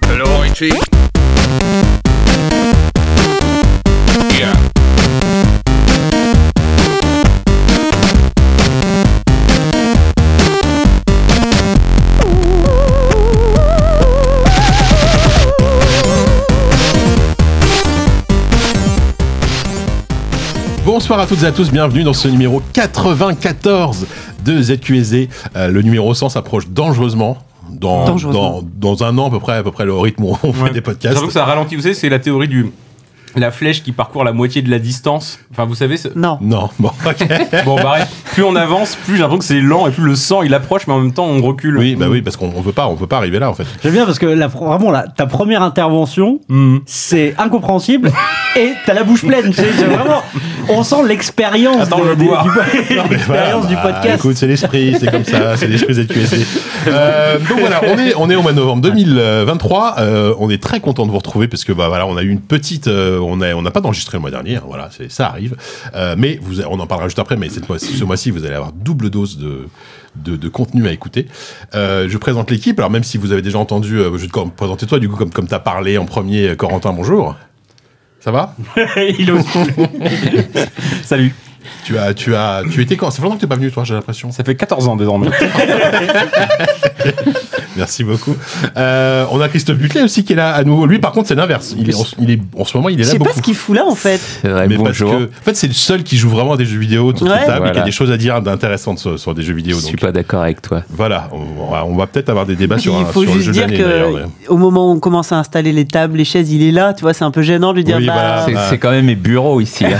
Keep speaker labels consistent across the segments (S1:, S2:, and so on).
S1: Gucci. Yeah.
S2: Bonsoir à toutes et à tous, bienvenue dans ce numéro 94 de ZQSD. Euh, le numéro 100 s'approche dangereusement. Dans,
S3: Dangereusement.
S2: Dans, dans un an à peu près, à peu près le rythme où on fait
S4: Ouais.
S2: des podcasts.
S4: J'avoue que ça ralentit, vous savez, c'est la théorie du. La flèche qui parcourt la moitié de la distance. Enfin, vous savez, c'est-
S3: Non.
S2: Non, bon, ok.
S4: bon, bah, ouais. plus on avance, plus j'ai l'impression que c'est lent et plus le sang il approche, mais en même temps on recule.
S2: oui, bah oui, parce qu'on on veut pas, on veut pas arriver là en fait.
S5: J'aime bien parce que la, vraiment là, ta première intervention,
S2: Mm.
S4: Hmm.
S5: c'est incompréhensible et t'as la bouche pleine. tu sais, c'est vraiment, on sent l'expérience.
S4: Attends, je
S5: de-
S4: vais
S5: de-
S4: boire.
S5: du- l'expérience
S2: Voilà,
S5: du
S2: bah,
S5: podcast.
S2: Écoute, c'est l'esprit, c'est comme ça, c'est l'esprit ZQSD. Euh, donc voilà, on est, on est au mois de novembre 2023. euh, on est très content de vous retrouver parce que bah voilà, on a eu une petite, euh, on a, on n'a pas d'enregistré le mois dernier. hein, voilà, c'est ça arrive. Euh, mais vous, on en parlera juste après. Mais cette mois, ce mois-ci, vous allez avoir double dose de. De, de contenu à écouter. Euh, je présente l'équipe. Alors même si vous avez déjà entendu, euh, je vais te cor- présenter toi du coup comme comme t'as parlé en premier, euh, Corentin. Bonjour. Ça va
S4: Il ose. Salut.
S2: Tu as tu as tu étais quand C'est longtemps que t'es pas venu toi. J'ai l'impression.
S4: Ça fait 14 ans désormais.
S2: Merci beaucoup. Euh, on a Christophe Butlet aussi qui est là à nouveau. Lui, par contre, c'est l'inverse. Il est, en, il est- en ce moment, il est
S3: Je
S2: là
S3: sais
S2: beaucoup.
S3: pas ce qu'il fout là en fait.
S6: C'est vrai,
S2: Mais parce
S6: bonjour.
S2: que, en fait, c'est le seul qui joue vraiment à des jeux vidéo autour de cette
S3: Ouais.
S2: table et qui a
S6: Voilà.
S2: des choses à dire d'intéressantes sur, sur des jeux
S6: Je
S2: vidéo.
S6: suis
S2: Donc,
S6: pas d'accord avec toi.
S2: voilà, on, on va- on va peut-être avoir des débats sur,
S3: il
S2: un-
S3: faut
S2: sur le
S3: juste
S2: jeu de
S3: dire
S2: l'année,
S3: que
S2: d'ailleurs.
S3: au moment où on commence à installer les tables, les chaises, il est là. Tu vois, c'est un peu gênant de lui dire
S2: Oui,
S3: bah.
S2: voilà.
S6: C'est
S2: bah.
S6: c'est quand même mes bureaux ici. hein.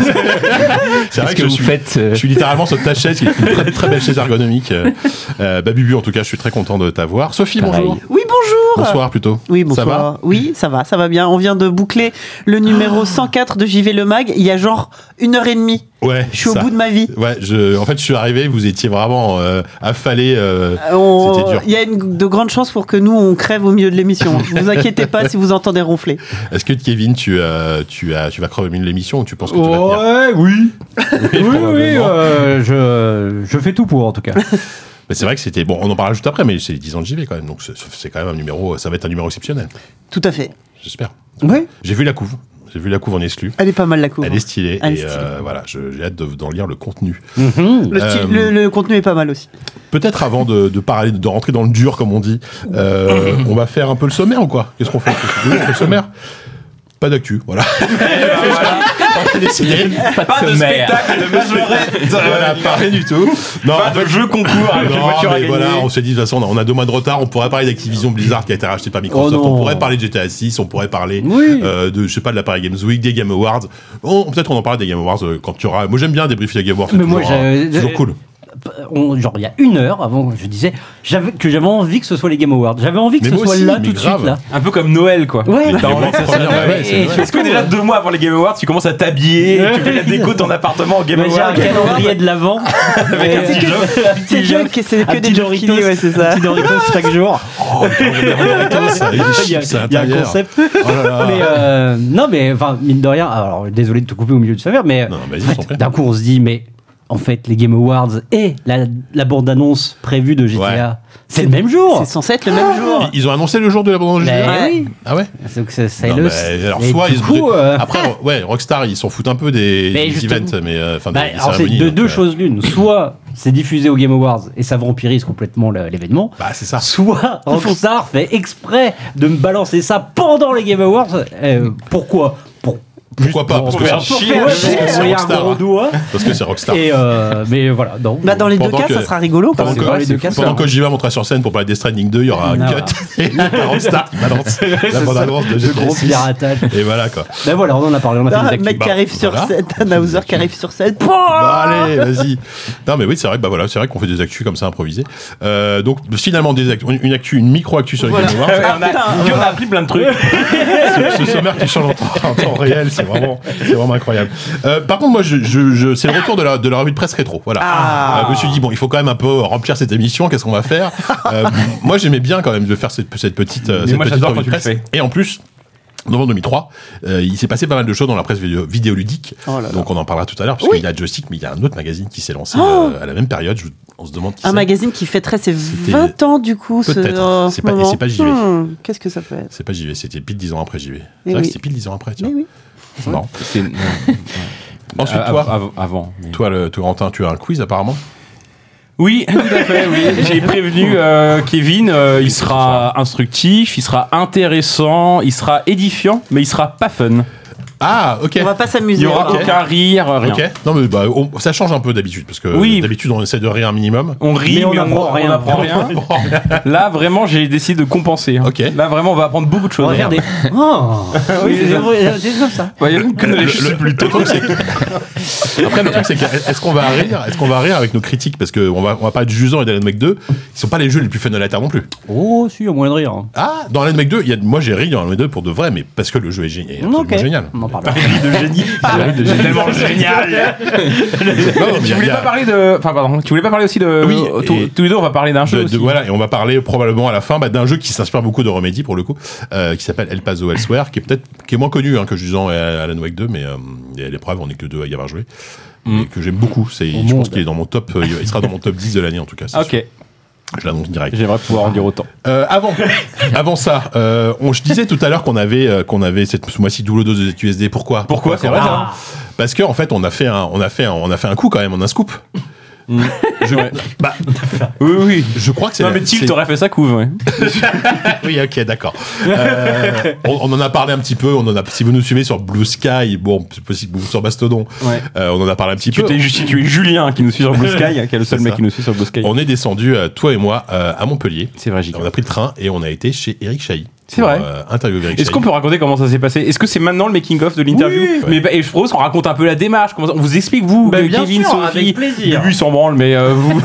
S2: C'est
S6: Qu'est-ce
S2: vrai
S6: que,
S2: que je
S6: vous
S2: suis,
S6: faites euh,
S2: je suis littéralement sur ta chaise, qui est une très, très belle chaise ergonomique. Euh, euh, Babubu, en tout cas, je suis très content de t'avoir. Sophie,
S6: Pareil.
S2: bonjour.
S3: Oui, bonjour.
S2: Bonsoir plutôt.
S3: Oui,
S2: Ça va Ah.
S3: bonsoir. Oui, ça va, ça va bien. On vient de boucler le numéro 104 de JV Le Mag. Il y a genre une heure et demie.
S2: Ouais.
S3: Je suis au
S2: ça.
S3: bout de ma vie.
S2: Ouais, je, en fait, je suis arrivé, vous étiez vraiment euh, affalé. euh,
S3: Euh, on-
S2: C'était dur.
S3: Il y a une- de grandes chances pour que nous on crève au milieu de l'émission. Ne vous inquiétez pas si vous entendez ronfler.
S2: Est-ce que Kevin, tu, euh, tu, as, tu vas crever au milieu de l'émission ou tu penses que tu vas tenir
S7: Ouais, oui. oui, oui,
S2: probablement.
S7: euh, je, je fais tout pour en tout cas.
S2: Mais c'est vrai que c'était. Bon, on en parlera juste après, mais c'est les 10 ans de JV quand même. Donc c'est- c'est quand même un numéro. Ça va être un numéro exceptionnel.
S3: Tout à fait.
S2: J'espère.
S3: Oui.
S2: J'ai vu la couve. J'ai vu la couve en exclu.
S3: Elle est pas mal la couve.
S2: Elle est stylée.
S3: Elle est
S2: et euh,
S3: stylée. Mmh.
S2: voilà, je- j'ai hâte de- d'en lire le contenu.
S3: Le, sti-
S2: Euh,
S3: le- le contenu est pas mal aussi.
S2: Peut-être avant de, de parler, de rentrer dans le dur, comme on dit, euh, on va faire un peu le sommaire ou quoi Qu'est-ce qu'on fait Oui, on fait le sommaire Pas d'actu, voilà. On a décidé.
S6: Pas de, sommaire.
S2: Voilà, pas rien du tout. Non,
S4: Pas de jeu concours avec les
S2: Non,
S4: voitures à
S2: mais
S4: gagner.
S2: voilà, on s'est dit de toute façon, on a- on a deux mois de retard. On pourrait parler d'Activision Blizzard qui a été racheté par Microsoft.
S7: Oh non.
S2: on pourrait parler de GTA 6. On pourrait parler
S7: Oui.
S2: euh, de, je sais pas, de la Paris Games Week, des Game Awards. On- Peut-être on en parle des Game Awards euh, quand tu auras. Moi j'aime bien débriefer les Game Awards. c'est
S7: Mais moi,
S2: toujours,
S7: j'ai-
S2: euh, toujours cool.
S7: On- genre, il y a une heure avant, je disais j'avais- que j'avais envie que ce soit les Game Awards. J'avais envie que
S2: Mais
S7: ce
S2: moi
S7: soit
S2: aussi,
S7: là
S2: mais
S7: tout de
S2: grave.
S7: suite là.
S4: Un peu comme Noël quoi.
S7: Ouais. Les
S4: Mais t'as
S2: Game
S4: envie
S2: Awards,
S4: que ça
S2: première,
S4: soit-
S2: bah ouais, c'est
S7: Et
S2: vrai.
S7: je-
S4: Est-ce que déjà deux mois avant les Game Awards, tu commences à t'habiller, tu fais la déco de ton appartement en Game
S7: Mais j'ai un
S4: Awards
S7: calendrier de l'avant.
S4: avec un petit jeu.
S3: C'est que, c'est que
S7: Un
S3: des
S7: petit
S3: jokes qu'il
S7: Doritos.
S3: dit, ouais, c'est ça.
S7: Petit Doritos chaque jour.
S2: Oh, Ça, les
S7: Ah, Il y a,
S2: chips à
S7: il y a un
S2: l'intérieur.
S7: concept.
S2: Oh là là.
S7: Mais euh, non, mais enfin, mine de rien, alors désolé de te couper au milieu de sa mère, mais
S2: Non, non, vas-y,
S7: en fait,
S2: je t'en prie.
S7: d'un coup on se dit, mais en fait, les Game Awards et la, la bande-annonce prévue de GTA, c'est le même jour.
S2: Oh.
S3: C'est censé être le même jour.
S2: Ils- Ils ont annoncé le jour de la bande
S7: Mais
S2: originale.
S7: oui.
S2: Ah ouais
S7: Donc c'est c'est
S2: Non,
S7: le.
S2: bah, alors,
S7: et
S2: soit
S7: du
S2: ils se Ah,
S7: coup,
S2: foutaient-
S7: euh,
S2: Après, ouais, Rockstar, ils s'en foutent un peu des,
S7: Mais
S2: des
S7: justement.
S2: events, mais euh, enfin, des-
S7: bah,
S2: des
S7: alors c'est
S2: cérémonies,
S7: de
S2: donc,
S7: deux
S2: euh,
S7: choses l'une. Soit c'est diffusé aux Game Awards et ça vampirise complètement le- l'événement.
S2: Bah, c'est ça.
S7: Soit Rockstar fait exprès de me balancer ça pendant les Game Awards. Euh, pourquoi Pour
S2: Pourquoi pas Parce
S4: pour
S2: que
S4: faire
S2: c'est-
S7: pour
S4: Chier,
S7: faire
S2: parce que c'est
S7: chier, regarde
S2: Rockstar,
S7: au
S2: hein.
S7: doigt.
S2: parce que c'est Rockstar.
S7: Et euh, mais voilà, non.
S3: Bah, dans les deux
S2: Pendant
S3: cas,
S2: que-
S3: ça sera rigolo. quand
S2: Pendant
S3: même.
S7: c'est vrai, les deux cas,
S2: que,
S7: ça.
S2: pendant que Kojima montera sur scène pour parler des Stranding 2, il y aura un
S7: Ah,
S2: cut et la Rockstar qui balance la bande-annonce de
S7: le
S2: GTA
S7: gros
S2: 6.
S7: piratage.
S2: Et voilà quoi.
S7: Ben voilà, on en a parlé, on a
S3: Ah,
S7: fait
S3: un
S7: des actus.
S3: mec qui
S2: Bah,
S3: arrive sur
S2: voilà.
S3: scène, un Hauser qui arrive sur scène.
S2: Bah, allez, vas-y. Non mais oui, c'est vrai. que, Bah voilà, c'est vrai qu'on fait des actus comme ça improvisées. Euh, donc finalement des actus, une actu, une micro actu sur les Game Awards.
S4: Ouais, on a- puis on a appris plein de trucs.
S2: ce, ce sommaire qui change en temps, en temps réel, c'est vraiment, c'est vraiment incroyable. Euh, par contre, moi, je, je, je- c'est le retour de la, de la revue de presse rétro. Voilà.
S3: Ah.
S2: Euh, je me suis dit, bon, il faut quand même un peu remplir cette émission, qu'est-ce qu'on va faire Euh, Moi, j'aimais bien quand même de faire cette, cette petite, euh,
S4: Mais
S2: cette
S4: moi,
S2: petite
S4: j'adore
S2: revue de
S4: quand tu le
S2: presse. Et en plus, novembre 2003, euh, il s'est passé pas mal de choses dans la presse vidéo- vidéoludique.
S3: Oh là là.
S2: Donc on en parlera tout à l'heure parce qu'il y a Joystick, mais il y a un autre magazine qui s'est lancé
S3: Oh
S2: euh, à la même période. Je- on se demande qui
S3: Un
S2: c'est.
S3: magazine qui fêterait ses 20 ans du coup. ce-
S2: Peut-être.
S3: en
S2: C'est
S3: ce
S2: pas- et
S3: moment.
S2: c'est pas JV.
S3: Hmm, Qu'est-ce que ça peut être
S2: C'est pas JV, c'était pile 10 ans après JV.
S3: Eh
S2: C'est vrai
S3: oui.
S2: que c'était pile 10 ans après, tiens.
S3: Mais oui.
S2: C'est marrant.
S4: C'est- non.
S2: Ensuite,
S4: Euh, Av-
S2: toi,
S4: av- Avant. mais-
S2: toi, le, toi, Antin, tu as un quiz apparemment.
S4: Oui, tout à fait. Oui. J'ai prévenu euh, Kevin, euh, il sera instructif, il sera intéressant, il sera édifiant, mais il sera pas fun.
S2: Ah, ok.
S3: On va pas
S4: Il
S3: s'amuser. hein.
S4: n'y aura
S3: alors.
S2: Ok.
S4: aucun rire, rien.
S2: Ok. Non, mais bah, on- ça change un peu d'habitude parce que
S4: Oui.
S2: d'habitude on essaie de rire un minimum.
S4: On rit, mais on n'apprend rien. Là, vraiment, j'ai décidé de compenser. hein.
S2: Ok.
S4: Là, vraiment, on va apprendre beaucoup de
S5: On
S4: choses. hein.
S5: va faire des. Oh Oui, c'est vrai, euh, c'est comme ça.
S4: Ouais, il y a une connerie.
S2: plutôt. Après, le truc, c'est que, est-ce qu'on va rire Est-ce qu'on va rire avec nos critiques Parce qu'on va, on va pas être jusant et d'Alan Mec 2, qui sont pas les jeux les plus fun de la Terre non plus.
S5: Oh, si, au moins de rire.
S2: Ah, dans Alan Mec 2, il y a, moi j'ai ri dans Alan Mec 2 pour de vrai, mais parce que le jeu est, génial, absolument
S5: Ok.
S2: génial.
S5: On en parle.
S4: C'est tellement génial.
S2: Non, mais il y
S4: Tu
S2: a- il
S4: voulais
S2: y a-
S4: pas parler de. Enfin, pardon. Tu voulais pas parler aussi de.
S2: Oui,
S4: euh,
S2: et-
S4: tous- Tous les deux, on va parler d'un
S2: de-
S4: jeu.
S2: de-
S4: aussi.
S2: voilà, et on va parler probablement à la fin bah, d'un jeu qui s'inspire beaucoup de Remedy pour le coup, euh, qui s'appelle El Paso Elsewhere, qui est peut-être qui est moins connu hein, que Jusant et Alan Wake 2, mais euh, il y a l'épreuve, on est que deux à y avoir joué,
S4: Mm.
S2: et que j'aime beaucoup. C'est, je pense qu'il est dans mon top, euh, il sera dans mon top 10 de l'année en tout cas. c'est sûr.
S4: Ok.
S2: Je l'annonce direct.
S4: J'aimerais pouvoir en dire autant.
S2: Euh, avant, avant ça, euh, on, je disais tout à l'heure qu'on avait euh, qu'on avait cette ce mois-ci double dose de ZQSD. Pourquoi Ah.
S4: Pourquoi C'est vrai, hein. ça
S2: Parce que en fait, on a fait un, on a fait un, on a fait un coup quand même, on a un scoop. je, bah,
S4: Oui, oui.
S2: je crois que c'est.
S4: Mm. Non,
S2: la-
S4: mais Tilt
S2: c'est-
S4: aurait fait ça couve. ouais.
S2: Oui, ok, d'accord. Euh, on, on en a parlé un petit peu. On en a. Si vous nous suivez sur Blue Sky, bon, c'est possible, ou sur Mastodon,
S4: Ouais.
S2: euh, on en a parlé un petit
S4: Tu
S2: peu.
S4: t'es juste situé Julien qui nous suit sur Blue Sky, hein, qui est le seul
S2: C'est
S4: mec
S2: ça.
S4: qui nous suit sur Blue Sky.
S2: On est descendu, euh, toi et moi, euh, à Montpellier.
S4: C'est vrai, Giga.
S2: On a pris le train et on a été chez Eric Chahi.
S4: C'est
S2: pour,
S4: vrai.
S2: euh, interviewer Eric
S4: Est-ce qu'on
S2: Chahi.
S4: peut raconter comment ça s'est passé Est-ce que c'est maintenant le making-of de l'interview Mais bah, et je propose qu'on raconte un peu la démarche. comment ça- on vous explique, vous,
S5: Bah,
S4: que
S5: bien
S4: Kevin,
S5: sûr,
S4: Sophie,
S5: avec plaisir.
S4: lui s'en branle, mais euh, vous,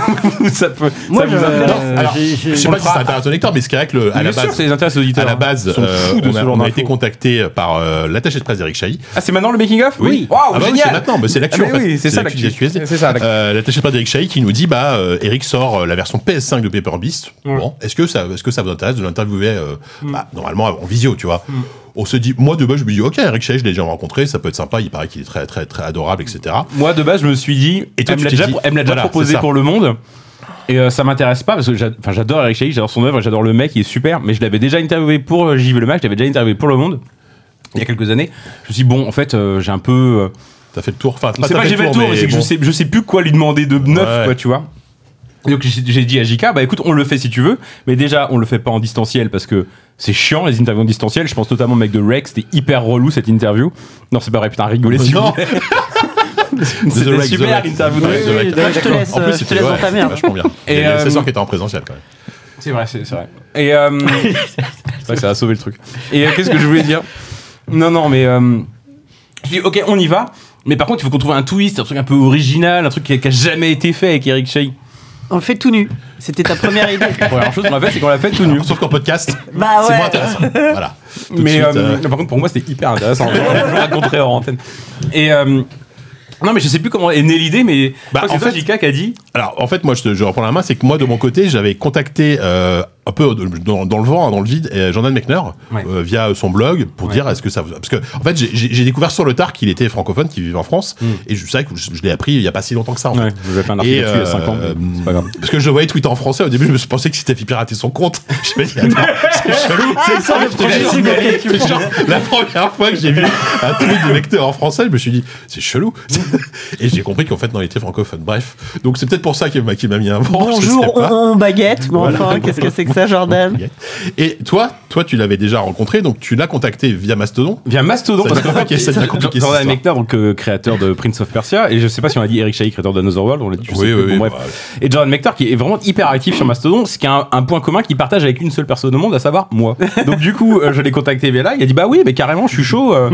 S4: ça peut.
S5: Moi,
S4: ça
S5: je. euh,
S4: vous intéresse
S2: Alors,
S5: j'ai- j'ai-
S2: Je sais
S4: on
S2: pas
S4: le
S2: si ça
S4: fera.
S2: intéresse au lecteur, mais c'est vrai que le- à
S4: Bien
S2: la
S4: sûr,
S2: base,
S4: ça les intéresse les auditeurs.
S2: À la
S4: hein.
S2: base,
S4: Ils sont
S2: euh,
S4: fous de
S2: on,
S4: ce
S2: a,
S4: genre
S2: on a
S4: d'infos.
S2: été contacté par euh, l'attaché de presse d'Eric Chahi.
S4: Ah, c'est maintenant le making-of Waouh,
S2: Ah bah oui,
S4: génial
S2: c'est maintenant, mais c'est
S4: Ah,
S2: l'actu
S4: mais
S2: en fait.
S4: oui, c'est ça
S2: l'actu
S4: l'actu.
S2: des QSD.
S4: C'est ça l'actu.
S2: Euh, L'attaché de presse d'Eric Chahi qui nous dit bah euh, Eric sort euh, la version PS5 de Paper Beast.
S4: Mm.
S2: Bon, est-ce que ça est-ce que ça vous intéresse de l'interviewer euh, bah, normalement en visio, tu vois.
S4: Mm.
S2: On se dit moi de base je me dis OK, Eric Chahi, je l'ai déjà rencontré, ça peut être sympa, il paraît qu'il est très très très adorable etc.
S4: Moi, de base, je me suis dit,
S2: Et toi,
S4: elle me
S2: tu
S4: l'a
S2: t'es
S4: déjà,
S2: dit,
S4: elle me l'a déjà
S2: voilà, c'est
S4: proposé
S2: ça.
S4: pour le monde. Et euh, ça m'intéresse pas parce que j'a- enfin, j'adore Eric Chahi, j'adore son œuvre, j'adore le mec, il est super. Mais je l'avais déjà interviewé pour euh, JV Le Mac, je l'avais déjà interviewé pour le monde il y a quelques années. Je me suis dit, bon, en fait, euh, j'ai un peu. euh,
S2: T'as fait le tour enfin
S4: c'est pas que j'ai Ah, fait le tour, mais c'est que je, sais, je sais plus quoi lui demander de neuf,
S2: Ouais.
S4: quoi, tu vois. Donc j'ai j'ai dit à JK, bah écoute, on le fait si tu veux, mais déjà on le fait pas en distanciel parce que c'est chiant les interviews en distanciel. Je pense notamment au mec de Rex, c'était hyper relou cette interview. Non, c'est pas vrai, putain, rigolez si vous
S2: Non.
S4: voulez. C'était
S2: Rex, The
S4: super
S2: Rex.
S4: l'interview de
S2: Ouais,
S4: Rex.
S2: The Rex.
S3: D'accord, je te laisse,
S2: En
S3: euh,
S2: plus,
S3: je te
S2: c'était-
S3: laisse dans
S2: ouais,
S3: ta merde.
S2: Vachement bien.
S4: Et,
S2: Et il y a
S4: euh,
S2: l'assesseur qui était en présentiel quand même.
S4: C'est vrai, c'est c'est vrai. Et euh, c'est vrai que ça a sauvé le truc. Et euh, qu'est-ce que je voulais dire Non, non, mais euh, je dis ok, on y va. Mais par contre, il faut qu'on trouve un twist, un truc un peu original, un truc qui a, qui a jamais été fait avec Eric Shea.
S3: On le fait tout nu. C'était ta première idée.
S4: La première chose qu'on a fait, c'est qu'on l'a fait tout nu.
S2: Sauf qu'en podcast,
S3: Bah
S2: c'est
S3: ouais.
S2: moins intéressant. Voilà. Tout de
S4: Ah mais
S2: suite,
S4: euh,
S2: euh,
S4: non, par contre, pour moi, c'était hyper intéressant. je vous raconterai hors antenne. Et euh, non, mais je sais plus comment est née l'idée, mais
S2: Bah,
S4: je crois que
S2: en
S4: c'est toi, JK qui a dit.
S2: Alors, en fait, moi, je, te- je reprends la main. C'est que moi, de mon côté, j'avais contacté euh, un peu dans, dans le vent, hein, dans le vide, euh, Jordan Mechner
S4: Ouais.
S2: euh, via son blog pour dire est-ce que ça vous... Parce que, en fait, j'ai- j'ai j'ai découvert sur le tard qu'il était francophone, qu'il vivait en France. Et je sais que je, je l'ai appris il n'y a pas si longtemps que ça, en fait.
S4: vous avez fait un
S2: Et, euh, Parce que je le voyais tweeter en français. Au début, je me pensais que c'était fait pirater son compte. Je me suis dit, attends, c'est chelou. C'est ça, le
S5: premier truc auquel tu penses.
S2: La première fois que j'ai vu un tweet de lecteur en français, je me suis dit, c'est chelou. Et j'ai compris qu'en fait, non, il était francophone. Bref. Donc, c'est peut-être pour ça qu'il m'a qu'il m'a mis un vent. je sais
S3: Bonjour,
S2: pas.
S3: on, on baguette. Mais
S2: Voilà.
S3: enfin, qu'est-ce que c'est que ça, Jordan
S2: Et toi, toi, tu l'avais déjà rencontré, donc tu l'as contacté via Mastodon.
S4: Via Mastodon,
S2: Ça
S4: parce
S2: devient
S4: qu'en fait,
S2: compliqué, ça devient compliqué,
S4: Jordan
S2: cette
S4: Mechner, donc euh, créateur de Prince of Persia, et je sais pas si on a dit Eric Shea, créateur d'Another World, on l'a dit, je sais plus, bon, bref.
S2: bah,
S4: Et Jordan Mechner qui est vraiment hyper actif sur Mastodon, ce qui a un, un point commun qu'il partage avec une seule personne au monde, à savoir moi. Donc du coup, euh, je l'ai contacté via là, il a dit bah oui, mais carrément, je suis chaud, euh,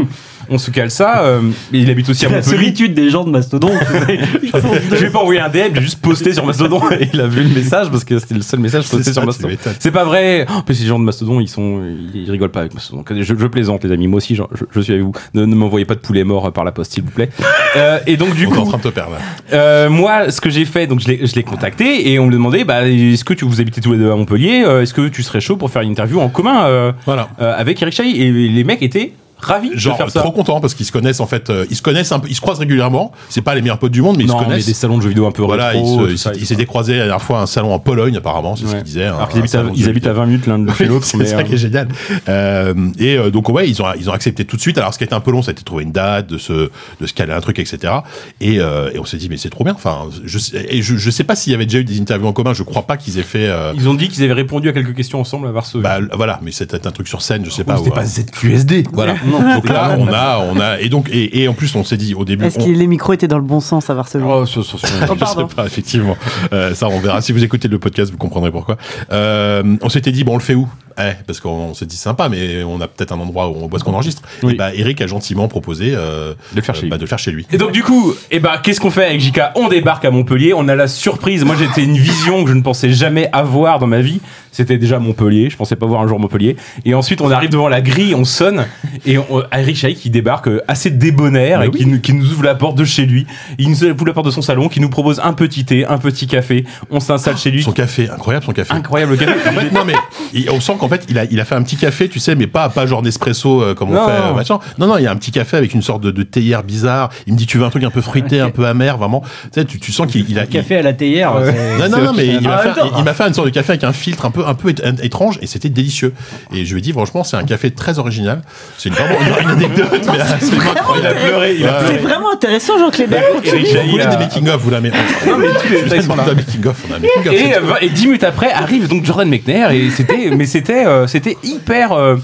S4: on se cale ça. euh, et il habite aussi à
S5: La
S4: Montpellier.
S5: solitude des gens de Mastodon.
S4: Je vais pas envoyer un DM, j'ai juste posté sur Mastodon et il a vu le message parce que c'était le seul message posté
S2: C'est ça,
S4: sur
S2: tu
S4: Mastodon.
S2: m'étonnes.
S4: C'est pas vrai. Oh, En plus, les gens de Mastodon, ils sont, ils rigolent pas avec Mastodon. Je, je plaisante, les amis. Moi aussi, je, je- je suis avec vous. Ne, ne m'envoyez pas de poulet mort par la poste, s'il vous plaît. Euh, et donc, du
S2: on est en
S4: coup,
S2: train de te perdre. là.
S4: euh, moi, ce que j'ai fait, donc je l'ai- je l'ai contacté et on me demandait, bah, est-ce que tu vous habitez tous les deux à Montpellier Euh, Est-ce que tu serais chaud pour faire une interview en commun euh,
S2: Voilà.
S4: euh, avec Eric Chahi et les mecs étaient ravi de
S2: Genre
S4: faire ça.
S2: trop content parce qu'ils se connaissent en fait, euh, ils se connaissent un peu, ils se croisent régulièrement. C'est pas les meilleurs potes du monde, mais ils
S4: non,
S2: se
S4: mais
S2: connaissent.
S4: des salons de jeux vidéo un peu
S2: Voilà, ils
S4: rétro,
S2: se-
S4: tout
S2: ils
S4: ça,
S2: s'étaient-
S4: et
S2: ils
S4: tout
S2: s'étaient
S4: ça.
S2: croisés la dernière fois à un salon en Pologne apparemment, c'est ce
S4: Ouais.
S2: qu'ils disaient.
S4: Alors
S2: un-
S4: qu'ils
S2: un
S4: habitent, à-
S2: salon de
S4: ils
S2: jeux
S4: habitent à
S2: vidéo.
S4: 20 minutes l'un de chez l'autre.
S2: C'est
S4: mais,
S2: ça
S4: euh,
S2: qui est génial. Euh, et euh, donc ouais, ils ont ils ont accepté tout de suite. Alors ce qui était un peu long, ça a été de trouver une date, de se de se caler un truc, etc. Et, euh, et on s'est dit mais c'est trop bien. Enfin, je sais- et je, je sais pas s'il y avait déjà eu des interviews en commun. Je crois pas qu'ils aient fait. euh,
S4: Ils ont dit qu'ils avaient répondu à quelques questions ensemble à Varsovie.
S2: bah voilà, mais c'était un truc sur scène, je sais pas.
S4: Oh, c'était
S2: ou-
S4: pas ZQSD.
S2: Voilà. Donc là, on a, on a, et donc, et, et en plus, on s'est dit au début.
S3: Est-ce
S2: on-
S3: que les micros étaient dans le bon sens à Varsovie
S4: Oh, ça, ça, ça.
S3: Oh,
S2: je sais
S3: pardon.
S2: pas, effectivement. Euh, ça, on verra. Si vous écoutez le podcast, vous comprendrez pourquoi. Euh, on s'était dit, bon, on le fait où Eh, Parce qu'on on s'est dit sympa, mais on a peut-être un endroit où on voit ce qu'on enregistre.
S4: Oui.
S2: Et bah, Eric a gentiment proposé euh,
S4: De le faire chez
S2: bah,
S4: lui.
S2: de le faire chez lui.
S4: Et donc du coup, eh ben, qu'est-ce qu'on fait avec JK On débarque à Montpellier, on a la surprise. Moi j'étais une vision que je ne pensais jamais avoir dans ma vie. C'était déjà Montpellier, je pensais pas voir un jour Montpellier. Et ensuite on arrive devant la grille, on sonne, et on, Eric Chahi qui débarque euh, assez débonnaire et qui, nous, qui nous ouvre la porte de chez lui. Il nous ouvre la porte de son salon, qui nous propose un petit thé, un petit café. On s'installe chez lui.
S2: Son café, incroyable son café.
S4: Incroyable café.
S2: En fait, non mais il- on sent qu'en fait il a il a fait un petit café tu sais mais pas pas genre Nespresso euh, comme
S4: Non.
S2: on fait euh, machin. non non il y a un petit café avec une sorte de, de théière bizarre il me dit tu veux un truc un peu fruité un peu amer vraiment tu sais tu, tu sens qu'il il a il-
S5: Café à la théière. c'est-
S2: Non, non, non, mais il
S5: Ah,
S2: m'a, fait,
S5: attends.
S2: il m'a fait une sorte de café avec un filtre un peu, un peu é- étrange et c'était délicieux. Et je lui ai dit, franchement, c'est un café très original. C'est une, vraiment une- une anecdote, mais absolument incroyable.
S4: pleuré, il a
S2: Ouais.
S3: C'est vraiment intéressant, Jean Clébert.
S4: Eric
S2: Vous
S4: Chahi
S2: voulez
S4: a-
S2: des making-of, vous la mettez.
S4: euh, Non, mais tous les détails sont là.
S2: making-of, on a un making-of.
S4: Et, euh, vingt- et 10 minutes après arrive donc Jordan McNair et c'était mais c'était euh, c'était hyper euh,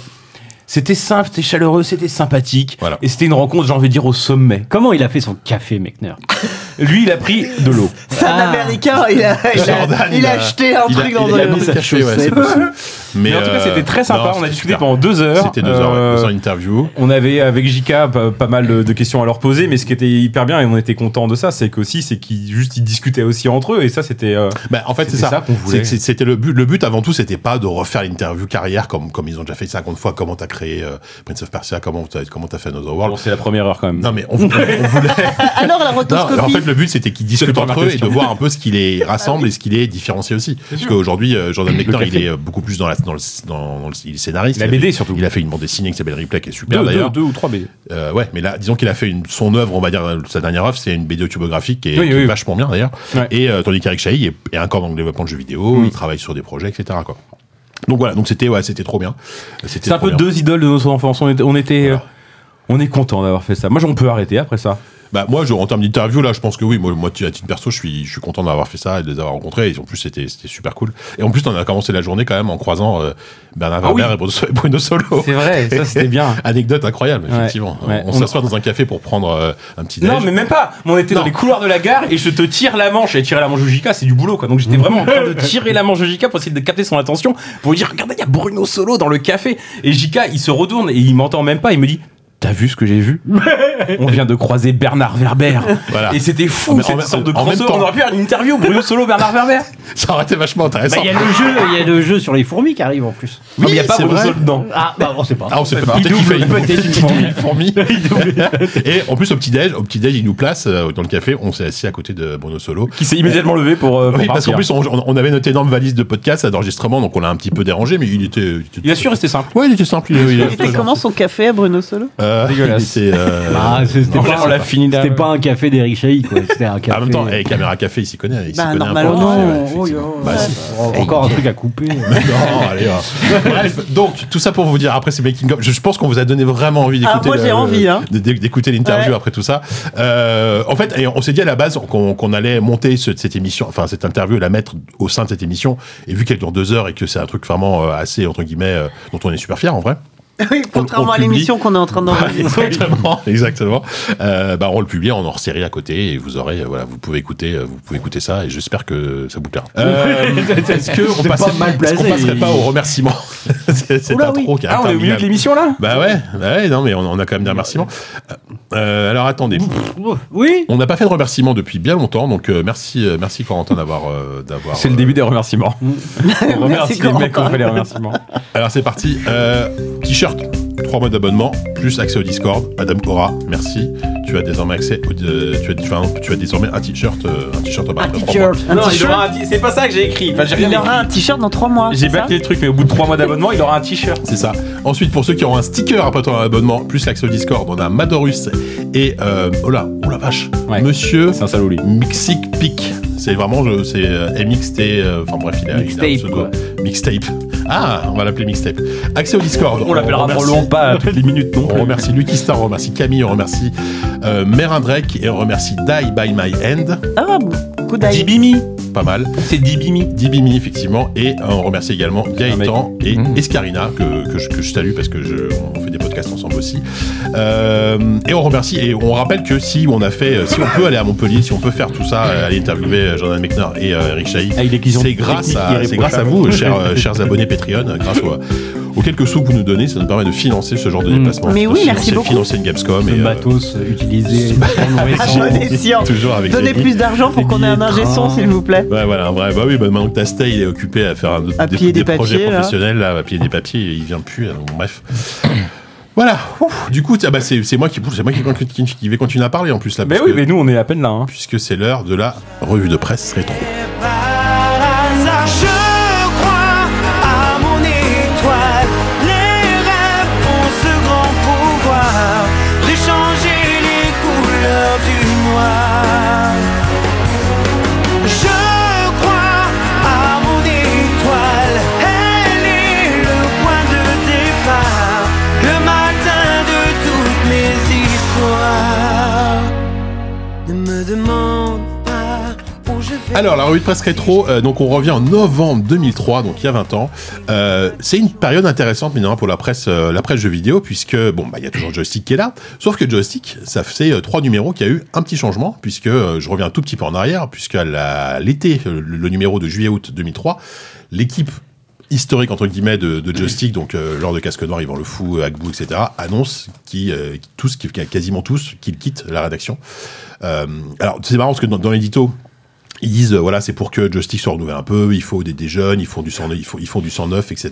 S4: c'était simple, c'était chaleureux, c'était sympathique
S2: Voilà.
S4: et c'était une rencontre j'ai envie de dire au sommet.
S5: Comment il a fait son café, Mechner
S2: Ah,
S4: Lui il a pris de l'eau.
S3: C'est un
S5: Ah.
S3: américain, il a, il a-
S2: Jordan,
S3: il a acheté un
S2: il a-
S3: truc dans
S2: il a
S3: le-
S2: mis sa café, ouais, c'est possible. Mais,
S4: Mais en tout cas
S2: euh,
S4: c'était très sympa, on
S2: non,
S4: a
S2: c'était
S4: discuté
S2: super.
S4: pendant deux heures.
S2: C'était deux heures, ouais,
S4: Euh,
S2: deux heures d'interview.
S4: On avait avec Jika pas, pas mal de, de questions à leur poser, mais ce qui était hyper bien et on était content de ça, c'est qu'aussi c'est qu'ils juste ils discutaient aussi entre eux et ça c'était euh,
S2: Bah, en fait, c'est
S4: C'était
S2: ça.
S4: ça qu'on voulait.
S2: C'est que c'est- C'était le but. Le but avant tout, c'était pas de refaire l'interview carrière comme, comme ils ont déjà fait 50 fois. Comment t'as créé euh, Prince of Persia Comment t'as comment t'as fait Another World
S4: bon, c'est la première heure quand même.
S2: Non, mais on, on voulait.
S3: Alors la
S2: Non,
S3: rotoscopie.
S2: alors en fait, le but, c'était qu'ils discutent
S4: première
S2: entre eux et de
S4: question.
S2: voir un peu ce qui les
S4: Ah
S2: rassemble et ce qui les différencie aussi. Parce qu'aujourd'hui, euh, Jordan Mechner, il est euh, beaucoup plus dans, la, dans, le, dans, le- il est scénariste.
S4: La
S2: Il a
S4: BD
S2: fait-
S4: surtout.
S2: Il a fait une bande dessinée qui s'appelle Replay, qui est super
S4: deux, deux,
S2: d'ailleurs.
S4: deux ou trois BD.
S2: Euh, ouais, mais là, disons qu'il a fait une, son œuvre, on va dire, euh, sa dernière œuvre, c'est une BD autobiographique qui est,
S4: Oui,
S2: qui est
S4: oui.
S2: vachement bien d'ailleurs.
S4: Ouais. Mm.
S2: Et euh, tandis qu'Eric Chahi est, est encore dans le développement de jeux vidéo, il travaille sur des projets, etc. Quoi. Donc voilà, donc c'était ouais, c'était trop bien. C'était
S4: C'est un
S2: trop
S4: peu
S2: bien.
S4: deux idoles de nos enfance. On était, on était,
S2: Voilà.
S4: euh, on est content d'avoir fait ça. Moi, on peut arrêter après ça.
S2: Bah moi, je, en termes d'interview, là, je pense que oui. Moi, moi, à titre perso, je suis, je suis content d'avoir fait ça et de les avoir rencontrés. Et en plus, c'était, c'était super cool. Et en plus, on a commencé la journée quand même en croisant euh, Bernard
S4: Ah oui.
S2: Werber et Bruno, et Bruno Solo.
S4: vrai,
S2: ça, c'était
S4: bien.
S2: Anecdote incroyable,
S4: Ouais,
S2: effectivement.
S4: ouais.
S2: On, on s'assoit dans un café pour prendre euh, un petit déj.
S4: Non, mais même pas. Mais On était dans
S2: Non.
S4: les couloirs de la gare et je te tire la manche. Et tirer la manche de Jika, c'est du boulot, quoi. Donc j'étais vraiment en train de tirer la manche de Jika pour essayer de capter son attention, pour lui dire regardez, il y a Bruno Solo dans le café. Et Jika, il se retourne et il m'entend même pas. Il me dit. T'as vu ce que j'ai vu On vient de croiser Bernard Werber.
S2: Voilà.
S4: Et c'était
S2: En
S4: fou,
S2: même-
S4: cette
S2: en
S4: sorte de
S2: même temps-
S4: crossover. On aurait pu faire une interview Bruno Solo, Bernard Werber.
S2: ça aurait été vachement
S5: Bah,
S2: intéressant.
S5: Il y a le jeu, il y a le jeu sur les fourmis qui arrive en plus.
S4: Oui, mais il n'y a
S2: Oui,
S4: pas
S2: c'est
S4: Bruno
S2: vrai.
S4: Solo dedans.
S5: Ah, bah on sait pas.
S2: Ah, on sait
S4: Il
S2: pas. Peut-être qu'il
S4: double
S2: fait une
S4: peut-être une fourmi.
S2: une fourmi. et en plus, au petit-déj, au petit-déj, il nous place euh, dans le café. On s'est assis à côté de Bruno Solo.
S4: Qui s'est immédiatement levé pour. euh, pour
S2: Oui, parce
S4: partir.
S2: qu'en plus, on, on avait notre énorme valise de podcast à d'enregistrement, donc on l'a un petit peu dérangé, mais il était. il était-
S4: Il a su rester simple.
S2: Ouais, il était simple. Il, il- il-
S3: Il était comment son café à Bruno Solo
S2: Euh,
S4: Dégueulasse.
S2: il était, euh,
S5: Ah, c'était
S4: on l'a- on l'a
S5: pas,
S4: fini là.
S5: c'était pas un café d'Eric Chahi, quoi. C'était un café.
S2: en même temps, eh, Caméra Café, il s'y connaît. Il s'y
S3: Bah,
S2: connaît un peu.
S7: Ah,
S3: normalement,
S2: Ouais,
S5: non.
S2: effectivement.
S5: Oh, yo.
S2: Bah, si.
S5: Encore un truc à couper.
S2: Non, allez, va. Bref, donc tout ça pour vous dire après ces making of. Je, je pense qu'on vous a donné vraiment envie d'écouter.
S3: Ah, moi,
S2: le-
S3: j'ai envie, hein.
S2: de- d'é- D'écouter l'interview
S3: Ouais.
S2: après tout ça. Euh, en fait, et on s'est dit à la base qu'on qu'on allait monter ce- cette émission, enfin cette interview, la mettre au sein de cette émission. Et vu qu'elle dure deux heures et que c'est un truc vraiment euh, assez entre guillemets euh, dont on est super fier en vrai.
S3: Oui, contrairement à
S2: publie.
S3: l'émission qu'on est en train d'enregistrer.
S2: exactement, exactement. Euh, bah, on le publie en hors série à côté et vous aurez, euh, voilà, vous pouvez écouter, euh, vous pouvez écouter ça et j'espère que ça vous plaira. Euh, Est-ce que on
S5: C'est pas
S2: passerait-
S5: mal placé,
S2: est-ce qu'on passerait
S5: il-
S2: pas au remerciement C'est c'est
S5: Oula,
S2: un trop qui est
S4: Ah, on est au milieu de
S2: interminable.
S4: l'émission là
S2: Bah ouais, bah ouais, non mais on, on a quand même des remerciements. Euh, alors attendez,
S5: Oui.
S2: on n'a pas fait de remerciements depuis bien longtemps, donc euh, merci, euh, merci Corentin d'avoir, euh, d'avoir.
S4: C'est le
S2: euh,
S4: début des remerciements. On remercie les
S3: Corentin.
S4: mecs qu'on fait les remerciements.
S2: Alors c'est parti. Euh, T-shirt, trois mois d'abonnement, plus accès au Discord. Madame Cora, merci. tu as désormais accès, au- euh, tu, as, enfin, tu as désormais un t-shirt, euh, un t-shirt en
S5: Un
S2: barre de trois mois.
S5: t-shirt.
S3: Un
S4: Non, il
S3: t-shirt
S4: aura un t- c'est pas ça que j'ai écrit. Enfin, j'ai
S3: Il
S4: rien
S3: aura un
S4: écrit.
S3: t-shirt dans 3 mois.
S4: J'ai
S3: c'est ça
S4: bâclé le truc, mais au bout de 3 mois d'abonnement, il aura un t-shirt.
S2: C'est ça. Ensuite, pour ceux qui auront un sticker après ton abonnement, plus l'accès au Discord, on a Madorus et euh, oh là, oh la vache,
S4: Ouais.
S2: Monsieur
S4: C'est un salaud, lui.
S2: Mixic Pic. C'est vraiment, je- c'est euh, MXT, euh, enfin bref, il a, il a un
S6: Mixtape,
S2: pseudo.
S6: quoi.
S2: Mixtape. Ah, on va l'appeler Mixtape. Accès au Discord.
S4: On l'appellera
S2: remercie-
S4: probablement pas Ah, toutes les minutes non
S2: On remercie Lucky Star, on remercie Camille, on remercie euh, Merindrek et on remercie Die by My End.
S3: Ah, beaucoup d'ail.
S4: Dibimi.
S2: Pas mal.
S4: C'est Dibimi.
S2: Dibimi, effectivement. Et euh, on remercie également Gaëtan et
S6: Mmh.
S2: Escarina, que, que je, que je salue parce que je, on fait des podcasts ensemble aussi. Euh, et on remercie, et on rappelle que si on a fait, euh, si on peut aller à Montpellier, si on peut faire tout ça, euh, aller interviewer euh, Jordan Mechner et euh, Eric Chahi,
S4: Avec des clients
S2: c'est grâce,
S4: techniques
S2: à, c'est grâce à
S4: irréprochables.
S2: vous, euh, chers, euh, chers abonnés Patreon, euh, grâce aux, aux quelques sous que vous nous donnez, ça nous permet de financer ce
S4: Mm.
S2: genre de déplacement.
S3: Mais oui,
S2: De
S3: merci
S2: financer-
S3: beaucoup.
S2: Financer une Gamescom. et,
S7: Le
S2: euh,
S7: matos euh, utilisé. non récent.
S3: Ah, je décide.
S2: toujours avec
S3: Donnez
S2: Rémi.
S3: plus d'argent pour qu'on ait un ingé son, s'il vous plaît.
S2: Ouais, voilà, en vrai, bah oui, bah maintenant que Tastet, il est occupé à faire un,
S3: À
S2: des,
S3: plier
S2: des
S3: des
S2: projets
S3: papiers, là.
S2: professionnels, là, à plier des papiers, et il vient plus, alors bon, bref. voilà, Ouf. du coup, ah bah, c'est c'est moi, qui, c'est moi qui, qui- qui vais continuer à parler en plus, là,
S4: Mais
S2: parce
S4: Bah oui,
S2: que-
S4: mais nous, on est à peine là. hein.
S2: puisque c'est l'heure de la revue de presse rétro.
S8: Je crois à mon étoile, les rêves ont ce grand pouvoir d'échanger les couleurs du noir. Je crois à mon étoile, elle est le point de départ, le matin de toutes mes histoires. Ne me demande pas où je vais.
S2: Alors, la revue de presse rétro, euh, donc on revient en novembre 2003, donc il y a 20 ans. Euh, c'est une période intéressante, mais non, pour la presse, euh, la presse jeux vidéo, puisque, bon, bah, il y a toujours Joystick qui est là. Sauf que Joystick, ça fait euh, trois numéros qui a eu un petit changement, puisque euh, je reviens un tout petit peu en arrière, puisqu'à la- l'été, euh, le, le numéro de juillet-août 2003, l'équipe historique entre guillemets de, de Joystick, donc euh, lors de Casque Noir, Yvan Le Fou, euh, Agbu, etc., annonce qui, euh, qui- tous, qui, quasiment tous, qu'ils quittent la rédaction. Euh, alors c'est marrant parce que dans, dans l'édito, ils disent euh, voilà c'est pour que Joystick se renouvelle un peu, il faut des, des jeunes, ils font du sang neuf, ils font, ils font du sang neuf, etc.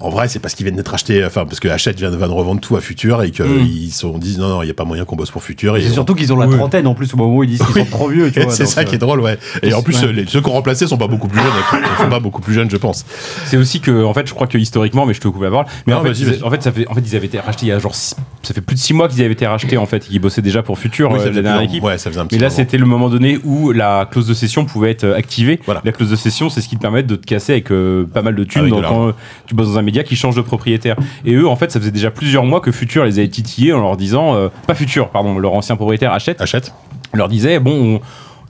S2: En vrai c'est parce qu'ils viennent d'être achetés, enfin parce que Hachette vient, de- va de revendre tout à Futur et qu'ils
S4: Mm.
S2: sont disent non non il n'y a pas moyen qu'on bosse pour Futur. Et
S5: C'est surtout qu'ils ont la
S2: Oui.
S5: trentaine en plus au moment où ils disent qu'ils sont trop vieux. tu vois,
S2: c'est
S5: donc,
S2: ça
S5: euh,
S2: qui est drôle ouais. Et en plus
S5: Ouais.
S2: euh, les, ceux qu'on remplaçait sont pas beaucoup plus jeunes, hein, sont pas beaucoup plus jeunes je pense.
S4: C'est aussi que, en fait, je crois que historiquement, mais je te coupe la parole. Mais
S2: Non,
S4: en, fait,
S2: vas-y,
S4: ils-
S2: vas-y.
S4: en fait, ça fait, en fait, ils avaient été rachetés il y a genre, six- ça fait plus de 6 mois qu'ils avaient été rachetés en fait, et qu'ils bossaient déjà pour Futur,
S2: Oui, ça
S4: euh,
S2: faisait
S4: la dernière
S2: plus-
S4: équipe.
S2: ouais, ça faisait un petit
S4: Mais là,
S2: moment.
S4: c'était le moment donné où la clause de session pouvait être euh, activée.
S2: Voilà.
S4: La clause de session, c'est ce qui te permet de te casser avec euh, pas mal de thunes
S2: Avec
S4: dans-
S2: de l'argent.
S4: quand euh, tu bosses dans un média qui change de propriétaire. Et eux, en fait, ça faisait déjà plusieurs mois que Futur les avait titillés en leur disant, euh, pas Futur, pardon, leur ancien propriétaire achète,
S2: Hachette
S4: leur disait, bon, on-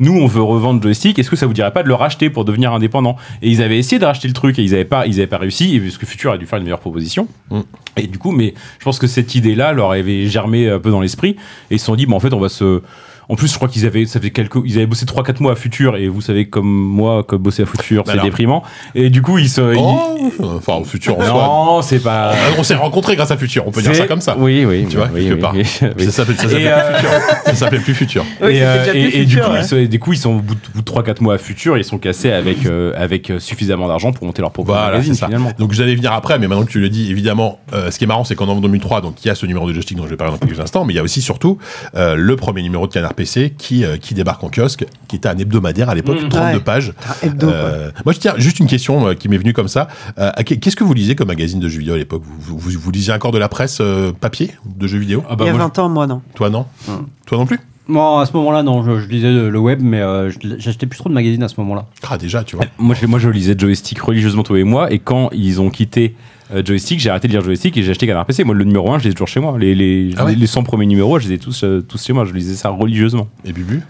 S4: nous, on veut revendre joystick. Est-ce que ça vous dirait pas de le racheter pour devenir indépendant Et ils avaient essayé de racheter le truc et ils n'avaient pas, ils avaient pas réussi. Et puisque Futur a dû faire une meilleure proposition.
S2: Mm.
S4: Et du coup, mais je pense que cette idée-là leur avait germé un peu dans l'esprit. Et ils se sont dit, bah, en fait, on va se. En plus, je crois qu'ils avaient, ça fait quelques, ils avaient bossé 3-4 mois à Futur. Et vous savez, comme moi, que bosser à Futur, c'est
S2: Bah alors.
S4: déprimant. Et du coup, ils se. ils-
S2: Oh, enfin au futur en soi.
S4: non, c'est pas.
S2: Ah, On s'est rencontrés grâce à Futur, on peut dire
S4: C'est-
S2: ça comme ça.
S4: Oui, oui.
S2: Tu vois,
S4: oui,
S2: quelque
S4: oui,
S2: part.
S4: oui, oui.
S2: Ça s'appelle ça
S4: Et,
S2: s'appelle
S4: euh,
S2: plus Futur. Ça s'appelait plus Futur.
S3: Ah
S4: et,
S3: Oui, c'était
S4: euh,
S3: déjà plus
S4: et- et du
S3: futur,
S4: coup,
S3: ouais.
S4: ils sont, et du coup, ils sont au bout de, au bout de 3-4 mois à futur, ils sont cassés avec, euh, avec euh, suffisamment d'argent pour monter leur propre
S2: Voilà,
S4: magazine
S2: c'est ça.
S4: finalement.
S2: Donc j'allais venir après, mais maintenant que tu le dis, évidemment, euh, ce qui est marrant, c'est qu'en novembre 2003, donc il y a ce numéro de Joystick dont je vais parler dans quelques instants, mais il y a aussi surtout euh, le premier numéro de Canard PC qui, euh, qui débarque en kiosque, qui était un hebdomadaire à l'époque, 32
S3: Mmh. Ouais.
S2: pages.
S3: hebdo,
S2: Euh, moi, je tiens juste une question euh, qui m'est venue comme ça. Euh, à que- Qu'est-ce que vous lisez comme magazine de jeux vidéo à l'époque vous, vous, vous lisiez encore de la presse euh, papier de jeux vidéo
S4: Ah
S3: Il y
S4: bah,
S3: a
S4: moi,
S3: 20 ans, moi, non.
S2: Toi non
S3: Mmh.
S2: Toi non plus
S7: Moi, à ce moment-là, non, je, je lisais euh, le web, mais euh, je- j'achetais plus trop de magazines à ce moment-là.
S2: Ah déjà, tu vois.
S4: je- moi, je, moi, je lisais Joystick religieusement tous les mois, et quand ils ont quitté euh, Joystick, j'ai arrêté de lire Joystick et j'ai acheté Canard PC. Moi, le numéro 1, je les ai toujours chez moi. Les, les,
S2: Ah ouais
S4: les 100 premiers numéros, je les ai tous, euh, tous chez moi. Je lisais ça religieusement.
S2: Et Bubu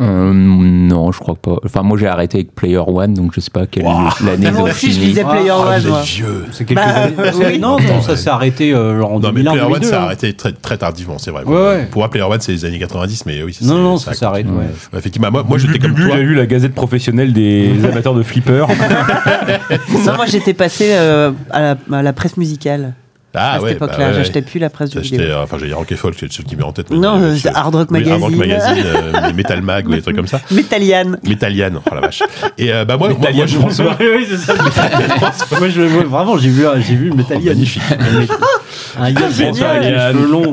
S6: Euh, non, je crois pas. Enfin, moi j'ai arrêté avec Player One, donc je sais pas quelle l'année
S3: Ah,
S6: ils
S3: moi
S6: ont
S3: aussi, je
S6: fini.
S3: lisais Player
S2: Ah,
S3: One,
S2: vous
S3: moi.
S2: êtes vieux
S7: C'est quelques
S3: Bah,
S7: années.
S3: euh,
S7: c'est-
S3: oui.
S7: Non, non, ça s'est arrêté euh, genre en
S2: Non, mais
S7: 2001,
S2: Player One,
S7: 2002,
S2: ça a
S7: hein.
S2: arrêté très, très tardivement, c'est vrai.
S7: Ouais, ouais.
S2: Pour moi, Player One, c'est les années 90, mais oui, c'est
S7: Non, non,
S2: c'est-
S7: ça s'arrête, ouais.
S2: Effectivement, moi, moi j'étais comme
S4: Bubu,
S2: toi.
S4: j'ai lu la gazette professionnelle des amateurs de flipper.
S3: Non, moi, j'étais passé euh, à, la, à la presse musicale
S2: Ah,
S3: à cette
S2: ouais, bah
S3: époque-là.
S2: ouais,
S3: J'achetais plus la presse du
S2: J'achetais,
S3: vidéo.
S2: euh, enfin, j'allais dire Rock'n'Folk, c'est le seul qui me met en tête. mais-
S3: Non,
S2: mais
S3: euh,
S2: je-
S3: Hard Rock
S2: oui, Hard Rock
S3: Magazine.
S2: Magazine, euh, les Metal Mag ou des trucs comme ça.
S3: Metalian.
S2: Métaliane, oh la vache. Et euh, bah, moi, moi, moi, je
S4: François.
S5: Oui, oui, c'est ça. Moi, je- moi, vraiment, j'ai vu, j'ai vu le
S2: Oh,
S5: Metallica.
S2: magnifique.
S7: Un yacht
S2: Génial.
S7: français avec les cheveux longs.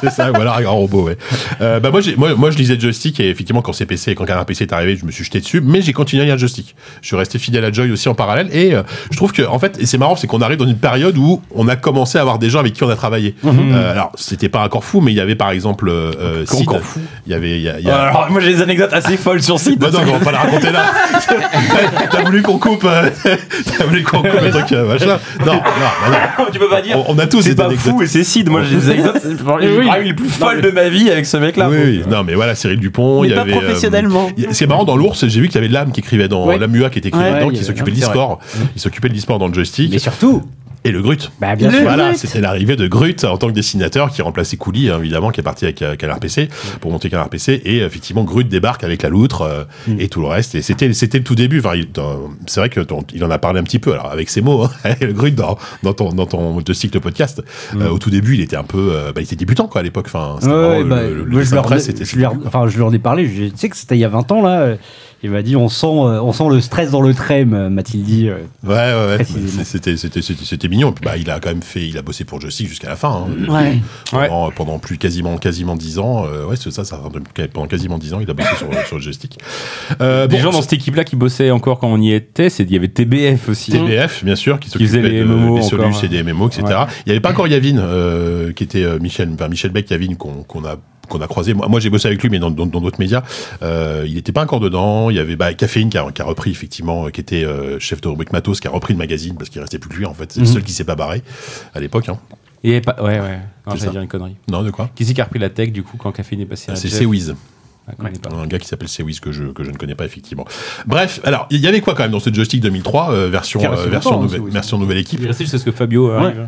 S2: c'est ça, voilà, un robot, ouais. Euh, bah, moi, j'ai- moi, moi, je lisais Joystick et effectivement, quand CPC et quand Canard PC est arrivé, je me suis jeté dessus, mais j'ai continué à lire Joystick. Je suis resté fidèle à Joy aussi en parallèle et euh, je trouve que, en fait, et c'est marrant, c'est qu'on arrive dans une période où on a commencé à avoir des gens avec qui on a travaillé. Euh, alors, c'était pas encore fou, mais il y avait par exemple euh, euh, Sid.
S4: Mm-hmm. Encore fou. Ah,
S2: Il y avait. il y a- il y a-
S4: Alors, moi j'ai des anecdotes assez folles sur site.
S2: Bah non, mais on va pas la raconter là. T'as- T'as voulu qu'on coupe, euh, t'as voulu qu'on coupe le truc, euh, machin. Non, non, bah non.
S4: tu peux pas dire.
S2: On, on a tous
S4: Oh, C'est
S2: des
S4: pas
S2: anecdotes.
S4: fou et c'est Sid. Moi j'ai des anecdotes. genre, j'ai
S2: Ah
S5: Oui.
S4: vraiment eu les plus folles de ma vie avec ce mec là.
S2: Oui, oui. Non, mais voilà, Cyril Dupont.
S3: Mais
S2: il y
S3: pas
S2: avait, euh,
S3: professionnellement.
S2: il y a- C'est marrant, dans l'ours, j'ai vu qu'il y avait l'âme qui écrivait dans
S5: Ouais.
S2: l'âme UA qui était écrivait
S3: Ouais,
S2: dedans,
S5: ouais, il y
S2: qui
S5: avait-
S2: s'occupait de
S5: c'est vrai.
S2: l'e-sport. Il s'occupait de l'e-sport dans le joystick.
S5: Mais surtout,
S2: Et le Grut.
S5: bah, bien
S3: Le-
S5: sûr.
S2: Voilà,
S3: Grut.
S2: c'était l'arrivée de Grut en tant que dessinateur qui remplaçait Couli, hein, évidemment, qui est parti avec euh, Canard PC pour monter Canard PC. Et euh, effectivement, Grut débarque avec la loutre euh,
S5: Mm.
S2: et tout le reste. Et c'était, c'était le tout début. Enfin, il- dans- c'est vrai que ton- il en a parlé un petit peu, alors avec ses mots, hein, le Grut dans, dans ton, dans ton de cycle podcast. Euh, au tout début, il était un peu, euh, bah, il était débutant, quoi, à l'époque. Enfin, c'était vraiment
S5: Mm. Ouais,
S2: le-
S5: bah,
S2: le- le
S5: moi, je
S2: dessin
S5: leur,
S2: presse, c'était-
S5: je leur- enfin, je leur ai parlé. je- tu sais que c'était il y a 20 ans là. euh, Il m'a dit on sent, euh, on sent le stress dans le trait, m'a-t-il dit. euh.
S2: Ouais, ouais, ouais.
S5: Précisément.
S2: C'est- C'était, c'était, c'était, c'était mignon. Et puis, bah, il a quand même fait, il a bossé pour Joystick jusqu'à la fin. hein.
S3: Ouais.
S2: Pendant, pendant plus quasiment, quasiment 10 ans. euh, ouais, c'est ça, ça. Pendant quasiment 10 ans, il a bossé sur, sur Joystick. Euh,
S4: Des
S2: bon,
S4: gens dans cette équipe là qui bossaient encore quand on y était, c'est il y avait TBF aussi.
S2: TBF, bien sûr, qui
S4: faisait
S2: s'occupait
S4: les
S2: de-
S4: MMO
S2: des solus
S4: encore,
S2: et des MMO, etc.
S4: Ouais.
S2: Il n'y avait pas encore Yavin, euh, qui était euh, Michel, enfin, Michel Beck, Yavin, qu'on qu'on a qu'on a croisé. Moi, moi, j'ai bossé avec lui, mais dans dans- dans d'autres médias. Euh, il n'était pas encore dedans. Il y avait bah, Caféine qui a, qui a repris, effectivement, euh, qui était euh, chef de rubrique Matos, qui a repris le magazine, parce qu'il restait plus que lui, en fait. C'est
S4: Mhm.
S2: le seul qui s'est pas barré à l'époque. Hein.
S4: Il y avait pas. Ouais ouais. Non,
S2: C'est
S4: j'allais
S2: ça.
S4: dire une connerie.
S2: Non, de quoi
S4: Qui c'est qui a repris la tech du coup quand Caféine est passé à
S2: C'est
S4: Jeff
S2: Sewiz.
S4: Ah, qu'on est pas.
S2: Un gars qui s'appelle Sewiz que je, que je ne connais pas effectivement. Bref, alors il y avait quoi quand même dans ce joystick 2003 euh, version
S4: Qui est resté
S2: euh, version,
S4: longtemps, hein,
S2: nouvelle-
S4: Sewiz.
S2: version nouvelle équipe.
S4: Il restait jusqu'à ce que Fabio euh, arrive.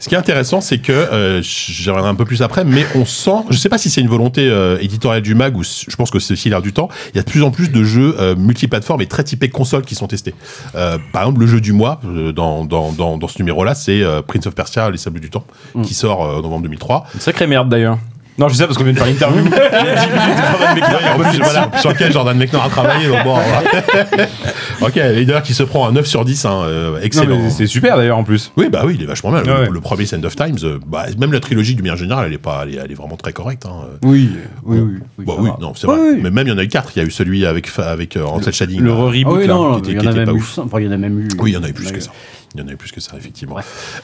S2: Ce qui est intéressant, c'est que euh, j'y reviendrai un peu plus après, mais on sent, je sais pas si c'est une volonté euh, éditoriale du mag ou s- je pense que c'est aussi l'air du temps. Il y a de plus en plus de jeux euh, multiplateformes et très typés console qui sont testés. Euh, par exemple, le jeu du mois euh, dans, dans, dans, dans ce numéro-là, c'est euh, Prince of Persia, les sables du temps,
S4: Mm.
S2: qui sort euh, en novembre 2003.
S4: Une sacrée merde d'ailleurs. Non, je sais ça parce qu'on vient de faire l'interview.
S2: Ouais, en plus, voilà, sur lequel Jordan Mechner a travaillé. donc bon, voilà. ok, leader qui se prend un 9 sur 10, hein, euh,
S4: Non,
S2: excellent.
S4: mais c'est super d'ailleurs en plus.
S2: Oui, bah oui, il est vachement bien. Le-
S4: Ouais, ouais.
S2: le, premier Sand of Times, euh, bah, même la trilogie du bien général, elle est pas, elle est, elle est vraiment très correcte. hein.
S5: Oui, oui, oui. oui,
S2: Bah
S5: ça
S2: oui,
S5: va.
S2: non, c'est
S5: Oui,
S2: vrai.
S5: oui.
S2: Mais même il y en a eu quatre. Il y a eu celui avec fa- avec euh, Ansel Shading.
S4: Le
S2: là.
S4: re-reboot
S5: Ah oui,
S4: là.
S5: non, non,
S2: qui
S5: il y
S2: était-
S5: en
S2: qui
S5: a
S2: était
S5: même
S2: pas
S5: eu
S2: ouf.
S5: cent- enfin, il y en a même eu.
S2: Oui, il y en a eu plus
S5: Ouais.
S2: que ça. Il y en a eu plus que ça, effectivement.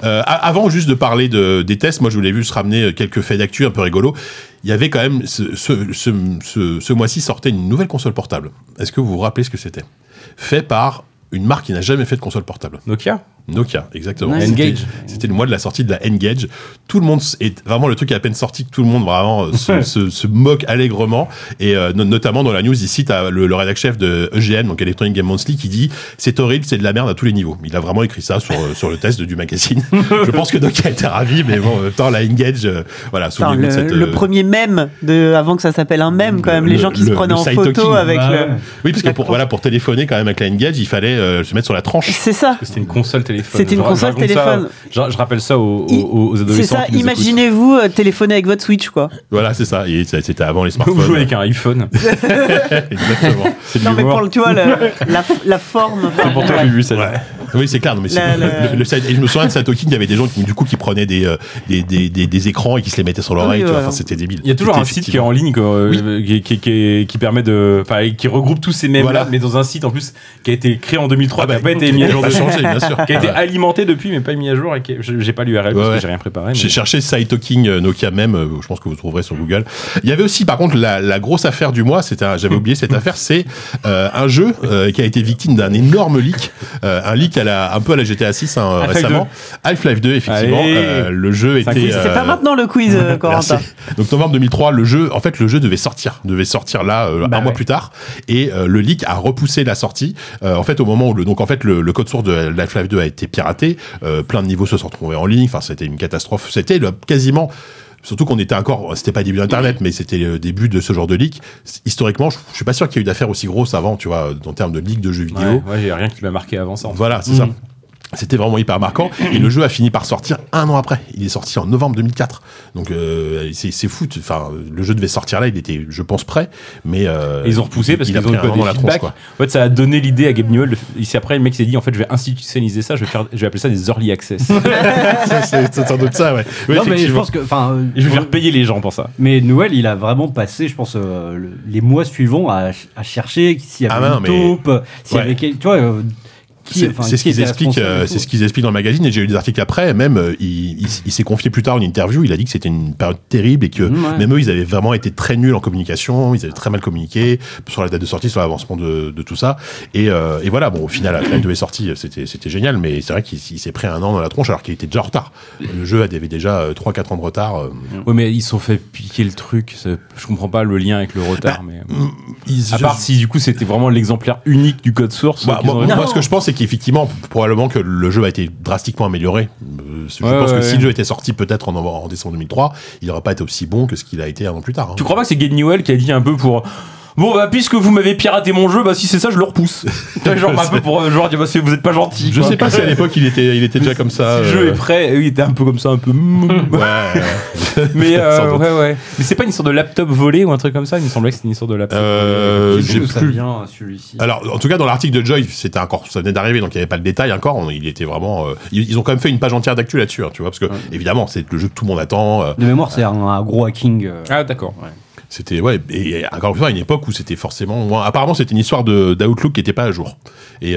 S2: Euh, a- avant juste de parler de, des tests, moi je voulais juste ramener euh, quelques faits d'actu un peu rigolos. Il y avait quand même, ce, ce, ce, ce- ce mois-ci sortait une nouvelle console portable. Est-ce que vous vous rappelez ce que c'était Fait par une marque qui n'a jamais fait de console portable.
S4: Nokia
S2: Nokia, exactement.
S4: Nice.
S2: C'était-
S4: N-Gage.
S2: C'était le mois de la sortie de la N-Gage. Tout le monde s- est vraiment le truc est à peine sorti que tout le monde vraiment euh, se, se- se moque allègrement. Et euh, no- notamment dans la news ici, t'as le, le rédac chef de EGM, donc Electronic Game Monthly, qui dit c'est horrible, c'est de la merde à tous les niveaux. Il a vraiment écrit ça sur, euh, sur le test du magazine. Je pense que Nokia était ravi, mais bon, en même temps, la N-Gage, euh, voilà,
S3: Enfin,
S2: souvenez-vous
S3: le,
S2: de cette.
S3: le
S2: euh,
S3: premier mème de avant que ça s'appelle un mème quand même
S2: le-
S3: les gens qui
S2: le-
S3: se prenaient
S2: le
S3: en
S2: side
S3: photo
S2: talking.
S3: avec
S5: Bah
S3: le
S5: ouais.
S2: Oui, parce que pour,
S3: la
S2: voilà, pour téléphoner quand même avec la N-Gage, il fallait euh, se mettre sur la tranche.
S3: c'est ça
S4: C'était une console téléphone.
S3: C'était une
S4: Je- je
S3: console
S4: raconte
S3: téléphone.
S4: ça- je, je rappelle ça aux,
S3: I-
S4: aux- aux
S3: c'est
S4: adolescents.
S3: ça
S4: qui nous écoutent.
S3: imaginez-vous euh, téléphoner avec votre Switch quoi
S2: Voilà, c'est ça. Et ça- C'était avant les
S4: Vous jouez
S2: smartphones.
S4: avec un iPhone.
S2: Exactement.
S3: non mais
S4: l'humour.
S3: pour le tu vois le- la, la forme enfin,
S4: Pour toi,
S3: ouais.
S4: j'ai vu ça.
S2: Oui, c'est clair. Non, mais
S3: La-
S2: c'est-
S3: la-
S2: le- le side- et je me souviens de ça Talking, il y avait des gens qui, du coup, qui prenaient des, euh, des, des, des, des écrans et qui se les mettaient sur l'oreille.
S3: Ah Oui,
S2: tu vois.
S3: voilà.
S2: Enfin, c'était débile.
S4: Il y a toujours
S2: C'était
S4: un site qui est en
S2: effectivement-
S4: ligne, quoi, euh, qui, qui- qui- qui permet de, enfin, qui regroupe tous ces mêmes
S2: Voilà.
S4: là, mais dans un site en plus qui a été créé en 2003,
S2: Ah bah,
S4: qui a pas été mis à jour,
S2: on a
S4: dessus,
S2: changé, bien sûr.
S4: qui a été
S2: Ouais.
S4: alimenté depuis, mais pas mis à jour. Et qui- je- j'ai pas l'URL parce
S2: Ouais, ouais.
S4: que j'ai rien préparé. mais-
S2: J'ai cherché Side Talking euh, Nokia même, euh, je pense que vous trouverez sur Google. Il y avait aussi, par contre, la, la grosse affaire du mois, c'était un- j'avais oublié cette affaire, c'est euh, un jeu euh, qui a été victime d'un énorme leak, euh, un leak à la, un peu à la GTA 6 hein,
S4: Half-Life
S2: récemment. Half-Life 2, effectivement.
S4: Allez.
S2: euh, le jeu
S4: C'est un
S2: était.
S4: quiz,
S3: c'est
S2: euh,
S3: pas maintenant le quiz euh, Corentin
S2: Merci. Donc novembre 2003, le jeu, en fait, le jeu devait sortir, devait sortir là euh, un mois plus tard, et euh, le leak a repoussé la sortie. Euh, en fait, au moment où le, donc en fait le, le code source de Half-Life 2 a été piraté, euh, plein de niveaux se sont retrouvés en ligne. Enfin, c'était une catastrophe. C'était le- quasiment Surtout qu'on était encore, c'était pas début d'Internet, mais c'était le début de ce genre de leak. Historiquement, je, je suis pas sûr qu'il y ait eu d'affaires aussi grosses avant, tu vois, en termes de leak de jeux
S4: Ouais,
S2: vidéo.
S4: ouais, j'ai rien qui m'a marqué avant ça. en fait.
S2: Voilà, c'est ça. C'était vraiment hyper marquant. Et le jeu a fini par sortir un an après. Il est sorti en novembre 2004. Donc euh, c'est c'est fou. Tu- Enfin, le jeu devait sortir là. Il était, je pense, prêt. Mais euh,
S4: Et ils ont repoussé parce
S2: il a
S4: qu'ils ont eu
S2: pris
S4: quoi,
S2: un an
S4: des
S2: dans la tronche,
S4: feedbacks.
S2: quoi.
S4: En fait, ça a donné l'idée à Gabe Newell. de- Ici après, le mec s'est dit en fait, je vais institutionnaliser ça, je vais, faire, je vais appeler ça des early access.
S2: C'est- c'est c'est sans doute ça, ouais. Oui,
S5: non, mais je
S2: effectivement.
S5: pense que. Enfin, euh,
S4: Et je vais faire payer les gens pour ça.
S5: Mais Noël, il a vraiment passé, je pense, euh, le- les mois suivants à, ch- à chercher s'il y avait
S2: Ah ben
S5: une
S2: non,
S5: taupe, s'il y
S2: Ouais.
S5: avait quel- tu vois, euh, qui-
S2: C'est
S5: enfin,
S2: c'est ce
S5: qui
S2: qu'ils
S5: était
S2: expliquent,
S5: responsable
S2: euh,
S5: et
S2: c'est
S5: tout.
S2: ce qu'ils expliquent dans le magazine. Et j'ai eu des articles après. Même, euh, il, il- il s'est confié plus tard en interview. Il a dit que c'était une période terrible et que
S5: Mm, ouais.
S2: même eux, ils avaient vraiment été très nuls en communication. Ils avaient très mal communiqué sur la date de sortie, sur l'avancement de, de tout ça. Et, euh, et voilà. Bon, au final, après, deux est sortie. C'était, c'était génial. Mais c'est vrai qu'il s- il s'est pris un an dans la tronche alors qu'il était déjà en retard. Le jeu avait déjà euh, 3-4 ans de retard. euh.
S4: Ouais, mais ils se sont fait piquer le truc. ça- Je comprends pas le lien avec le retard.
S2: Bah,
S4: mais...
S2: Ils-
S4: À
S2: je-
S4: part si du coup c'était vraiment l'exemplaire unique du code source.
S2: Bah,
S4: euh, qu'ils
S2: moi,
S4: ont-
S2: moi, ce que je pense, c'est qu'effectivement, p- probablement que le jeu a été drastiquement amélioré. Euh, Je
S4: Ouais,
S2: pense
S4: ouais,
S2: que si
S4: ouais.
S2: le jeu était sorti peut-être en, novembre- en décembre 2003, il n'aurait pas été aussi bon que ce qu'il a été un an plus tard. hein.
S4: Tu crois pas que c'est Gabe Newell qui a dit un peu pour. Bon, bah, puisque vous m'avez piraté mon jeu, bah, si c'est ça, je le repousse. genre, un peu pour. euh, Genre, dire, bah, c'est- vous êtes pas gentil.
S2: Je sais pas si à l'époque il était, il était déjà comme ça.
S4: Le
S2: euh,
S4: jeu est prêt, Et oui, il était un peu comme ça, un peu. mm,
S2: ouais, ouais.
S4: Mais euh,
S2: Sans doute.
S4: ouais, ouais. Mais c'est pas une histoire de laptop volé ou un truc comme ça Il me semblait que c'était une histoire de laptop.
S2: Euh,
S5: Je sais
S2: j'ai
S5: d'où ça
S2: plus-
S5: vient, euh, celui-ci.
S2: Alors, en tout cas, dans l'article de Joy, c'était encore, ça venait d'arriver, donc il n'y avait pas le détail encore. On- il était vraiment, euh, ils, ils ont quand même fait une page entière d'actu là-dessus, hein, tu vois, parce que évidemment, c'est le jeu que tout le monde attend. euh,
S5: De mémoire, c'est un, un gros hacking. euh,
S4: Ah, d'accord.
S2: C'était ouais et et encore une fois à une époque où c'était forcément ouais, apparemment c'était une histoire de d'outlook qui était pas à jour et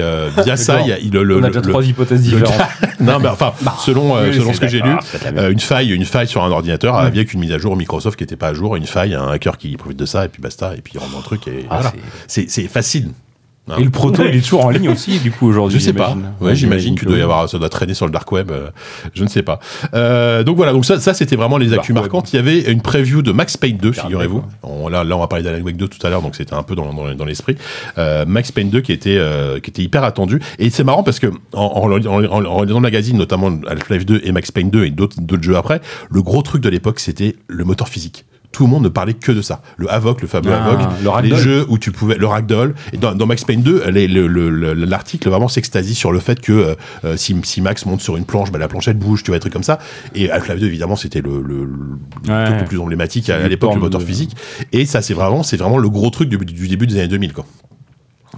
S2: euh, via ça il y a il- le, le-
S4: On a déjà
S2: le-
S4: trois hypothèses
S2: le-
S4: différentes.
S2: non mais enfin selon euh,
S4: oui,
S2: selon
S4: c'est
S2: ce que j'ai lu
S4: d'accord, c'est de la merde.
S2: euh, une faille une faille sur un ordinateur
S4: Mm.
S2: avec une mise à jour Microsoft qui était pas à jour une faille un hacker qui profite de ça et puis basta et puis il rentre dans le truc et voilà c'est c'est facile hein.
S4: Ah, Et le proto, il est toujours en ligne aussi, du coup, aujourd'hui.
S2: je sais pas.
S4: j'imagine.
S2: Ouais, j'imagine que
S4: que-
S2: doit y avoir, ça doit traîner sur le dark web. euh, je ne sais pas. Euh, donc voilà. Donc ça, ça c'était vraiment les
S4: Dark
S2: actus
S4: web.
S2: marquantes. Il y avait une preview de Max Payne 2, figurez-vous.
S4: ouais.
S2: On- Là, là, on va parler d'Alan Wake 2 tout à l'heure, donc c'était un peu dans, dans, dans l'esprit. Euh, Max Payne 2 qui était, euh, qui était hyper attendu. Et c'est marrant parce que en, en, en, en- en lisant le magazine, notamment Half-Life 2 et Max Payne 2 et d'autres d'autres jeux après, le gros truc de l'époque, c'était le moteur physique. Tout le monde ne parlait que de ça. Le Havoc, le fameux
S4: Ah,
S2: Havoc,
S4: le
S2: les
S4: ragdoll.
S2: jeux jeux où tu pouvais le ragdoll et dans, dans Max Payne 2 les- le- le- le- l'article vraiment s'extasie sur le fait que euh, euh, si, si Max monte sur une planche bah, la planchette bouge tu vois des trucs comme ça et Half-Life 2 évidemment c'était le, le, le
S4: Ouais.
S2: truc le plus emblématique à, à
S4: du
S2: l'époque
S4: porn
S2: le moteur
S4: de-
S2: physique et ça c'est vraiment c'est vraiment le gros truc du, du début des années 2000 quoi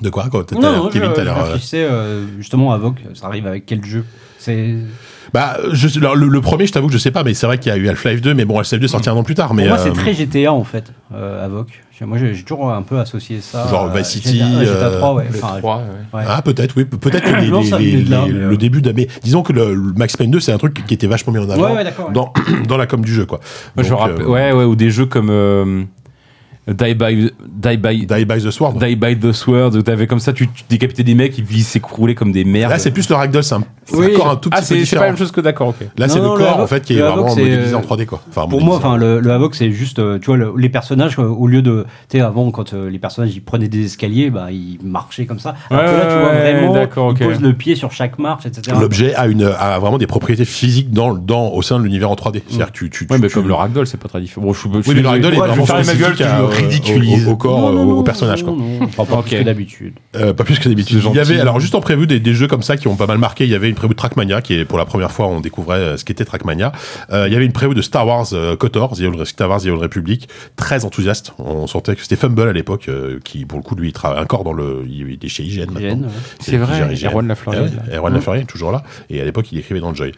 S2: de quoi quand t'as-
S5: Non, non,
S2: Kevin
S5: je-
S2: t'as
S5: je
S2: l'air, euh,
S5: réfléchissais, euh, justement à Vogue, ça arrive avec quel jeu C'est.
S2: bah je- alors, le, le premier je t'avoue que je sais pas mais c'est vrai qu'il y a eu Half-Life 2 mais bon Half-Life 2 sorti un an plus tard mais
S5: Pour moi, c'est
S2: euh,
S5: très GTA en fait, euh, Avoc. Moi, j'ai j'ai toujours un peu associé ça.
S2: Genre
S5: à
S2: Vice City,
S5: GTA, ouais, GTA
S2: euh,
S5: 3, ouais.
S6: Le
S5: Enfin,
S6: 3, ouais.
S5: ouais.
S2: Ah peut-être oui peut-être que les-
S5: Non,
S2: les-
S5: ça venait
S2: les-
S5: de là,
S2: les-
S5: mais,
S2: le
S5: euh,
S2: début de mais disons que le, le Max Payne 2 c'est un truc qui était vachement mis en avant
S5: Ouais, ouais, d'accord, ouais.
S2: dans dans la com du jeu quoi.
S4: Moi, je me
S2: Donc,
S4: rappelle.
S2: euh,
S4: Ouais, ouais, ou des jeux comme. euh, Die by. Die by.
S2: Die by the Sword.
S4: Die by the Sword, où t'avais comme ça, tu, tu décapitais des mecs, ils s'écroulaient comme des merdes.
S2: Là c'est plus le ragdoll c'est un c'est
S4: Oui,
S2: encore un tout
S4: ah, c'est- C'est
S2: petit peu
S4: pas la
S2: différent.
S4: même chose que d'accord, ok.
S2: Là c'est
S5: Non,
S2: le
S5: non, le
S2: corps en
S5: Havoc-
S2: fait qui est
S5: le Havoc,
S2: vraiment
S5: c'est,
S2: modélisé
S5: euh,
S2: en 3D quoi. Enfin,
S5: Pour
S2: modélisé
S5: moi,
S2: en-
S5: enfin, le, le Havoc, c'est juste, euh, tu vois, le- les personnages, euh, au lieu de, tu sais, avant, quand euh, les personnages, ils prenaient des escaliers, bah, ils marchaient comme ça. Alors
S4: Ouais,
S5: que là, tu vois
S4: ouais, ouais,
S5: vraiment,
S4: d'accord,
S5: ils
S4: ok.
S5: posent le pied sur chaque marche, etc.
S2: L'objet a une a vraiment des propriétés physiques dans dans au sein de l'univers en 3D. C'est-à-dire que tu tu
S4: Ouais,
S2: tu-
S4: mais
S2: tu-
S4: comme le ragdoll, c'est pas très différent. Bon, je suis
S2: oui, mais le ragdoll est euh,
S4: je vais
S2: vraiment
S4: fermer ma gueule,
S2: spécifique
S4: tu me
S2: à- au-
S4: ridiculises.
S2: au, au corps,
S5: Non, non,
S2: au, au
S5: non,
S2: personnage. quoi.
S5: non, non, enfin, pas
S4: Ok.
S5: plus que d'habitude.
S2: Euh, pas plus que d'habitude.
S4: C'est
S2: Il y
S4: gentil.
S2: avait, alors juste en prévu, des, des jeux comme ça qui ont pas mal marqué. Il y avait une prévue de Trackmania, qui est pour la première fois, on découvrait euh, ce qu'était Trackmania. Euh, il y avait une prévue de Star Wars euh, KOTOR, The Old, Star Wars The Old Republic, très enthousiaste. On sentait que c'était Fumble à l'époque, euh, qui pour le coup, lui, il travaille encore dans le. Il est chez IGN maintenant.
S5: IGN, ouais.
S4: C'est vrai, Erwan Lafleurier,
S2: Erwan
S4: là.
S2: Erwan Lafleurier, toujours là. Et à l'époque, il écrivait dans le Joy.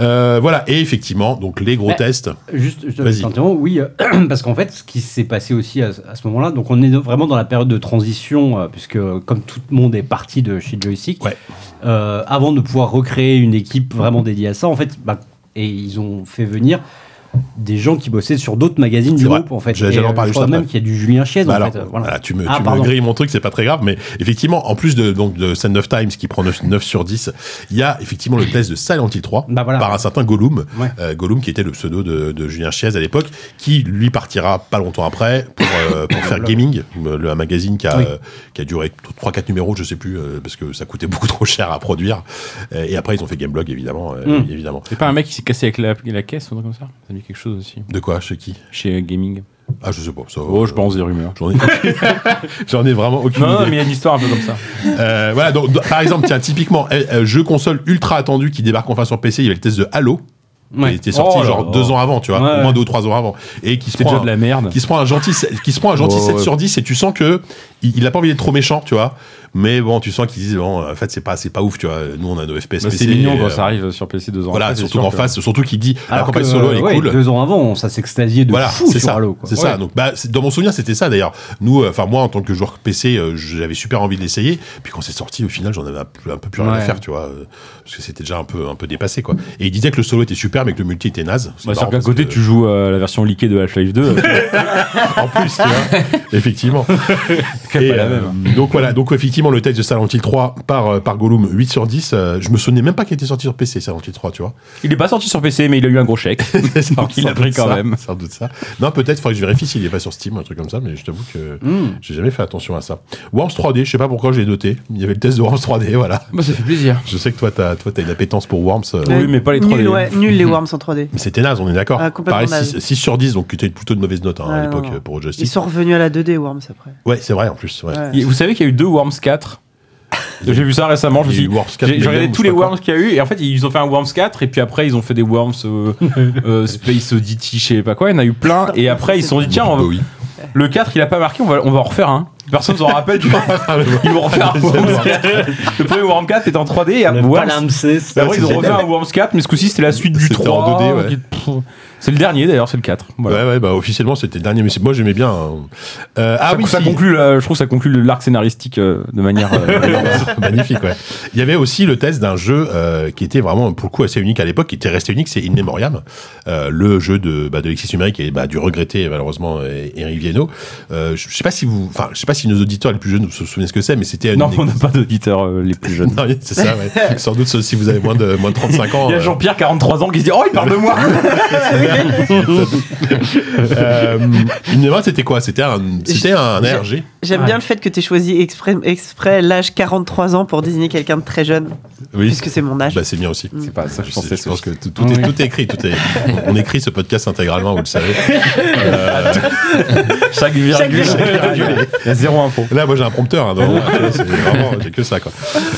S2: Euh, voilà, et effectivement, donc les gros
S5: Bah,
S2: tests.
S5: Juste, je te-
S2: Vas-y.
S5: je t'interromps, oui, euh, parce qu'en fait, ce qui s'est passé aussi à, à ce moment-là, donc on est vraiment dans la période de transition, euh, puisque euh, comme tout le monde est parti de chez Joystick,
S2: Ouais.
S5: euh, avant de pouvoir recréer une équipe vraiment dédiée à ça, en fait, bah, et ils ont fait venir des gens qui bossaient sur d'autres magazines
S2: C'est
S5: du
S2: vrai.
S5: groupe, en fait.
S2: J'allais
S5: Et,
S2: en
S5: euh,
S2: parler
S5: je crois
S2: juste
S5: même
S2: après.
S5: qu'il y a du Julien Chiez,
S2: Bah
S5: en
S2: alors,
S5: fait. euh, voilà.
S2: voilà, tu me,
S5: Ah,
S2: tu me
S5: pardon.
S2: grilles mon truc, c'est pas très grave, mais effectivement, en plus de, donc, de Sand of Times qui prend 9, 9 sur 10, il y a effectivement le test de Silent Hill 3
S5: Bah voilà.
S2: par un certain Gollum,
S5: Ouais.
S2: euh, Gollum qui était le pseudo de, de Julien Chiez à l'époque, qui lui partira pas longtemps après pour, euh, pour faire Gaming, euh, le, un magazine qui a,
S5: Oui.
S2: euh, qui a duré 3-4 numéros, je sais plus, euh, parce que ça coûtait beaucoup trop cher à produire. Euh, Et après, ils ont fait Gameblog, évidemment. euh,
S5: Hmm.
S2: évidemment.
S4: C'est pas un mec qui s'est cassé avec la, la caisse ou un truc comme ça Ça me dit quelque chose aussi.
S2: De quoi Chez qui
S4: Chez euh, Gaming.
S2: Ah, je sais pas. Ça,
S4: Oh, je pense des rumeurs.
S2: J'en ai... J'en ai vraiment aucune
S4: Non, non,
S2: idée.
S4: mais il y a une histoire un peu comme ça.
S2: Euh, voilà, donc, do- par exemple, tiens, typiquement, euh, euh, jeu console ultra attendu qui débarque enfin sur PC, il y avait le test de Halo.
S5: Ouais.
S2: Il était sorti
S4: Oh là
S2: genre
S4: là.
S2: deux ans avant, tu vois,
S4: Ouais,
S2: au moins
S4: ouais.
S2: deux ou trois ans avant. Et qui se
S4: C'était
S2: prend.
S4: déjà
S2: un-
S4: de la merde.
S2: qui se prend un gentil se- qui se prend un gentil
S4: Ouais,
S2: 7
S4: ouais.
S2: sur 10 et tu sens que il, il a pas envie d'être trop méchant tu vois mais bon tu sens qu'ils disent bon en fait c'est pas c'est pas ouf tu vois nous on a nos FPS
S4: Bah,
S2: PC,
S4: c'est mignon
S2: euh,
S4: quand ça arrive sur PC deux ans.
S2: voilà
S4: après, c'est
S2: surtout
S4: sûr
S2: qu'en
S4: que-
S2: face surtout qu'il dit la
S5: Alors
S2: campagne
S5: que,
S2: solo elle est
S5: ouais,
S2: cool
S5: Deux ans avant, ça s'extasiait de
S2: voilà,
S5: fou
S2: c'est
S5: sur
S2: ça.
S5: Halo. quoi.
S2: C'est ça. Donc, bah, c'est- dans mon souvenir, c'était ça d'ailleurs. Nous, euh, enfin moi, en tant que joueur PC, euh, j'avais super envie de l'essayer. Puis quand c'est sorti, au final, j'en avais un peu, un peu plus rien à
S5: Ouais.
S2: faire, tu vois, euh, parce que c'était déjà un peu, un peu dépassé, quoi. Et il disait que le solo était super, mais que le multi était naze. C'est
S4: Bah,
S2: marrant
S4: c'est-à-dire qu'à
S2: parce
S4: côté,
S2: que-
S4: tu joues euh, la version leakée de Half-Life euh, 2.
S2: en plus, tu vois, effectivement. Et,
S4: pas la
S2: euh,
S5: hein.
S2: donc voilà, donc effectivement, le texte de Silent Hill 3 par, euh, par Gollum, 8 sur 10. euh, je me souvenais même pas qu'il était sorti sur PC, Silent Hill 3, tu vois.
S4: il est pas sorti sur PC, mais il a eu un gros chèque. Donc il
S2: Sans
S4: a pris
S2: doute
S4: quand
S2: ça,
S4: même.
S2: Sans doute ça. Non, peut-être, faudrait que je vérifie s'il est pas sur Steam, un truc comme ça, mais je t'avoue que j'ai jamais fait attention à ça. Worms 3D, je sais pas pourquoi je l'ai noté. Il y avait le test de Worms 3D, voilà.
S4: Bah, ça fait plaisir.
S2: Je sais que toi, t'as, toi, t'as une appétence pour Worms. euh,
S4: Oui, mais pas les 3D.
S3: Nul, ouais, nul les Worms en 3D.
S2: Mais c'était naze, on est d'accord.
S3: Ah, complètement
S2: Pareil,
S3: naze.
S2: 6, sur 10, donc tu as plutôt de mauvaise note hein, à
S3: Ouais,
S2: l'époque
S3: non, non.
S2: euh, pour
S3: Ils
S2: Justice.
S3: sont revenus à la 2D Worms après.
S2: Ouais, c'est vrai en plus. ouais.
S3: Ouais.
S4: Il- Vous savez qu'il y a eu deux Worms 4 J'ai vu ça récemment, je me
S2: Il
S4: suis
S2: y a eu
S4: dit.
S2: Worms 4
S4: J'ai j'ai regardé
S2: Millennium,
S4: tous
S2: je
S4: les
S2: sais pas quoi.
S4: Worms qu'il y a eu, et en fait, ils ont fait un Worms 4, et puis après, ils ont fait des Worms euh, euh, Space Oddity, je sais pas quoi, il y en a eu plein, et après, ils se sont dit, tiens, on va-
S2: Bowie.
S4: le 4, il a pas marqué, on va, on va en refaire un. Personne s'en rappelle, tu vois.
S2: Ah,
S4: Ils vont refaire un Worms 4. Le premier Worms 4 était en 3D, et après, Worms-
S2: Bah
S5: Palimpseste.
S4: après, ils ont
S2: c'est
S4: refait un Worms 4, mais ce coup-ci, c'était la suite du
S2: C'était
S4: 3.
S2: en 2D, ouais.
S4: qui- pff, C'est le dernier, d'ailleurs, c'est le 4. Voilà.
S2: Ouais, ouais, bah officiellement c'était le dernier, mais c'est- moi j'aimais bien. hein. Euh, ah
S4: ça,
S2: oui,
S4: ça
S2: si.
S4: conclut, là, je trouve, ça conclut l'arc scénaristique euh, de manière. euh,
S2: Magnifique, ouais. Il y avait aussi le test d'un jeu euh, qui était vraiment, pour le coup, assez unique à l'époque, qui était resté unique, c'est In Memoriam, euh, le jeu de, bah, de Alexis Numérique et bah, du regretté, malheureusement, Eric Viennot. Euh, je je sais pas si vous, enfin, je sais pas si nos auditeurs les plus jeunes se souviennent ce que c'est, mais c'était. une-
S4: non, on n'a pas d'auditeurs euh, les plus jeunes.
S2: Non, c'est ça, ouais. Sans doute si vous avez moins de, moins de 35 ans.
S4: Il y a
S2: euh,
S4: Jean-Pierre, 43 ans, qui se dit Oh, il parle de moi
S2: euh, In Memoriam, c'était quoi C'était un, c'était un ARG.
S3: J'aime
S4: Ah.
S3: bien le fait que tu aies choisi exprès, exprès l'âge 43 ans pour désigner quelqu'un de très jeune,
S2: Oui.
S3: puisque c'est mon âge. Mm.
S2: Bah, c'est bien aussi.
S4: C'est pas ça,
S2: Je, sais- je pense que tout, tout est, tout est écrit, tout est. On écrit ce podcast intégralement, vous le savez.
S4: Chaque virgule, il y a zéro info.
S2: Là, moi, j'ai un prompteur. Hein, dans- c'est vraiment, j'ai que ça, quoi.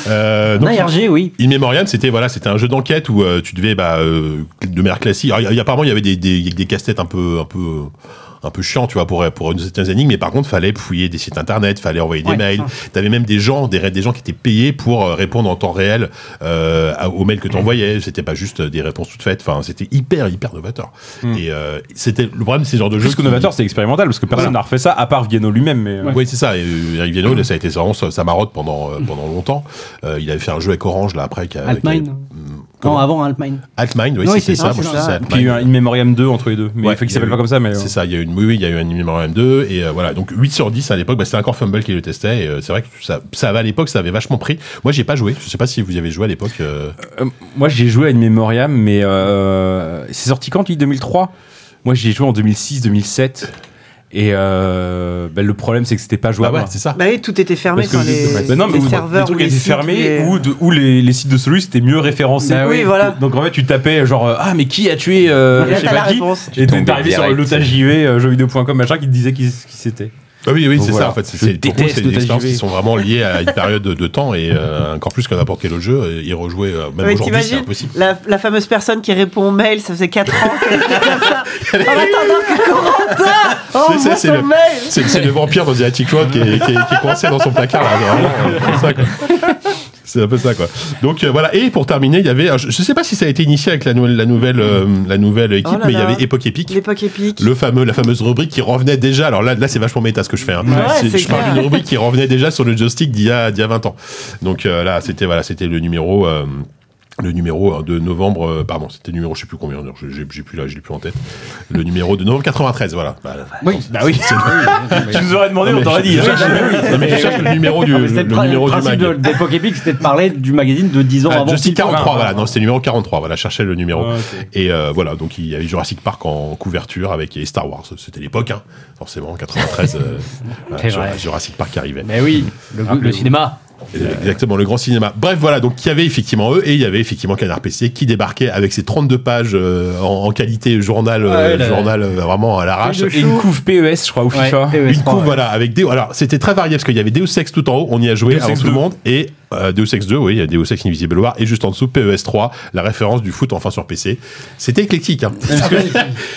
S2: Euh, donc,
S5: ARG, oui.
S2: In Memoriam, c'était voilà, c'était un jeu d'enquête où euh, tu devais, bah, euh, de manière classique. Alors, il y a- apparemment, il y avait des, des, des casse-têtes un peu, un peu, un peu chiant, tu vois, pour pour une certaine énigme. Mais par contre, fallait fouiller des sites internet, fallait envoyer des mails. T'avais même des gens, des des gens qui étaient payés pour euh, répondre en temps réel euh, à- aux mails que t'envoyais. C'était pas juste des réponses toutes faites. Enfin, c'était hyper, hyper novateur. Et euh, c'était le problème, c'est ce genre de jeu.
S4: Juste que
S2: qui-
S4: novateur, c'est expérimental, parce que personne n'a refait ça, à part Viennot lui-même. Mais, euh,
S2: oui, c'est ça. Et, euh, Eric Viano, ça a été vraiment sa sa marotte pendant, euh, pendant longtemps. Euh, il avait fait un jeu avec Orange, là, après. qui a- qui
S5: Altmine.
S2: a-
S5: Non,
S2: comment
S5: avant Altmine.
S2: Altmind, oui,
S5: Oui,
S2: c'était
S5: c'est
S2: ça.
S5: ça,
S2: Moi, je
S5: c'est
S2: trouve
S5: ça.
S2: ça
S4: Puis il y a eu un In Memoriam 2, entre les deux. Mais
S2: Ouais,
S4: il faut
S2: il
S4: qu'il
S2: y a
S4: s'appelle
S2: eu-
S4: pas comme ça, mais. euh,
S2: C'est ça, il y a eu une, oui, oui, il y a eu un Memoriam 2, et euh, voilà, donc 8 sur 10 à l'époque, bah, c'était encore Fumble qui le testait, et euh, c'est vrai que ça, ça avait à l'époque, ça avait vachement pris. Moi, j'ai pas joué, je sais pas si vous y avez joué à l'époque. euh,
S4: euh, Moi, j'ai joué à In Memoriam, mais euh, c'est sorti quand, lui 2003 Moi, j'ai joué en 2006, 2007. Et euh, bah, le problème, Ah c'est que c'était pas
S2: Bah
S4: jouable.
S2: ouais, c'est ça.
S3: Bah oui, tout était fermé.
S4: Parce que
S3: enfin, les,
S4: Bah non, mais
S3: les
S4: où
S3: serveurs,
S4: les trucs
S3: ou les
S4: étaient
S3: sites,
S4: fermés
S3: les-
S4: ou, de- ou les, les sites de Solus étaient mieux référencés.
S3: Bah oui, voilà.
S4: Donc en fait, tu tapais genre euh, ah mais qui a tué euh,
S3: Et là,
S4: je sais
S3: t'as la
S4: pas qui
S3: réponse.
S4: et t'es
S6: tombais
S4: arrivé sur
S6: direct.
S4: l'otagiv euh, jeuxvideo.com machin qui te disait qui, qui c'était.
S2: Ah oui, oui,
S4: Donc
S2: c'est
S4: voilà.
S2: ça, en fait. c'est-
S4: Je
S2: C'est pour moi,
S4: déteste
S2: c'est
S4: le
S2: des expériences
S4: TJV.
S2: qui sont vraiment liées à une période de, de temps, et euh, encore plus que n'importe quel autre jeu, euh, y rejouer, euh, même
S3: Ouais,
S2: aujourd'hui, c'est
S3: t'imagines
S2: impossible.
S3: la, la fameuse personne qui répond au mail, ça faisait 4 ans qu'elle était comme ça. En attendant que Corentin envoie
S2: ça, c'est
S3: son
S2: le-
S3: mail.
S2: C'est c'est le vampire dans The Attic Road qui est, qui est- qui est coincé dans son placard. là, vraiment, c'est ça, quoi. C'est un peu ça quoi. Donc euh, voilà. Et pour terminer, il y avait, je, je sais pas si ça a été initié avec la nouvelle, la nouvelle, euh, la nouvelle équipe,
S3: Oh là
S2: mais il y
S3: là.
S2: avait Époque Épique.
S3: L'époque épique.
S2: Le fameux, la fameuse rubrique qui revenait déjà. Alors là, là c'est vachement méta ce que je fais. hein. C'est-
S3: c'est
S2: je parle
S3: clair.
S2: d'une rubrique qui revenait déjà sur le joystick d'il y a, d'il y a 20 ans. Donc euh, là, c'était voilà, c'était le numéro. euh, le numéro euh, de novembre, euh, pardon, c'était le numéro, je sais plus combien, d'ailleurs, j'ai j'ai- j'ai plus là, j'ai plus en tête. Le numéro de novembre 93, voilà. Bah,
S5: Oui.
S4: Bah oui. tu nous aurais demandé,
S2: Non,
S4: Ah on
S2: mais
S4: t'aurait
S2: je-
S4: dit. hein.
S2: je cherche- non, mais je cherche le numéro du,
S5: Ah,
S2: le,
S5: mais c'était
S2: le
S5: pra-
S2: numéro du
S5: principe
S2: mag.
S5: de l'époque épique, c'était de parler du magazine de 10 ans
S2: Ah,
S5: avant.
S2: Justice
S5: qu'il tombe.
S2: 43, voilà, non, c'était le numéro 43, voilà, cherchez le numéro.
S4: Ah, ok.
S2: Et euh, voilà, donc il y avait Jurassic Park en couverture avec et Star Wars, c'était l'époque, hein, forcément, en 93, euh, voilà,
S5: C'est
S2: Jura-
S5: vrai.
S2: Jurassic Park arrivait.
S5: Mais oui, Ah, le, le cinéma.
S2: Exactement, le grand cinéma. Bref, voilà, donc il y avait effectivement eux et il y avait effectivement Canard PC qui débarquait avec ses 32 pages euh, en, en qualité journal, euh, journal euh, vraiment à l'arrache.
S4: Et une couve PES, je crois, ou FIFA.
S2: Une coupe, voilà, avec Deus. Alors, c'était très varié parce qu'il y avait Deus Ex tout en haut, on y a joué
S4: Deus
S2: avant
S4: Ex
S2: tout le
S4: 2.
S2: monde, et euh, Deus Ex 2, oui, il y a Deus Ex Invisible War, et juste en dessous, PES 3, la référence du foot enfin sur PC. C'était éclectique, hein.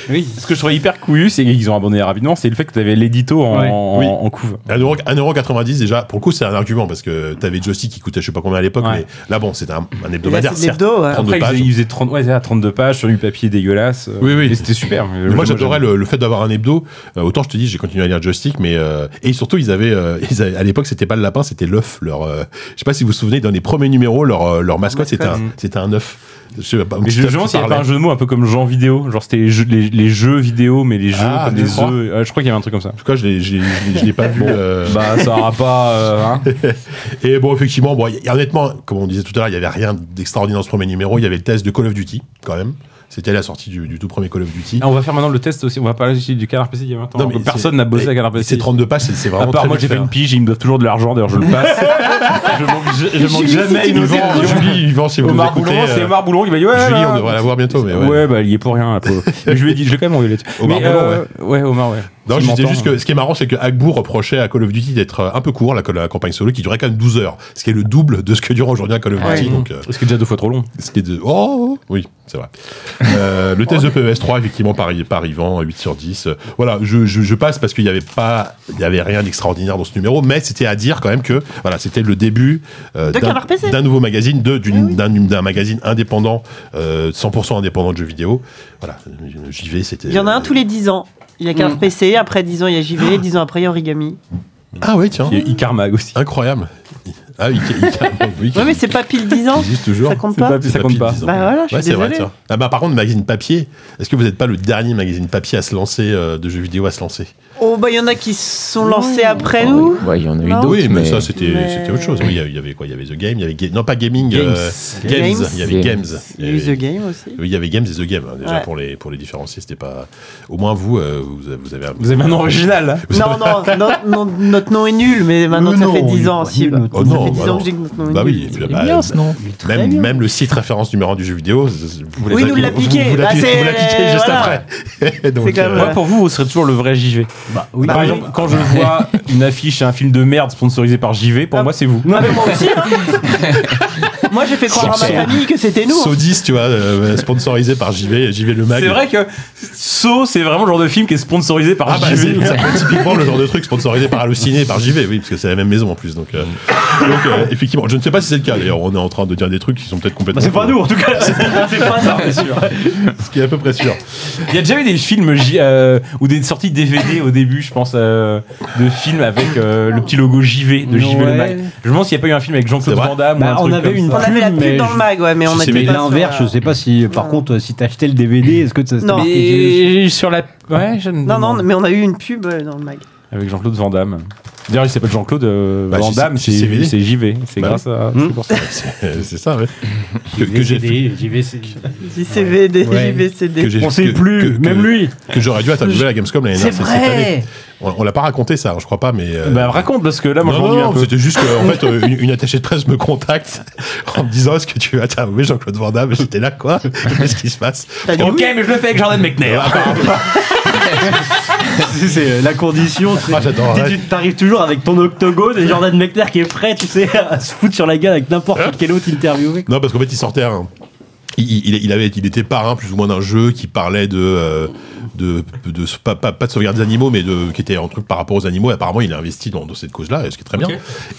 S4: Oui. Ce que je trouvais hyper couillu, c'est qu'ils ont abandonné rapidement, c'est le fait que t'avais l'édito en,
S5: Ouais.
S4: en-
S2: Oui.
S4: en couve.
S2: 1,90€ 1,90€ déjà, pour le coup, c'est un argument parce que t'avais Joystick qui coûtait je sais pas combien à l'époque,
S4: Ouais.
S2: mais là, bon, c'était un, un
S3: Là,
S2: hebdomadaire,
S3: c'est de
S2: certes.
S3: l'hebdo, ouais.
S2: 32
S4: Après, ils faisaient-
S2: pages.
S4: ils faisaient 30, ouais, c'est ça, 32 pages sur du papier dégueulasse. euh,
S2: Oui, oui.
S4: Mais c'était super.
S2: Mais Euh, moi j'adorais le, le fait d'avoir un hebdo. Euh, autant je te dis, j'ai continué à lire Joystick, mais euh, et surtout ils avaient, euh, ils avaient- à l'époque c'était pas le lapin, c'était l'œuf. Leur, euh, je sais pas si vous vous souvenez dans les premiers numéros, leur euh, leur mascotte c'était un,
S4: Mascotte.
S2: c'était un œuf. Je sais pas, un
S4: Mais
S2: petit
S4: je me
S2: œuf
S4: demande
S2: qui
S4: s'il n'y avait
S2: parlait.
S4: pas un jeu de mots un peu comme genre vidéo. Genre, c'était les jeux, les, les jeux vidéo, mais les jeux
S2: Ah,
S4: comme
S2: tu
S4: des
S2: crois
S4: œufs. Ouais, je crois qu'il y avait un truc comme ça.
S2: En tout cas, je l'ai, je l'ai- je l'ai- je l'ai pas vu. euh,
S4: Bah, ça aura pas. euh, hein.
S2: Et bon, effectivement, bon, y- y- honnêtement, comme on disait tout à l'heure, il y avait rien d'extraordinaire dans ce premier numéro. Il y avait le test de Call of Duty quand même. C'était la sortie du, du tout premier Call of Duty.
S4: Ah, on va faire maintenant le test aussi. On va parler aussi du canard PC il y a 20 ans.
S2: Non, mais
S4: Personne
S2: c'est-
S4: n'a bossé à canard
S2: Et
S4: PC.
S2: C'est 32 pages, c'est, c'est
S4: À
S2: vraiment.
S4: part
S2: très
S4: moi,
S2: vite
S4: j'ai fait
S2: fait, hein.
S4: une pige, ils me doivent toujours de l'argent, d'ailleurs je le passe. je manque, je- je manque jamais une
S2: Yvan,
S4: occasion.
S2: Julie, Yvan, si vous nous
S4: Omar
S2: écoutez,
S4: Boulon, c'est
S2: euh,
S4: Omar Boulon qui m'a dit ouais.
S2: Julie,
S4: là,
S2: on devrait la voir bientôt, mais
S4: Ouais,
S2: ouais.
S4: bah il y est pour rien, la pauvre. Mais je lui ai dit, je l'ai quand même engueulé là-dessus.
S2: Omar
S4: Mais,
S2: Boulon,
S4: euh, ouais. Omar, ouais.
S2: Non,
S4: S'il
S2: je
S4: m'entend,
S2: disais
S4: hein.
S2: juste que ce qui est marrant, c'est que Agbo reprochait à Call of Duty d'être euh, un peu court, la, la campagne solo, qui durait quand même 12 heures, ce qui est le double de ce que dure aujourd'hui un Call of Duty.
S4: ouais.
S2: donc, euh,
S4: Ce qui est déjà deux fois trop long.
S2: ce qui est de... Oh Oui, c'est vrai. Euh, le test de PES 3, effectivement, par, par Yvan, 8 sur 10. Euh, Voilà, je, je, je passe parce qu'il n'y avait pas... Il n'y avait rien d'extraordinaire dans ce numéro, mais c'était à dire quand même que voilà, c'était le début euh,
S3: De
S2: d'un
S3: Canard Eh PC.
S2: d'un nouveau magazine, de- d'une- d'un d'un magazine indépendant, euh, 100% indépendant de jeux vidéo. Voilà, j'y vais, c'était... euh,
S3: Il y en a un tous les 10 ans. Il y a Canard PC, après 10 ans, il y a JV, 10 ans après, il y a Origami.
S2: Ah oui, tiens.
S4: Il y a Icar Mag aussi.
S2: Incroyable. Ah, il, il- oui,
S3: Ouais, mais c'est pas pile 10
S2: il
S3: ans.
S2: existe toujours.
S3: Ça compte
S4: C'est
S3: pas.
S4: pas- ça compte pas.
S2: dix ans.
S3: Bah voilà, je suis
S2: Ouais, c'est vrai,
S3: désolée.
S2: tiens. Ah bah, par contre, le magazine papier, est-ce que vous n'êtes pas le dernier magazine papier à se lancer, euh, de jeux vidéo à se lancer
S3: Oh, bah, il y en a qui se sont lancés après nous.
S6: Ah Ouais, il y en a eu
S3: Non.
S6: d'autres.
S2: Oui, mais,
S6: mais
S2: ça, c'était
S3: Ah, mais-
S2: c'était autre chose. Oui, il y avait- il y avait quoi Il y avait The Game, il y avait Ga- non pas Gaming, euh,
S4: Games.
S2: Games.
S3: Games.
S2: Il y avait Games.
S6: Games.
S3: Il y a eu The Game aussi.
S2: Oui, il y avait Games et The Game, hein, déjà,
S3: Ouais.
S2: pour, les, pour les différencier. C'était pas. Au moins, vous, euh, vous, vous avez.
S4: Vous avez un nom original. hein.
S2: Vous
S3: Non, non, notre, nom- notre nom est nul, mais maintenant
S2: Le
S3: ça
S2: nom,
S3: fait
S2: oui,
S3: 10 ans. Si, bah.
S2: Oh,
S3: ça
S2: non,
S3: fait 10
S2: bah
S3: ans
S2: non.
S3: que j'ai que notre nom est
S2: Bah
S3: nul.
S2: oui,
S6: Il est
S2: bah,
S6: bien ce nom.
S2: même, même le site référence numéro 1 du jeu vidéo, vous
S3: Oui,
S2: l'avez-
S3: nous l'a
S2: vous-
S3: piqué.
S2: Vous, vous
S3: Bah,
S2: l'avez-
S3: c'est-
S2: vous l'avez piqué juste
S3: voilà.
S2: après. Donc,
S3: C'est quand même-
S2: euh,
S4: Moi, pour vous, vous serez toujours le vrai JV.
S5: oui.
S4: Par exemple, quand je vois une affiche et un film de merde sponsorisé par JV, pour moi, c'est vous.
S3: Ah, mais moi aussi, hein. Moi, j'ai fait croire à ma
S2: Sans-
S3: famille que c'était nous. hein.
S2: Sodis, tu vois, euh, sponsorisé par JV, JV le mag.
S4: C'est vrai que So, c'est vraiment le genre de film qui est sponsorisé par
S2: Ah bah, c'est
S4: JV.
S2: c'est typiquement le genre de truc sponsorisé par Allociné et par JV, oui, parce que c'est la même maison en plus. Donc, euh, donc, euh, effectivement, je ne sais pas si c'est le cas. D'ailleurs, on est en train de dire des trucs qui sont peut-être complètement.
S5: Bah, c'est pas
S2: faux,
S5: nous, en tout cas.
S4: C'est pas ça, bien sûr.
S2: Ce qui est à peu près sûr.
S4: Il y a déjà eu des films J- euh, ou des sorties DVD au début, je pense, euh, de films avec euh, le petit logo JV de JV le
S5: Ouais.
S4: Mag. Je me demande s'il n'y a pas eu un film avec Jean-Claude
S2: C'est vrai.
S4: Van Damme. ou
S5: Bah,
S4: un
S5: on
S4: truc
S5: avait
S4: comme
S5: une
S4: ça.
S3: On avait la
S5: Plume,
S3: pub
S5: mais
S3: dans le
S5: je-
S3: mag, ouais, mais on
S2: sais,
S3: était
S2: mais
S3: pas
S5: L'inverse,
S3: sur
S5: je
S3: la-
S5: sais pas si. Par
S3: Non.
S5: contre, si t'achetais le DVD, est-ce que ça.
S3: Non.
S4: Mais sur la. Ouais, je me
S3: Non, non,
S4: demande.
S3: mais on a eu une pub euh, dans le mag.
S4: Avec Jean-Claude Van Damme. D'ailleurs, il s'appelle Jean-Claude euh,
S2: Bah,
S4: Van
S2: JC-
S4: Damme, c'est
S2: JCVD.
S4: c'est JV. C'est
S2: Bah
S4: grâce à. c'est pour ça.
S2: Euh, C'est c'est ça, ouais. Que, que j'ai fait.
S3: JCVD,
S5: Ouais.
S2: que
S3: JVCD.
S2: j'ai-
S5: On sait
S2: que- que-
S5: plus,
S2: que-
S5: même lui.
S2: Que j'aurais dû interviewer à la Gamescom l'année
S5: C'est
S2: dernière.
S5: vrai.
S2: On, on l'a pas raconté ça, je crois pas, mais. euh,
S4: Bah, raconte, parce que là, moi, je
S2: non,
S4: m'ennuie
S2: non,
S4: un peu.
S2: c'était juste que, en fait, euh, une, une attachée de presse me contacte en me disant Est-ce que tu vas interviewer Jean-Claude Van Damme J'étais là, quoi Qu'est-ce qui se passe Ah,
S3: T'as dit oui.
S4: mais je le fais avec Jordan McNair.
S5: C'est- C'est la condition. c'est-
S2: Ah, j'adore,
S5: Tu-
S2: ouais.
S5: tu- T'arrives toujours avec ton octogone et Jordan Mechner qui est prêt, tu sais, à se foutre sur la gueule avec n'importe quel autre interviewé.
S2: Non, parce qu'en fait, il sortait un. Il, il- il avait, il était parrain plus ou moins d'un jeu qui parlait de, euh, de, de- pas, pas- pas de sauvegarde des animaux, mais de, qui était un truc par rapport aux animaux. Et apparemment, il a investi dans, dans cette cause-là, ce qui est très bien.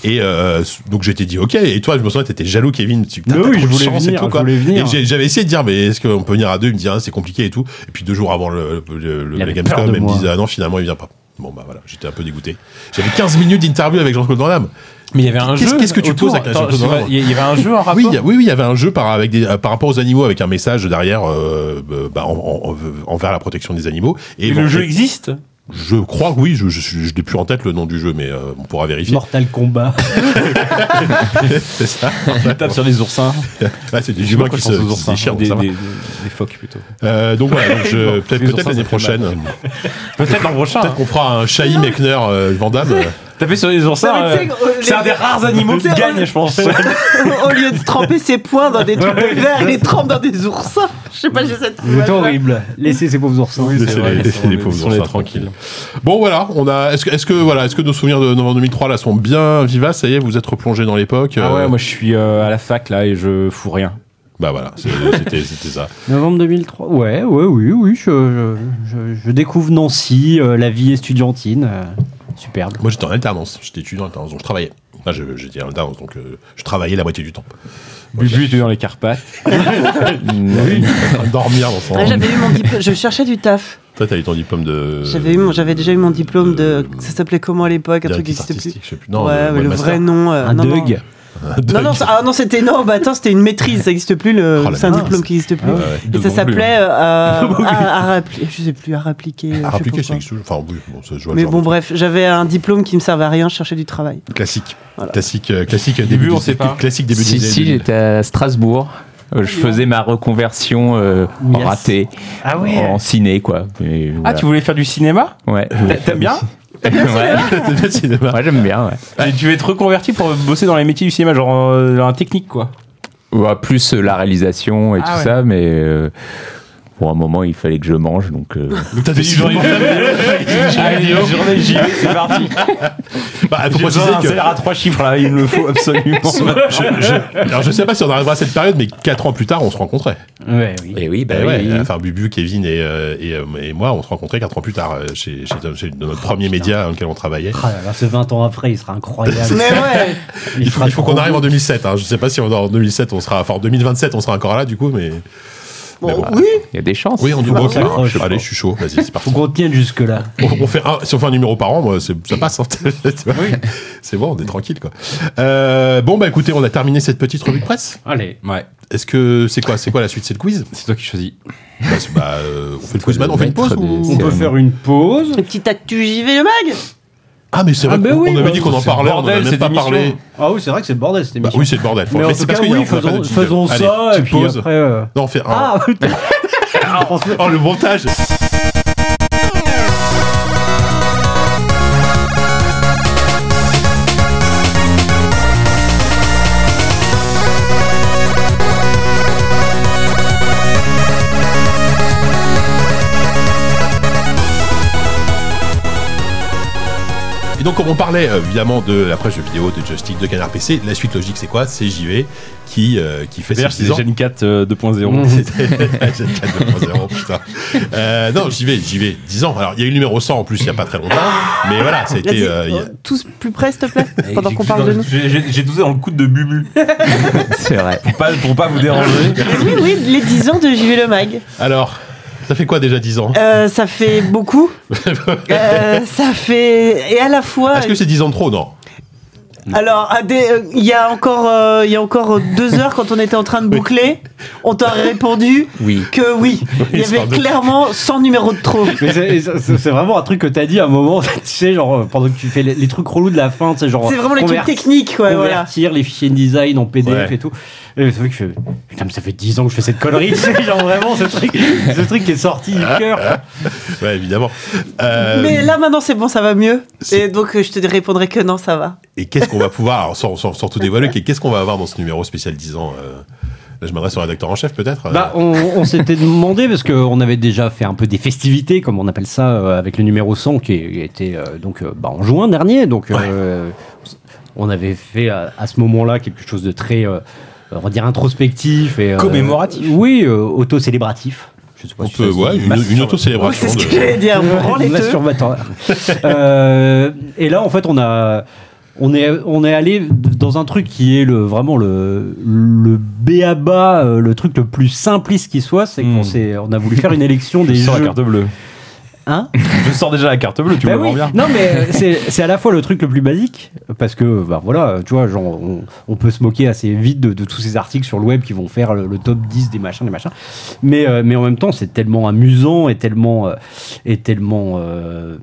S2: Et euh, donc, j'étais dit, ok. Et toi, je me souviens, t'étais jaloux, Kevin. Tu t'as-
S5: Mais
S2: t'as
S5: oui,
S2: trop
S5: je
S2: de
S5: voulais
S2: chance et
S5: venir,
S2: tout,
S5: je
S2: quoi.
S5: voulais venir.
S2: Et j'ai- j'avais essayé de dire, mais est-ce qu'on peut venir à deux Il me dit, ah, c'est compliqué et tout. Et puis deux jours avant le, le, le- le-
S5: Il
S2: la
S5: avait peur
S2: Gamescom,
S5: de
S2: il me
S5: moi.
S2: disait, ah non, finalement, il vient pas. Bon, bah voilà, j'étais un peu dégoûté. J'avais 15 minutes d'interview avec Jean-Claude Van Damme.
S4: Mais il y avait un
S2: Qu'est-ce-
S4: jeu.
S2: qu'est-ce que tu poses avec la
S4: Attends,
S2: Jean-Claude
S4: je sais
S2: Van
S4: pas,
S2: Damme
S4: Il y il y avait un jeu en rapport.
S2: Oui, il y a- oui, oui, il y avait un jeu par, avec des, euh, par rapport aux animaux avec un message derrière euh, euh, bah, en- en- en- envers la protection des animaux. Et
S4: Et
S2: bon,
S4: le jeu
S2: et-
S4: existe
S2: Je crois, oui, je, je, suis- je n'ai plus en tête le nom du jeu, mais euh, on pourra vérifier.
S5: Mortal Kombat.
S2: C'est ça.
S4: Il tape sur les oursins.
S2: Ah, c'est des humains qui se, qui se déchirent. donc
S4: Des,
S2: ça va.
S4: des- des phoques plutôt.
S2: Euh, donc voilà, donc je-
S4: Bon,
S2: peut-être
S4: les
S2: peut-être
S4: oursins,
S2: l'année
S4: ça fait mal.
S2: prochaine,
S4: Peut-être l'an prochain. hein.
S2: peut-être qu'on fera un Shai Mechner euh, Van Damme.
S4: Taper sur les oursins,
S3: Non, mais tu sais
S4: euh,
S3: que, euh,
S4: c'est
S3: les-
S4: un des rares animaux qui
S3: C'est-
S4: gagne, je pense.
S3: Au lieu de tremper ses poings dans des trucs de verre, il les trempe dans des oursins. Je sais pas, j'ai cette.
S5: Vous êtes horrible. Laissez ces pauvres oursins.
S2: Laissez les- laissez les pauvres
S4: les
S2: oursins tranquilles. Bon voilà, on a. Est-ce que, est-ce que voilà, est-ce que nos souvenirs de novembre 2003 là sont bien vivaces Ça y est, vous êtes replongé dans l'époque.
S4: Ah
S2: euh,
S4: ouais, moi je suis euh, à la fac là et je fous rien.
S2: Bah voilà, c'est- c'était c'était ça.
S5: Novembre 2003. Ouais, ouais, oui, oui. Je, je- je- je découvre Nancy, euh, la vie estudiantine. euh, superbe.
S2: Moi j'étais en alternance, j'étais étudiant en alternance, donc je travaillais. Enfin, je- j'étais en alternance, donc euh, je travaillais la moitié du temps.
S4: Bubu était dans les Carpates.
S2: Dormir dans son.
S3: Ah, j'avais eu mon diplôme, je cherchais du taf.
S2: Toi t'avais ton diplôme de. Euh,
S3: J'avais eu mon- j'avais déjà eu mon diplôme de. Ça s'appelait comment à l'époque Un truc qui
S2: Directrice
S3: n'existait plus.
S2: artistique, je sais plus. Non,
S3: ouais,
S2: euh,
S3: mais le
S2: master.
S3: vrai nom. euh,
S5: Un
S3: non, non.
S5: Doug.
S3: Non, non, ça- ah, non c'était. Non, bah attends, c'était une maîtrise, ça n'existe plus. le-
S2: Oh, la
S3: c'est un
S2: mince.
S3: diplôme qui n'existe plus.
S2: Ouais, ouais.
S3: Et ça s'appelait. euh, euh, art- art appli- Je sais plus, art appliqué. euh, je sais
S2: Ah,
S3: pas
S2: appliqué, ça
S3: quoi.
S2: existe toujours. Enfin, oui, bon, ça, je vois le
S3: Mais
S2: genre
S3: bon,
S2: de-
S3: bref, j'avais un diplôme qui me servait à rien, je cherchais du travail.
S2: Classique.
S3: Voilà.
S2: Classique, euh, classique, euh,
S4: Début,
S2: début,
S4: on
S2: des-
S4: sait pas.
S2: Classique début
S6: si,
S2: des
S6: si,
S2: années
S6: j'étais à Strasbourg. Euh, Je faisais ma reconversion euh,
S5: Yes.
S6: ratée
S5: Ah
S6: en ciné, quoi. Et
S4: Ah, tu voulais faire du cinéma
S6: voilà. Ouais.
S4: T'a- T'aimes bien
S6: Ouais,
S2: 2000. Le cinéma.
S6: Ouais, j'aime bien, ouais.
S4: Et Tu vas être reconverti pour bosser dans les métiers du cinéma, genre euh, dans la technique quoi.
S6: Ouais, plus euh, la réalisation et
S4: Ah
S6: tout
S4: ouais.
S6: ça, mais euh, pour un moment, il fallait que je mange, donc... euh,
S2: T'as des
S4: Allez, journée J, c'est parti.
S2: Bah, faut
S4: J'ai
S2: préciser
S4: besoin d'un
S2: que.
S4: salaire à trois chiffres là, il me le faut absolument.
S2: Je, je- alors, je sais pas si on arrivera à cette période, mais 4 ans plus tard, on se rencontrait.
S5: Oh. Ouais, oui.
S6: Et oui, bah
S2: Eh
S6: oui,
S2: ouais,
S6: oui.
S2: Enfin, Bubu, Kevin et, euh, et, euh, et moi, on se rencontrait 4 ans plus tard euh, chez, chez, chez notre premier média dans lequel on travaillait.
S5: Ah là là, ce 20 ans après, il sera incroyable.
S3: Mais ouais
S2: Il faut,
S5: sera
S2: il faut qu'on
S5: trop
S2: arrive
S5: beau.
S2: en 2007. Hein. Je sais pas si on, en 2007 on sera. Enfin, en 2027, on sera encore là, du coup, mais.
S3: Bon,
S2: bon.
S3: oui
S6: il y a des chances.
S2: Oui, on dit
S5: Faut
S2: bon,
S5: qu'on
S2: ça marche.
S5: s'accroche,
S2: Allez, je suis chaud. Vas-y, c'est
S5: Faut
S2: parti.
S5: qu'on tienne jusque-là.
S2: on, on fait un- si on fait un numéro par an, moi, c'est- ça passe. hein. Tu vois c'est bon, on est tranquille. Quoi. Euh, bon, bah écoutez, on a terminé cette petite revue de presse.
S5: Allez.
S4: Ouais,
S2: Est-ce que c'est quoi, c'est quoi la suite C'est le quiz
S4: c'est toi qui choisis.
S2: bah, c'est- bah, euh, On fait le
S6: Toi,
S2: quiz
S6: le
S2: maintenant, on fait une
S6: maître
S2: pause
S6: des-
S2: ou-
S6: On peut faire
S5: une pause.
S3: Le petit actu JV le mag
S2: Ah, mais c'est vrai
S5: Ah, bah
S2: qu'on
S5: oui,
S2: on avait
S5: bah,
S2: dit qu'on en
S4: c'est le
S2: parlait,
S4: bordel,
S2: on en a même
S4: cette
S2: pas parlé.
S4: émission.
S5: Ah oui, c'est vrai que c'est le bordel cette
S2: Bah,
S5: émission.
S2: oui, c'est le bordel. faut-
S5: Mais en
S2: c'est
S5: tout
S2: parce
S5: cas,
S2: qu'il y a-
S5: oui,
S2: on fait pas
S5: faisons,
S2: de jingle.
S5: faisons
S2: Allez,
S5: ça, et
S2: petite
S5: puis
S2: pause.
S5: après... euh,
S2: Non, on fait un.
S5: Ah, putain
S2: Oh, le montage Et donc, comme on parlait euh, évidemment de la presse de vidéo de Joystick de Canard PC, la suite logique c'est quoi C'est JV qui, euh, qui fait ses
S4: D'ailleurs, c'est
S2: 10 ans.
S4: déjà une 4 euh, 2.0.
S2: C'était la Gen 4 2.0, putain. Euh, non, j'y vais, j'y vais. 10 ans. Alors, il y a eu le numéro 100 en plus, il n'y a pas très longtemps. Mais voilà, ça a été.
S3: Vas-y,
S2: euh, il y a-
S3: euh, tous plus près, s'il te plaît, pendant qu'on parle de nous.
S4: J'ai- J'ai j'ai toussé dans le coude de Bubu.
S6: C'est vrai.
S4: Pour pas, pour pas vous déranger.
S3: Oui, oui, les 10 ans de JV le mag.
S2: Alors, ça fait quoi déjà 10 ans
S3: Euh, ça fait beaucoup. Euh, ça fait. Et à la fois.
S2: Est-ce que c'est 10 ans de trop Non.
S3: Alors, à des- euh, il y a encore, euh, il y a encore euh, deux heures quand on était en train de boucler, on t'aurait répondu
S6: Oui.
S3: que oui. Il y
S2: sans
S3: avait
S2: doute.
S3: clairement 100 numéros de trop.
S5: Mais c'est- c'est c'est vraiment un truc que t'as dit à un moment, tu sais, genre, euh, pendant que tu fais les, les trucs relous de la fin, tu sais, genre.
S3: C'est vraiment les trucs
S5: converti-
S3: techniques, quoi, voilà.
S5: Convertir les fichiers InDesign en PDF
S2: Ouais.
S5: et tout. Et c'est vrai que je fais, putain, mais ça fait 10 ans que je fais cette connerie, tu sais, genre vraiment ce truc, ce truc qui est sorti du cœur.
S2: Ouais, évidemment. Euh,
S3: Mais là maintenant c'est bon, ça va mieux.
S2: c'est-
S3: Et donc euh, je te répondrai que non, ça va.
S2: Et qu'est-ce qu'on va pouvoir, alors, sans, sans, sans tout dévoiler, qu'est- qu'est-ce qu'on va avoir dans ce numéro spécial 10 ans euh, Là, je m'adresse au rédacteur en chef, peut-être
S5: Bah, on, on s'était demandé, parce qu'on avait déjà fait un peu des festivités, comme on appelle ça, euh, avec le numéro 100, qui était euh, donc euh, bah, en juin dernier. Donc, euh, on avait fait à, à ce moment-là quelque chose de très, euh, on va dire, introspectif. Et, euh,
S4: Commémoratif.
S5: Oui, euh, auto-célébratif. Je sais pas
S2: on
S5: si ça
S2: peut,
S5: se
S2: ouais,
S5: dit. Bah,
S2: une, une auto-célébration.
S3: C'est ce que
S2: de-
S3: j'allais dire. Prends les deux.
S5: Masturbateur. Euh, et là, en fait, on a. On est, on est allé dans un truc qui est le, vraiment le, le béaba, euh, le truc le plus simpliste qui soit, c'est qu'on
S4: Mm.
S5: s'est- on a voulu faire une élection
S4: Je
S5: des
S4: sors la
S5: jeux.
S4: carte bleue.
S5: Hein
S4: Je sors déjà la carte bleue, tu
S5: Bah
S4: me
S5: oui.
S4: rends bien.
S5: Non, mais euh, c'est c'est à la fois le truc le plus basique, parce que, bah voilà, euh, tu vois, genre, on, on peut se moquer assez vite de, de tous ces articles sur le web qui vont faire le, le top 10 des machins, des machins. Mais, euh, mais en même temps, c'est tellement amusant et tellement. euh, et tellement euh,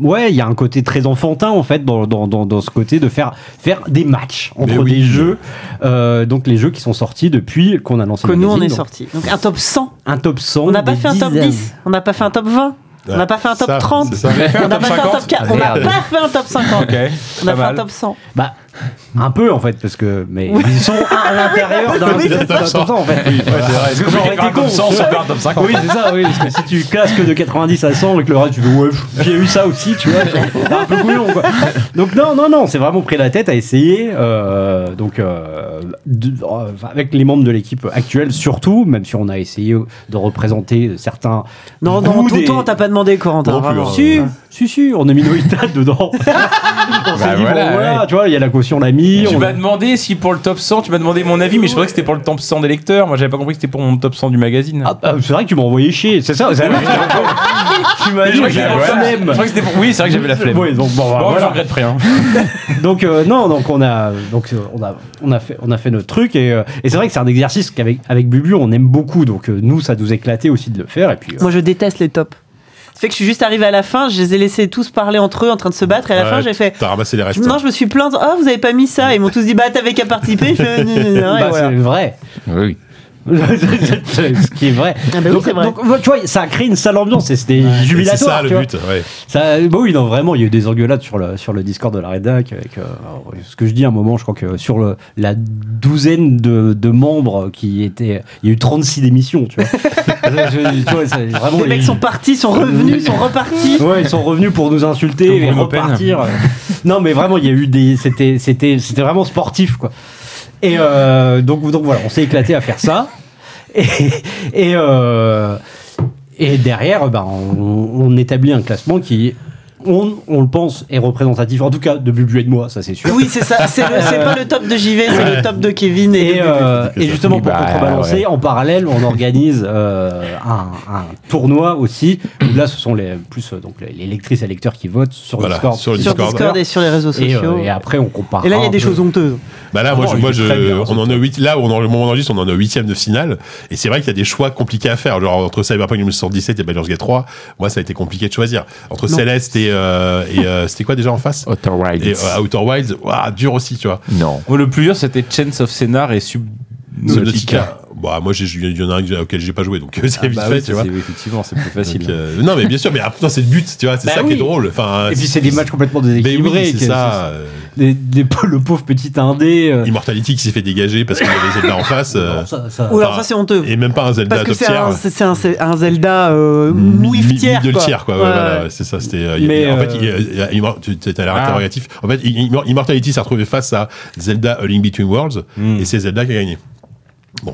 S5: Ouais, il y a un côté très enfantin en fait dans, dans, dans, dans ce côté de faire, faire des matchs
S2: Mais
S5: entre
S2: oui.
S5: des jeux, euh, donc les jeux qui sont sortis depuis qu'on a lancé
S3: Que
S5: le
S3: nous on
S5: magazine,
S3: est
S5: donc
S3: sorti. Donc un top 100.
S5: Un top 100.
S3: On n'a pas
S5: des
S3: fait un top
S5: dizaines.
S3: 10. On n'a pas fait un top 20. On n'a pas fait un top
S2: Ça,
S3: 30.
S2: c'est ça.
S3: On n'a pas fait un top 40. On n'a
S6: Merde.
S3: pas fait un top 50.
S4: Ok,
S3: On
S4: pas
S3: a fait un
S4: mal.
S3: top 100.
S5: Bah, un peu en fait, parce que. Mais ils sont à l'intérieur d'un
S2: oui, c'est
S5: d'un
S2: ça.
S5: top 100 en fait. Oui,
S4: Est-ce que j'aurais été con sans faire un top 50
S5: Oui, c'est ça, oui, parce que si tu classes que de 90 à 100 et que le reste, tu fais ouais, pff, j'ai eu ça aussi, tu vois, c'est un peu couillon quoi. Donc, non, non, non, c'est vraiment pris la tête à essayer, euh, donc, euh, de- euh, avec les membres de l'équipe actuelle, surtout, même si on a essayé de représenter certains.
S3: Non,
S5: goûts
S3: dans tout
S5: des-
S3: le temps, t'as pas demandé, Corentin.
S2: Non plus,
S3: vraiment.
S2: hein.
S5: Si, euh, si, si, on a mis Noïta dedans. on s'est dit, bon,
S4: voilà, Bah,
S5: voilà, tu vois, il y a la caution, on l'a mis.
S4: Tu
S5: on-
S4: m'as demandé si pour le top 100, tu m'as demandé mon avis, mais je pensais que c'était pour le top 100 des lecteurs. Moi, j'avais pas compris que c'était pour mon top 100 du magazine.
S5: Ah, bah, c'est vrai que tu m'as envoyé chier, c'est ça, c'est vrai que tu m'as
S4: Je
S5: dit,
S4: crois que
S5: j'ai
S4: c'était
S5: la
S4: pour ça.
S5: flemme.
S4: Je crois que c'était pour- Oui, c'est vrai que j'avais la flemme.
S5: Ouais, donc, bon, bah,
S4: Bon, je
S5: voilà.
S4: regrette rien.
S5: Donc euh, non, donc on a donc euh, on a on a fait on a fait notre truc et, euh, et c'est vrai que c'est un exercice qu'avec avec Bubu on aime beaucoup donc euh, nous ça nous éclatait aussi de le faire et puis euh,
S3: Moi, je déteste les tops. Ça fait que je suis juste arrivé à la fin, je les ai laissés tous parler entre eux en train de se battre, et à la fin,
S2: Ouais,
S3: j'ai fait.
S2: T'as ramassé les restes.
S3: Non, je me suis plainte. Oh, vous avez pas mis ça. Ils m'ont tous dit, bah, t'avais qu'à participer. Je fais, Non, non, non, non, et
S5: bah,
S3: voilà.
S5: c'est vrai.
S6: Oui, oui.
S5: Ce qui est vrai.
S3: Ah bah oui,
S5: donc,
S3: c'est vrai.
S5: donc, voilà, tu vois, ça crée une sale ambiance et c'était
S2: Et
S5: jubilatoire.
S2: C'est ça
S5: tu
S2: le
S5: vois.
S2: but. ouais.
S5: Ça, bah oui, non, vraiment, il y a eu des engueulades sur le, sur le Discord de la rédac. Avec, euh, alors, ce que je dis à un moment, je crois que sur le, la douzaine de, de membres qui étaient. Il y a eu 36 démissions, tu vois. Je- je- tu vois, c'est vraiment,
S3: Les
S5: il-
S3: mecs sont partis, sont revenus, sont repartis.
S5: Ouais, ils sont revenus pour nous insulter
S4: Comme
S5: et
S4: pour Le Pen.
S5: repartir. non, mais vraiment, il y a eu des. C'était, c'était, c'était vraiment sportif, quoi. Et euh, donc, donc voilà, on s'est éclaté à faire ça. Et, et, euh, et derrière, ben, on, on établit un classement qui, on, on le pense, est représentatif, en tout cas de Bubu et de moi, ça c'est sûr.
S3: Oui, c'est ça. C'est le- c'est pas le top de JV, c'est le top de Kevin et, de
S5: Et,
S3: Bubu.
S5: euh, et justement, pour
S6: Bah,
S5: contrebalancer,
S6: ouais.
S5: en parallèle, on organise euh, un, un tournoi aussi. Où là, ce sont les, plus euh, donc, les, les lectrices et lecteurs qui votent sur
S2: Voilà,
S5: Discord.
S2: sur le
S3: sur
S2: Discord.
S3: Discord et sur les réseaux
S5: et, euh,
S3: sociaux.
S5: et après, on compare.
S3: Et là, il y
S2: Ah,
S3: a
S5: un
S3: des
S5: peu.
S3: choses honteuses.
S2: Bah là, moi,
S5: Non,
S2: je-
S5: il
S2: moi,
S5: est très
S2: je,
S5: bien,
S2: on en est huit. Là, on en, le moment où on enregistre, on en est au huitième de finale. Et c'est vrai qu'il y a des choix compliqués à faire. Genre entre Cyberpunk 2077 et Baldur's Gate 3, moi, ça a été compliqué de choisir. Entre Céleste et, euh, et euh, c'était quoi déjà en face
S6: Outer Wilds.
S2: Et euh, Outer Wilds, ouah, dur aussi, tu vois.
S6: Non.
S4: Moi, le plus dur, c'était Chance of Scénar et Sub. Nautica.
S2: Subnautica. Bah moi, j'ai- il y en a un auquel j'ai pas joué, donc euh,
S5: Ah,
S2: c'est
S5: bah
S2: vite fait, tu vois.
S4: Effectivement, Ah bah c'est plus facile.
S2: Donc, euh, non, mais bien sûr, mais ah, putain, c'est le but, tu vois, c'est
S5: Bah
S2: ça qui est
S5: oui.
S2: drôle. Enfin,
S5: Et puis, c'est des matchs complètement
S2: mais oui,
S5: déséquilibrés. que-
S2: c'est ça. euh,
S5: des- des- le pauvre petit indé. euh,
S2: Immortality qui s'est fait dégager parce qu'il y avait Zelda en face. euh,
S5: alors ça- ça-
S3: Ou alors, ça, c'est honteux.
S2: Bah, et même pas un Zelda
S3: Parce que
S2: top
S3: c'est
S2: tier.
S3: un, c'est- c'est un- c'est un Zelda euh,
S2: Mi- mi-
S3: mouiftière.
S2: middle
S3: quoi.
S2: tier, quoi. ouais,
S3: Ouais,
S2: voilà,
S3: ouais. Ah.
S2: ouais, c'est ça. C'était. euh, il-
S5: Mais,
S2: il- en
S5: euh,
S2: fait, il- il- il- Immor- tu tu- t'as l'air interrogatif. En fait, il- il- Immortality s'est retrouvé face à Zelda A Link Between Worlds et c'est Zelda qui a gagné.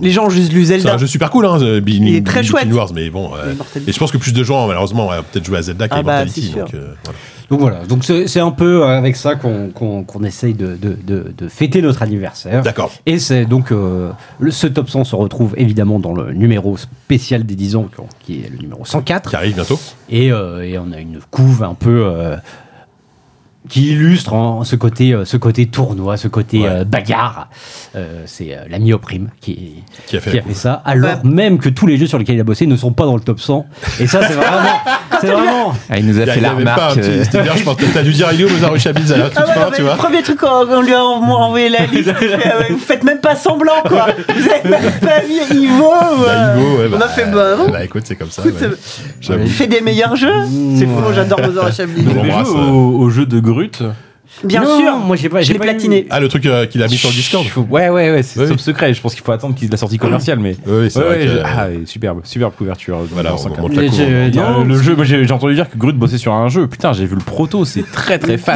S3: Les gens ont juste lu
S2: C'est
S3: Hmm. Zelda.
S2: un jeu super cool, hein, The Be-
S3: est très
S2: Between
S3: chouette.
S2: Worlds, mais bon. euh,
S3: Mais Immortality.
S2: et je pense que plus de gens, malheureusement, ont peut-être joué à Zelda qu'à
S3: Ah bah,
S2: Immortality.
S3: c'est sûr.
S2: donc, euh, voilà.
S5: Donc voilà, donc c'est c'est un peu euh, avec ça qu'on qu'on- qu'on essaye de, de- de- de fêter notre anniversaire.
S2: D'accord.
S5: Et c'est donc euh, le, ce top 100 se retrouve évidemment dans le numéro spécial des 10 ans qu'on- qui est le numéro 104.
S2: Qui arrive bientôt.
S5: Et, euh, et on a une couve un peu euh, qui illustre hein, ce, côté, euh, ce côté tournoi, ce côté
S2: Ouais.
S5: euh, bagarre. Euh, c'est euh, l'ami Oprime qui,
S2: Qui a fait la couve.
S5: ça, alors même que tous les jeux sur lesquels il a bossé ne sont pas dans le top 100. Et ça, c'est vraiment. c'est vraiment.
S6: Ah, il nous a
S2: Il y a-
S6: fait
S2: il y
S6: la
S2: avait pas un
S6: remarque.
S2: petit-
S6: euh,
S2: C'est-à-dire, je pense que t'as dû dire Elio Mozart Chabiz à la toute
S3: Ah
S2: fin,
S3: ouais, non, mais
S2: tu
S3: le
S2: vois.
S3: premier truc qu'on on lui a en- envoyé la liste, il fait, ah ouais, vous faites même pas semblant quoi. Vous avez même pas vu Ivo.
S2: Bah,
S3: euh,
S2: Ivo, ouais,
S3: on a
S2: bah,
S3: fait bah, non.
S2: Bah écoute, c'est comme ça.
S3: Écoute, euh,
S2: ouais. J'avoue.
S3: Il fait des meilleurs jeux. C'est fou, j'adore Mozart Chablis.
S2: Nous
S4: Vous avez
S2: l'embrasse,
S4: joué
S2: euh.
S4: au, au jeu de Grut euh,
S3: Bien
S5: Non,
S3: sûr,
S5: moi, j'ai pas-
S3: je
S5: j'ai
S3: l'ai
S5: pas eu-
S3: platiné.
S2: Ah, le truc euh, qu'il a mis sur le Discord.
S4: Ouais, ouais, ouais, c'est
S2: Oui.
S4: top secret. Je pense qu'il faut attendre qu'il la sortie commerciale, mais.
S2: Oui, c'est
S4: Ouais,
S2: vrai
S4: ouais,
S2: que-
S4: je- ah, et superbe, superbe couverture. euh,
S2: Voilà,
S4: dans
S2: on
S4: cinq ans.
S2: monte la couve.
S4: Et
S5: Non,
S4: euh, le jeu, moi, j'ai j'ai entendu dire que Grut bossait sur un jeu. Putain, j'ai vu le proto, c'est très très fat.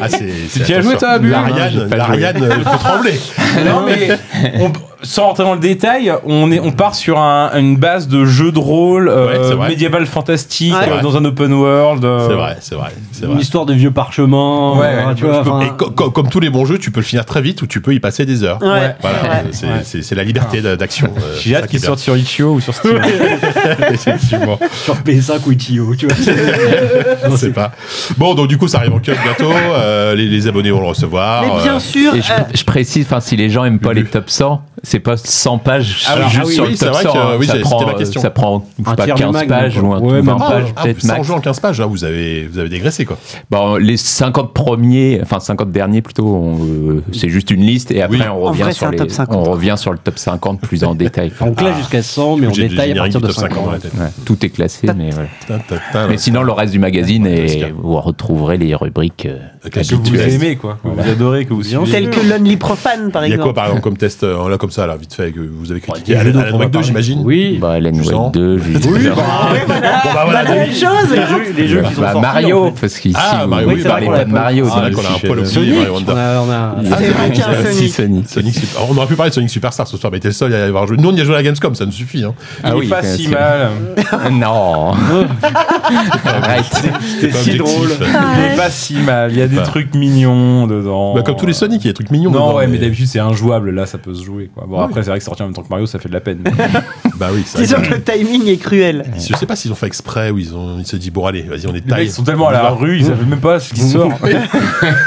S2: Ah, c'est. c'est-
S4: Tu y as joué,
S2: attention.
S4: toi, Abu
S2: L'Ariane, l'Ariane, euh, faut trembler.
S4: Non mais on- sans rentrer dans le détail, on est on part sur un- une base de jeu de rôle euh,
S2: Ouais, c'est vrai.
S4: médiéval fantastique
S3: Ouais.
S4: euh, dans un open world. euh,
S2: C'est vrai, c'est vrai, c'est
S5: Une
S2: vrai.
S5: histoire de vieux parchemin.
S4: Ouais,
S5: euh,
S4: ouais,
S5: tu
S4: je
S5: vois,
S4: peux-
S5: enfin,
S2: Et co- co- comme tous les bons jeux, tu peux le finir très vite ou tu peux y passer des heures.
S3: Ouais.
S2: Voilà, euh, c'est- c'est c'est la liberté d'a- d'action. euh,
S4: J'ai hâte
S2: ça qui est
S4: qu'il sorte sur itch.io ou sur Steam.
S2: bien. Effectivement,
S5: sur PS5 ou Itch.io, tu vois.
S2: je sais pas. Bon, donc du coup, ça arrive en kiosque bientôt. euh, les, les abonnés vont le recevoir.
S3: Mais bien
S2: euh,
S3: sûr,
S6: Et je,
S3: euh,
S6: je précise, enfin, si les gens aiment pas les top 100, c'est pas 100 pages
S2: Ah oui,
S6: juste
S2: ah oui,
S6: sur
S2: oui,
S6: le
S2: c'est
S6: top
S2: vrai
S6: 100.
S2: que,
S6: hein.
S2: oui,
S6: ça,
S2: j'ai-
S6: prend,
S2: c'était ma question.
S6: ça prend je sais
S5: Un
S6: pas,
S5: tiers du
S6: 15
S5: mag,
S6: pages
S5: donc,
S6: ou
S5: quoi.
S6: un
S5: Ouais,
S6: truc,
S5: mais
S6: 20
S2: Ah,
S6: pages
S2: ah,
S6: peut-être
S2: ça
S6: max.
S2: rejoint en 15 pages, là, vous avez, vous avez dégraissé, quoi.
S6: Bon, les 50 premiers, enfin 50 derniers plutôt, on, euh, c'est juste une liste et après
S2: Oui.
S6: on,
S3: En
S6: revient
S3: vrai, c'est
S6: sur
S3: un
S6: les,
S3: top 50,
S6: on revient sur le top 50 plus en détail.
S5: Donc là, jusqu'à 100, mais on
S2: Ah, J'ai le
S5: détaille à
S2: générique
S5: partir
S2: du
S5: de
S2: top 50 dans la tête.
S6: Ouais, tout est classé, mais voilà.
S2: Ta, ta, ta,
S6: Mais sinon, le reste du magazine, et
S2: Fantastique.
S6: vous retrouverez les rubriques. euh,
S2: Qu'est-ce que vous
S6: habituelles.
S2: avez
S4: aimez, quoi. que Vous adorez, que vous suivez.
S3: Tel que Lonely Profane, par
S2: Il y a quoi,
S3: exemple.
S2: par exemple, comme test, euh, là, comme ça, là, vite fait, que vous avez critiqué
S5: des jeux
S2: Alan
S5: dont
S2: Alan
S5: on va
S2: Wake 2,
S5: parler.
S2: j'imagine
S5: Oui.
S6: Bah, Alan
S2: Je sens.
S6: Wake 2, j'ai
S5: Oui, bah,
S2: Bon, bah,
S3: Bah,
S2: voilà,
S3: la
S2: donc-
S3: même chose.
S5: les jeux, les jeux
S6: Bah,
S5: qui sont
S6: bah,
S5: sortis,
S6: Mario,
S5: en fait.
S6: parce qu'ici,
S2: Ah,
S6: vous
S2: Mario,
S6: vous
S2: oui,
S6: parlez
S2: c'est
S5: vrai
S6: pas de
S5: qu'on l'a
S6: Mario.
S2: Ah,
S6: dans
S2: là,
S6: le
S2: qu'on a un
S6: fichier.
S2: poil au cul,
S5: Sonic,
S2: Mario Wonder.
S5: on a, on a-
S6: Ah,
S3: C'est vrai qu'il y a un
S6: Si,
S3: Sonic.
S2: Sonic Super- On aurait pu parler de Sonic Superstar ce soir, mais t'es le seul à y avoir joué. Nous, on y a joué à la Gamescom, ça nous suffit. Hein.
S4: Il
S6: Ah
S4: est
S6: oui,
S4: pas
S6: c'est-
S4: si
S6: c'est-
S4: mal.
S6: Non. Arrête.
S2: C'est pas
S5: si drôle.
S2: objectif.
S4: Il est pas si mal. Il y a des
S2: Bah.
S4: trucs mignons dedans.
S2: Bah, comme tous les Sonic, il y a des trucs mignons.
S4: Non,
S2: dedans,
S4: ouais, mais d'habitude c'est injouable. Là, ça peut se jouer. Quoi. Bon,
S2: Ouais.
S4: après, c'est vrai que sortir en même temps que Mario, ça fait de la peine.
S2: Bah oui, c'est
S3: C'est sûr
S2: vrai.
S3: que le timing est cruel.
S2: que- Je sais pas s'ils ont fait exprès ou ils ont, ils se dit bon allez, vas-y, on est de
S4: les mecs
S2: taille.
S4: ils sont tellement à la rue, ils savent même pas ce qui sort.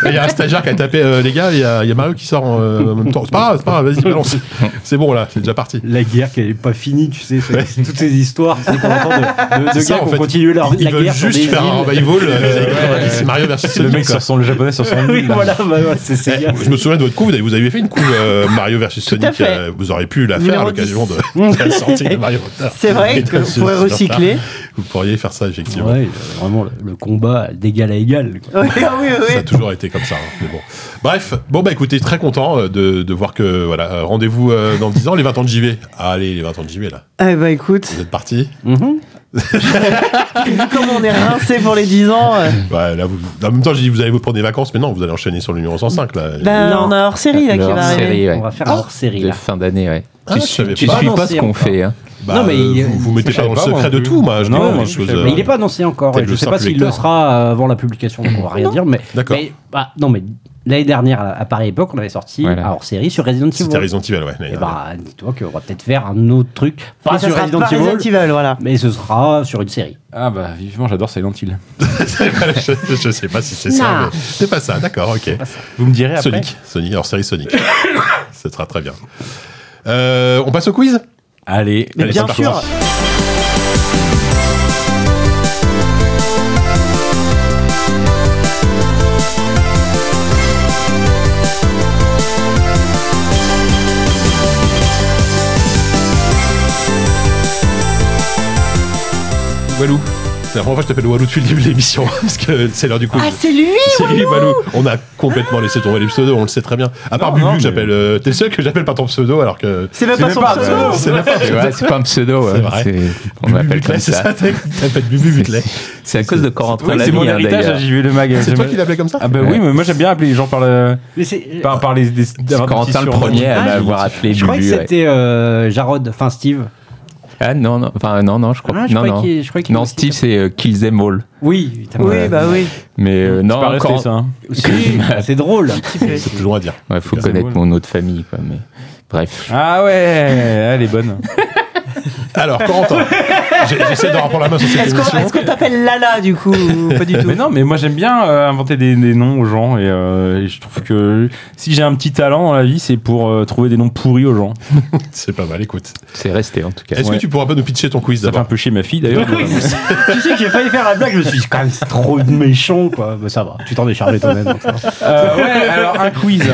S2: Il y a un stagiaire qui a tapé euh, les gars, il y, a il y a Mario qui sort en, euh, en même temps. C'est pas grave, c'est pas grave, vas-y, balance. C'est bon là, c'est déjà parti.
S5: La guerre qui n'est pas finie, tu sais, c'est- toutes ces histoires, c'est qu'on entend de, de, de
S2: C'est ça,
S5: guerre
S2: en
S5: qu'on
S2: fait.
S5: continue leur,
S2: Ils
S5: la
S2: veulent
S5: guerre sur
S2: juste
S5: des
S2: faire un
S5: îles.
S2: revival. euh, avec- C'est Mario versus
S4: Le
S2: Sonic.
S4: mec
S2: quoi.
S4: sur son, le japonais sur son
S5: Oui,
S4: île, là.
S5: voilà, bah, ouais, c'est c'est bien.
S2: Eh, Je me souviens de votre coup, vous avez, vous aviez fait une couve euh, Mario versus
S3: à
S2: Sonic.
S3: fait.
S2: euh, vous auriez pu la faire
S3: Numéro
S2: à l'occasion de, de la sortie de Mario Hunter.
S3: C'est vrai
S2: Et
S3: que vous
S2: versus
S3: pourrez
S2: Hunter.
S3: recycler.
S2: Vous pourriez faire ça, effectivement.
S5: Ouais, vraiment, le, le combat d'égal à égal. quoi.
S3: Oui, oui,
S2: Ça a
S3: oui.
S2: toujours été comme ça. hein, mais bon. Bref, bon bah écoutez, très content euh, de, de voir que voilà, euh, rendez-vous euh, dans 10 ans, les 20 ans de JV. Allez, les 20 ans de JV là,
S3: Eh bah écoute,
S2: vous êtes partis.
S6: Mhm.
S3: vu comme on est rincé pour les 10 ans, euh,
S2: Ouais, là, vous, en même temps, j'ai dit vous allez vous prendre des vacances, mais non, vous allez enchaîner sur le numéro 105 là.
S3: ben,
S5: Non.
S3: on a hors série là qui
S6: Leur
S3: va arriver.
S6: série, ouais. Ah.
S5: On va faire un hors-série,
S6: De
S5: là.
S6: fin d'année, ouais.
S2: Ah,
S6: tu
S2: je savais
S6: tu
S2: pas.
S6: suis pas
S5: Annoncé
S6: ce qu'on
S5: encore.
S6: fait. Hein.
S2: Bah,
S5: Non, mais
S2: euh,
S5: il-
S2: vous, vous mettez
S4: je
S2: pas
S4: savais
S2: dans le
S4: pas, moi,
S2: secret de
S4: non plus.
S2: tout, moi.
S4: Non,
S2: Je dis pas
S4: moi,
S2: des
S4: je
S2: choses,
S4: savais
S2: euh,
S4: pas.
S5: Mais il n'est pas annoncé encore.
S2: Peut-être
S5: et Je
S2: le
S5: ne sais pas
S2: simple
S5: s'il le
S2: lecteur.
S5: sera euh, avant la publication, donc on va rien dire. Mais,
S2: D'accord.
S5: mais- bah, non, mais l'année dernière, à à Paris Époque, on avait sorti
S6: Voilà.
S5: un hors-série sur Resident Evil.
S2: C'était Resident Evil, ouais.
S5: Et bah, dis-toi qu'on va peut-être faire un autre truc. Pas
S3: Mais ça
S5: sur
S3: sera
S5: Resident
S3: pas
S5: Evil,
S3: Resident Evil, voilà.
S5: mais ce sera sur une série.
S4: Ah bah, vivement, j'adore Silent Hill.
S2: Eh ben, je, je sais pas si c'est ça. mais C'est pas ça, d'accord, ok.
S4: Vous me direz après.
S2: Sonic, Sonic, alors série Sonic. Ce sera très bien. Euh, on passe au quiz
S4: Allez,
S3: Mais
S2: Allez,
S3: bien
S2: c'est
S3: sûr,
S2: parti. Walou. C'est la première fois que je t'appelle Walou depuis le début de l'émission, parce que c'est l'heure du quiz.
S3: Ah, c'est lui
S2: C'est lui, Malou. On a complètement laissé tomber les pseudos, on le sait très bien. À part
S4: Non,
S2: Bubu
S4: non,
S2: que
S4: mais-
S2: j'appelle. euh, T'es le seul que j'appelle pas ton pseudo alors que.
S3: C'est même pas son pseudo
S2: C'est même pas.
S6: Tu vois, C'est pas un pseudo.
S2: C'est
S6: hein,
S2: vrai.
S6: c'est- On
S2: Bubu
S6: l'appelle
S2: Butler,
S6: comme
S2: c'est
S6: ça.
S2: ça. t'es- T'appelles Bubu Butler.
S6: C'est à cause de Corentin
S4: Oui, c'est
S6: Lamy,
S4: mon
S6: hein,
S4: héritage à
S6: d'ailleurs.
S4: JV Le Mag.
S2: C'est toi qui l'appelais comme ça
S4: Ah bah oui, mais moi j'aime bien appeler les gens par le.
S5: Mais c'est.
S4: Par, par les, des,
S6: C'est Corentin le premier à
S5: Ah,
S6: m'avoir appelé
S5: Je croyais que
S6: Bubu. ouais.
S5: c'était euh, Jarod, enfin Steve.
S6: Ah non, non, enfin, non, non, je crois.
S5: Ah, je
S6: non,
S5: croyais
S6: non.
S5: qu'il- je croyais qu'il
S6: non,
S5: m'avait
S6: Steve, c'est euh, Kills Them All.
S5: Oui, t'as-
S3: Oui, bah oui.
S6: Mais euh,
S4: Non,
S6: non,
S4: pas resté
S6: Corentin-
S4: ça. hein.
S5: Si, c'est drôle.
S2: C'est toujours à dire.
S6: Ouais, faut
S2: Kills
S4: Them
S6: connaître
S4: All.
S6: mon autre famille, quoi. Mais bref.
S4: Ah ouais, elle est bonne.
S2: Alors, Corentin, j'ai- j'essaie de reprendre la main sur cette
S3: Est-ce qu'on
S2: émission.
S3: est-ce qu'on t'appelle Lala du coup ou Pas du tout.
S4: Mais non, mais moi j'aime bien euh, inventer des, des noms aux gens et, euh, et je trouve que si j'ai un petit talent dans la vie, c'est pour euh, trouver des noms pourris aux gens.
S2: C'est pas mal, écoute.
S6: C'est resté, en tout cas.
S2: Est-ce
S4: Ouais.
S2: que tu pourras pas nous pitcher ton quiz
S4: Ça fait un
S2: d'abord
S4: peu chier ma fille d'ailleurs. mais-
S5: tu sais que j'ai failli faire la blague, je me suis dit, quand même, c'est trop méchant, quoi. Mais ça va, tu t'en es chargé toi-même. donc ça va.
S4: Euh, ouais, alors un quiz. Euh,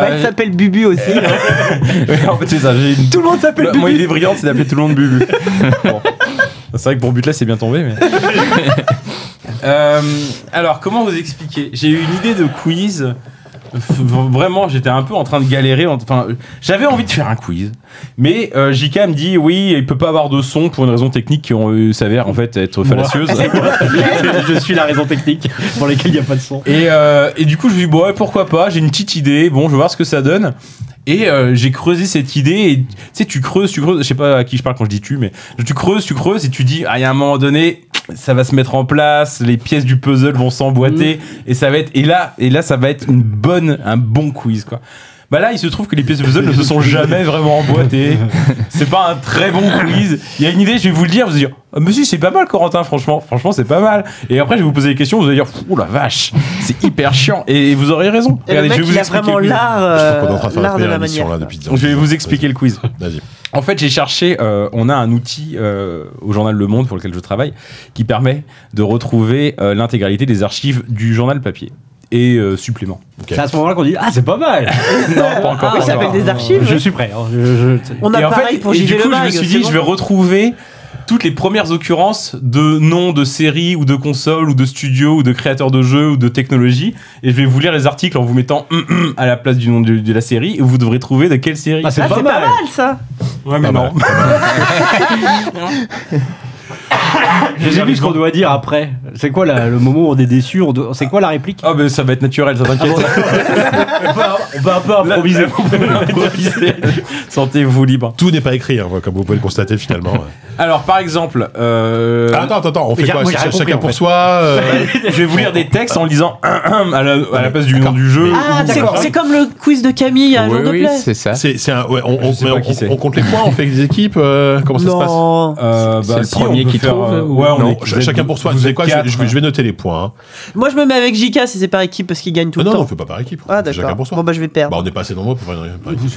S3: Bah, il s'appelle Bubu aussi. hein.
S4: ouais, en fait, c'est ça. j'ai une-
S3: Tout le monde s'appelle
S4: Le-
S3: Bubu.
S4: Moi, il est brillant, c'est d'appeler tout le monde Bubu. Bon. C'est vrai que pour Butler, c'est bien tombé. Mais... Euh, alors, comment vous expliquer J'ai eu une idée de quiz. F- Vraiment, j'étais un peu en train de galérer. Enfin, j'avais envie de faire un quiz, mais euh, JK me dit oui, il peut pas avoir de son pour une raison technique qui euh, s'avère en fait être fallacieuse.
S5: je suis la raison technique pour laquelle il n'y a pas de son.
S4: Et, euh, et du coup, je me suis dit, bon, ouais, pourquoi pas, j'ai une petite idée, bon, je vais voir ce que ça donne. Et euh, j'ai creusé cette idée, et tu sais, tu creuses, tu creuses, je sais pas à qui je parle quand je dis tu, mais tu creuses, tu creuses, et tu dis, ah, il y a un moment donné, ça va se mettre en place, les pièces du
S3: Mm.
S4: puzzle vont s'emboîter, et ça va être, et là, et là, ça va être une bonne, un bon quiz, quoi. Bah là, il se trouve que les pièces de puzzle ne se sont jamais vraiment emboîtées. C'est pas un très bon quiz. Il y a une idée, je vais vous le dire, vous allez dire, Ah, mais si, c'est pas mal, Corentin, franchement. Franchement, c'est pas mal. Et après, je vais vous poser des questions, vous allez dire, oh la vache, c'est hyper chiant. Et vous aurez raison.
S3: Et le Eh ben, mec,
S4: je vais vous
S3: il a
S4: expliquer
S3: vraiment
S4: le quiz.
S3: l'art
S2: Je crois qu'on est en train de
S3: euh,
S2: faire la
S3: l'art de
S2: première
S3: la
S2: émission,
S3: manière.
S2: là, depuis dix ans.
S4: Je vais vous expliquer le quiz.
S2: Vas-y.
S4: En fait, j'ai cherché, euh, on a un outil euh, au journal Le Monde pour lequel je travaille qui permet de retrouver euh, l'intégralité des archives du journal papier et euh, suppléments.
S2: Ok.
S5: C'est à ce moment-là qu'on dit Ah, c'est pas mal
S4: non, pas encore.
S3: Ah,
S4: pas
S3: ça
S4: encore.
S3: s'appelle des archives
S5: Je suis prêt. hein, je- je-
S3: On a
S4: et en
S3: pareil
S4: fait,
S3: pour
S4: et du
S3: JV
S4: coup,
S3: Le Mag.
S4: je me suis
S3: c'est
S4: dit,
S3: bon.
S4: je vais retrouver toutes les premières occurrences de noms de séries ou de consoles ou de studios ou de créateurs de jeux ou de technologies et je vais vous lire les articles en vous mettant hum, hum à la place du nom de, de la série et vous devrez trouver de quelle série.
S5: Ah, c'est
S3: Ah,
S5: pas,
S3: c'est
S5: mal.
S3: ça.
S4: ouais, mais non.
S5: Je sais plus ce qu'on doit dire après. C'est quoi la- le moment où on est déçu on doit- C'est quoi la réplique
S4: Ah, ben ça va être naturel, ça t'inquiète.
S5: on, va, on va un peu improviser.
S4: Improviser. Sentez-vous libre.
S2: Tout n'est pas écrit, hein, comme vous pouvez le constater finalement.
S4: Alors, par exemple, euh,
S2: Ah, attends, attends, attends, on fait
S5: j'ai-
S2: quoi
S5: moi, j'ai
S2: Ch-
S5: rien
S2: Chacun
S5: compris, en
S2: pour
S5: fait.
S2: soi euh,
S4: je vais vous lire des textes en lisant Hum, hum à la, à la place du nom du jeu.
S3: Ah, c'est c'est comme le quiz de Camille à
S6: oui,
S3: jour de
S6: oui,
S3: plaie.
S6: c'est ça.
S2: C'est c'est un. ouais, on, on-
S4: Je sais
S2: mais
S4: pas
S2: on-
S4: qui c'est.
S2: on compte les points, on fait des équipes, euh, comment ça se passe
S3: Non.
S4: Euh,
S6: C'est
S4: bah,
S6: le
S4: si, on
S6: premier
S4: peut
S6: qui
S4: faire,
S6: trouve,
S4: euh,
S6: ou-
S4: ouais, on
S2: Non,
S4: est-
S2: ch-
S4: vous êtes-
S2: chacun pour soi.
S4: vous
S2: Vous savez
S4: êtes
S2: quoi je,
S4: quatre.
S2: je vais- je vais noter les points. hein.
S3: Moi, je me mets avec JK si c'est par équipe parce qu'il gagne tout
S2: Ah
S3: le
S2: non, non, on
S3: temps.
S2: fait pas par équipe. on
S3: Ah,
S2: fait Chacun
S3: d'accord.
S2: pour soi.
S3: Bon, bah, je vais
S2: Bah,
S3: perdre.
S2: on est pas assez nombreux pour faire une. par équipe.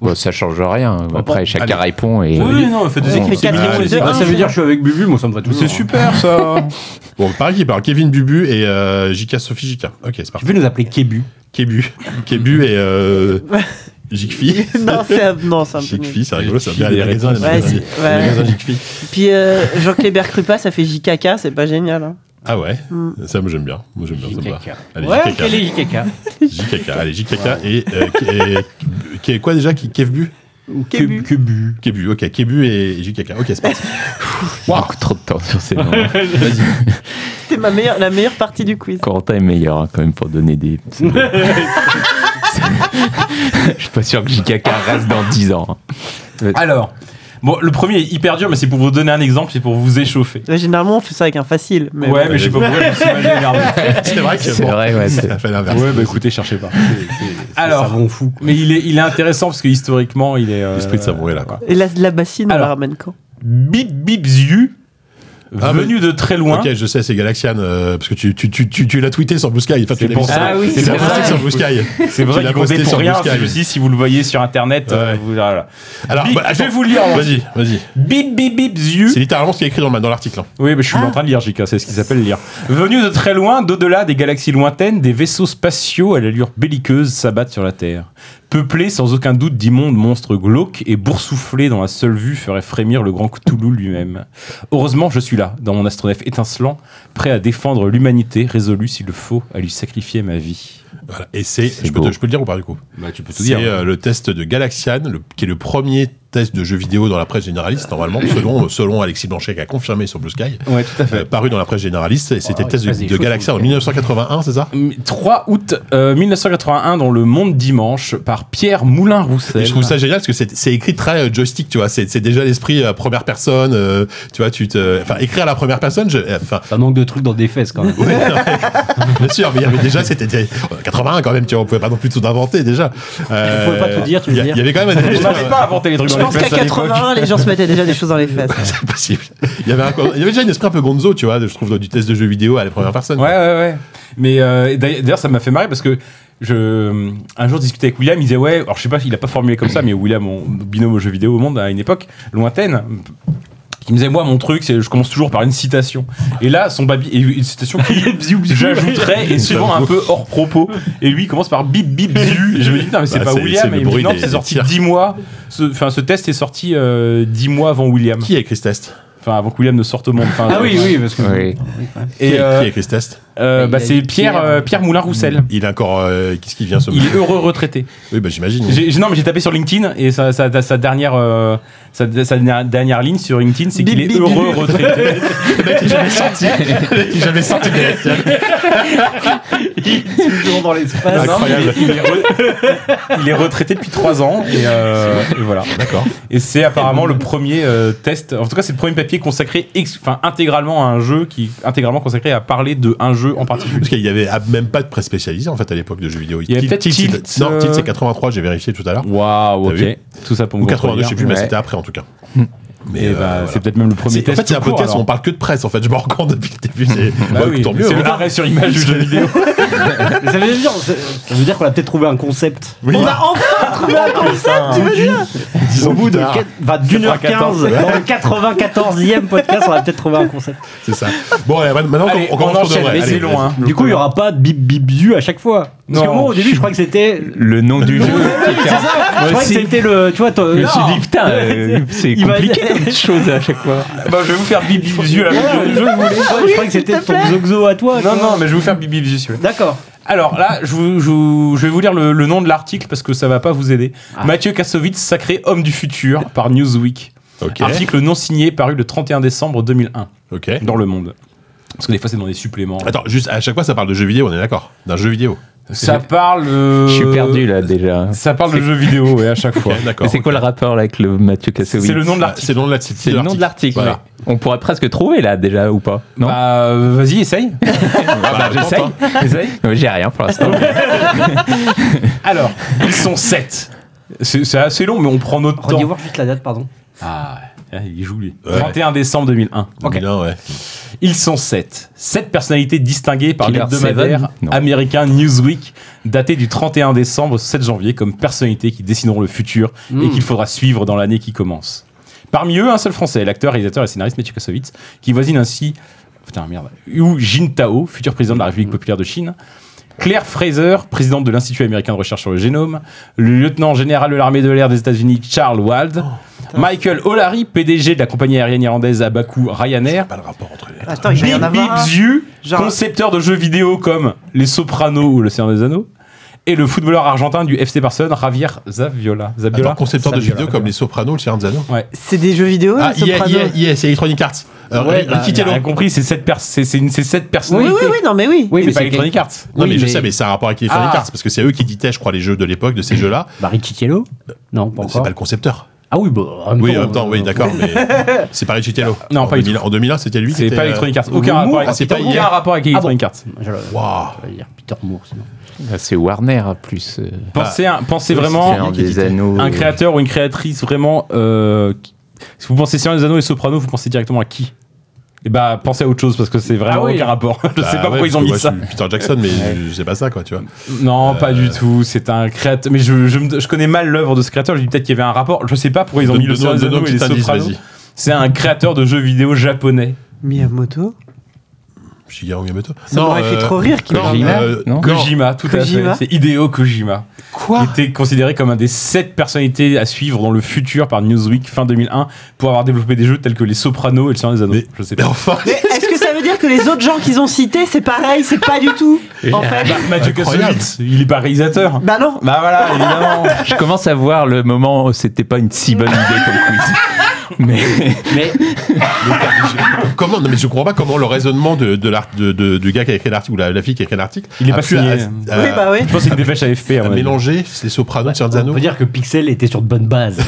S6: Bon, ça change rien. Après, chacun
S2: allez.
S6: répond et.
S4: Oui, oui, non, faites des
S3: On
S4: équipes.
S3: fait
S4: c'est
S3: quatre
S4: bien,
S3: et
S4: allez-y.
S3: deux.
S5: Ah, ça veut dire que je suis avec Bubu, moi ça me va toujours.
S4: C'est super ça.
S2: Bon, par équipe, alors Kevin Bubu et euh, Jika Sophie Jika. Ok, c'est
S5: Tu
S2: parti.
S5: peux nous appeler Kébu.
S2: Kebu. Kebu et euh, Jikfi.
S3: non, c'est un- non, c'est un peu nul.
S2: Jikfi, c'est rigolo, ça me vient les
S4: Jikfi,
S2: magasins. les
S3: Ouais,
S2: magasins.
S3: c'est- ouais.
S2: Les magasins Jikfi.
S3: Puis euh, Jean Kléber Krupa, ça fait JKK, c'est pas génial. hein.
S2: Ah ouais,
S3: Mm.
S2: ça me j'aime bien. Moi j'aime bien ça me va. Allez,
S5: Ouais,
S2: JKK.
S5: quel est JKK
S2: JKK, allez, JKK et, euh, Ke- et- Ke- quoi déjà Ke- Kevbu
S3: Kébu.
S2: Kebu. Kebu, ok, Kebu et JKK. Ok, c'est parti.
S6: Beaucoup trop de temps sur ces noms.
S3: C'était ma meilleure, la meilleure partie du quiz.
S6: Corentin est meilleur hein, quand même pour donner des. Je suis pas sûr que JKK reste dans 10 ans. hein.
S4: Alors, bon, le premier est hyper dur, mais c'est pour vous donner un exemple, c'est pour vous échauffer.
S3: Là, généralement, on fait ça avec un facile. Mais
S4: ouais, mais je sais pas pourquoi je me suis mal énervé.
S2: C'est vrai que
S6: C'est vrai, ouais, c'est-
S2: ça fait l'inverse.
S4: Ouais, bah écoutez, cherchez pas.
S5: Alors,
S4: Alors,
S5: savon fou.
S4: mais il est, il est intéressant parce que historiquement, il est. euh,
S2: L'esprit de savourer là, quoi.
S3: Et la, la bassine, on
S4: Alors.
S3: la ramène quand
S4: Bip Bip Ziu,
S2: Ah,
S4: venu de très loin.
S2: Ok, je sais, c'est Galaxian, euh, parce que tu, tu, tu, tu, tu l'as tweeté sur Blue Sky. Enfin, tu
S4: C'est
S2: l'as
S4: pour
S2: mis
S4: ça.
S2: sur-
S4: Ah oui,
S2: tu
S4: c'est
S2: l'as
S4: pour
S2: posté
S4: ça.
S2: sur Blue Sky.
S4: C'est pour
S2: Tu
S4: ça
S2: l'as
S4: qu'il comptait
S2: posté
S4: pour
S2: sur
S4: rien.
S2: Blue Sky.
S4: Je me suis dit, si vous le voyez sur internet, euh,
S2: Ouais.
S4: vous, voilà.
S2: Alors, bah,
S4: Bip, je vais
S2: attends.
S4: vous le lire, alors.
S2: Vas-y, vas-y.
S4: Bip Bip Bip Ziu.
S2: C'est littéralement ce qui est écrit dans le- dans l'article. hein.
S4: Oui, mais je suis en train de lire, JK, c'est ce qui s'appelle lire. Venu de très loin, d'au-delà des galaxies lointaines, des vaisseaux spatiaux à l'allure belliqueuse s'abattent sur la Terre. Peuplés sans aucun doute d'immondes monstres glauques et boursouflés dans la seule vue ferait frémir le grand Cthulhu lui-même. Heureusement, je suis là, dans mon astronef étincelant, prêt à défendre l'humanité, résolu s'il le faut à lui sacrifier ma vie.
S2: Voilà. Et c'est.
S6: C'est
S2: Je, peux
S6: beau.
S2: te- je peux le dire ou pas du coup
S4: Bah, tu peux
S2: C'est euh, le test de Galaxian, le- qui est le premier test de jeu vidéo dans la presse généraliste, normalement, selon, euh, selon Alexis Blanchet qui a confirmé sur Blue Sky,
S4: Ouais, tout à
S2: euh, paru dans la presse généraliste. Et C'était
S5: il
S2: le test
S5: se passe
S2: de,
S5: des
S2: de
S5: choses
S2: Galaxian
S5: sur
S2: en
S5: Blue
S2: 1981, c'est ça
S4: 3 Hum, août euh, 1981 dans Le Monde Dimanche par Pierre Moulin-Roussel.
S2: Et je trouve ça génial parce que c'est c'est écrit très euh, joystick, tu vois. C'est c'est déjà l'esprit euh, première personne, euh, tu vois. Tu te, enfin, écrire à la première personne, je- euh, enfin,
S5: Ça manque de trucs dans des fesses quand même.
S2: Ouais, non, mais- bien sûr, mais il y avait déjà, c'était des- 81 quand même, tu vois, on pouvait pas non plus tout inventer déjà. Euh,
S5: pouvait pas tout dire, tu veux
S2: il y a-
S5: dire.
S2: Il y avait quand même un
S4: On n'avait pas inventé les trucs
S3: Je
S4: dans les
S3: pense qu'à
S4: fesses à l'époque.
S3: 81, les gens se mettaient déjà des choses dans les fesses.
S2: C'est possible. Il y avait, un, il y avait déjà un esprit un peu gonzo, tu vois, de- je trouve, dans du test de jeu vidéo à la première personne.
S4: Ouais, ouais, ouais. Mais euh, d'ailleurs, d'ailleurs, ça m'a fait marrer parce que je, un jour, je discutais avec William. Il disait, ouais, alors je sais pas, il a pas formulé comme ça, mais William, mon binôme au jeu vidéo au monde à une époque lointaine. Il me disait, moi, mon truc, c'est je commence toujours par une citation. Et là, son babi, et une citation que j'ajouterais, et souvent un peu hors propos. Et lui, il commence par bip bip zu. Et je me dis, putain, mais c'est
S2: Bah,
S4: pas
S2: c'est-
S4: William.
S2: c'est le
S4: Et il me dit,
S2: bruit
S4: non,
S2: des-
S4: c'est
S2: des
S4: sorti
S2: tirs.
S4: 10 mois. Ce- Enfin, ce, test est sorti euh, 10 mois avant William.
S2: Qui a écrit ce test
S4: Enfin, avant que William ne sorte au monde. Enfin,
S5: Ah oui, oui, parce que.
S6: Oui.
S2: Qui
S4: Et,
S2: a-
S4: euh,
S2: qui a écrit ce test
S4: euh, bah,
S6: Il a
S4: c'est
S6: dit
S4: Pierre,
S6: Pierre,
S4: euh, Pierre Moulin-Roussel.
S2: Il est encore. euh, Qu'est-ce qui vient ce
S4: Il est heureux retraité.
S2: Oui, bah j'imagine.
S4: J'ai- j'ai- non, mais j'ai tapé sur LinkedIn et sa, sa- sa dernière, euh, sa, sa dernière- dernière ligne sur LinkedIn, c'est qu'il est heureux retraité.
S2: J'ai jamais senti. J'ai jamais senti.
S5: Toujours dans l'espace.
S4: Non, mais il, est- il est re- il est retraité depuis 3 ans et, euh, et voilà.
S2: D'accord.
S4: Et c'est apparemment le premier euh, test, en tout cas, c'est le premier papier consacré ex- enfin, intégralement à un jeu qui, intégralement consacré à parler de un jeu jeu en particulier.
S2: Parce qu'il y avait même pas de presse spécialisée en fait à l'époque de jeux vidéo.
S4: Il y avait
S2: Tilt-
S4: peut-être
S2: Tilt,
S4: Tilt,
S2: c'est- Non,
S4: euh,
S2: Tilt c'est 83, j'ai vérifié tout à l'heure.
S4: Waouh,
S2: T'as vu
S4: ok. Tout ça pour me
S2: Ou 82, je sais plus, mais
S6: Ouais.
S2: c'était après en tout cas. Mais
S4: Et
S2: euh,
S4: bah,
S2: voilà.
S4: c'est peut-être même le premier
S2: C'est-
S4: test.
S2: En fait, c'est un
S4: tout court,
S2: podcast où
S4: alors.
S2: on parle que de presse en fait. Je me rends compte depuis le début. C'est
S4: Bah
S2: Bah,
S4: oui,
S2: tant mieux.
S4: c'est
S2: hein.
S4: le arrêt sur image du jeu vidéo.
S7: Mais ça veut dire, ça veut dire qu'on a peut-être trouvé un concept.
S2: Oui.
S3: On a enfin trouvé un concept, tu veux dire
S2: Dix ans
S7: Au bout
S2: plus
S7: de
S2: tard,
S7: quat- bah, d'une heure 15 dans le 94e podcast, on a peut-être trouvé un concept.
S2: C'est ça. Bon, allez, maintenant
S4: Allez,
S2: on
S4: on
S2: commence
S4: enchaîne, mais c'est long. hein.
S7: Du coup, il n'y aura pas de bip bip zu à chaque fois. Parce que
S4: Non.
S7: moi, au début, je crois que c'était.
S6: Le nom du jeu.
S7: Ah, Je crois que c'était le. Tu vois, toi.
S6: Je me suis dit, putain, euh, c'est
S7: Il va-
S6: compliqué comme petite chose à chaque fois.
S4: Bah, je vais vous faire bibi yeux à la fin du jeu.
S7: je crois que c'était ton Zoxo à toi.
S4: Non, non, mais je vais vous faire bibi yeux si vous voulez.
S7: D'accord.
S4: Alors là, je, vous- je vous- je vais vous lire le, le nom de l'article parce que ça va pas vous aider. Mathieu Kassovitz, sacré homme du futur par Newsweek.
S2: Ok.
S4: Article non signé paru le 31 décembre 2001
S2: Ok.
S4: dans Le Monde. Parce que des fois, c'est dans des suppléments.
S2: Attends, juste à chaque fois ça parle de jeux vidéo, on est d'accord D'un jeu vidéo.
S4: Ça parle. euh,
S6: Je suis perdu là déjà.
S4: Ça parle de jeux vidéo, ouais, à chaque fois.
S2: Ok, d'accord.
S6: Mais c'est quoi le rapport là, avec le Mathieu Kassovitz
S4: C'est le nom de
S2: Ah,
S4: l'article.
S2: C'est le nom de la- c'est
S6: C'est le nom de l'article.
S2: Voilà.
S6: ouais. On pourrait presque trouver là déjà ou pas Non,
S4: Bah, euh, vas-y, essaye.
S2: Voilà,
S6: j'essaye.
S2: j'entends.
S4: essaye.
S6: Non, mais j'ai rien pour l'instant. Bah,
S4: Alors, ils sont 7. C'est c'est assez long, mais on prend notre temps.
S7: Redis voir juste la date, pardon.
S4: Ah, ouais. Ah, il joue lui.
S2: Ouais.
S4: 31 décembre 2001.
S2: Bien, ouais.
S4: Ils sont 7. 7 personnalités distinguées par
S6: Killer
S4: l'hebdomadaire
S6: Seven Non.
S4: américain Newsweek, daté du 31 décembre au 7 janvier, comme personnalités qui dessineront le futur
S6: Hmm.
S4: et qu'il faudra suivre dans l'année qui commence. Parmi eux, un seul français, l'acteur, réalisateur et scénariste Mathieu Kassovitz, qui voisine ainsi. Putain, merde. Hu Jintao, futur président de la
S6: Hmm.
S4: République populaire de Chine. Claire Fraser, présidente de l'Institut américain de recherche sur le génome, le lieutenant général de l'armée de l'air des États-Unis Charles Wald,
S6: Oh,
S4: Michael O'Leary, PDG de la compagnie aérienne irlandaise à Bakou Ryanair,
S2: Pas le rapport entre les.
S3: Attends, il va y
S4: Big
S3: en
S4: Big
S3: avoir un.
S4: Ziu,
S3: Genre-
S4: concepteur de jeux vidéo comme Les Sopranos ou Le Seigneur des Anneaux, et le footballeur argentin du FC Barcelone, Javier Zaviola. Zabiola
S2: Attends, concepteur de jeux
S4: Saviola.
S2: vidéo comme les Sopranos, le Sierra Zano.
S3: C'est des jeux vidéo,
S2: Ah,
S3: les
S2: IA,
S3: Sopranos
S2: IA, IA, c'est Electronic Arts. Euh,
S7: Ouais,
S2: Ricky
S7: bah,
S4: J'ai
S2: Tello.
S4: rien compris, c'est sept, pers c'est- c'est une- c'est sept
S3: Oui,
S4: personnalités.
S3: oui, oui, non, mais oui.
S7: Oui,
S4: c'est pas Electronic Arts.
S2: Non,
S7: Oui,
S2: mais, je
S7: mais-
S2: sais, mais c'est un rapport avec Electronic
S4: Ah.
S2: Arts, parce que c'est eux qui ditaient, je crois, les jeux de l'époque, de ces jeux-là.
S7: Bah, Ricky Tiello Non, pas
S2: C'est
S7: encore.
S2: pas le concepteur.
S7: Ah oui, bah. en même
S2: Oui,
S7: temps,
S2: en même temps,
S7: euh,
S2: oui, d'accord, mais c'est pas Richie Tello.
S4: Non,
S2: En
S4: pas du
S2: 2000 En 2001, c'était lui qui
S4: C'est
S2: était,
S4: pas
S2: euh,
S4: Electronic Arts. Aucun
S7: Moore,
S4: rapport avec,
S2: ah, c'est pas
S4: aucun
S2: IA.
S4: rapport avec Electronic Arts.
S7: Je le-
S2: Waouh.
S7: je vais dire Peter Moore, sinon.
S6: Bah, c'est Warner plus. euh,
S2: Bah,
S4: Pensez, un- pensez
S6: c'est
S4: vraiment
S6: Seigneur des anneaux.
S4: un créateur ou une créatrice vraiment. euh, qui- si vous pensez Seigneur des Anneaux et Sopranos, vous pensez directement à qui Et bah, pensez à autre chose parce que c'est vraiment
S7: Ah oui.
S4: aucun rapport. Je
S2: Bah
S4: sais pas
S2: ouais,
S4: pourquoi ils
S2: parce
S4: ont
S2: que
S4: mis
S2: moi,
S4: ça.
S2: je suis Peter Jackson, mais je- c'est pas ça, quoi, tu vois.
S4: Non,
S2: Euh,
S4: pas du tout. C'est un créateur. Mais je, je, me- je connais mal l'œuvre de ce créateur. Je dis peut-être qu'il y avait un rapport. Je sais pas pourquoi ils ont mis le
S2: Donne-nous-
S4: Seigneur des
S2: donne-nous un
S4: Anneaux et les
S2: petit indice,
S4: Sopranos.
S2: vas-y.
S4: C'est un créateur de jeux vidéo japonais.
S3: Miyamoto
S2: Shigeru Miyamoto.
S3: Ça m'aurait fait trop rire qu'il
S2: non,
S3: m'ait-
S6: Kojima,
S2: euh,
S6: non
S4: Kojima, tout à
S3: Kojima.
S4: fait. C'est Hideo Kojima. Quoi Il était considéré comme un des sept personnalités à suivre dans le futur par Newsweek fin 2001 pour avoir développé des jeux tels que Les Sopranos et Le Seigneur des Anneaux.
S2: Mais-
S4: Je sais
S2: Mais
S4: pas.
S2: enfin,
S3: Mais est-ce que ça veut dire que les autres gens qu'ils ont cités, c'est pareil, c'est pas du tout En fait.
S4: Bah, Mathieu
S2: Incroyable.
S4: Kassovitz, il est pas réalisateur.
S3: Bah non
S4: Bah voilà, évidemment.
S6: Je commence à voir le moment où c'était pas une si bonne idée comme quiz. Mais
S2: comment Non, mais je comprends pas comment le raisonnement de, de l'art- de- de- du gars qui a écrit l'article ou la, la fille qui a écrit l'article.
S4: Il est
S2: a
S4: pas
S2: pu
S4: signé.
S2: à-
S4: Oui,
S2: à-
S3: Oui, bah oui.
S4: Je pense que c'est une dépêche AFP. à
S2: à
S4: mon avis.
S2: mélanger les Sopranos, Sierra
S7: On
S2: Zano.
S7: peut dire que Pixel était sur de bonnes bases.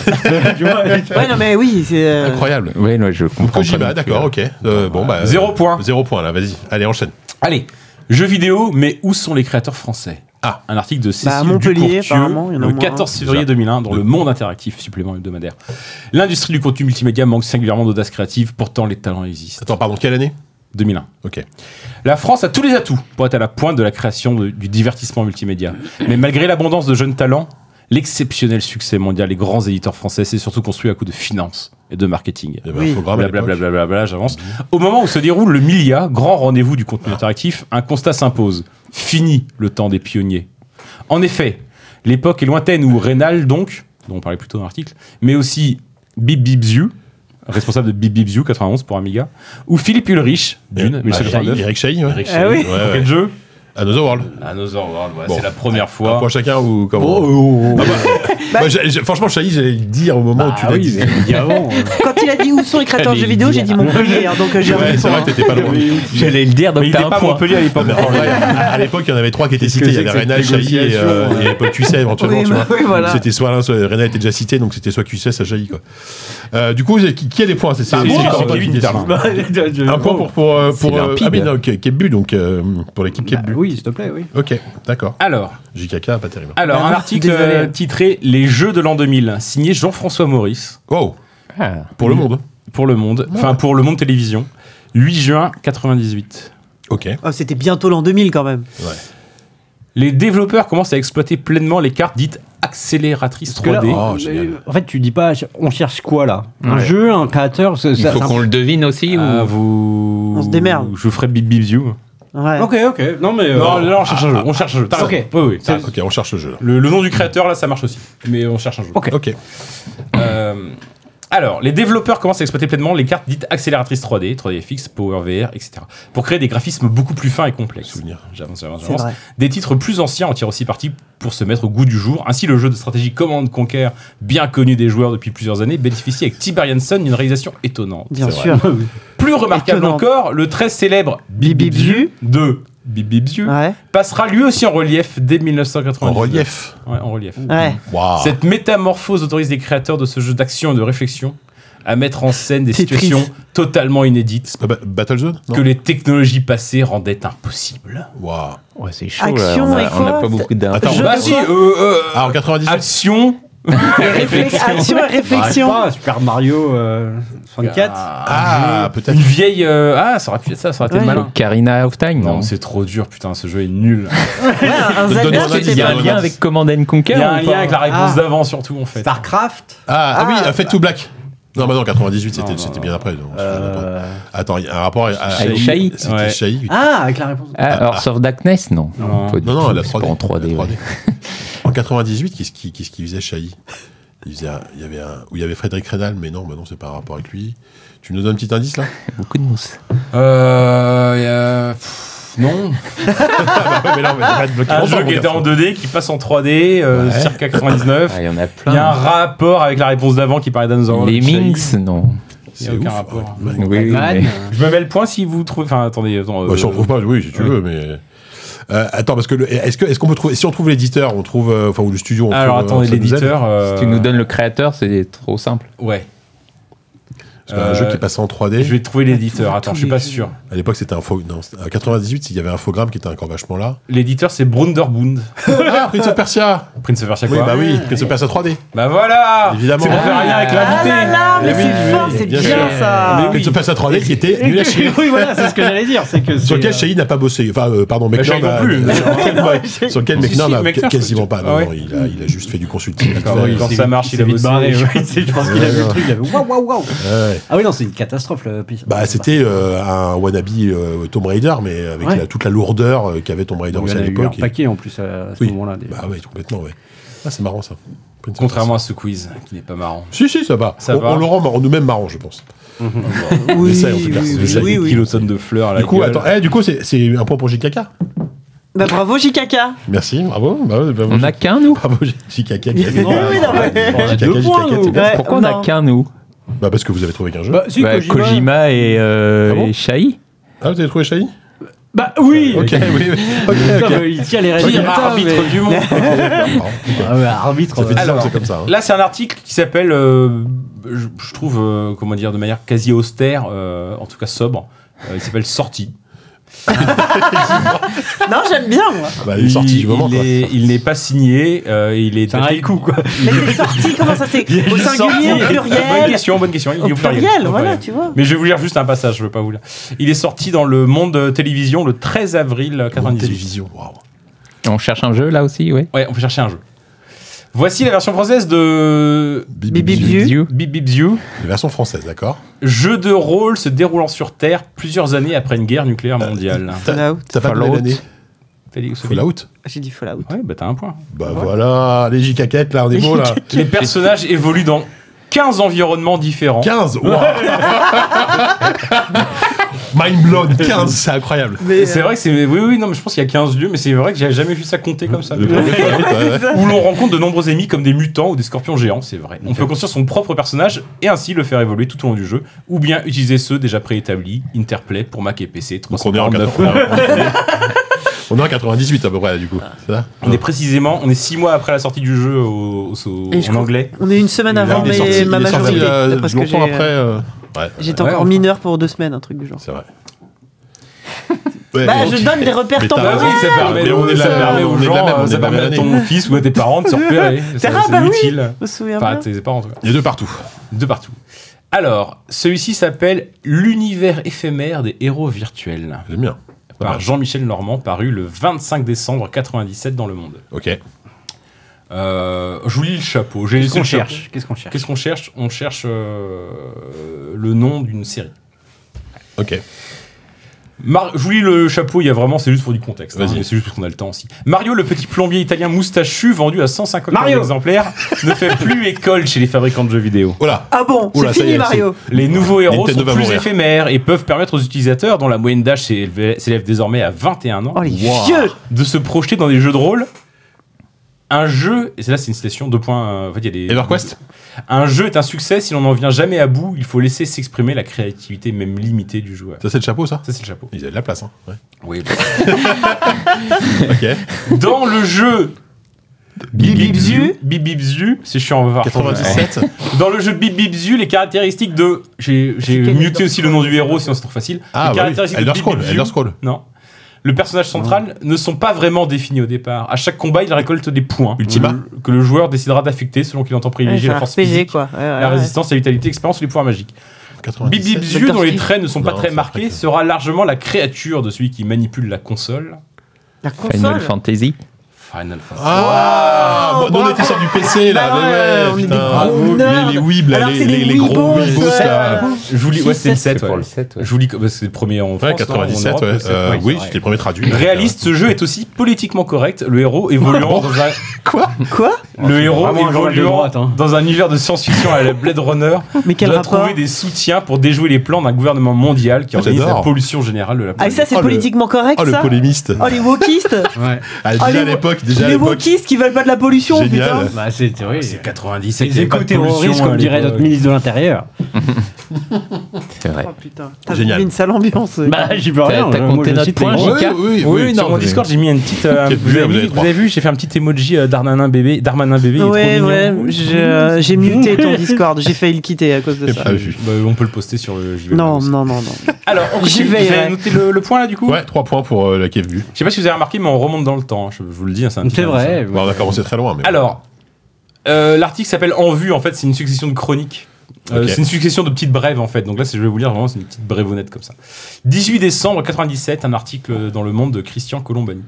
S7: Tu vois,
S3: Ouais, non, mais oui, c'est. euh,
S2: Incroyable.
S6: ouais, non, je comprends
S2: Kojima,
S6: pas.
S2: d'accord, ok. Euh, bon, bah,
S4: Zéro
S2: euh,
S4: point.
S2: Zéro point, là, vas-y. Allez, enchaîne.
S4: Allez, jeux vidéo, mais où sont les créateurs français Ah, un article de Cécile
S3: Bah, à Montpellier,
S4: Ducourtieu,
S3: apparemment, il y en a
S4: le
S3: moins
S4: 14 février
S2: Déjà.
S4: 2001 dans le Monde Interactif, supplément hebdomadaire. L'industrie du contenu multimédia manque singulièrement d'audace créative, pourtant les talents existent.
S2: Attends, pardon, quelle année
S4: 2001.
S2: Ok. Eh
S4: La France a tous les atouts pour être à la pointe de la création de- du divertissement multimédia. Mais malgré l'abondance de jeunes talents, l'exceptionnel succès mondial des grands éditeurs français s'est surtout construit à coup de finances et de marketing.
S2: Il y avait
S3: Oui.
S2: un programme à l'époque.
S4: Blablabla, j'avance. Au moment où se déroule le Milia, grand rendez-vous du contenu interactif, un constat s'impose. Fini le temps des pionniers. En effet, l'époque est lointaine où Rénal, donc, dont on parlait plus tôt dans l'article, mais aussi Bip Bip Ziu, responsable de Bip Bip Ziu 91 pour Amiga, ou Philippe Ulrich, d'une,
S2: Bah,
S4: 1989,
S2: Eric Chahi, ouais.
S3: Ah oui.
S2: Ouais, ouais.
S4: quel jeu
S2: Another World.
S4: Another World, ouais,
S2: Bon.
S4: c'est la première
S2: Un
S4: fois. Oh,
S2: point chacun ou comment Ah bah,
S3: euh,
S2: bah, j'ai- j'ai- Franchement, Chahi, j'allais le dire au
S3: Bah,
S4: Oh,
S2: moment
S4: ah
S3: ah
S2: où tu l'as dit.
S3: Quand il a dit où sont les créateurs de jeux vidéo, j'ai dit Montpellier, hein, donc euh, j'ai
S2: Ouais,
S3: remis
S2: c'est
S3: pour
S2: vrai, t'étais pas loin.
S6: J'allais le dire, donc
S4: Mais il
S6: t'as
S4: était
S6: un
S4: pas à
S6: point.
S4: Montpellier à l'époque.
S2: Mais en vrai, à l'époque, il y en avait trois qui étaient cités. Il y avait
S7: que
S2: Renal,
S7: cette
S2: Chahi et, euh, et Paul Cuisset, éventuellement.
S3: Oui,
S2: tu
S3: bah
S2: vois.
S3: oui, voilà.
S2: Donc, C'était soit l'un, soit Renal était déjà cité, donc c'était soit Cuisset, soit Chahi. Quoi. Euh, du coup, vous avez- qui, qui a les points C'est ça.
S4: moi, c'est Kevin,
S2: Un point pour, pour, euh, pour
S6: C'est
S2: euh,
S6: limpide.
S2: ah, mais non, Ke- Kebu, donc euh, pour l'équipe
S7: Bah
S2: Kebu.
S7: Oui, s'il te plaît, oui.
S2: Ok, d'accord.
S4: Alors,
S2: JKK, pas terrible.
S4: alors un
S3: non,
S4: article
S3: désolé.
S4: euh, titré Les Jeux de l'an 2000, signé Jean-François Maurice
S2: Wow,
S6: Ah.
S2: Oh, pour le monde.
S4: pour Le Monde, enfin pour Le Monde Télévision, 8 juin 98.
S2: Ok.
S3: Oh, C'était bientôt l'an 2000 quand même.
S4: Les développeurs commencent à exploiter pleinement les cartes dites accélératrices
S7: Parce que là,
S4: 3D.
S2: Oh,
S7: euh,
S2: génial.
S7: en fait, tu dis pas, on cherche quoi là Un jeu, un créateur parce que
S6: Il
S7: ça-
S6: faut
S7: ça-
S6: qu'on le devine aussi
S4: Ah,
S6: ou...
S4: vous...
S3: On se démerde.
S4: Je vous ferai Bip Bip Zoom.
S3: Ouais.
S7: Ok, ok. Non, mais. euh,
S4: Non, non, on cherche un jeu. On cherche un jeu. T'as
S7: Ok.
S4: raison. Oui, oui, t'as raison.
S2: Ok, on cherche le jeu. là.
S4: Le, le nom du créateur, là, ça marche aussi. Mais on cherche un jeu.
S7: Ok.
S2: Ok.
S4: Euh, alors, les développeurs commencent à exploiter pleinement les cartes dites accélératrices 3D, 3DFX, PowerVR, etc. pour créer des graphismes beaucoup plus fins et complexes.
S2: Souvenir.
S4: J'avance, j'avance,
S3: C'est
S4: j'avance.
S3: vrai.
S4: Des titres plus anciens en tirent aussi parti pour se mettre au goût du jour. Ainsi, le jeu de stratégie Command Conquer, bien connu des joueurs depuis plusieurs années, bénéficie avec Tiberian Sun d'une réalisation étonnante.
S3: Bien
S2: C'est vrai.
S3: sûr.
S4: Plus remarquable
S3: Étonnante.
S4: encore, le très célèbre Bibibzu
S3: Bibibzu.
S4: de Bibibzu
S3: Ouais.
S4: passera lui aussi en relief dès 1990.
S2: En relief. Ah.
S4: Ouais, en relief. Mm.
S3: Ouais.
S2: Waouh.
S4: Cette métamorphose autorise les créateurs de ce jeu d'action et de réflexion à mettre en scène des
S3: Tetris.
S4: situations totalement inédites
S2: Ah, ba- Battlezone
S4: que
S2: Non.
S4: les technologies passées rendaient impossibles.
S2: Waouh.
S6: Ouais, c'est chaud,
S3: Action
S6: là. On
S3: et
S6: a, on a
S3: quoi
S6: pas beaucoup d'infos.
S2: Attends,
S3: Je-
S4: bah
S3: de
S4: si,
S3: quoi
S4: euh, euh,
S2: Ah, en 98
S4: action.
S3: Réflexion. Action et réflexion.
S7: Bah, pas Super Mario euh, 64.
S4: un
S2: Ah,
S4: jeu-
S2: peut-être.
S4: Une vieille. euh, ah, ça aurait pu être ça, ça aurait été
S3: Ouais.
S4: malin.
S6: Karina of Time, non,
S4: Non, c'est trop dur, putain, ce jeu est nul.
S3: Ouais, un
S2: Donne-nous
S3: Zelda,
S2: un
S6: Il y
S3: c'était
S6: a
S3: pas
S6: un
S2: indice.
S6: lien avec Command and Conquer
S4: Il y a un
S6: ou
S4: lien
S6: pas
S4: avec la réponse
S3: Ah.
S4: d'avant, surtout, en fait.
S7: Starcraft.
S2: Ah, ah oui,
S3: Ah.
S2: Fait to Black. Non, bah non, 98, c'était,
S4: Non, non,
S2: c'était
S4: non.
S2: bien après. donc, je me souviens pas. Attends, il y a un rapport à, à-
S6: Avec Shahi.
S2: C'était
S4: Ouais.
S2: Shahi, oui.
S7: Ah, avec la réponse.
S6: Ah, Earth of Darkness, non.
S4: Non.
S6: Pas du
S2: Non, non,
S6: tout,
S2: la
S6: c'est
S2: 3D.
S6: pas en 3D.
S2: la
S6: ouais.
S2: 3D. en 98, qu'est-ce qui, qu'est-ce qui faisait Chahi il, faisait un- il y avait un, où il y avait Frédéric Rédal, mais non, bah non, c'est pas un rapport avec lui. Tu nous donnes un petit indice là
S6: Beaucoup de mousse.
S4: Euh. il y a- pff, Non.
S2: Ah bah ouais, mais là, on va être bloqué
S4: Un
S2: longtemps,
S4: jeu
S2: mon
S4: qui était
S2: garçon.
S4: en 2D, qui passe en 3D, euh,
S2: Ouais.
S4: circa 99.
S6: Ah, il y en a
S4: Il
S6: plein.
S4: y a un rapport avec la réponse d'avant qui parlait d'Another
S6: Les Minx, non.
S4: Il y a
S2: C'est
S4: aucun
S2: ouf.
S4: rapport.
S2: Ouais.
S6: Oui, oui, mais-
S4: Je me mets le point si vous trouvez. Enfin, attendez. attends,
S2: Bah,
S4: euh,
S2: si on trouve pas, oui, si tu
S4: oui.
S2: veux, mais. Euh, attends, parce que le- est-ce, que, est-ce qu'on peut trouver. Si on trouve l'éditeur, on trouve. euh, Enfin, ou le studio, on
S4: Alors
S2: trouve, euh,
S4: attendez,
S2: ça nous aide.
S4: l'éditeur. euh,
S6: Si tu nous donnes le créateur, c'est trop simple.
S4: Ouais.
S2: Parce qu'un jeu
S4: Euh,
S2: qui passait en 3D.
S4: Je vais trouver l'éditeur. Attends, je suis pas sûr.
S2: À l'époque, c'était un faux. Non, c'était- en 98, il y avait un infogramme qui était encore vachement là.
S4: L'éditeur, c'est Brunderbund.
S2: Ah, Prince of Persia
S4: Prince of Persia,
S2: Oui,
S4: quoi.
S2: bah oui, Prince of Persia 3D.
S4: Bah voilà
S2: Évidemment.
S4: C'est pour faire un lien avec Eh
S3: Ah
S4: l'invité.
S3: là là, mais
S2: Oui, oui,
S3: c'est fort,
S2: oui,
S3: c'est
S2: bien
S3: bien,
S2: sûr.
S3: ça.
S2: Prince of Persia 3D qui était nul à chier.
S7: oui, voilà, c'est ce que j'allais dire. C'est que
S2: Sur
S7: c'est,
S2: lequel
S7: euh,
S2: Shahid n'a pas bossé. Enfin, euh, pardon, McNair.
S4: Bah, Shahid non plus.
S2: Sur lequel
S4: Si, si,
S2: McNair n'a
S4: McNair, je
S2: quasiment
S4: peux
S2: pas.
S4: dire.
S2: Non,
S4: Ah
S2: non,
S4: ouais.
S2: il a, il a juste fait du consulting. vite
S4: Quand,
S2: fait.
S4: quand
S2: Ouais,
S4: ça marche, il a
S7: s'est
S4: bossé.
S7: barré, ouais, c'est- je pense qu'il a vu le truc. Il a fait waouh, waouh, waouh.
S2: ouais.
S7: Ah oui, non, c'est une catastrophe. Le... pis-
S2: Bah, c'était euh, un wannabe euh, Tomb Raider, mais avec
S7: Ouais.
S2: la- toute la lourdeur euh, qu'avait Tomb Raider
S7: Il y
S2: aussi
S7: en
S2: à
S7: a eu un
S2: l'époque. et-
S7: paquet en plus à ce
S2: Oui.
S7: moment-là. des-
S2: Bah, ouais, complètement, ouais. Ah, c'est marrant ça. Prince of
S4: Contrairement à ce quiz, qui n'est pas marrant.
S2: Persia. Si, si, ça va.
S4: Ça
S2: on,
S4: va.
S2: on le rend marrant, nous-mêmes marrant, je pense.
S3: Oui,
S2: essaie, en tout cas, on
S3: oui,
S2: essaie.
S3: oui, oui.
S4: Kilotonne de fleurs, là.
S2: Du coup, attends, eh, du coup, c'est- c'est un point pour JKK.
S3: Bah bravo JKK.
S2: Merci, bravo. Bah ouais, bravo,
S6: On n'a qu'un, nous
S2: Bravo, JKK.
S3: Oui, non, mais-
S7: On a
S2: Caca,
S7: deux
S2: caca,
S7: points,
S2: caca,
S7: nous.
S2: caca.
S3: Ouais,
S6: Pourquoi on n'a
S3: non.
S6: qu'un, nous
S2: Bah parce que vous avez trouvé qu'un jeu.
S7: Bah, si,
S6: Bah,
S7: Kojima.
S6: Kojima et, euh,
S2: Ah bon
S6: et Shai.
S2: Ah, vous avez trouvé Shai
S7: Bah oui
S2: Ok, oui, oui. Ok,
S7: Putain,
S2: ok.
S7: mais Il tient les
S4: Pire
S7: résultats.
S4: arbitre
S7: mais-
S4: du monde.
S7: Ah ouais, Arbitre.
S2: Ça fait
S7: euh,
S2: 10 ans que
S4: Alors,
S2: c'est comme ça. hein.
S4: Là, c'est un article qui s'appelle, euh, je, je trouve, euh, comment dire, de manière quasi austère, euh, en tout cas sobre. Euh, il s'appelle Sortie.
S3: Non, j'aime bien moi.
S2: Bah, il est sorti du moment,
S4: il
S2: quoi.
S4: est- il n'est pas signé. euh, il est.
S7: C'est un haïku, quoi.
S3: Mais c'est sorti, comment ça c'est
S4: Il est
S3: Au singulier,
S4: sorti.
S3: au
S4: Bonne
S3: pluriel.
S4: question, bonne question. Il est
S3: Au pluriel,
S4: Au
S3: voilà,
S4: pluriel.
S3: tu vois.
S4: Mais je vais vous lire juste un passage, je veux pas vous lire. Il est sorti dans le Monde euh, Télévision le 13 avril
S2: En
S4: 98.
S2: télévision, waouh.
S6: On cherche un jeu, là aussi, ouais.
S4: Ouais, on peut chercher un jeu. Voici la version française de
S3: Bibibiu.
S6: Dieu.
S4: Bip Bip Ziu.
S2: La version française, d'accord
S4: Jeu de rôle se déroulant sur Terre plusieurs années après une guerre nucléaire
S2: Euh,
S4: mondiale.
S3: Fallout.
S2: T'as pas
S6: Fallout.
S2: de l'année
S4: T'as dit où ça
S2: Fallout
S3: J'ai dit Fallout.
S4: Ouais, bah t'as un point.
S2: Bah voilà, les JKK, là, on est
S3: Les
S2: beau, là.
S4: Les personnages évoluent dans 15 environnements différents.
S2: 15 waouh. Mind blown, 15, c'est incroyable.
S4: Et C'est vrai que c'est. Oui, oui, non, mais je pense qu'il y a 15 lieux, mais c'est vrai que j'ai jamais vu ça compter comme ça.
S2: Le premier sur la route, ouais, ouais.
S4: Où l'on rencontre de nombreux ennemis comme des mutants ou des scorpions géants, c'est vrai. On peut construire son propre personnage et ainsi le faire évoluer tout au long du jeu, ou bien utiliser ceux déjà préétablis, Interplay pour Mac et PC,
S2: Donc on est en
S4: 349
S2: 80. On est en 98 à peu près, là, du coup. C'est ça
S4: On est précisément, on est 6 mois après la sortie du jeu au- au- au-
S3: Et je
S4: en
S3: crois-
S4: anglais.
S3: On est une semaine
S2: Il est
S3: avant
S2: sorti-
S3: mes- ma
S2: il est sorti,
S3: majorité.
S2: euh,
S3: d'après ce que
S2: longtemps
S3: j'ai-
S2: après. euh, Ouais,
S3: J'étais
S4: Ouais,
S3: encore
S4: enfin.
S3: mineur pour deux semaines, un truc du genre.
S2: c'est vrai. Ouais,
S3: Bah,
S2: mais-
S3: je donne des repères
S2: Ah Mais t'as
S4: Bah
S3: temporels.
S4: oui, ça permet,
S2: Mais on est de la
S4: ça
S2: même-
S4: permet
S2: on
S4: aux
S2: est de la
S4: gens,
S2: même- on
S4: euh,
S2: est de
S4: ça
S2: la
S4: permet
S2: même
S4: à ton
S2: année.
S4: fils ou à tes parents de se repérer. Ça,
S3: Ah,
S4: C'est
S3: bah oui.
S4: utile.
S3: Je me souviens
S4: Enfin,
S3: bien.
S4: tes parents, en tout cas.
S2: Il y a deux partout.
S4: De partout. Alors, celui-ci s'appelle L'univers éphémère des héros virtuels.
S2: J'aime bien. Pas
S4: par
S2: mal.
S4: Jean-Michel Normand, paru le 25 décembre 97 dans Le Monde.
S2: Ok.
S4: Euh, je vous lis le chapeau. J'ai
S5: Qu'est-ce
S4: laissé
S5: qu'on
S4: le chapeau.
S5: cherche Qu'est-ce qu'on cherche
S4: Qu'est-ce qu'on cherche On cherche euh, le nom d'une série.
S2: Ok.
S4: Mar- je vous lis le chapeau, il y a vraiment, c'est juste pour du contexte. hein,
S2: Vas-y.
S4: mais c'est juste parce qu'on a le temps aussi. Mario, le petit plombier italien moustachu, vendu à 150
S5: Mario
S4: exemplaires, ne fait plus école chez les fabricants de jeux vidéo.
S2: Voilà.
S3: Ah bon,
S2: Oula,
S3: c'est
S2: ça y
S3: fini
S2: est,
S3: Mario.
S4: Les nouveaux héros
S2: Nintendo va
S4: sont plus
S2: mourir.
S4: éphémères et peuvent permettre aux utilisateurs, dont la moyenne d'âge s'élève s'élève désormais à 21 ans,
S3: Oh les vieux
S4: de se projeter dans des jeux de rôle. Un jeu, et c'est là c'est une citation, deux points, euh, en fait il y a des...
S2: EverQuest
S4: Un jeu est un succès si l'on n'en vient jamais à bout, il faut laisser s'exprimer la créativité même limitée du joueur.
S2: Ça, c'est le chapeau, ça
S4: Ça c'est le chapeau.
S2: Ils avaient de la place, hein. Ouais.
S4: Oui.
S2: Ok.
S4: Dans le jeu Bibibzu, Bibibzu, c'est chiant, on va voir.
S2: 97
S4: Dans le jeu Bibibzu, les caractéristiques de... J'ai j'ai
S3: quel
S4: muté
S3: Elder
S4: aussi le nom du héros sinon c'est trop facile. les
S2: Ah, bah oui.
S4: caractéristiques
S2: Elder
S4: de
S2: Scroll.
S4: Bibibzu-
S2: Elder Scroll.
S4: Non. Le personnage central ne sont pas vraiment définis au départ. À chaque combat, il récolte des points
S2: Ultima.
S4: Le- que le joueur décidera d'affecter selon qu'il entend
S3: Ouais,
S4: privilégier
S3: C'est
S4: la
S3: un
S4: force
S3: RPG
S4: physique,
S3: quoi. Ouais, ouais,
S4: la
S3: ouais.
S4: résistance, la vitalité, l'expérience et les pouvoirs magiques.
S2: 97.
S4: Bibibziu,
S3: Doctor
S4: dont les
S3: Sleep.
S4: traits ne sont pas
S2: Non,
S4: très
S2: c'est
S4: marqués,
S2: vrai que-
S4: sera largement la créature de celui qui manipule la console.
S3: La
S6: Final
S3: console.
S6: Fantasy.
S4: Final Fantasy.
S2: Ah
S3: Waouh,
S2: bon, Nous, on
S3: bravo.
S2: était sur du PC, là.
S3: Bah
S2: mais
S3: ouais,
S2: ouais,
S3: on est des
S2: putain.
S3: gros
S2: Bravo,
S3: nerds.
S2: les, les weebs, là,
S3: Alors,
S2: les,
S3: c'est
S2: les,
S3: des
S2: les gros
S3: weebos,
S2: weebos,
S3: ouais.
S2: là.
S4: Je vous lis, ouais, c'est le 7,
S6: C'est
S4: ouais.
S6: pour le 7, ouais.
S4: Je vous lis, bah, c'est le premier en France.
S2: Ouais,
S4: non, en
S2: 97,
S4: Europe,
S2: ouais.
S4: le sept,
S2: Euh,
S4: ouais, c'est
S2: oui,
S4: vrai.
S2: c'était les premiers traduits.
S4: Réaliste, ce jeu est aussi politiquement correct, le héros évoluant dans un...
S2: Quoi
S3: Quoi
S4: Le héros
S5: vraiment un journal de
S4: évoluant
S5: droite, hein.
S4: dans un univers de science-fiction à la Blade Runner
S3: Mais quel
S4: doit
S3: rapport
S4: trouver des soutiens pour déjouer les plans d'un gouvernement mondial qui
S2: Ah,
S4: organise la
S2: j'adore.
S4: pollution générale de la
S3: Ah et
S4: planète.
S3: ça c'est
S2: Oh, le-
S3: politiquement correct
S2: Oh, le
S3: ça
S2: polémiste.
S3: Oh les wokistes
S2: Ah,
S3: Oh, les
S2: déjà à
S3: wo-
S2: l'époque, déjà à
S3: Les
S2: l'époque.
S3: wokistes qui veulent pas de la pollution
S2: Génial.
S3: putain
S5: Bah, c'est oui.
S4: C'est 97, il y
S5: Les
S4: avait pas de
S5: éco-terroristes,
S4: pollution hein, à
S5: comme dirait notre
S4: l'époque.
S5: ministre de l'intérieur.
S6: C'est vrai.
S3: Oh putain, t'as
S2: Génial.
S3: mis une sale ambiance.
S5: Bah, j'y peux
S6: T'as
S5: rien.
S6: t'as
S5: moi,
S6: compté
S5: je
S6: notre
S5: cite
S6: point,
S5: les
S2: gros.
S6: JK
S2: Oui, oui,
S4: Oui,
S2: oui,
S4: sur mon Discord, j'ai mis une petite. euh,
S2: Ok,
S4: vous,
S2: vous avez- vous
S4: avez,
S2: avez
S4: vous
S2: trois.
S4: avez vu, j'ai fait un petit emoji euh, Darmanin bébé. Darmanin bébé, il est
S3: Ouais,
S4: trop
S3: ouais,
S4: mignon.
S3: je- euh, j'ai muté ton Discord, j'ai failli le quitter à cause de
S2: J'ai
S3: ça.
S2: pas vu.
S4: Bah, on peut le poster sur le JV.
S3: Non, non, non, non.
S4: Alors, on
S3: J'y
S4: continue.
S3: vais,
S4: Vous avez
S3: ouais.
S4: noté le, le point là du coup
S2: Ouais, 3 points pour euh, la KFB.
S4: Je sais pas si vous avez remarqué, mais on remonte dans le temps. hein. Je vous le dis, c'est un petit
S5: C'est
S4: peu
S5: vrai.
S2: Bon, on a commencé très loin, mais.
S4: Alors, euh, l'article s'appelle En vue, en fait, c'est une succession de chroniques. Euh,
S2: Ok.
S4: C'est une succession de petites brèves en fait. Donc là, c'est- je vais vous lire vraiment, c'est une petite brévonnette comme ça. 18 décembre 97, un article dans Le Monde de Christian Colombani.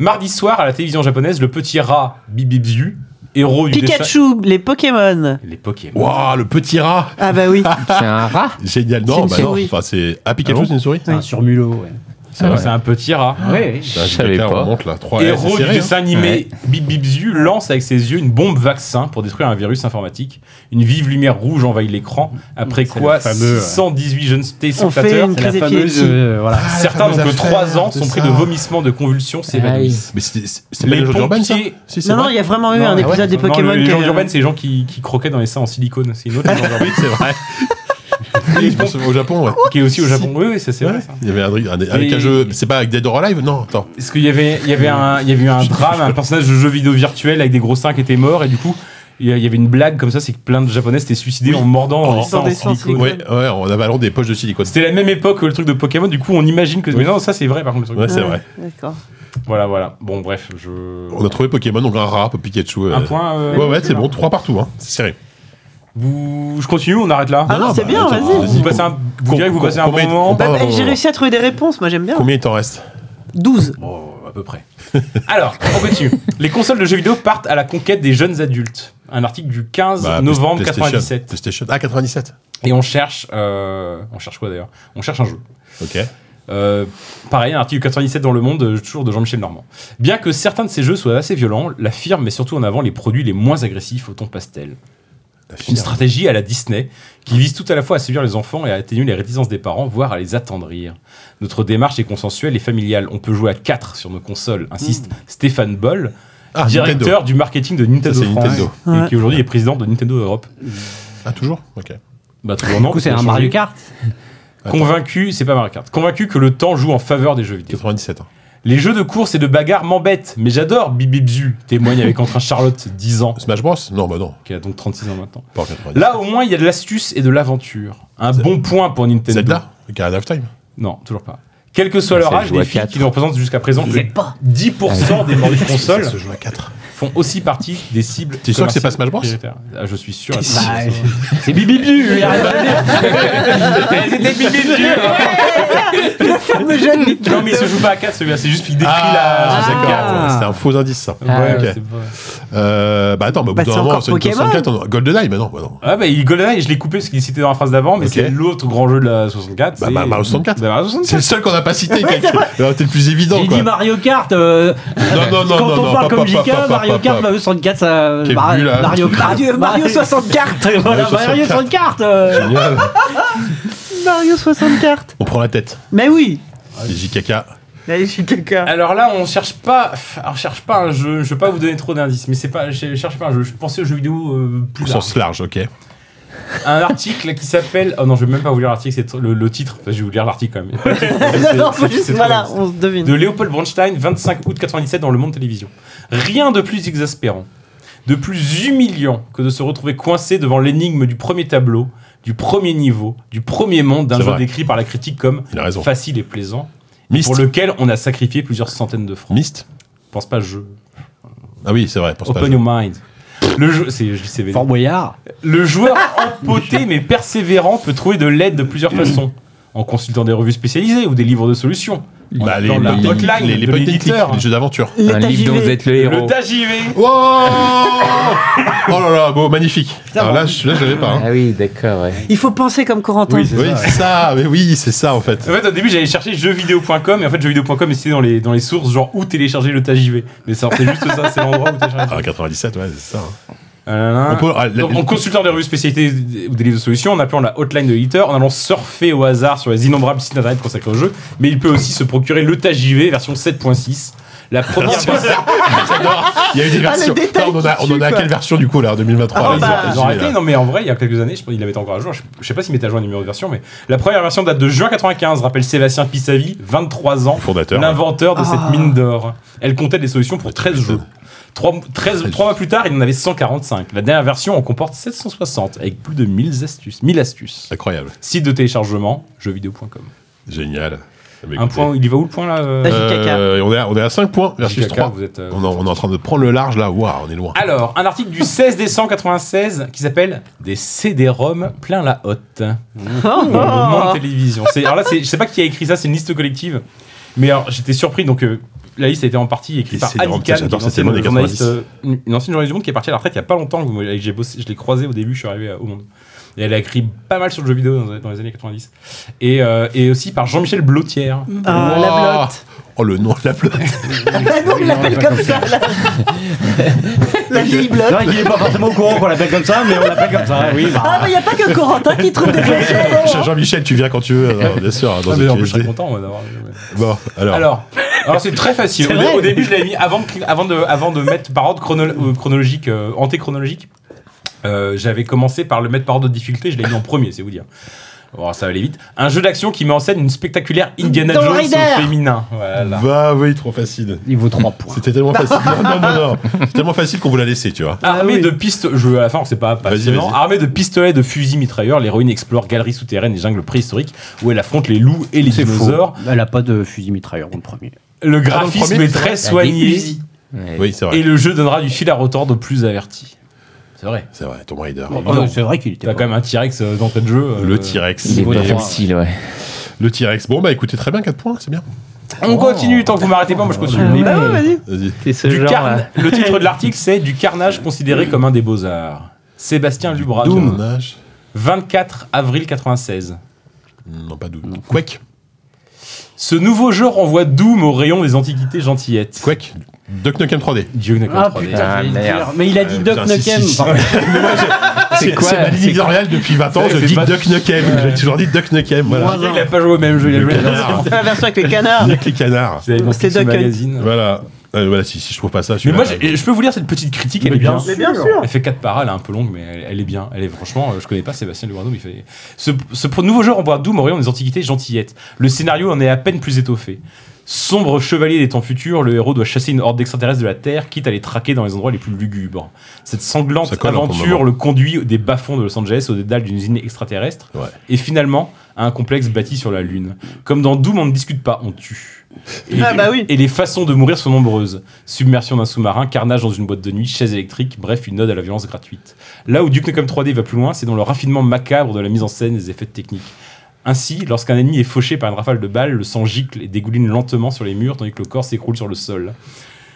S4: Mardi soir, à la télévision japonaise, le petit rat Bibibzu, héros du dessin-
S3: Pikachu, les Pokémon.
S4: Les Pokémon.
S2: Waouh, le petit rat
S3: Ah bah oui.
S6: C'est un rat.
S2: Génial.
S3: C'est
S2: Non,
S3: une
S2: bah non.
S3: souris.
S2: Enfin, c'est. Ah, Pikachu,
S4: Ah bon
S2: c'est une souris
S5: C'est un surmulot, ouais.
S4: C'est un- c'est un petit rat.
S5: Ouais,
S2: Putain,
S6: Je savais
S2: JK, on
S6: pas.
S2: remonte, là. 3
S4: Héros du
S2: hein.
S4: dessin
S5: hein.
S4: animé, Bibibzu lance avec ses yeux une bombe vaccin pour détruire un virus informatique. Une vive lumière rouge envahit l'écran, après quoi
S5: Mm. le fameux, ouais.
S4: 618 jeunes
S3: On fait
S4: téléspectateurs
S3: une
S5: C'est la
S3: crise
S5: fameuse.
S3: épileptique.
S5: euh, Voilà.
S4: Certains donc de 3 ans sont pris de
S2: vomi
S4: vomissements de convulsions s'évanouissent.
S2: Mais c'était c'était pas
S4: Les
S2: les gens d'Urban, ça
S4: pompiers-
S2: Si, c'est
S3: Non, non,
S2: vrai.
S3: il y a vraiment eu
S4: Non, ah
S3: un
S4: ouais.
S3: épisode des
S4: Non,
S3: Pokémon
S4: les
S3: qui
S4: gens urbaines, c'est les gens qui, qui croquaient dans les seins en silicone. C'est une autre légende urbaine.
S2: c'est vrai.
S4: Les
S2: Je pense au Japon, ouais.
S4: qui est aussi au Japon. Oui, oui, ça c'est
S2: Ouais.
S4: vrai. ça.
S2: Il y avait un truc un- avec
S4: Et-
S2: un jeu. C'est pas avec Dead or Alive Non, attends.
S4: Parce qu'il y avait, il y avait un, il y avait eu un drame, un personnage de jeu vidéo virtuel avec des gros seins qui étaient morts et du coup. Il y a- il y avait une blague comme ça, c'est que plein de japonais s'étaient suicidés en mordant dans les
S2: En-
S4: seins
S3: dans
S4: en
S3: des seins en
S4: silicone.
S3: silicone.
S2: Ouais, ouais, en avalant des poches de silicone.
S4: C'était la même époque que le truc de Pokémon, du coup on imagine que. Mais non, ça c'est vrai par contre le truc.
S2: Ouais, c'est vrai.
S3: D'accord.
S4: Voilà, voilà. Bon, bref, je.
S2: On a trouvé Pokémon, donc un rat, Pikachu. euh,
S4: Un point. euh,
S2: Ouais, ouais, c'est bon, 3 partout, hein. C'est serré.
S4: Vous... Je continue, on arrête là.
S3: Ah non, c'est bien,
S2: attends,
S3: vas-y.
S4: Vous passez un, vous direz que vous
S2: Com-
S4: passez un bon
S2: combien-
S4: moment.
S2: Bah,
S3: Bah,
S2: bah,
S3: bah,
S2: bah,
S3: J'ai
S2: bah.
S3: réussi hein. à trouver des réponses, moi j'aime bien.
S2: Combien il t'en reste
S3: 12.
S4: Bon, à peu près. Alors, on continue. Les consoles de jeux vidéo partent à la conquête des jeunes adultes. Un article du 15
S2: Bah,
S4: novembre
S2: PlayStation.
S4: 97.
S2: PlayStation. Ah, 97.
S4: Et on cherche. euh, on cherche quoi d'ailleurs On cherche un jeu.
S2: Ok.
S4: Euh, pareil, un article 97 dans Le Monde, euh, toujours de Jean-Michel Normand. Bien que certains de ces jeux soient assez violents, la firme met surtout en avant les produits les moins agressifs au ton pastel. Une stratégie à la Disney qui vise tout à la fois à séduire les enfants et à atténuer les réticences des parents, voire à les attendrir. Notre démarche est consensuelle et familiale. On peut jouer à 4 sur nos consoles, insiste
S5: Hmm.
S4: Stéphane Boll,
S2: Ah,
S4: directeur
S2: Nintendo.
S4: du marketing de Nintendo
S2: Ça, c'est
S4: France,
S2: Nintendo.
S4: et qui aujourd'hui est président de Nintendo Europe.
S2: Ah, toujours Ok.
S4: Bah, toujours non,
S5: Du coup, c'est
S4: ça a
S5: un
S4: changé.
S5: Mario Kart.
S4: Convaincu, c'est pas Mario Kart. Convaincu que le temps joue en faveur des jeux vidéo.
S2: 97 ans.
S4: Les jeux de course et de bagarre m'embêtent, mais j'adore Bibibzu, témoigne avec Entrain Charlotte, 10 ans,
S2: Smash Bros Non, bah non.
S4: qui a donc 36 ans maintenant.
S2: Pas en 90.
S4: Là, au moins, il y a de l'astuce et de l'aventure. Un bon point pour Nintendo.
S2: Zelda Ocarina of Time
S4: Non, toujours pas. Quel que soit leur
S6: Ça se
S4: âge,
S6: joue à
S4: les filles
S6: quatre.
S4: qui ne représentent jusqu'à présent que 10% des vendus de consoles
S2: Ça se joue à 4.
S4: font aussi partie des cibles.
S2: T'es sûr que c'est pas
S4: commerciales
S2: Smash Bros
S4: prioritaires. ah, Je suis sûr.
S5: Bah, C'est Bibi Bu il arrive à le dire.
S4: C'était Bibibzu Non, mais il se joue pas à 4 celui-là, c'est juste qu'il décrit la.
S2: c'est
S4: la carte.
S2: Ah, d'accord. Ah, C'était un faux indice, ça.
S4: Ouais,
S2: Ok.
S4: c'est pas-
S2: Euh, bah attends, bah, au bout
S3: Bah,
S2: d'un
S3: c'est
S2: moment,
S3: encore
S2: Sonic
S3: Pokémon.
S2: 64, on... GoldenEye, bah non, bah non.
S4: Ah bah il GoldenEye, je l'ai coupé parce qu'il citait dans la phrase d'avant, mais
S2: Ok.
S4: c'est l'autre grand jeu de la 64.
S2: Bah,
S4: c'est-
S2: bah, Mario 64.
S4: Bah, Mario
S2: C'est
S4: 64.
S2: le seul qu'on n'a pas cité. qui C'était le plus évident,
S5: J'ai
S2: quoi.
S5: dit Mario Kart. euh,
S2: Non, non, non,
S5: Quand
S2: non,
S5: on
S2: non,
S5: parle
S2: pas- pas- pas-
S5: comme
S2: pas-
S5: JK, Mario
S2: pas-
S5: Kart,
S2: pas-
S5: Mario 64, ça.
S2: Qui est
S5: Mar-
S2: venu, là.
S5: Mario Kart.
S3: Mario, Mario 64
S5: Voilà,
S2: Mario
S5: Mario 64. euh,
S2: Génial.
S3: Mario 64
S2: On prend la tête.
S3: Mais oui
S2: Les JKK.
S3: Allez, je suis quelqu'un.
S4: Alors là, on cherche pas, on cherche pas un jeu. Je vais pas vous donner trop d'indices, mais c'est pas, je cherche pas un jeu. Je pensais aux jeux vidéo euh, plus
S2: Au
S4: large.
S2: sens large, ok.
S4: Un article qui s'appelle. Oh non, je vais même pas vous lire l'article. C'est trop- le, le titre. Enfin, je vais vous lire l'article quand même.
S3: Non, non, faut
S4: c'est-
S3: juste,
S4: c'est
S3: voilà,
S4: trop bien,
S3: on se devine.
S4: de Léopold Bronstein, 25 août 97 dans Le Monde Télévision. Rien de plus exaspérant, de plus humiliant que de se retrouver coincé devant l'énigme du premier tableau, du premier niveau, du premier monde d'un
S2: C'est
S4: jeu
S2: vrai.
S4: décrit par la critique comme
S2: Il a raison.
S4: facile et plaisant,
S2: Myst.
S4: pour lequel on a sacrifié plusieurs centaines de francs.
S2: Myst
S4: Je pense pas jeu.
S2: Ah oui, c'est vrai. pense pas à
S4: Open
S2: ça.
S4: your mind. Le jeu, c'est je dis CVD.
S5: Fort Boyard.
S4: Le joueur empoté mais persévérant peut trouver de l'aide de
S2: Mm.
S4: plusieurs façons. En consultant des revues spécialisées ou des livres de solutions. En
S2: Bah, les,
S4: appelant la
S2: les-
S4: hotline
S2: les, les
S4: de
S2: point and click,
S4: l'éditeur.
S2: les jeux d'aventure.
S6: Un livre dont vous êtes le
S4: Le
S6: héros.
S4: TAJV.
S2: Wow oh là là, bon, magnifique. Alors là, je, là, je l'avais pas. hein.
S6: Ah oui, d'accord, ouais.
S3: Il faut penser comme Corentin.
S2: Oui, c'est ça, mais oui, c'est ça en fait.
S4: En fait, au début, j'allais chercher jeuxvideo.com et en fait, jeuxvideo.com, c'était dans les, dans les sources, genre où télécharger le TAJV. Mais ça, c'est juste ça, c'est l'endroit où télécharger.
S2: Ah, 97, ouais, c'est ça. hein.
S4: Euh,
S2: On peut- ah, la-
S4: Donc, en consultant des revues spécialisées ou des livres de solutions, en appelant la hotline de l'éditeur, en allant surfer au hasard sur les innombrables sites internet consacrés au jeu, mais il peut aussi se procurer le TAJV version 7.6. La première
S2: Ah,
S4: version.
S2: Il y a eu des versions.
S3: les détails
S2: Attends, on en a,
S3: qui
S2: on en
S3: tuent,
S2: a
S3: quoi.
S2: quelle version du coup là, en 2023 là,
S4: ils, ont-
S3: bah,
S2: ils
S4: ils ont
S2: ont
S4: arrêté.
S2: là.
S4: Non, mais en vrai, il y a quelques années, je pense qu'ils la mettaient encore à jour. Je, je sais pas s'ils mettaient à jour un numéro de version, mais la première version date de juin 95, rappelle Sébastien Pissavi, 23 ans.
S2: Fondateur.
S4: L'inventeur de
S3: Ah.
S4: cette mine d'or. Elle comptait des solutions pour 13 jeux. 3, mois plus tard, il en avait 145. La dernière version en comporte 760, avec plus de 1000 astuces. 1000 astuces.
S2: Incroyable.
S4: Site de téléchargement, jeuxvideo.com.
S2: Génial. Ah, mais
S4: Un
S2: écoutez.
S4: point, il y va où le point là euh,
S3: Euh,
S2: Euh, et on, est à, on est à 5 points versus
S4: JKK,
S2: 3.
S4: vous êtes, euh,
S2: on, en- on est en train de prendre le large là. Waouh, on est loin.
S4: Alors, un article du 16 décembre 96 qui s'appelle Des CD-ROM plein la hotte. Dans le monde télévision. C'est- Alors là, c'est- je sais pas qui a écrit ça, c'est une liste collective. Mais alors, j'étais surpris. Donc, euh, la liste a été en partie écrite
S2: Les
S4: par
S2: CD-ROM,
S4: Annie Kahn, qui est une
S2: j'adore cette
S4: ancienne
S2: époque des
S4: journaliste,
S2: 90.
S4: euh, une une ancienne journaliste du Monde qui est partie à la retraite il y a pas longtemps. Vous m'avez- j'ai bossé- Je l'ai croisée au début, je suis arrivé euh, au Monde. Et elle a écrit pas mal sur le jeu vidéo dans, dans les années 90. Et, euh, et aussi par Jean-Michel Blotière.
S3: Ah,
S2: Waouh.
S3: la blotte.
S2: Oh le nom de la blotte.
S3: Ah non, il l'appelle comme ça, là. La vieille blotte.
S5: C'est vrai qu'il est pas forcément au courant qu'on l'appelle comme ça, mais on l'appelle comme ça. Oui, bah.
S3: Ah, mais il n'y a pas que Corentin qui trouve des blottes.
S2: Jean-Michel, tu viens quand tu veux. Alors, bien sûr. hein, Dans
S4: Ah,
S2: une
S4: mais en plus, je
S2: PhD.
S4: serais content moi, d'avoir. euh,
S2: Bon, alors.
S4: Alors, alors c'est très facile. Au, dé- au début, je l'avais mis avant de, cli- avant de, avant de mettre par ordre chrono- euh, chronologique, euh, antéchronologique. Euh, J'avais commencé par le mettre par ordre de difficulté, je l'ai mis en premier, c'est vous dire. Bon, ça va aller vite. Un jeu d'action qui met en scène une spectaculaire Indiana
S3: Tomb
S4: Jones au
S3: Raider.
S4: féminin. Voilà.
S2: Bah oui, trop facile.
S5: Il vaut 3 points.
S2: C'était tellement
S4: Bah.
S2: facile. Non, non, non, non. C'était tellement facile qu'on vous l'a laissé, tu vois.
S3: Ah
S4: Armée de pistolets, je à la fin, c'est pas
S2: Vas-y,
S4: passionnant.
S2: vas-y.
S4: Armée de pistolets, de fusils mitrailleurs, l'héroïne explore galeries souterraines et jungles préhistoriques où elle affronte les loups et les
S5: C'est faux.
S4: dinosaures.
S5: Elle a pas de fusil mitrailleur dans le premier.
S4: Le graphisme
S2: Ah, premier, Ah,
S4: est très soigné
S2: Oui, c'est
S4: et
S2: vrai.
S4: le jeu donnera du fil à retordre aux plus avertis. C'est vrai.
S2: C'est vrai, Tomb Raider.
S4: non.
S5: Euh, c'est vrai qu'il était.
S4: T'as
S5: pas-
S4: quand même un T-Rex euh, d'entrée de jeu. euh,
S2: Le T-Rex.
S6: Il est
S5: Niveau
S6: pas
S5: trois.
S6: facile, ouais.
S2: Le T-Rex. Bon, bah écoutez, très bien, 4 points, c'est bien.
S4: On continue tant que vous m'arrêtez pas, moi je continue.
S5: Ah bah
S2: Vas-y.
S6: C'est ce
S4: Du carna- Le titre de l'article c'est Du carnage considéré comme un des beaux-arts. Sébastien Lubras,
S2: Carnage.
S4: 24 avril 96.
S2: Non, pas Doom. Quake.
S4: Ce nouveau jeu renvoie Doom au rayon des antiquités gentillettes.
S2: Quake, Duck Nukem 3D.
S4: Dieu n'a
S5: Ah
S4: contrôlé.
S5: putain,
S6: Ah,
S5: j'allais le
S6: merde.
S5: dire. mais il a dit
S2: Euh,
S5: Doc
S2: putain, si,
S5: Nukem.
S2: si, si.
S5: Pardon.
S4: Ah,
S2: C'est
S6: quoi,
S2: C'est ma ligne
S6: c'est quoi
S2: éditoriale depuis 20 ans, je
S4: C'est
S2: dis
S4: pas-
S2: Duck Nukem. J'ai toujours dit Duck Nukem. Voilà.
S4: Ah, Il a pas joué au même jeu, il a joué à la
S2: Canard.
S3: C'est la Ah, version avec les canards.
S2: Avec les canards.
S4: C'est dans
S3: C'est
S4: Pixel
S3: Doc Hunt.
S4: Magazine.
S2: Voilà. Euh, voilà, si, si je trouve pas ça,
S4: Mais
S2: celui-là.
S4: moi, j'ai- je peux vous lire cette petite critique, elle est bien.
S3: Mais bien sûr.
S4: Elle fait 4 paras, elle est un peu longue, mais elle, elle est bien. Elle est franchement, euh, je connais pas Sébastien Le Guardo, mais il fait. Ce, ce pro- nouveau jeu renvoie Doom au rayon des antiquités gentillettes. Le scénario en est à peine plus étoffé. Sombre chevalier des temps futurs, le héros doit chasser une horde d'extraterrestres de la Terre, quitte à les traquer dans les endroits les plus lugubres. Cette sanglante
S2: Ça colle, hein, pour le
S4: aventure
S2: moment.
S4: le conduit des bas-fonds de Los Angeles, aux dédales d'une usine extraterrestre,
S2: Ouais.
S4: et finalement à un complexe bâti sur la Lune. Comme dans Doom, on ne discute pas, on tue. Et,
S3: Ah bah oui.
S4: et les façons de mourir sont nombreuses. Submersion d'un sous-marin, carnage dans une boîte de nuit, chaise électrique, bref, une ode à la violence gratuite. Là où Duke Nukem 3D va plus loin, c'est dans le raffinement macabre de la mise en scène et des effets techniques. Ainsi, lorsqu'un ennemi est fauché par une rafale de balles, le sang gicle et dégouline lentement sur les murs tandis que le corps s'écroule sur le sol.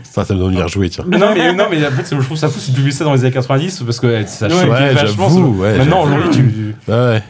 S2: Ça, ça me donne envie de rejouer, tiens.
S4: Non, mais, non, mais en fait, je trouve ça fou si tu publies ça dans les années 90 parce que eh, ça choquait
S2: Ouais,
S4: vachement.
S2: j'avoue,
S4: ce-
S2: ouais,
S4: Maintenant,
S2: j'avoue.
S4: aujourd'hui, tu.
S2: Ah ouais,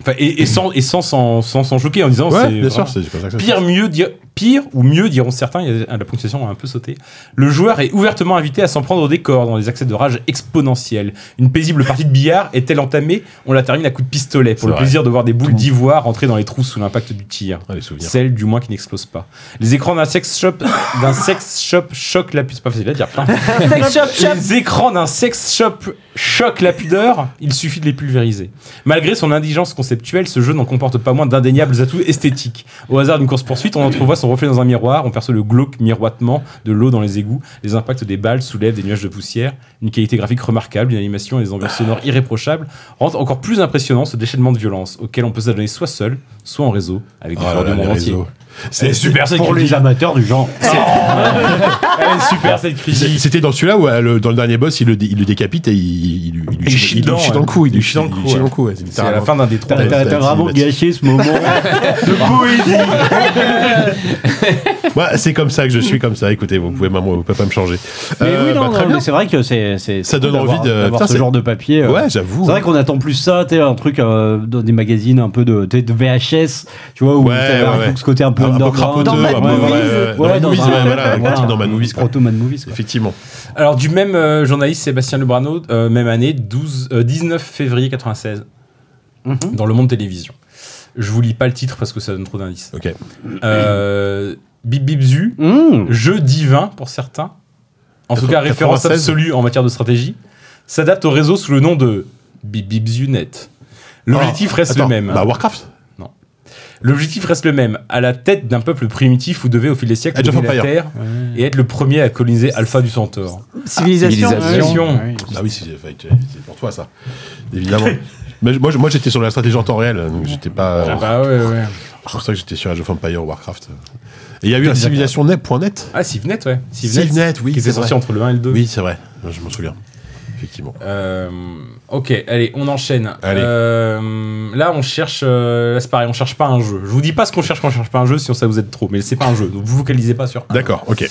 S4: Enfin, et, et sans, et sans, sans, sans, sans choquer en disant
S2: ouais
S4: c'est
S2: bien
S4: vraiment-
S2: sûr, c'est comme ça que ça se
S4: Pire, mieux, dire, pire ou mieux, diront certains, il y a- ah, la prononciation a un peu sauté. Le joueur est ouvertement invité à s'en prendre au décor dans des accès de rage exponentiels. Une paisible partie de billard est-elle entamée On la termine à coups de pistolet
S2: C'est
S4: pour le
S2: vrai.
S4: plaisir de voir des boules d'ivoire entrer dans les trous sous l'impact du tir.
S2: Ah, les souvenirs.
S4: Celles du moins qui n'explosent pas. Les écrans d'un sex shop, d'un sex shop choquent la pudeur. C'est pas facile à dire. putain.
S3: Sex shop shop.
S4: Les écrans d'un sex shop choquent la pudeur, il suffit de les pulvériser. Malgré son indigence conceptuelle, ce jeu n'en comporte pas moins d'indéniables atouts esthétiques. Au hasard d'une course-poursuite, on entrevoit son reflet dans un miroir, on perçoit le glauque miroitement de l'eau dans les égouts, les impacts des balles soulèvent des nuages de poussière, une qualité graphique remarquable, une animation et des ambiances sonores irréprochables rendent encore plus impressionnant ce déchaînement de violence, auquel on peut s'adonner soit seul, soit en réseau, avec des
S2: Oh là
S4: joueurs du
S2: là,
S4: monde
S2: les
S4: entier.
S2: réseaux. Eh, C'est super.
S4: cette
S5: Pour
S4: critique.
S5: les amateurs du genre.
S4: Elle est super cette
S2: C'est-
S4: critique.
S2: C'était dans celui-là où euh, le- dans le dernier boss, il le, dé- il le décapite et il, il, lui- il, lui
S4: Il
S2: chie-
S4: chie
S2: il lui
S4: dedans,
S2: chie
S4: ouais.
S2: dans le cou. Il lui
S4: Il
S2: chie dans le
S4: chie
S2: cou.
S4: dans le
S2: ouais.
S4: cou,
S2: C'est
S4: C'est à la
S2: littéralement-
S4: fin d'un des trois.
S5: T'as
S2: Ouais,
S5: t'as-
S2: c'est
S5: t'as vraiment
S2: cinématique.
S5: gâché ce moment.
S2: Ouais, c'est comme ça que je suis comme ça. Écoutez, vous pouvez, maman, vous pouvez pas me changer.
S5: Mais
S2: Euh,
S5: oui, non,
S2: bah, très
S5: non,
S2: bien.
S5: mais c'est vrai que c'est. c'est-
S2: Ça
S5: c'est
S2: donne
S5: cool
S2: envie
S5: d'avoir-
S2: de-
S5: d'avoir
S2: Putain,
S5: ce
S2: c'est-
S5: genre de papier. euh.
S2: Ouais, j'avoue. hein.
S5: C'est vrai qu'on attend plus ça, tu un truc euh, dans des magazines un peu de, t'sais, de VHS, tu vois, où
S2: Ouais,
S5: t'avais un
S2: ouais,
S5: peu
S2: ouais.
S5: ce côté un peu
S2: Un- un peu
S5: underground.
S2: crapoteux,
S5: Dans Mad
S2: un peu, ouais,
S5: Movies. euh,
S2: ouais, ouais. Dans Mad Movies, ouais, voilà, dans Mad Movies, quoi.
S5: Proto Mad Movies, quoi.
S2: Effectivement.
S4: Alors du même euh, journaliste Sébastien Lebrano, euh, même année, 12, euh, 19 février 96,
S2: Mhm.
S4: dans Le Monde Télévision. Je vous lis pas le titre parce que ça donne trop d'indices.
S2: Ok.
S4: Euh, Bip Bip Zu,
S5: Mmh.
S4: jeu divin pour certains, en tout cas référence
S2: 96.
S4: absolue en matière de stratégie, s'adapte au réseau sous le nom de Bip Bip Zu Net. L'objectif
S2: Ah,
S4: reste
S2: attends,
S4: le même. hein.
S2: Bah, Warcraft.
S4: L'objectif reste le même. À la tête d'un peuple primitif, vous devez au fil des siècles
S2: Age of
S4: dominer la
S2: Empire.
S4: Terre et être le premier à coloniser Alpha du Centaure.
S3: Civilisation.
S6: Civilisation.
S2: Ah oui, c'est enfin, tu- c'est pour toi, ça. Évidemment. Mais moi, je- moi, j'étais sur la stratégie en temps réel, donc j'étais pas.
S4: Ah bah ouais, ouais.
S2: C'est pour ça que j'étais sur Age of Empire Warcraft. Et il y a eu un civilisation.net.
S4: Ah, Sivnet, ouais.
S2: Sivnet, oui,
S4: Qui était
S2: c'est
S4: sorti
S2: vrai.
S4: entre le 1 et le 2.
S2: Oui, c'est vrai. Je m'en souviens. Effectivement.
S4: Euh, ok, allez, on enchaîne.
S2: Allez.
S4: Euh, là, on cherche. euh, là, c'est pareil, on cherche pas un jeu. Je vous dis pas ce qu'on cherche quand on cherche pas un jeu, sinon ça vous aide trop. Mais c'est pas un jeu, donc vous focalisez pas sur. un.
S2: D'accord, ok.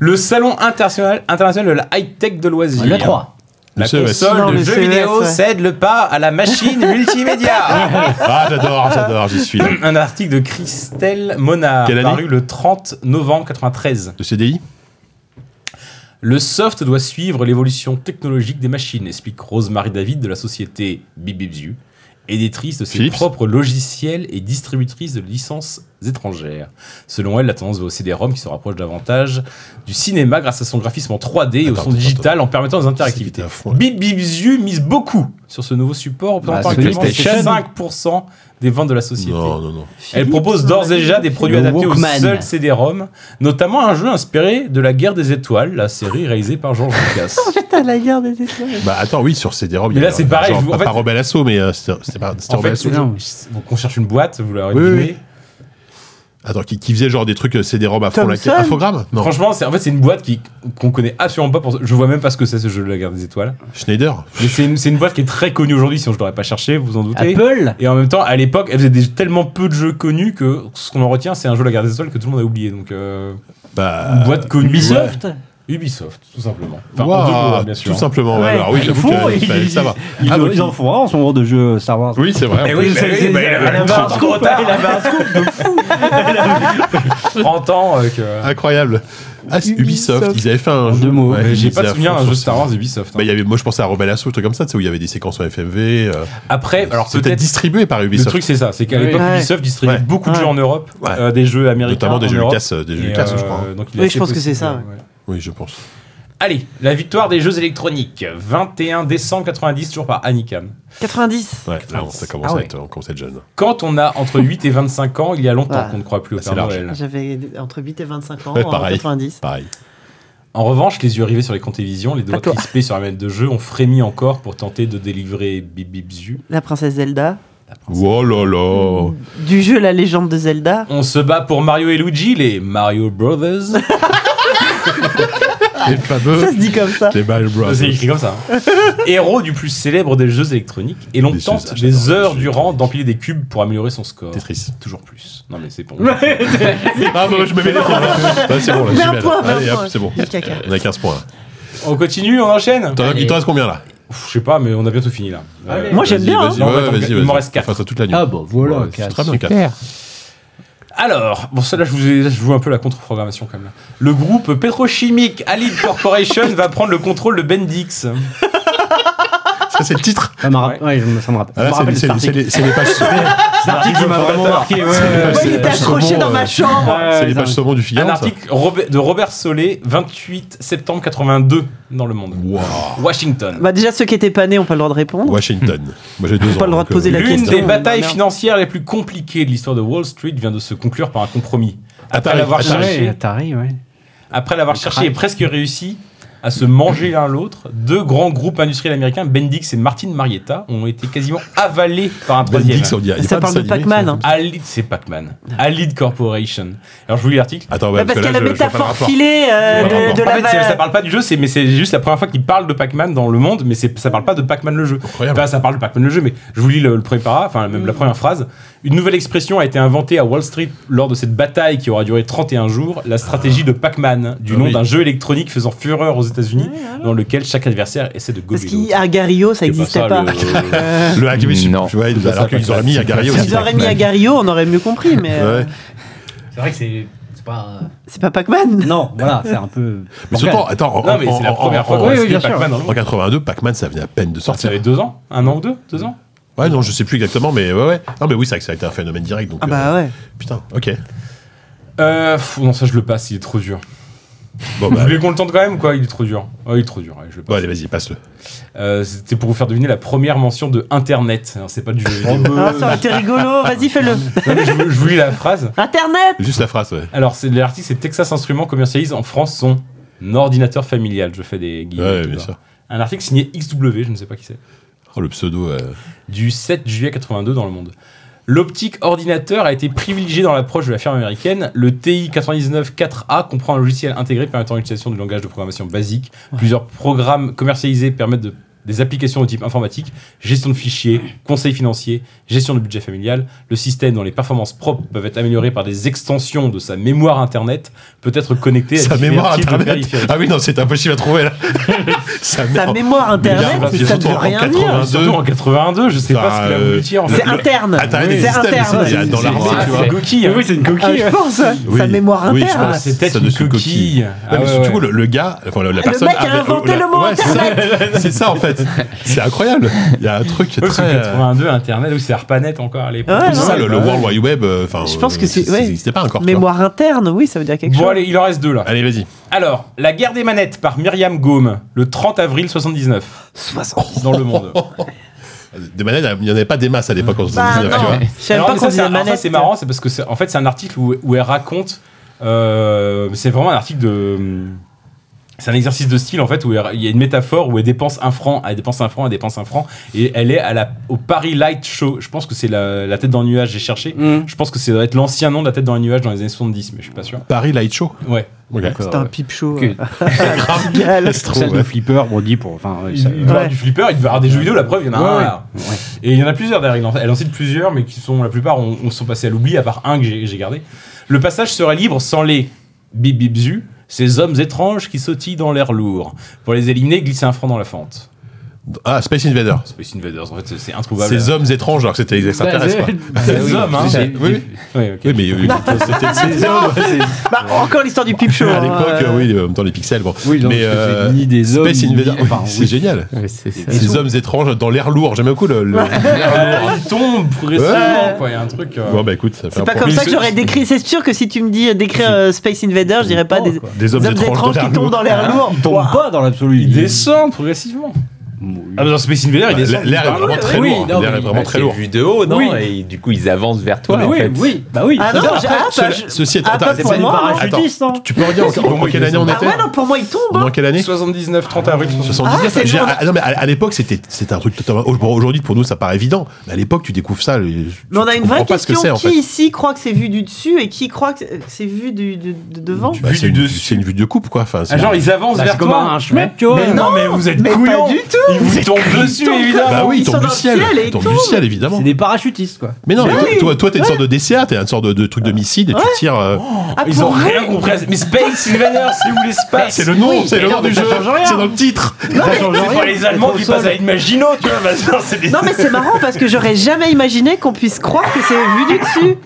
S4: Le salon international, international de la high tech de loisirs.
S5: Le 3.
S4: La
S2: Le E CES.
S4: console
S3: Non,
S4: de
S3: le
S4: jeux
S3: CES,
S4: vidéo
S3: ouais.
S4: cède le pas à la machine multimédia.
S2: Ah, j'adore, j'adore, j'y suis. Le
S4: Un article de Christelle Monard
S2: Quelle année
S4: paru le 30 novembre 93.
S2: CDI
S4: Le soft doit suivre l'évolution technologique des machines, explique Rosemary David de la société Bibibzu, éditrice de ses
S2: Philips.
S4: propres logiciels et distributrice de licences étrangères. Selon elle, la tendance va au CD-ROM qui se rapproche davantage du cinéma grâce à son graphisme en 3D et au
S2: Attends,
S4: son
S2: attends,
S4: digital en permettant des
S2: C'était
S4: interactivités.
S2: à fond, là.
S4: Bibibzu mise beaucoup sur ce nouveau support, représentant
S5: c'est
S4: actuellement 5%
S5: PlayStation.
S4: des ventes de la société.
S2: Bah, Non, non, non.
S4: Elle propose d'ores et déjà des produits
S5: Le
S4: adaptés
S5: Walkman.
S4: au seul CD-ROM, notamment un jeu inspiré de La Guerre des Étoles, la série réalisée par George Lucas.
S3: Putain, Ah, la guerre des étoiles.
S2: Bah, attends, oui, sur CD-ROM. il y
S4: Mais là,
S2: avait
S4: c'est
S2: un-
S4: pareil,
S2: Genre,
S4: je vous- en
S2: pas,
S4: fait-
S2: pas Rebel Assaut, mais euh, c'était c'était pas c'était
S4: en
S2: Rebel
S4: fait,
S2: Assaut.
S4: donc on cherche une boîte, vous l'aurez
S2: Oui,
S4: deviné.
S2: oui. Attends, qui, qui faisait genre des trucs euh, CD-ROM à fond la
S3: Thomson
S2: infogramme Non,
S4: Franchement, c'est en fait c'est une boîte qui qu'on connaît absolument pas. Pour... Je vois même pas ce que c'est ce jeu de la Guerre des Étoiles.
S2: Schneider.
S4: Mais c'est une, c'est une boîte qui est très connue aujourd'hui. Sinon, je l'aurais pas cherché, vous vous en doutez.
S5: Apple.
S4: Et en même temps, à l'époque, elle faisait des- tellement peu de jeux connus que ce qu'on en retient, c'est un jeu de la Guerre des Étoiles que tout le monde a oublié. Donc, euh,
S2: Bah,
S4: une boîte connue.
S5: Ubisoft.
S4: Ubisoft, tout simplement. Enfin, en
S2: Ouah,
S4: deux mots, hein, bien sûr.
S2: Tout simplement, ouais,
S5: Ouais,
S2: alors oui,
S5: ils
S2: j'avoue
S5: font,
S2: que
S5: ils-
S2: ça- ça va.
S5: Ils,
S2: Ah,
S5: ils
S2: donc,
S5: en font en ce moment de jeux Star Wars.
S2: Oui, c'est vrai.
S4: Eh oui, bah oui, bah, il avait un
S5: avait un
S4: scoop,
S5: scoop, elle avait un scoop.
S4: 30 ans euh, que.
S2: Incroyable. Ah, c'est Ubisoft, ils avaient fait un jeu.
S5: deux mots.
S2: ouais,
S4: Mais Euh, J'ai
S2: ils
S4: pas de
S2: étaient à
S4: souvenir
S2: fond
S4: d'un jeu
S2: sur-
S4: Star Wars Ubisoft. hein.
S2: Bah, il y avait, moi je pensais à Rebel Assault, un truc comme ça, tu sais, où il y avait des séquences en FMV. euh,
S4: Après, alors
S2: C'était
S4: peut-être.
S2: distribué par
S4: Le
S2: Ubisoft.
S4: truc, c'est ça, c'est qu'à
S5: Oui.
S4: l'époque,
S3: Ouais.
S4: Ubisoft distribuait
S2: Ouais.
S4: beaucoup de jeux
S3: Ouais.
S4: en Europe,
S2: Ouais.
S4: euh, des jeux américains.
S2: notamment des
S4: en
S2: jeux
S4: Europe.
S2: Lucas, euh, des jeux
S4: Et,
S2: Lucas,
S4: euh,
S2: je crois. hein.
S4: donc il est
S3: Oui, je
S4: assez
S3: pense que c'est
S4: possible,
S3: ça,
S4: euh,
S3: ouais.
S4: ouais.
S2: Oui, je pense.
S4: Allez, la victoire des jeux électroniques, 21 décembre 90, toujours par Anikam.
S3: 90.
S2: Ouais, là, on, ça commence
S4: Ah
S2: à
S4: ouais.
S2: être, on commence à être jeune.
S4: Quand on a entre 8 et 25 ans, il y a longtemps
S3: Ah.
S4: qu'on ne croit plus au
S2: Bah,
S4: Père
S2: c'est large.
S4: Noël.
S3: J'avais entre 8 et 25 ans
S2: Ouais,
S3: en
S2: pareil.
S3: 90.
S2: Pareil.
S4: En revanche, les yeux rivés sur les comptes télévisions, les doigts
S3: toi.
S4: crispés sur la manette de jeu, on frémit encore pour tenter de délivrer Bibibzu.
S3: La princesse Zelda.
S2: Oh là là.
S3: Du jeu La légende de Zelda.
S4: On se bat pour Mario et Luigi, les Mario Brothers.
S2: Les fameux.
S3: Ça se dit comme ça.
S2: Les Mario Bros.
S4: C'est écrit comme ça. hein. Héros du plus célèbre des jeux électroniques et l'on
S2: Des
S4: tente
S2: jeux-
S4: des
S2: j'adore les
S4: heures
S2: jeux
S4: durant d'empiler des cubes pour améliorer son score.
S2: Tetris.
S4: Toujours plus. Non mais c'est bon.
S2: Ah, bah, je me mets les points. là. Bah, c'est bon, là,
S3: Mais
S2: j'y
S3: un
S2: vais, là.
S3: point, mais un
S2: Allez, hop,
S3: point.
S2: c'est bon.
S3: Il y a caca.
S2: On a 15 points. là.
S4: On continue, on enchaîne
S2: T'en as- Il t'en reste combien là
S4: Pff, Je sais pas, mais on a bientôt fini là. Euh,
S5: Allez.
S3: Moi, j'aime
S2: Vas-y,
S3: bien, hein.
S2: Vas-y,
S4: Non,
S2: ouais,
S4: attends,
S2: vas-y.
S4: il m'en
S2: vas-y.
S4: reste quatre.
S2: Enfin, ça toute la nuit.
S5: Ah bah voilà,
S2: Ouais, c'est très bien, quatre.
S6: Super.
S4: Alors, bon, ça là, je vous ai- là, je joue un peu la contre-programmation quand même. là. Le groupe pétrochimique Allied Corporation va prendre le contrôle de Bendix.
S2: Ça, c'est le titre.
S5: Ça me rappelle- ouais, je me- ça me rappelle.
S2: Ah,
S5: je
S2: là,
S5: me
S2: c'est les-
S5: rappelle
S2: c'est
S5: cet
S2: les- c'est
S5: article.
S2: les c'est les pages
S5: C'est un article qui m'a vraiment marqué. ouais, ouais,
S3: Moi, Euh, il
S2: c'est
S3: était
S2: pas
S3: accroché
S2: sûrement,
S3: dans ma
S2: euh,
S3: chambre.
S5: ouais.
S2: c'est les
S5: Ouais,
S2: pages saumon du Figaro.
S4: Un
S2: ça.
S4: article Robert- de Robert Solé, 28 septembre 82 dans le monde.
S2: Wow.
S4: Washington.
S3: Bah, déjà, ceux qui étaient pas nés ont pas le droit de répondre.
S2: Washington. Moi, j'ai deux ans.
S3: Hmm. Pas le droit de
S2: donc, euh,
S3: poser la
S4: L'une
S3: question.
S4: des batailles
S3: Merde.
S4: financières les plus compliquées de l'histoire de Wall Street vient de se conclure par un compromis. Après
S2: Atari,
S4: l'avoir
S2: Atari.
S4: cherché,
S5: Ouais, Atari, ouais.
S4: après l'avoir cherché et presque réussi à se manger l'un l'autre, deux grands groupes industriels américains, Bendix et Martin Marietta, ont été quasiment avalés par un troisième.
S2: Bendix, on dit. il y a
S3: Ça
S2: pas
S3: parle de
S2: dessin animé,
S3: Pac-Man,
S2: ça.
S3: hein.
S4: Alid, c'est Pac-Man. Alid Corporation. Alors je vous lis l'article.
S2: Attends,
S3: Bah,
S2: ouais,
S3: parce qu'il y a
S2: là,
S3: la
S2: je- je vois pas le
S3: métaphore
S2: rapport.
S3: filée
S2: Je vois
S3: euh,
S2: pas le
S3: de, de
S4: en fait, c'est- ça
S3: la.
S4: parle pas du jeu, c'est mais c'est juste la première fois qu'il parle de Pac-Man dans le monde, mais c'est ça parle pas de Pac-Man le jeu.
S2: Incroyable.
S4: Enfin, ça parle de Pac-Man le jeu, mais je vous lis le, le premier para, enfin même la première phrase. Une nouvelle expression a été inventée à Wall Street lors de cette bataille qui aura duré 31 jours, la stratégie de Pac-Man, du
S2: Ah
S4: nom
S2: oui.
S4: d'un jeu électronique faisant fureur aux États-unis, dans lequel chaque adversaire essaie de
S3: Ah, Parce
S4: gober l'autre.
S3: qu'Agario, ça
S4: C'est
S3: n'existait
S4: ça,
S3: pas.
S4: le-
S3: Euh,
S2: Le hack, oui,
S6: Non.
S2: tu vois, ils- alors qu'ils auraient mis Agario aussi.
S3: S'ils auraient mis Agario, on aurait mieux compris, mais. euh,
S2: Ouais.
S5: C'est vrai que c'est. C'est pas. euh,
S3: C'est pas Pac-man
S5: Non, voilà, c'est un peu.
S2: Mais surtout, attends, en-
S4: Non, mais c'est la
S2: en-
S4: première
S2: en-
S4: fois qu'on
S5: oui,
S4: a
S5: oui,
S4: cité
S5: bien sûr.
S4: Pac-Man dans le
S2: en
S4: monde.
S2: 82, Pac-Man, ça venait à peine de
S4: Ça
S2: sortir.
S4: avait deux ans Un an ou deux Deux ans
S2: Ouais, non, je sais plus exactement, mais ouais, ouais. Non, mais oui, c'est vrai que ça a été un phénomène direct. Donc,
S3: Ah bah
S2: euh,
S3: ouais.
S2: Putain, ok.
S4: Euh, pff, non, ça je le passe, il est trop dur.
S2: Bon,
S4: Vous
S2: bah,
S4: voulez qu'on le tente quand même ou quoi Il est trop dur. Ouais, il est trop dur, ouais, je le passe.
S2: bon, Bah, allez, vas-y, passe-le.
S4: Euh, C'était pour vous faire deviner la première mention de Internet. Alors, c'est pas du jeu vidéo.
S3: Ah, ça aurait été rigolo, vas-y fais-le.
S4: Non, mais je, vous- je vous lis la phrase.
S3: Internet
S2: Juste la phrase, ouais.
S4: Alors, c'est l'article, c'est Texas Instruments commercialise en France son ordinateur familial. Je fais des guillemets.
S2: Ouais,
S4: tout
S2: bien
S4: ça.
S2: sûr.
S4: Un article signé XW, je ne sais pas qui c'est,
S2: Oh, le pseudo. euh,
S4: du 7 juillet 82 dans le monde. L'optique ordinateur a été privilégiée dans l'approche de la firme américaine. Le TI-99-4A comprend un logiciel intégré permettant l'utilisation du langage de programmation basique. Plusieurs programmes commercialisés permettent de- des applications de type informatique, gestion de fichiers, conseil financier, gestion de budget familial. Le système dont les performances propres peuvent être améliorées par des extensions de sa mémoire Internet peut être connecté à
S2: Sa
S4: différents
S2: mémoire
S4: types de
S2: internet.
S4: périphériques.
S2: Ah oui, non, c'est impossible à trouver là. Sa
S3: Sa mémoire
S2: Mais
S3: internet,
S2: il y a-
S3: ça ne
S2: surtout
S3: veut
S2: en
S3: rien dire.
S4: Surtout en 82, je sais
S2: Ah, Ça,
S4: pas ce qu'il a
S2: euh,
S4: voulu dire. en fait.
S3: C'est interne.
S2: Internet
S3: C'est
S2: existe, mais
S3: interne.
S2: c'est- il y a dans
S4: C'est-
S2: l'armoire,
S4: c'est-
S2: tu
S4: c'est
S2: vois.
S4: la coquille. hein.
S5: c'est une coquille.
S3: Ah, je pense, ouais. sa mémoire
S2: Oui, je
S3: interne.
S2: pense.
S4: Ah, c'est peut-être
S2: Ça
S4: une
S2: dessus,
S4: coquille.
S2: Ah,
S4: Ah
S2: mais
S4: ouais,
S2: surtout,
S4: ouais.
S2: Le, le gars, enfin, la personne.
S3: mec a
S2: avait-
S3: inventé
S2: oh, la-
S3: le mot
S2: ouais, c'est ça. C'est ça, en fait. C'est incroyable. Il y a un truc
S4: Ouais, parce que
S2: très. euh,
S4: 82, Internet, oui, c'est ARPANET encore à l'époque.
S3: Ouais, bah,
S2: C'est ça, le, le
S4: Ouais.
S2: World Wide Web. euh, Enfin,
S3: Je pense
S2: euh,
S3: que c'est-
S2: ça
S3: ouais.
S2: n'existait pas encore. tu vois.
S3: Mémoire interne, oui, ça veut dire quelque
S4: Bon,
S3: chose.
S4: allez, il en reste deux là.
S2: Allez, vas-y.
S4: Alors, La guerre des manettes par Myriam Gaume, le 30 avril 79, dans le monde.
S2: Des manettes, il n'y en avait pas des masses à l'époque en
S3: Bah
S2: 79, tu vois.
S3: non, je savais
S4: Alors,
S3: pas
S4: mais
S3: qu'on
S4: ça, c'est-
S3: disait
S4: alors, ça,
S3: manette.
S4: c'est marrant, c'est parce que c'est- en fait, c'est un article où, où elle raconte. euh, c'est vraiment un article de. C'est un exercice de style en fait où elle- il y a une métaphore où elle dépense un franc, elle dépense un franc, elle dépense un franc et elle est à la, au Paris Light Show. Je pense que c'est la, la tête dans le nuage, j'ai cherché.
S3: Mm.
S4: Je pense que ça doit être l'ancien nom de la tête dans le nuage dans les années 70, mais je suis pas sûr.
S2: Paris Light Show.
S4: Ouais.
S3: C'est un pipe show.
S5: Ok.
S3: Génial.
S2: C'est trop,
S5: Celle de
S2: ouais.
S5: Flipper, bon, dit pour. Enfin, ouais, ça-
S4: Il doit y avoir
S3: Ouais.
S4: du flipper, il doit y avoir des jeux vidéo, la preuve, il y en a
S5: Ouais,
S4: un.
S5: ouais.
S4: là. Et il y en a plusieurs d'ailleurs, il en- elle en cite plusieurs, mais qui sont la plupart on, on sont passés à l'oubli, à part un que j'ai j'ai gardé. Le passage serait libre sans les bibibzu, Ces hommes étranges qui sautillent dans l'air lourd. Pour les éliminer, glissez un franc dans la fente.
S2: Ah, Space Invaders.
S4: Space Invaders, en fait, c'est- c'est introuvable.
S2: Ces hommes étranges, alors que c'était les extraterrestres. quoi.
S4: Ces hommes, hein.
S2: Oui, oui.
S4: Ouais, ok.
S2: Oui, mais euh, c'était ces hommes.
S3: Bah, encore l'histoire du pipe show.
S2: À
S3: hein,
S2: l'époque,
S3: euh,
S2: euh, oui, euh, en même temps, les pixels. Bon.
S7: Oui, non,
S2: mais
S7: parce que c'est
S2: euh,
S7: ni des hommes,
S2: Space
S7: ni-
S2: Invaders, oui,
S7: enfin,
S2: c'est
S7: oui.
S2: génial.
S6: Ouais, c'est ça.
S2: Ces hommes étranges dans l'air lourd, j'aime beaucoup le. le-
S4: Euh, Ils tombent progressivement, quoi. Il y a un truc. euh,
S2: Bon, bah écoute, ça fait
S3: C'est
S2: un
S3: pas
S2: point.
S3: comme ça que j'aurais décrit. C'est sûr que si tu me dis euh, décrire euh, Space Invader, je dirais pas des,
S2: Des hommes
S3: des hommes
S2: étranges,
S3: étranges
S2: dans l'air
S3: qui tombent
S2: lourd.
S3: dans l'air lourd.
S7: Il tombe pas dans l'absolu.
S4: Ils descendent progressivement. Ah, mais dans Space Invader, ils descendent.
S2: L'air est
S4: Ah,
S2: vraiment
S4: ouais,
S2: très
S4: oui,
S2: lourd.
S4: non,
S2: L'air est
S4: mais-
S2: vraiment très lourd.
S6: Vu de haut, non
S4: Oui.
S6: Et du coup, ils avancent vers toi, en
S7: oui,
S6: fait.
S7: oui, bah oui.
S3: Ah non, j'ai- ah, bah,
S2: Cela-
S3: je-
S2: Ceci est
S3: ah,
S2: attends,
S3: pas
S2: c'est
S3: pour
S2: pas
S3: moi,
S2: des
S3: non.
S2: parachutistes,
S5: hein.
S7: non
S2: Tu peux redire en- en quelle année on
S3: Ah
S2: était
S3: ouais, non, pour moi, ils tombent.
S2: On est
S3: hein.
S2: en quelle année
S4: 79, 30 avril.
S2: 79
S3: c'est
S2: j'ai-
S3: bon.
S2: ah, Non mais à, à l'époque c'était c'était un truc totalement au- bon, aujourd'hui pour nous ça paraît évident mais à l'époque tu découvres ça les-
S3: Mais on
S2: tu
S3: a une vraie
S2: comprends pas ce que
S3: question.
S2: c'est, en
S3: qui
S2: fait.
S3: ici croit que c'est vu du dessus et qui croit que c'est vu du, de- de devant
S2: Bah,
S4: Vue
S2: c'est
S4: du
S2: une,
S4: dessus.
S2: c'est une vue de coupe quoi enfin c'est-
S4: Ah, genre, ils avancent
S5: Bah,
S4: vers
S5: c'est comme
S4: toi.
S5: un schmeck, tu vois.
S4: Mais non, mais vous êtes
S3: Mais
S4: couillons.
S3: pas du tout.
S4: Ils vous tombent dessus,
S3: tombent
S4: évidemment.
S2: bah oui
S3: ils
S2: ils
S3: sont
S2: tombent
S3: dans
S2: du
S3: le
S2: ciel
S3: ciel et
S2: ils tombent du
S3: tout.
S2: ciel évidemment
S5: C'est des parachutistes, quoi.
S2: mais non
S3: Mais
S2: mais
S3: oui.
S2: toi toi t'es une sorte de DCA t'es une sorte de, de truc de missile et tu tires euh,
S3: Ah,
S4: Ils
S3: pour
S4: ont
S3: vrai
S4: rien compris. à ce- Mais Space Invaders, c'est où l'espace
S2: c'est le nom c'est le
S5: mais
S2: nom
S5: non,
S2: du
S5: mais ça
S2: jeu
S5: change rien.
S2: c'est dans le titre
S4: C'est pas les Allemands qui passent à une Maginot, tu vois. bah, non, c'est des-
S3: Non, mais c'est marrant parce que j'aurais jamais imaginé qu'on puisse croire que c'est vu du dessus.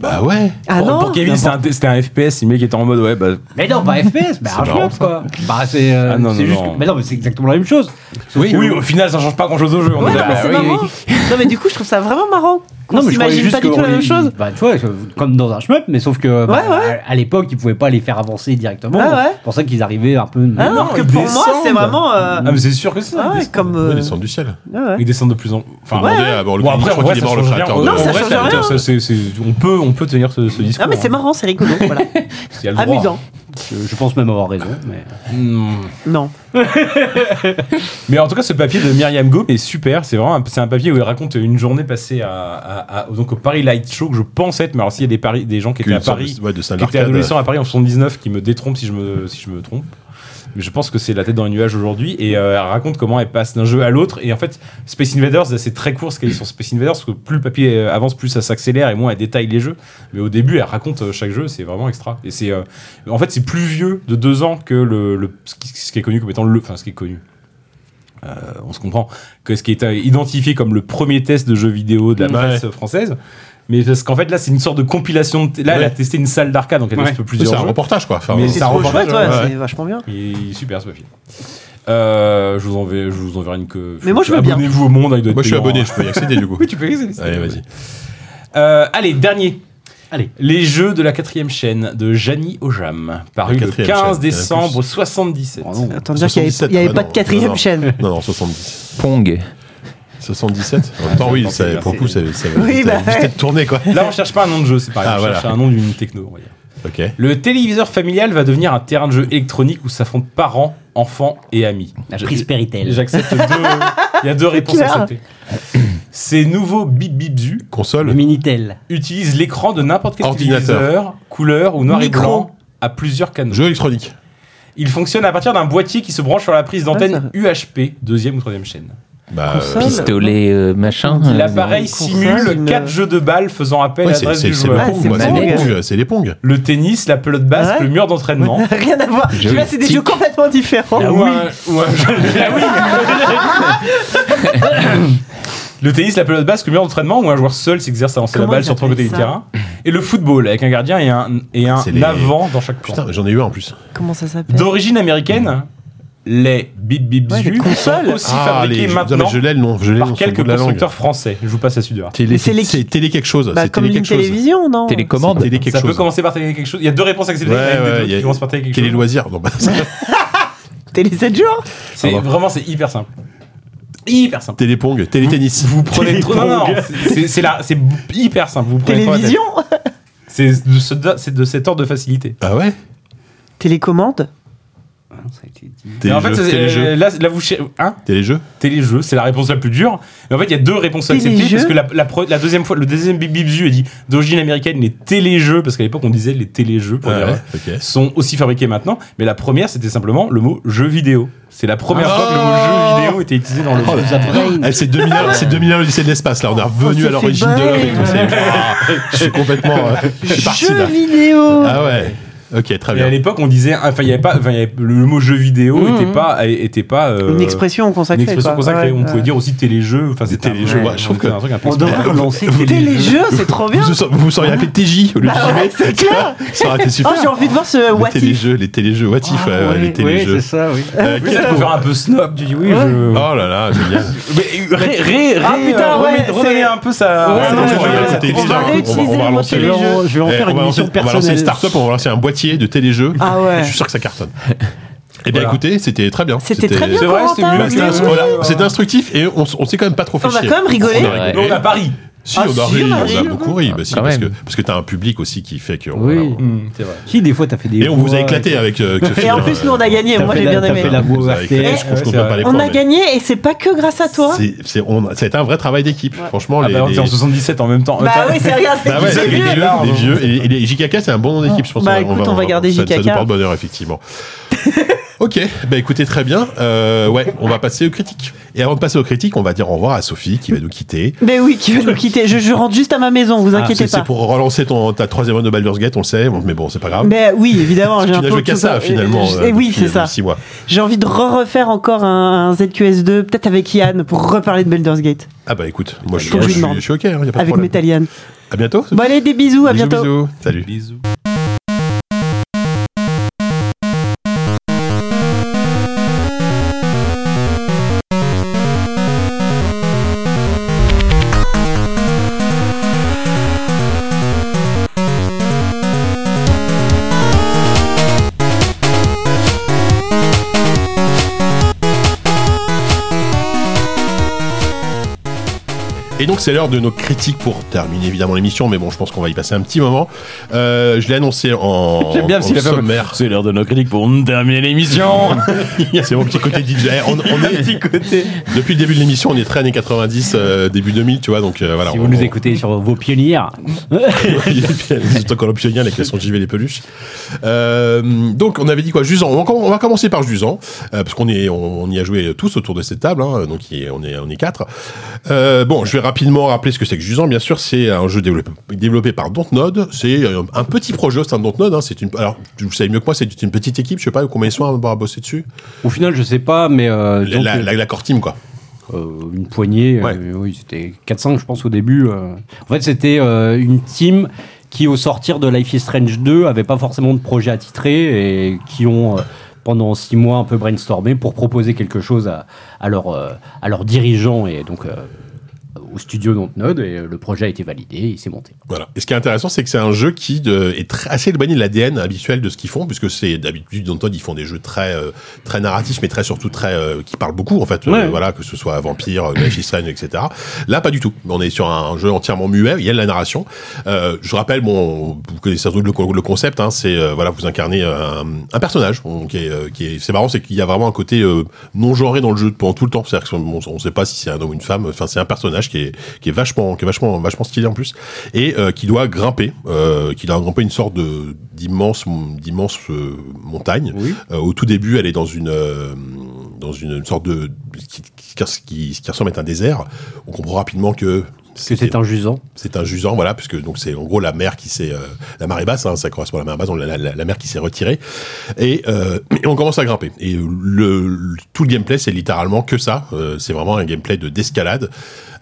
S2: bah ouais
S3: Ah
S4: Pour-
S3: non
S4: Pour Kevin, c'est un- c'était un FPS. Le mec était en mode, ouais, bah.
S5: Mais non, pas FPS, bah, un
S2: marrant,
S5: schmuck, quoi. Bah, c'est. euh,
S4: Ah, non,
S5: c'est
S4: non,
S5: juste.
S4: non.
S5: que- Mais non, mais c'est exactement la même chose.
S4: Oui, au final, ça change pas grand chose au jeu. on
S3: Ouais,
S4: est
S3: non,
S4: d'accord.
S3: mais c'est
S5: oui,
S3: marrant. Non, mais du coup, je trouve ça vraiment marrant. On
S5: je croyais
S3: s'imagine
S5: juste
S3: pas du
S5: que
S3: tout la
S5: on
S3: même
S5: les-
S3: chose.
S5: Bah, tu vois, euh, comme dans un shmup, mais sauf que bah,
S3: Ouais, ouais.
S5: à à l'époque, ils pouvaient pas les faire avancer directement.
S3: Ah, ouais.
S5: C'est pour ça qu'ils arrivaient un peu.
S3: Ah,
S4: non,
S3: Alors que
S4: ils
S3: pour moi, c'est
S4: descendent.
S3: vraiment. euh,
S4: Ah, mais c'est sûr que c'est ça.
S3: ah
S4: ils
S3: ouais,
S4: descendent.
S3: comme.
S2: ils
S3: euh,
S2: descendent du ciel
S3: ah ouais.
S4: Ils descendent de plus en. Enfin,
S3: Ouais.
S2: Demandez à- bon, le
S4: Bon,
S2: coup,
S4: après,
S2: je
S4: en
S2: crois
S4: vrai,
S2: qu'il est
S4: ça
S2: mort, le
S4: change rien.
S2: créateur
S4: En
S2: de-
S3: Non, ça
S4: vrai,
S3: change
S4: ça-
S3: rien.
S4: ça- c'est- c'est- On peut on peut tenir ce ce discours.
S3: Ah, mais c'est
S4: hein.
S3: marrant, c'est rigolo. Voilà.
S4: Il y a le droit.
S3: Amusant.
S5: Je, je pense même avoir raison. Mais...
S4: Hmm.
S3: Non.
S4: Mais en tout cas, ce papier de Myriam Go est super. C'est vraiment un, c'est un papier où elle raconte une journée passée à, à- à- au- donc au Paris Light Show que je pense être. Mais alors, s'il y a des, Paris, des gens qui étaient
S2: Qu'une
S4: à
S2: sorte
S4: Paris,
S2: de- ouais, de salle
S4: qui étaient
S2: d'arcade.
S4: adolescents à Paris en 79, qui me détrompent si je me, si je me trompe. Mais je pense que c'est la tête dans les nuages aujourd'hui. Et euh, elle raconte comment elle passe d'un jeu à l'autre. Et en fait, Space Invaders, c'est très court ce qu'elle dit sur Space Invaders, parce que plus le papier euh, avance, plus ça s'accélère et moins elle détaille les jeux. Mais au début, elle raconte euh, chaque jeu, c'est vraiment extra. Et c'est, euh, en fait, c'est plus vieux de deux ans que le, le- ce, qui, ce qui est connu comme étant le, enfin, ce qui est connu. Euh, on se comprend que ce qui est euh, identifié comme le premier test de jeux vidéo de la
S2: Ouais.
S4: presse française. Mais parce qu'en fait, là, c'est une sorte de compilation. de t- Là, elle a
S2: Ouais.
S4: testé une salle d'arcade, donc elle
S2: Ouais.
S4: teste
S2: c'est un
S4: plusieurs jeux.
S2: reportage quoi enfin
S4: Mais
S3: C'est
S4: ça
S3: trop
S4: reportage,
S3: chouette, ouais,
S2: ouais.
S3: c'est vachement bien.
S4: Il est super ce papier. Euh, je vous enverrai, je vous enverrai une que.
S3: Mais moi, je veux bien.
S4: Abonnez-vous au monde. il doit être
S2: moi je suis
S4: payant,
S2: abonné
S4: hein.
S2: je peux y accéder du coup
S4: Oui, tu peux y accéder, c'est
S2: allez
S4: cool.
S2: vas-y
S4: Euh, allez, dernier.
S5: Allez.
S4: Les jeux de la quatrième chaîne de Jani Ojam, paru
S2: La
S4: le
S2: quatrième
S4: 15
S2: chaîne,
S4: décembre 77.
S5: oh
S3: Attends, déjà qu'il n'y avait,
S2: 77,
S3: il y avait
S2: ah
S3: pas
S2: non,
S3: de quatrième
S2: non, non.
S3: chaîne.
S2: non non 70
S6: Pong.
S2: 77 En même temps, oui,
S4: c'est
S2: ça,
S4: bien,
S2: pour le coup, ça, ça va
S3: Oui,
S2: vite,
S3: bah,
S2: ça va vite
S3: ouais.
S2: être tourné, quoi.
S4: Là, on cherche pas un nom de jeu, c'est pareil.
S2: Ah,
S4: on
S2: voilà.
S4: cherche un nom d'une techno, on va dire.
S2: Ok.
S4: Le téléviseur familial va devenir un terrain de jeu électronique où s'affrontent parents, enfants et amis.
S5: La
S4: Je-
S5: prise Péritel.
S4: J'accepte deux. Il y a deux réponses
S3: clair.
S4: à accepter. Ces nouveaux bip bipzu
S5: Le
S2: Console
S5: Minitel.
S4: utilisent l'écran de n'importe quel
S2: Ordinateur.
S4: téléviseur, couleur ou noir et
S3: Micro.
S4: blanc à plusieurs canaux.
S2: Jeu électronique.
S4: Il fonctionne à partir d'un boîtier qui se branche sur la prise
S3: Ah,
S4: d'antenne UHP, deuxième ou troisième chaîne.
S2: Bah, euh,
S3: Console.
S6: Pistolet, euh, machin. euh,
S4: L'appareil
S3: console,
S4: simule
S3: une-
S4: 4 jeux de balles faisant appel
S2: ouais,
S4: à
S2: c'est
S4: l'adresse
S2: c'est-
S4: du
S2: c'est le
S4: joueur.
S3: Ah,
S2: Pong,
S3: c'est
S2: quoi, c'est les
S3: magnifique.
S2: Pong, c'est les Pong.
S4: Le tennis, la pelote basque,
S3: Ouais.
S4: le mur d'entraînement.
S3: Rien à voir.
S6: Jeu
S3: Là, c'est des
S6: tic.
S3: jeux complètement différents.
S4: Ou un- ou un jeu- La Wii. Le tennis, la pelote basque, le mur d'entraînement où un joueur seul s'exerce à lancer la
S3: Comment
S4: balle sur
S3: ils
S4: trois côtés du
S3: appellent ça
S4: terrain. Et le football avec un gardien et un, et un
S2: C'est les-
S4: avant dans chaque
S2: Putain,
S4: plan.
S2: j'en ai eu un en plus.
S3: Comment ça s'appelle
S4: D'origine américaine, les bip bip
S3: Ouais, les
S4: sont
S3: consoles.
S4: aussi fabriqués
S2: Ah, les,
S4: maintenant
S2: non, mais je l'ai, le nom, je l'ai,
S4: par
S2: non, sur le bout
S4: quelques
S2: de la langue.
S4: constructeurs français. Je vous passe la suite de là.
S2: Télé,
S3: Mais c'est
S2: c'est
S3: les-
S2: c'est télé quelque chose.
S3: Bah,
S2: c'est
S3: comme
S2: télé
S3: une
S2: quelque chose.
S3: télévision, non
S6: Télécommande.
S2: C'est Télé quelque
S4: Ça peut
S2: chose.
S4: commencer par télé quelque chose. Il y a deux réponses acceptées.
S2: Ouais,
S4: il y en a une des
S2: ouais,
S4: deux
S2: il y a-
S4: qui commence par télé quelque
S2: Télé
S4: chose.
S2: loisirs. Non, bah,
S3: Télé 7 jours
S4: C'est
S2: Pardon.
S4: vraiment c'est hyper simple. Hyper simple.
S2: télé Pong, télé tennis.
S4: Vous prenez trop. Non, non, c'est- c'est- c'est là, c'est hyper simple. Vous prenez trop la tête.
S3: Télévision
S4: C'est de, ce- c'est de cet ordre de facilité.
S2: Ah ouais
S3: Télécommande
S4: Mais en fait,
S2: Téléjeux,
S4: c'est- euh,
S2: téléjeux.
S4: là, là, vous cher- hein
S2: Téléjeux
S4: téléjeu, c'est la réponse la plus dure. Mais en fait, il y a deux réponses acceptées
S3: Téléjeu.
S4: parce que la, la pre- la deuxième fois, le deuxième bip bip zoo est dit d'origine américaine, les téléjeux, parce qu'à l'époque on disait les téléjeux pour
S2: Ah
S4: dire, hein,
S2: ouais, ok.
S4: sont aussi fabriqués maintenant. Mais la première, c'était simplement le mot jeu vidéo. C'est la première fois que le mot jeu vidéo était utilisé dans le jeu.
S2: Ah, c'est 2001, c'est 2001 lycée de l'espace là, on est revenu
S3: Oh,
S2: à
S3: ça,
S2: l'origine
S3: c'est
S2: de l'homme et
S3: dingue.
S2: tout. c'est- Ah, Je suis complètement. euh, Je suis parti
S3: Jeux
S2: là.
S3: vidéo
S2: Ah ouais. Ok, très
S4: Et à
S2: bien.
S4: l'époque, on disait, enfin, il y avait pas, enfin, il y avait- le mot jeu vidéo
S3: Mhm.
S4: était pas, était pas euh,
S3: Une expression
S4: une
S3: consacrée.
S4: expression
S3: quoi.
S4: consacrée.
S3: Ouais,
S4: on pouvait
S3: ouais.
S4: dire aussi téléjeux. Enfin, c'était
S2: téléjeux,
S4: un-
S2: ouais, je trouve que-
S4: un truc un peu
S5: On devrait relancer
S3: Téléjeux, c'est trop bien.
S2: Vous, vous vous seriez appelé TJ au lieu de
S3: Bah ouais, c'est clair.
S2: JV. Ça aurait été super.
S3: Oh, j'ai envie de voir ce
S2: les
S3: What If.
S2: téléjeux, les téléjeux, What If,
S3: Ah,
S2: ouais, ouais,
S3: ouais,
S2: euh, les
S3: ouais,
S2: téléjeux.
S5: ça, oui.
S2: Euh,
S4: Oui, ça peut faire un peu snob, tu dis oui, je.
S2: Oh là là, génial.
S4: Mais, ré, ré,
S3: Ah,
S4: ré-
S3: putain,
S4: euh,
S3: ouais,
S4: remet-
S3: c'est-
S4: redonner un peu ça.
S3: Ah Ouais,
S2: Attends,
S3: ouais,
S2: tu
S3: ouais,
S2: vois,
S3: ouais,
S2: c'était
S3: ouais.
S2: bizarre,
S3: On va
S2: on va-
S3: réutiliser
S2: on va
S3: le mot
S2: relancer
S5: Je vais,
S3: téléjeux.
S5: en- je vais en
S2: Eh,
S5: faire
S2: on
S5: une
S2: va lancer-
S5: émission
S2: On va lancer une
S5: personnelle.
S2: start-up, on va lancer un boîtier de téléjeux.
S3: Ah ouais.
S2: Je suis sûr que ça cartonne. Eh bien,
S4: Voilà.
S2: écoutez, c'était très bien.
S3: C'était très bien.
S4: C'est vrai, c'était
S3: Corentin.
S4: mieux
S2: Bah, c'était
S4: que-
S2: ins- voilà, c'était instructif et on, s- on s'est quand même pas trop fait
S3: On a
S2: chier.
S3: quand même rigolé.
S2: On a rigolé.
S4: Mais on a Paris.
S2: Si,
S3: Ah,
S2: on a
S3: si,
S2: ri,
S3: on a
S2: on a
S3: ri.
S2: beaucoup ri. bah si,
S6: Quand
S2: parce que,
S6: même.
S2: parce que t'as un public aussi qui fait que.
S5: Oui.
S2: voilà.
S4: C'est vrai.
S5: Qui, des fois, t'as fait des.
S2: Et on vous a
S5: voix,
S2: éclaté avec euh, avec ce
S3: Et
S2: film,
S3: en plus,
S2: hein.
S3: nous, on a gagné.
S5: t'as
S3: Moi,
S5: fait
S3: j'ai
S5: la-
S3: bien
S5: t'as fait
S3: aimé. Eh, euh,
S5: la voix
S2: Vous avez éclaté,
S5: RTL.
S2: je trouve
S4: Ouais,
S2: qu'on
S4: c'est
S2: peut
S4: vrai.
S2: pas les
S3: On
S2: prendre,
S3: a
S2: mais
S3: gagné et c'est pas que grâce à toi.
S2: c'est- c'est- on a- Ça a été un vrai travail d'équipe. Franchement,
S4: Ah
S2: les.
S4: bah, on
S2: les-
S4: était en 77 en même temps.
S3: Bah
S4: Attends.
S3: oui, c'est regarde,
S2: Bah ouais,
S3: c'est
S2: les
S3: du
S2: vieux,
S3: vieux.
S2: les vieux. Et, et les JKK, c'est un bon nom d'équipe, je pense.
S3: Bah, écoute, on va garder
S2: ça- Ça
S3: JKK.
S2: nous porte bonheur, effectivement. ok, bah écoutez, très bien. Euh, ouais, on va passer aux critiques. Et avant de passer aux critiques, on va dire au revoir à Sophie qui va nous quitter.
S3: Mais oui, qui veut nous quitter. Je, je rentre juste à ma maison, vous
S2: C'est
S3: inquiétez
S2: Ah, c'est
S3: pas.
S2: pour relancer ton, ta troisième run de Baldur's Gate, on le sait, bon, mais bon, c'est pas grave.
S3: Mais oui, évidemment,
S2: Parce que
S3: j'ai un
S2: tu n'as
S3: peu
S2: joué qu'à
S3: tout
S2: ça, finalement.
S3: Et
S2: euh,
S3: oui,
S2: depuis-
S3: c'est ça.
S2: depuis six mois.
S3: J'ai envie de refaire encore un, un ZQS2, peut-être avec Yann, pour reparler de Baldur's Gate,
S2: Ah bah écoute, moi je,
S3: Faut que
S2: moi,
S3: je
S2: je
S3: lui
S2: suis,
S3: demande.
S2: je suis ok, il a pas de
S3: avec
S2: problème.
S3: Metal Yann.
S2: À bientôt.
S3: Bon, allez, des bisous, à
S2: Bisous,
S3: bientôt.
S2: bisous. Salut.
S4: Bisous.
S2: Et donc c'est l'heure de nos critiques pour terminer évidemment l'émission, mais bon, je pense qu'on va y passer un petit moment. Euh, je l'ai annoncé en,
S4: J'aime bien parce
S2: en
S4: qu'il a fait un peu-
S2: sommaire.
S4: C'est l'heure de nos critiques pour nous terminer l'émission.
S2: C'est mon petit côté DJ. Eh, On, on est, depuis le début de l'émission, on est très années 90, euh, début 2000, tu vois. Donc euh, voilà.
S5: Si
S2: on-
S5: vous nous
S2: on-
S5: écoutez sur vos pionnières,
S2: C'est encore l'optionnier avec la son JV les peluches. Euh, donc on avait dit quoi Jusan. On, va com- on va commencer par Jusan euh, parce qu'on est on, on y a joué tous autour de cette table. hein, donc il est- on est on est quatre. Euh, bon, je vais rapidement rappeler ce que c'est que Jusan. Bien sûr, c'est un jeu développé, développé par Dontnod. C'est euh, un petit projet. C'est un Dontnod. hein, c'est une alors vous savez mieux que moi. C'est une petite équipe. Je sais pas combien ils sont à, à bosser dessus.
S5: au final, je sais pas, mais euh,
S2: La,
S5: donc,
S2: la, la- la core team quoi.
S5: euh, une poignée. euh,
S2: Ouais.
S5: oui, c'était 4-5, je pense, au début. euh. En fait, c'était euh, une team qui, au sortir de Life is Strange 2, avait pas forcément de projet attitré et qui ont. euh, pendant six mois, un peu brainstormé pour proposer quelque chose à, à, leurs, euh, à leurs dirigeants et donc euh, au studio Dontnod. Et euh, le projet a été validé, et il s'est monté.
S2: Voilà. Et ce qui est intéressant, c'est que c'est un jeu qui de- est très- assez éloigné de l'ADN habituel de ce qu'ils font, puisque c'est d'habitude dans Todd, ils font des jeux très euh, très narratifs, mais très surtout très euh, qui parlent beaucoup en fait. euh,
S5: Ouais.
S2: voilà, que ce soit Vampire, euh, Life is Strange, etc. Là, pas du tout. On est sur un, jeu entièrement muet. Il y a de la narration. Euh, je rappelle, bon, vous connaissez sans doute le, co- le concept. Hein, c'est euh, voilà, vous incarnez euh, un, un personnage. bon, qui est, euh, qui est- c'est marrant, c'est qu'il y a vraiment un côté euh, non genré dans le jeu pendant tout le temps. C'est-à-dire qu'on on sait pas si c'est un homme ou une femme. Enfin, c'est un personnage qui est qui est vachement qui est vachement vachement stylé en plus et euh, qui doit grimper, euh, qui doit grimper une sorte de d'immense d'immense euh, montagne. Euh, au tout début, elle est dans une euh, dans une sorte de qui, qui, qui- qui ressemble à un désert. On comprend rapidement que
S5: Que c'est un jusant.
S2: c'est un jusant, voilà, puisque donc c'est en gros la mer qui s'est euh, la marée basse, hein, ça correspond à la mer basse, donc la, la- la mer qui s'est retirée, et, euh, et on commence à grimper. Et le, le- tout le gameplay, c'est littéralement que ça. Euh, c'est vraiment un gameplay de d'escalade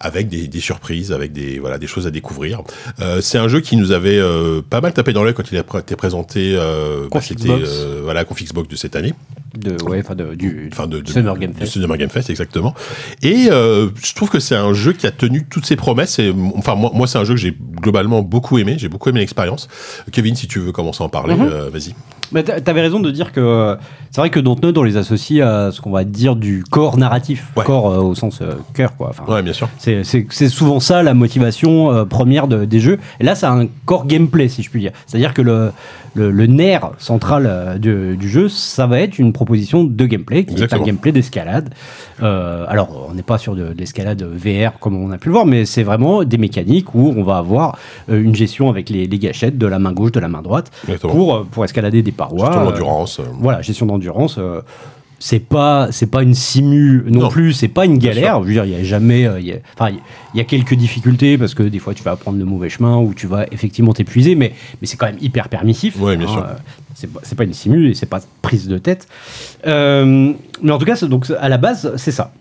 S2: avec des, des surprises, avec des voilà des choses à découvrir. Euh, c'est un jeu qui nous avait euh, pas mal tapé dans l'œil quand il a pr- été présenté. Euh, c'était
S5: Confixbox.
S2: euh, voilà Confixbox de cette année
S5: De, ouais, enfin, de- du,
S2: enfin de, de-
S5: Summer Game
S2: du
S5: Fest.
S2: Summer Game Fest, exactement. Et euh, je trouve que c'est un jeu qui a tenu toutes ses promesses. Et, enfin, moi, moi c'est un jeu que j'ai globalement beaucoup aimé. J'ai beaucoup aimé l'expérience. Kevin, si tu veux commencer à en parler,
S5: Mhm.
S2: euh, vas-y.
S5: Mais t'a- t'avais raison de dire que euh, c'est vrai que Dontnod on les associe à ce qu'on va dire du corps narratif,
S2: Ouais.
S5: corps euh, au sens euh, cœur quoi. Enfin,
S2: Ouais, bien sûr.
S5: c'est- C'est c'est souvent ça la motivation euh, première de- des jeux. Et là, c'est un corps gameplay si je puis dire. C'est-à-dire que le, le, le nerf central euh, du, du jeu, ça va être une proposition de gameplay qui est
S2: Exactement.
S5: un gameplay d'escalade. Euh, alors, on n'est pas sur de, de l'escalade VR comme on a pu le voir, mais c'est vraiment des mécaniques où on va avoir euh, une gestion avec les, les gâchettes de la main gauche, de la main droite
S2: Exactement.
S5: pour, euh, pour escalader des parois.
S2: Surtout
S5: euh,
S2: l'endurance. euh,
S5: voilà, gestion d'endurance. euh, c'est pas c'est pas une simu non,
S2: Non.
S5: plus, c'est pas une galère. Je veux dire, il y a jamais, euh, il y a- enfin, il y, il y a quelques difficultés parce que des fois tu vas prendre le mauvais chemin ou tu vas effectivement t'épuiser, mais mais c'est quand même hyper permissif.
S2: Ouais, bien sûr.
S5: euh, c'est pas, c'est pas une simu et c'est pas prise de tête. Euh, mais en tout cas, c'est- donc à la base, c'est ça.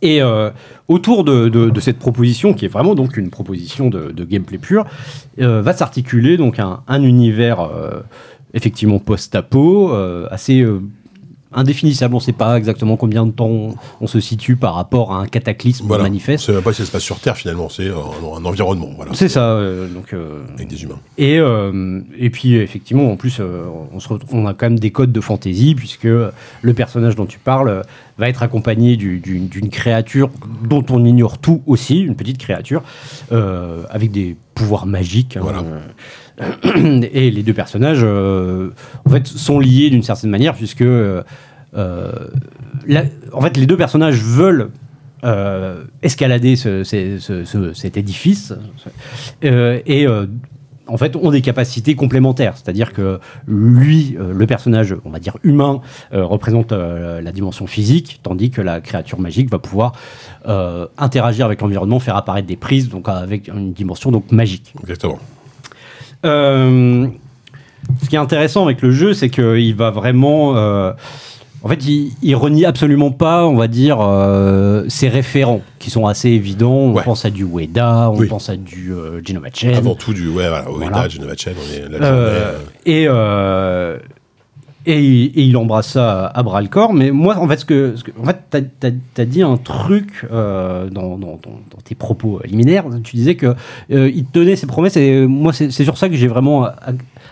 S5: Et euh, autour de, de- de cette proposition, qui est vraiment donc une proposition de, de gameplay pur, euh, va s'articuler donc un, un univers euh, effectivement post-apo, euh, assez euh, indéfinissable. On ne sait pas exactement combien de temps on, on se situe par rapport à un cataclysme
S2: Voilà.
S5: manifeste.
S2: C'est même pas si ça se passe sur Terre finalement, c'est euh, un, un environnement, voilà.
S5: C'est ça. euh, donc, euh,
S2: Avec des humains.
S5: et, euh, et puis effectivement, en plus, euh, on, se ret- on a quand même des codes de fantaisie, puisque le personnage dont tu parles euh, va être accompagné du- d'une d'une créature dont on ignore tout aussi, une petite créature, euh, avec des pouvoirs magiques. hein,
S2: Voilà.
S5: euh, et les deux personnages, euh, en fait, sont liés d'une certaine manière, puisque... euh, euh, la- en fait, les deux personnages veulent euh, escalader ce- ce- ce- ce- cet édifice euh, et euh, en fait ont des capacités complémentaires. C'est-à-dire que lui, euh, le personnage, on va dire humain, euh, représente euh, la dimension physique, tandis que la créature magique va pouvoir euh, interagir avec l'environnement, faire apparaître des prises, donc avec une dimension donc magique.
S2: Exactement.
S5: Euh, ce qui est intéressant avec le jeu, c'est qu'il va vraiment. euh, en fait, il, il renie absolument pas, on va dire, euh, ses référents, qui sont assez évidents. On
S2: Ouais.
S5: pense à du Ueda, on
S2: Oui. Ah
S5: pense à du euh, Gino Machen.
S2: Avant tout du ouais voilà, Oeda,
S5: Voilà.
S2: Geneva Chen, on est la
S5: Euh,
S2: journée,
S5: et, euh, et, il- et il embrasse ça à bras le corps. Mais moi, en fait, ce que, ce que- en fait, t'as, t'as- t'as dit un truc euh, dans, dans- dans- dans tes propos euh, liminaires. Tu disais que euh, il tenait ses promesses. Et euh, moi, c'est, c'est sur ça que j'ai vraiment a-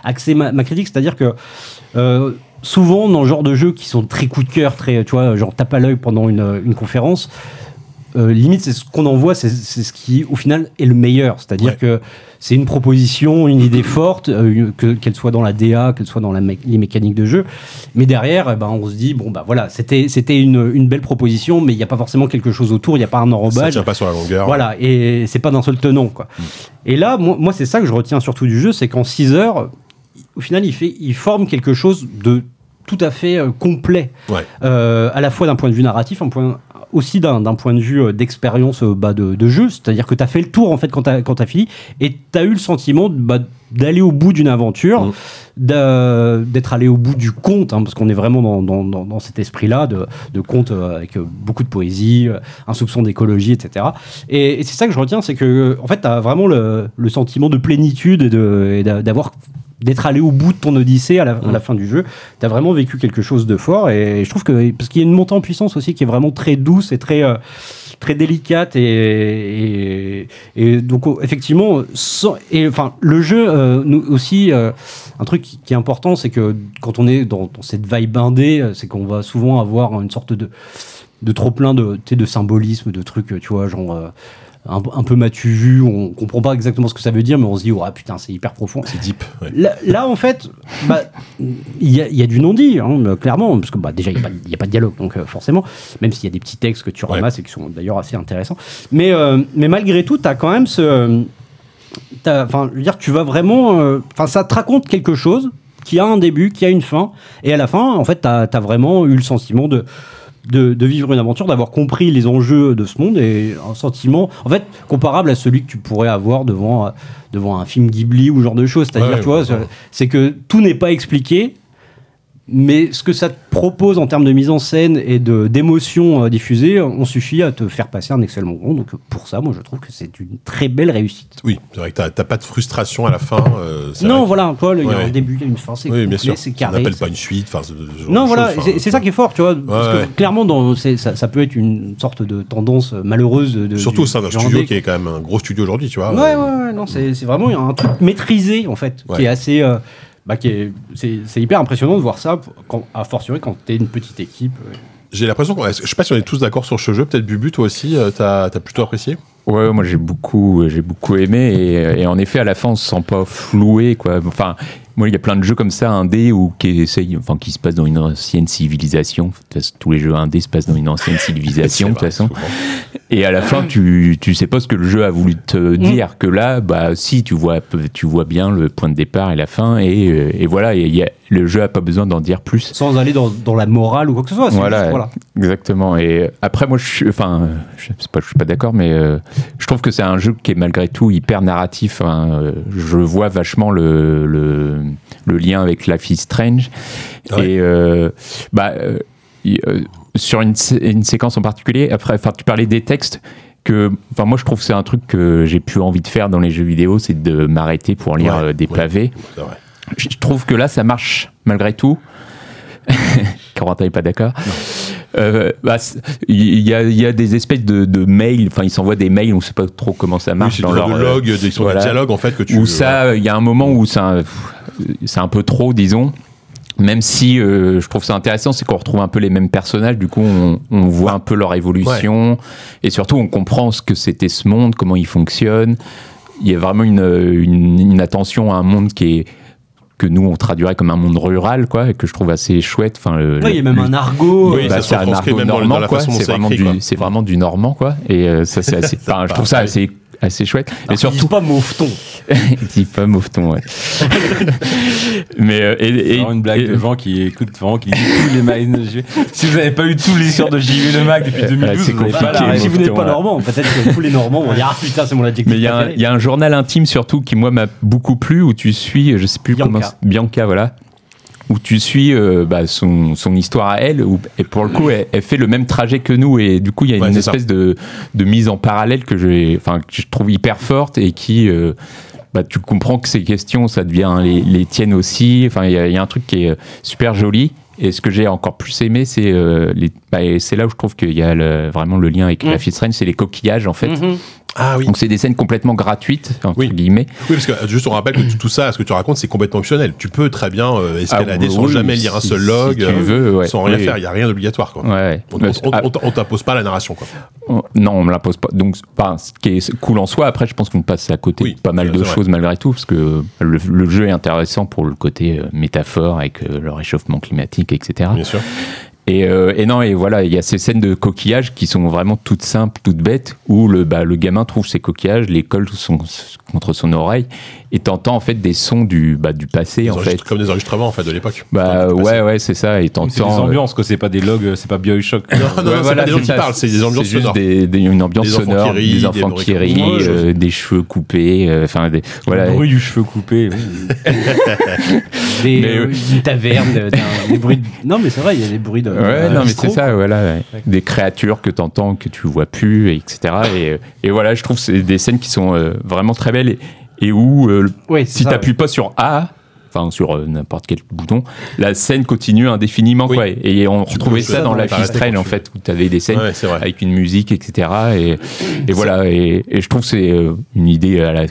S5: axé ma, ma critique, c'est-à-dire que euh, souvent dans ce genre de jeux qui sont très coup de cœur, très tu vois, genre tape à l'œil pendant une, une conférence. euh, limite, c'est ce qu'on en voit, c'est, c'est ce qui, au final, est le meilleur. C'est-à-dire
S2: Ouais.
S5: que c'est une proposition, une idée forte, euh, une- que- qu'elle soit dans la DA, qu'elle soit dans la mé- les mécaniques de jeu. Mais derrière, eh ben, on se dit, bon, bah voilà, c'était, c'était une, une belle proposition, mais il n'y a pas forcément quelque chose autour, il n'y a pas un
S2: ça
S5: enrobage.
S2: tient pas sur la Mm. longueur.
S5: Voilà, et c'est pas d'un seul tenant, quoi. Et là, moi, moi, c'est ça que je retiens surtout du jeu, c'est qu'en 6 heures, au final, il, fait, il forme quelque chose de tout à fait euh, complet,
S2: Ouais.
S5: Euh, à la fois d'un point de vue narratif, un point, aussi d'un d'un point de vue euh, d'expérience euh, bah, de, de jeu, c'est-à-dire que tu as fait le tour, en fait, quand tu as, fini, et tu as eu le sentiment bah, d'aller au bout d'une aventure,
S2: Mm.
S5: d'a- d'être allé au bout du conte, hein, parce qu'on est vraiment dans, dans- dans- dans cet esprit-là, de, de conte euh, avec euh, beaucoup de poésie, euh, un soupçon d'écologie, etc. Et, et c'est ça que je retiens, c'est que euh, en fait, tu as vraiment le, le sentiment de plénitude et de- et d'a- d'avoir d'être allé au bout de ton odyssée à la, à la fin du jeu. Tu as vraiment vécu quelque chose de fort et, je trouve que parce qu'il y a une montée en puissance aussi qui est vraiment très douce et très euh, très délicate et, et, et donc oh, effectivement sans- et enfin le jeu euh, nous aussi euh, un truc qui qui est important c'est que quand on est dans, dans cette vibe indé euh, c'est qu'on va souvent avoir une sorte de de trop plein de tu sais, de symbolisme de trucs euh, tu vois genre euh, un, un peu matu vu on comprend pas exactement ce que ça veut dire mais on se dit ouais putain c'est hyper profond
S2: C'est deep. ouais.
S5: Là, là, en fait, bah, il y, a- il y a du non-dit, hein, mais clairement, parce que bah, déjà, il n'y a, pas- il y a pas de dialogue, donc euh, forcément, même s'il y a des petits textes que tu
S2: Ouais.
S5: ramasses et qui sont d'ailleurs assez intéressants. Mais, euh, mais malgré tout, tu as quand même ce. euh, t'as- Enfin, je veux dire, tu vas vraiment. euh, Enfin, ça te raconte quelque chose qui a un début, qui a une fin, et à la fin, en fait, tu as, vraiment eu le sentiment de. De, de vivre une aventure, d'avoir compris les enjeux de ce monde et un sentiment, en fait, comparable à celui que tu pourrais avoir devant, euh, devant un film Ghibli ou ce genre de choses. C'est-à-dire,
S2: Ouais,
S5: tu vois,
S2: ouais.
S5: c'est- c'est que tout n'est pas expliqué, mais ce que ça te propose en termes de mise en scène et de d'émotions euh, diffusées, on suffit à te faire passer un excellent moment. Donc euh, pour ça, moi je trouve que c'est une très belle réussite.
S2: Oui, c'est vrai que t'as t'as pas de frustration à la fin. euh, c'est
S5: Non,
S2: vrai
S5: voilà, toi, il y a
S2: Ouais,
S5: un
S2: ouais.
S5: début, il y a une fin, c'est
S2: que- Oui,
S5: complet,
S2: bien sûr.
S5: c'est
S2: On
S5: carré.
S2: n'appelle
S5: c'est-
S2: pas une suite. enfin, ce- ce genre
S5: Non,
S2: de
S5: voilà,
S2: choses, enfin,
S5: c'est- c'est ça qui est fort, tu vois. parce que
S2: ouais.
S5: clairement, dans, c'est- ça, ça peut être une sorte de tendance euh, malheureuse. De,
S2: Surtout au
S5: ça
S2: sein d'un studio qui est quand même un gros studio aujourd'hui, tu vois.
S5: Ouais, ouais,
S2: euh,
S5: ouais, non, c'est c'est vraiment un truc maîtrisé, en fait,
S2: Ouais.
S5: qui est assez. euh, bah, qui est- c'est c'est hyper impressionnant de voir ça, pour- quand, à fortiori quand t'es une petite équipe. euh, ouais.
S2: J'ai l'impression qu'on. est-ce- Je sais pas si on est tous d'accord sur ce jeu. Peut-être Bubu, toi aussi, euh, t'as as plutôt apprécié.
S6: Ouais, moi j'ai beaucoup, j'ai beaucoup aimé et, et en effet à la fin on se sent pas floué quoi. Enfin, moi il y a plein de jeux comme ça indé ou qui essayent, enfin qui se passent dans une ancienne civilisation. De toute façon, tous les jeux indés se passent dans une ancienne
S2: C'est
S6: civilisation de toute
S2: vrai,
S6: façon.
S2: souvent. Mm.
S6: Et à la fin tu, tu sais pas ce que le jeu a voulu te dire. Que là, bah si tu vois, tu vois bien le point de départ et la fin et, euh, et voilà. Et il y a- le jeu a pas besoin d'en dire plus.
S5: sans aller dans, dans la morale ou quoi que ce soit. c'est
S6: Voilà,
S5: juste, voilà.
S6: exactement. Et euh, après, moi, je suis, enfin, euh, je sais pas, je suis pas d'accord, mais euh, je trouve que c'est un jeu qui est malgré tout hyper narratif. hein. Euh, Je vois vachement le, le, le lien avec Life is Strange.
S2: Ouais.
S6: Et euh, bah, euh, y- euh, sur une, sé- une séquence en particulier, après, enfin, tu parlais des textes. Que, enfin, moi, je trouve que c'est un truc que j'ai plus envie de faire dans les jeux vidéo, c'est de m'arrêter pour lire
S2: Ouais,
S6: euh, des
S2: ouais.
S6: pavés.
S2: C'est vrai.
S6: Je trouve que là, ça marche malgré tout. Corentin n'est pas d'accord. Euh, bah, c'est- Il y, a- il y a des espèces de, de mails, enfin ils s'envoient des mails, on ne sait pas trop comment ça
S2: Oui,
S6: marche
S2: c'est
S6: dans
S2: dans
S6: leur
S2: le
S6: euh,
S2: log, ils sont
S6: voilà.
S2: des dialogues en fait que tu. euh,
S6: où ça, euh, il y a un moment où ça, pff, c'est un peu trop, disons. Même si euh, je trouve ça intéressant, c'est qu'on retrouve un peu les mêmes personnages. Du coup, on, on voit un peu leur évolution et surtout on comprend ce que c'était ce monde, comment il fonctionne. Il y a vraiment une, euh, une, une attention à un monde qui est que nous on traduirait comme un monde rural, quoi, et que je trouve assez chouette. Enfin, le-
S5: Ouais, il y a même
S6: le-
S5: un argot.
S2: Oui,
S5: euh,
S2: ça
S6: bah,
S2: se
S6: c'est un
S2: retranscrit
S6: argot
S2: même dans le- dans
S6: normand,
S2: la
S6: quoi.
S2: façon dont
S6: C'est
S2: c'est
S6: vraiment,
S2: écrit,
S6: du-
S2: quoi.
S6: c'est vraiment du normand, quoi. Et euh, ça, c'est assez. enfin, je trouve ça assez, assez chouette. Et
S5: alors qu'ils
S6: surtout,
S5: disent pas mauveton.
S6: Dis pas mouveton, ouais. Mais euh, et, et-
S4: Genre une blague
S6: et-
S4: de gens qui écoutent vraiment qui lisent tous les magazines Si vous n'avez pas eu tous les histoires de JV Le Mag depuis
S6: Euh,
S4: 2012,
S6: c'est
S4: vous n'avez pas la
S6: compliqué.
S4: raison.
S5: si vous n'êtes
S6: mouveton,
S5: pas
S6: ouais.
S5: normand, peut-être que tous les normands vont dire Ah putain, c'est mon adjectif.
S6: mais il y, a un-
S5: préféré.
S6: il y a un journal intime surtout qui moi m'a beaucoup plu où tu suis, euh, je sais plus
S5: Bianca.
S6: comment, Bianca voilà, où tu suis euh, bah, son, son histoire à elle où, et pour le coup elle, elle fait le même trajet que nous et du coup il y a
S2: Ouais,
S6: une
S2: c'est ça.
S6: espèce de, de mise en parallèle que j'ai, enfin que je trouve hyper forte et qui euh, bah, tu comprends que ces questions, ça devient les, les tiennes aussi. Enfin, il y, a- il y a un truc qui est euh, super joli. Et ce que j'ai encore plus aimé, c'est euh, les- bah, et c'est là où je trouve qu'il y a le- vraiment le lien avec la Strange, c'est les coquillages en fait.
S2: Ah oui.
S6: Donc c'est des scènes complètement gratuites, entre
S2: Oui.
S6: guillemets.
S2: Oui, parce que juste on rappelle que tout, tout ça, ce que tu racontes, c'est complètement optionnel. Tu peux très bien euh, escalader
S6: Ah,
S2: sans
S6: oui,
S2: jamais
S6: si-
S2: lire un
S6: si-
S2: seul
S6: si
S2: log,
S6: tu
S2: euh,
S6: veux, ouais.
S2: sans rien
S6: Oui.
S2: faire. Il n'y a rien d'obligatoire. Quoi.
S6: Ouais, ouais.
S2: On,
S6: Parce-
S2: on-
S6: ah,
S2: on- on t'impose pas la narration. Quoi.
S6: on- non, on me l'impose pas. Donc, enfin, ce qui est cool en soi, après, je pense qu'on passe à côté
S2: Oui,
S6: de pas mal
S2: c'est
S6: de
S2: vrai.
S6: choses malgré tout, parce que le, le jeu est intéressant pour le côté euh, métaphore avec euh, le réchauffement climatique, etc.
S2: Bien sûr.
S6: Et, euh, et non, et voilà, il y a ces scènes de coquillages qui sont vraiment toutes simples, toutes bêtes, où le, bah, le gamin trouve ses coquillages, les colle sous son- contre son oreille, et t'entends en fait des sons du, bah, du passé,
S2: Des
S6: en
S2: enregistre-
S6: fait.
S2: Comme des enregistrements en fait de l'époque.
S6: Bah
S2: Enfin,
S6: ouais, ouais, c'est ça, et
S4: C'est des
S6: t'entends. euh,
S4: ambiances, quoi. C'est pas des logs, c'est pas Bioshock. quoi.
S2: Non, Ah, non, non,
S6: Ouais,
S2: c'est
S6: voilà,
S2: pas des gens
S6: c'est
S2: qui
S6: ça,
S2: parlent, c'est des ambiances
S6: c'est juste
S2: sonores.
S6: des- des- une ambiance
S2: Des enfants qui
S6: sonore,
S2: rient,
S6: des
S2: des
S6: enfants qui
S2: bruits
S6: rient,
S2: comme- Ouais,
S6: euh, des cheveux coupés, euh, enfin des- voilà.
S4: Le bruit du cheveu coupé. oui.
S5: des,
S6: Mais,
S5: euh, une taverne, euh, d'un- des bruits. de- Non, mais c'est vrai, il y a des bruits de.
S6: Ouais,
S5: de
S6: non, mais
S5: bistrot,
S6: c'est ça, voilà. ouais. Des créatures que t'entends, que tu vois plus, et etc. Et, euh, et voilà, je trouve que c'est des scènes qui sont euh, vraiment très belles et, et où, euh, le-
S5: Ouais, c'est
S6: si
S5: ça,
S6: t'appuies pas sur A, enfin sur euh, n'importe quel bouton, la scène continue indéfiniment,
S2: Oui.
S6: quoi. Et on retrouvait
S2: peux
S6: ça
S2: jouer
S6: dans
S2: sans
S6: la
S2: t'arrêter
S6: fist train,
S2: quand
S6: en
S2: tu
S6: fait, où t'avais des scènes
S2: Ouais, c'est vrai.
S6: avec une musique, etc. Et, et voilà, et, et je trouve que c'est euh, une idée à la.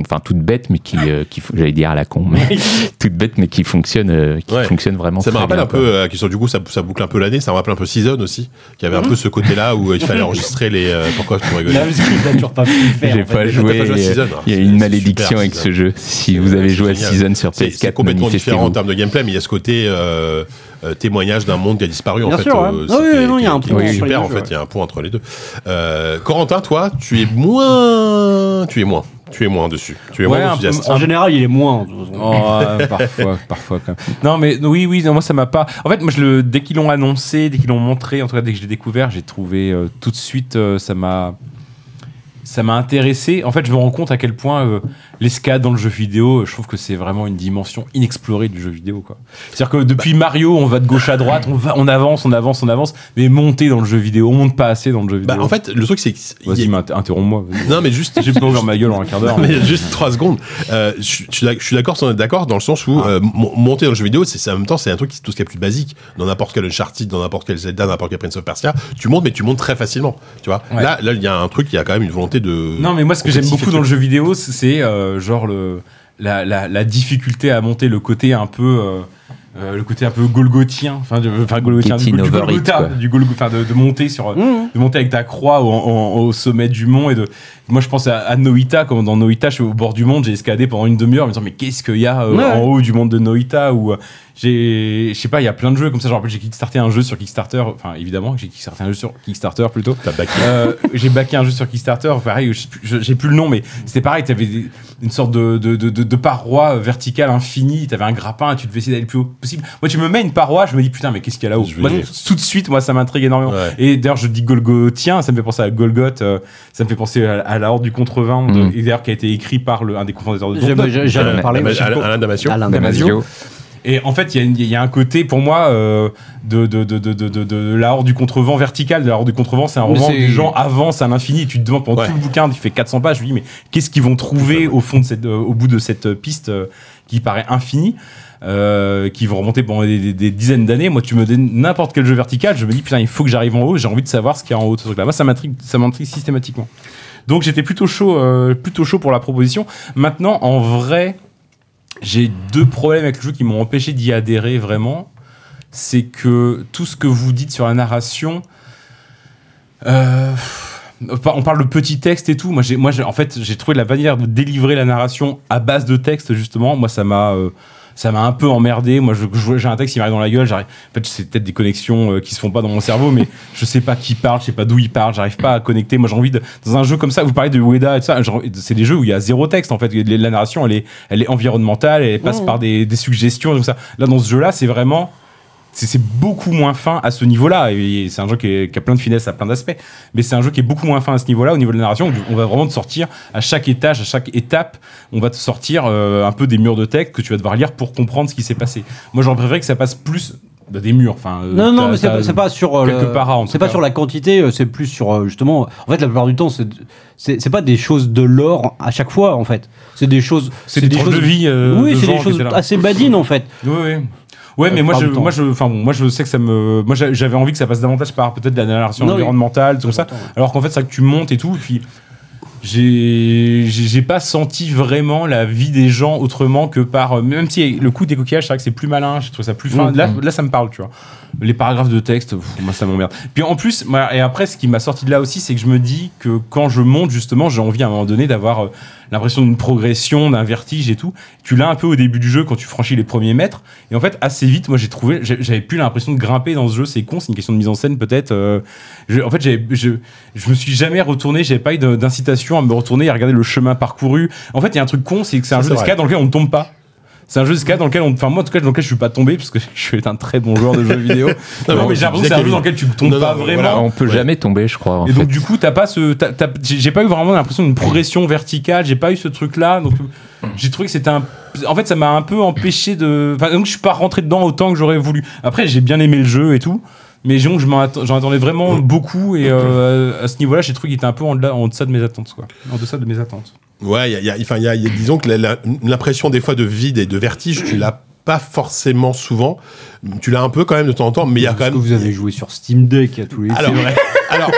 S6: Enfin, toute bête, mais qui, euh, qui fon- j'allais dire à la con, mais toute bête, mais qui fonctionne, euh, qui
S2: Ouais.
S6: fonctionne vraiment.
S2: Ça me
S6: très
S2: rappelle
S6: bien,
S2: un
S6: quoi.
S2: peu, euh, question du coup, ça, ça boucle un peu l'année, ça me rappelle un peu Season aussi, qui avait un peu ce côté-là où il fallait enregistrer les. euh, pourquoi tu rigoles
S5: Là, parce qu'il n'a toujours pas pu le faire.
S6: J'ai
S5: en fait.
S6: pas
S2: T'as
S6: joué.
S2: pas joué à
S6: il y a-
S2: Season, hein.
S6: Il y a
S2: C'est-
S6: une
S2: c'est
S6: malédiction
S2: super,
S6: avec ce
S2: Season.
S6: jeu. Si vous avez
S2: c'est
S6: joué à
S2: génial.
S6: Season sur
S2: C'est- C'est
S6: PS4,
S2: complètement différent en
S6: manifestez-vous.
S2: termes de gameplay, mais il y a ce côté euh, euh, témoignage d'un monde qui a disparu en
S5: Bien
S2: fait. euh,
S5: sûr, ouais. Ah oui,
S2: c'était-
S5: non, il y a un
S2: qui-
S5: pont
S2: qui est
S5: entre les
S2: super
S5: deux
S2: en
S5: jeux,
S2: fait,
S5: ouais.
S2: il y a un pont entre les deux. Euh, Corentin, toi, tu es moins, tu es moins, tu es moins dessus, tu es
S4: Ouais,
S2: moins
S4: un peu-
S2: enthousiaste.
S5: En général, il est moins.
S4: Oh, euh, parfois, parfois quand même. Non, mais oui, oui, non, moi ça m'a pas. En fait, moi, je le... dès qu'ils l'ont annoncé, dès qu'ils l'ont montré, en tout cas, dès que je l'ai découvert, j'ai trouvé euh, tout de suite, euh, ça m'a. Ça m'a intéressé. En fait, je me rends compte à quel point euh, l'escalade dans le jeu vidéo, euh, je trouve que c'est vraiment une dimension inexplorée du jeu vidéo. quoi. C'est-à-dire que depuis
S2: Bah.
S4: Mario, on va de gauche à droite, on, va, on avance, on avance, on avance, mais monter dans le jeu vidéo, on monte pas assez dans le jeu vidéo.
S2: Bah, en fait, le truc c'est que il y
S4: vas-y,
S2: a-
S4: m'inter- interromps-moi. vas-y.
S2: non mais juste,
S4: J'ai pas ouvert ma gueule en un quart d'heure.
S2: Non, mais juste trois secondes. Euh, je suis- je suis d'ac- je suis d'accord sans être d'accord dans le sens où
S5: Ah.
S2: euh, mon- monter dans le jeu vidéo, c'est c'est en même temps c'est un truc qui est tout ce qui est plus basique. Dans n'importe quel Uncharted, dans n'importe quel Zelda, n'importe quel Prince of Persia, tu montes mais tu montes très facilement. Tu vois.
S4: Ouais.
S2: Là, là, il y a un truc, il y a quand même une volonté de.
S6: euh,
S4: Non, mais moi, ce que j'aime
S2: compétitif
S4: beaucoup
S2: et
S4: dans le
S2: tout.
S4: jeu vidéo, c'est- c'est euh, genre le, la, la, la difficulté à monter, le côté un peu. euh, euh, le côté un peu golgotien, enfin de- enfin, golgotien, du,
S6: Getting
S4: du
S6: over it,
S4: Golgotha,
S6: quoi.
S4: du Golgo- enfin, de, de monter sur,
S2: Mmh.
S4: de monter avec ta croix au, en- au sommet du mont et de. Moi, je pense à, à Noita, quand dans Noita, je suis au bord du monde, j'ai escaladé pendant une demi-heure, en me disant mais qu'est-ce qu'il y a euh,
S5: Ouais.
S4: en haut du monde de Noita ou euh, j'ai, je sais pas, il y a plein de jeux comme ça. Je me rappelle, j'ai kickstarté un jeu sur Kickstarter, enfin évidemment, j'ai kickstarté un jeu sur Kickstarter plutôt.
S2: T'as baqué.
S4: Euh, j'ai backé un jeu sur Kickstarter, pareil, je sais plus- je- j'ai plus le nom, mais c'était pareil, t'avais des- une sorte de, de, de, de- de paroi verticale infinie, t'avais un grappin, tu devais essayer d'aller le plus haut possible. Moi, tu me mets une paroi, je me dis putain, mais qu'est-ce qu'il y a là-haut
S2: Je vais
S4: Moi,
S2: y aller.
S4: Tout de suite, moi, ça m'intrigue énormément.
S2: Ouais.
S4: Et d'ailleurs, je dis Golgotien, ça me fait penser à Golgoth, euh, ça me fait penser à, à la Horde du Contrevin, de-
S6: Mm.
S4: et d'ailleurs, qui a été écrit par le, un des cofondateurs de Dontnod.
S5: J'ai- J'allais en parler.
S2: Dama-
S5: mais je suis
S2: Alain-
S5: con.
S2: Alain Damasio.
S5: Alain Damasio.
S6: Damasio.
S4: Et en fait, il y a une- il y, a un côté, pour moi, euh, de, de, de, de, de, de- de la horde du contrevent vertical. De la horde du contrevent, c'est un roman où
S5: c'est-
S4: les gens avancent à l'infini. Et tu te demandes pendant
S2: Ouais.
S4: tout le bouquin, qui fait 400 pages, je me dis, mais qu'est-ce qu'ils vont trouver au, fond de cette, euh, au bout de cette euh, piste euh, qui paraît infinie euh, qui vont remonter pendant des, des- des dizaines d'années. Moi, tu me donnes n'importe quel jeu vertical, je me dis putain, il faut que j'arrive en haut. J'ai envie de savoir ce qu'il y a en haut de ce truc-là. Moi, ça m'intrigue, ça m'intrigue systématiquement. Donc, j'étais plutôt chaud, euh, plutôt chaud pour la proposition. Maintenant, en vrai, j'ai deux problèmes avec le jeu qui m'ont empêché d'y adhérer vraiment. C'est que tout ce que vous dites sur la narration, euh, on parle de petits textes et tout. Moi, j'ai, moi, j'ai- en fait, j'ai trouvé la manière de délivrer la narration à base de textes justement. Moi, ça m'a, euh, ça m'a un peu emmerdé. Moi, je- je- j'ai un texte qui m'arrive dans la gueule. J'arrive. En fait, c'est peut-être des connexions euh, qui se font pas dans mon cerveau, mais je sais pas qui parle, je sais pas d'où il parle. J'arrive pas à connecter. Moi, j'ai envie de, dans un jeu comme ça, vous parlez de Ueda et tout ça. genre, C'est des jeux où il y a zéro texte. En fait, la narration, elle est, elle est environnementale. Elle passe par des, des suggestions et tout ça. Là, dans ce jeu-là, c'est vraiment c'est c'est beaucoup moins fin à ce niveau-là. Et c'est un jeu qui, est- qui a plein de finesse à plein d'aspects. Mais c'est un jeu qui est beaucoup moins fin à ce niveau-là, au niveau de la narration. où On va vraiment te sortir à chaque étage, à chaque étape, on va te sortir euh, un peu des murs de texte que tu vas devoir lire pour comprendre ce qui s'est passé. Moi, j'aurais préféré que ça passe plus dans des murs. Enfin, euh,
S5: Non, non,
S4: t'as-
S5: mais c'est
S4: t'as-
S5: pas- c'est pas sur euh,
S4: quelques
S5: le-
S4: paras, en
S5: C'est
S4: tout
S5: pas
S4: cas.
S5: sur la quantité, euh, c'est plus sur euh, justement. En fait, la plupart du temps, c'est c'est c'est pas des choses de l'or à chaque fois. En fait, c'est des choses.
S4: C'est des, tranches
S5: choses
S4: de vie. euh,
S5: oui,
S4: de
S5: c'est
S4: gens
S5: des
S4: qui
S5: choses
S4: étaient là.
S5: assez badines en fait.
S4: Ouais, ouais. Ouais, mais
S5: Euh,
S4: moi
S5: par
S4: je,
S5: le temps.
S4: moi je, enfin bon, moi je sais que ça me, moi j'a- j'avais envie que ça passe davantage par peut-être de la narration
S5: Non, oui.
S4: environnementale, tout ça. Alors qu'en fait, c'est vrai que tu montes et tout, et puis j'ai, j'ai j'ai pas senti vraiment la vie des gens autrement que par, euh, même si le coup des coquillages, c'est vrai que c'est plus malin, j'ai trouvé ça plus
S5: Mm,
S4: fin. Là, là, ça me parle, tu vois. Les paragraphes de texte, pff, moi ça m'emmerde. Puis en plus, moi, et après, ce qui m'a sorti de là aussi, c'est que je me dis que quand je monte justement, j'ai envie à un moment donné d'avoir euh, l'impression d'une progression, d'un vertige et tout. Tu l'as un peu au début du jeu quand tu franchis les premiers mètres. Et en fait, assez vite, moi j'ai trouvé, j'ai- j'avais plus l'impression de grimper dans ce jeu. C'est con, c'est une question de mise en scène peut-être. euh, je- en fait, j'avais- je, je me suis jamais retourné, j'avais pas eu de- d'incitation à me retourner et à regarder le chemin parcouru. En fait, il y a un truc con, c'est que c'est un
S2: Ça,
S4: jeu
S2: c'est
S4: d'escalade dans lequel on ne tombe pas. C'est un jeu d'escalade dans lequel on. Enfin, moi, en tout cas, dans lequel je suis pas tombé, parce que je suis un très bon joueur de jeux vidéo. non,
S2: mais
S4: mais
S2: tu
S4: j'ai l'impression que
S2: disais
S4: c'est un jeu
S2: qu'il-
S4: dans lequel tu tombes
S2: Non, non,
S4: pas
S2: mais
S4: vraiment.
S2: voilà,
S6: Ah, on peut
S2: Ouais.
S6: jamais tomber, je crois. En
S4: Et
S6: fait.
S4: donc du coup, t'as pas ce, t'as- t'as- j'ai j'ai pas eu vraiment l'impression d'une progression verticale. J'ai pas eu ce truc-là. Donc j'ai trouvé que c'était un. En fait, ça m'a un peu empêché de. Enfin, donc je suis pas rentré dedans autant que j'aurais voulu. Après, j'ai bien aimé le jeu et tout. Mais donc, je m'en atta- j'en attendais vraiment beaucoup et euh, à ce niveau-là, j'ai trouvé qu'il était un peu en, delà- en deçà de mes attentes, quoi. En deçà de mes attentes.
S2: Ouais, il y a, il y a- enfin, il y a- il y a- disons que la- la- l'impression des fois de vide et de vertige, tu l'as pas forcément souvent. Tu l'as un peu quand même de temps en temps, mais il y a quand
S5: Parce que
S2: même.
S5: vous avez joué sur Steam Deck à tous les.
S2: Alors, alors,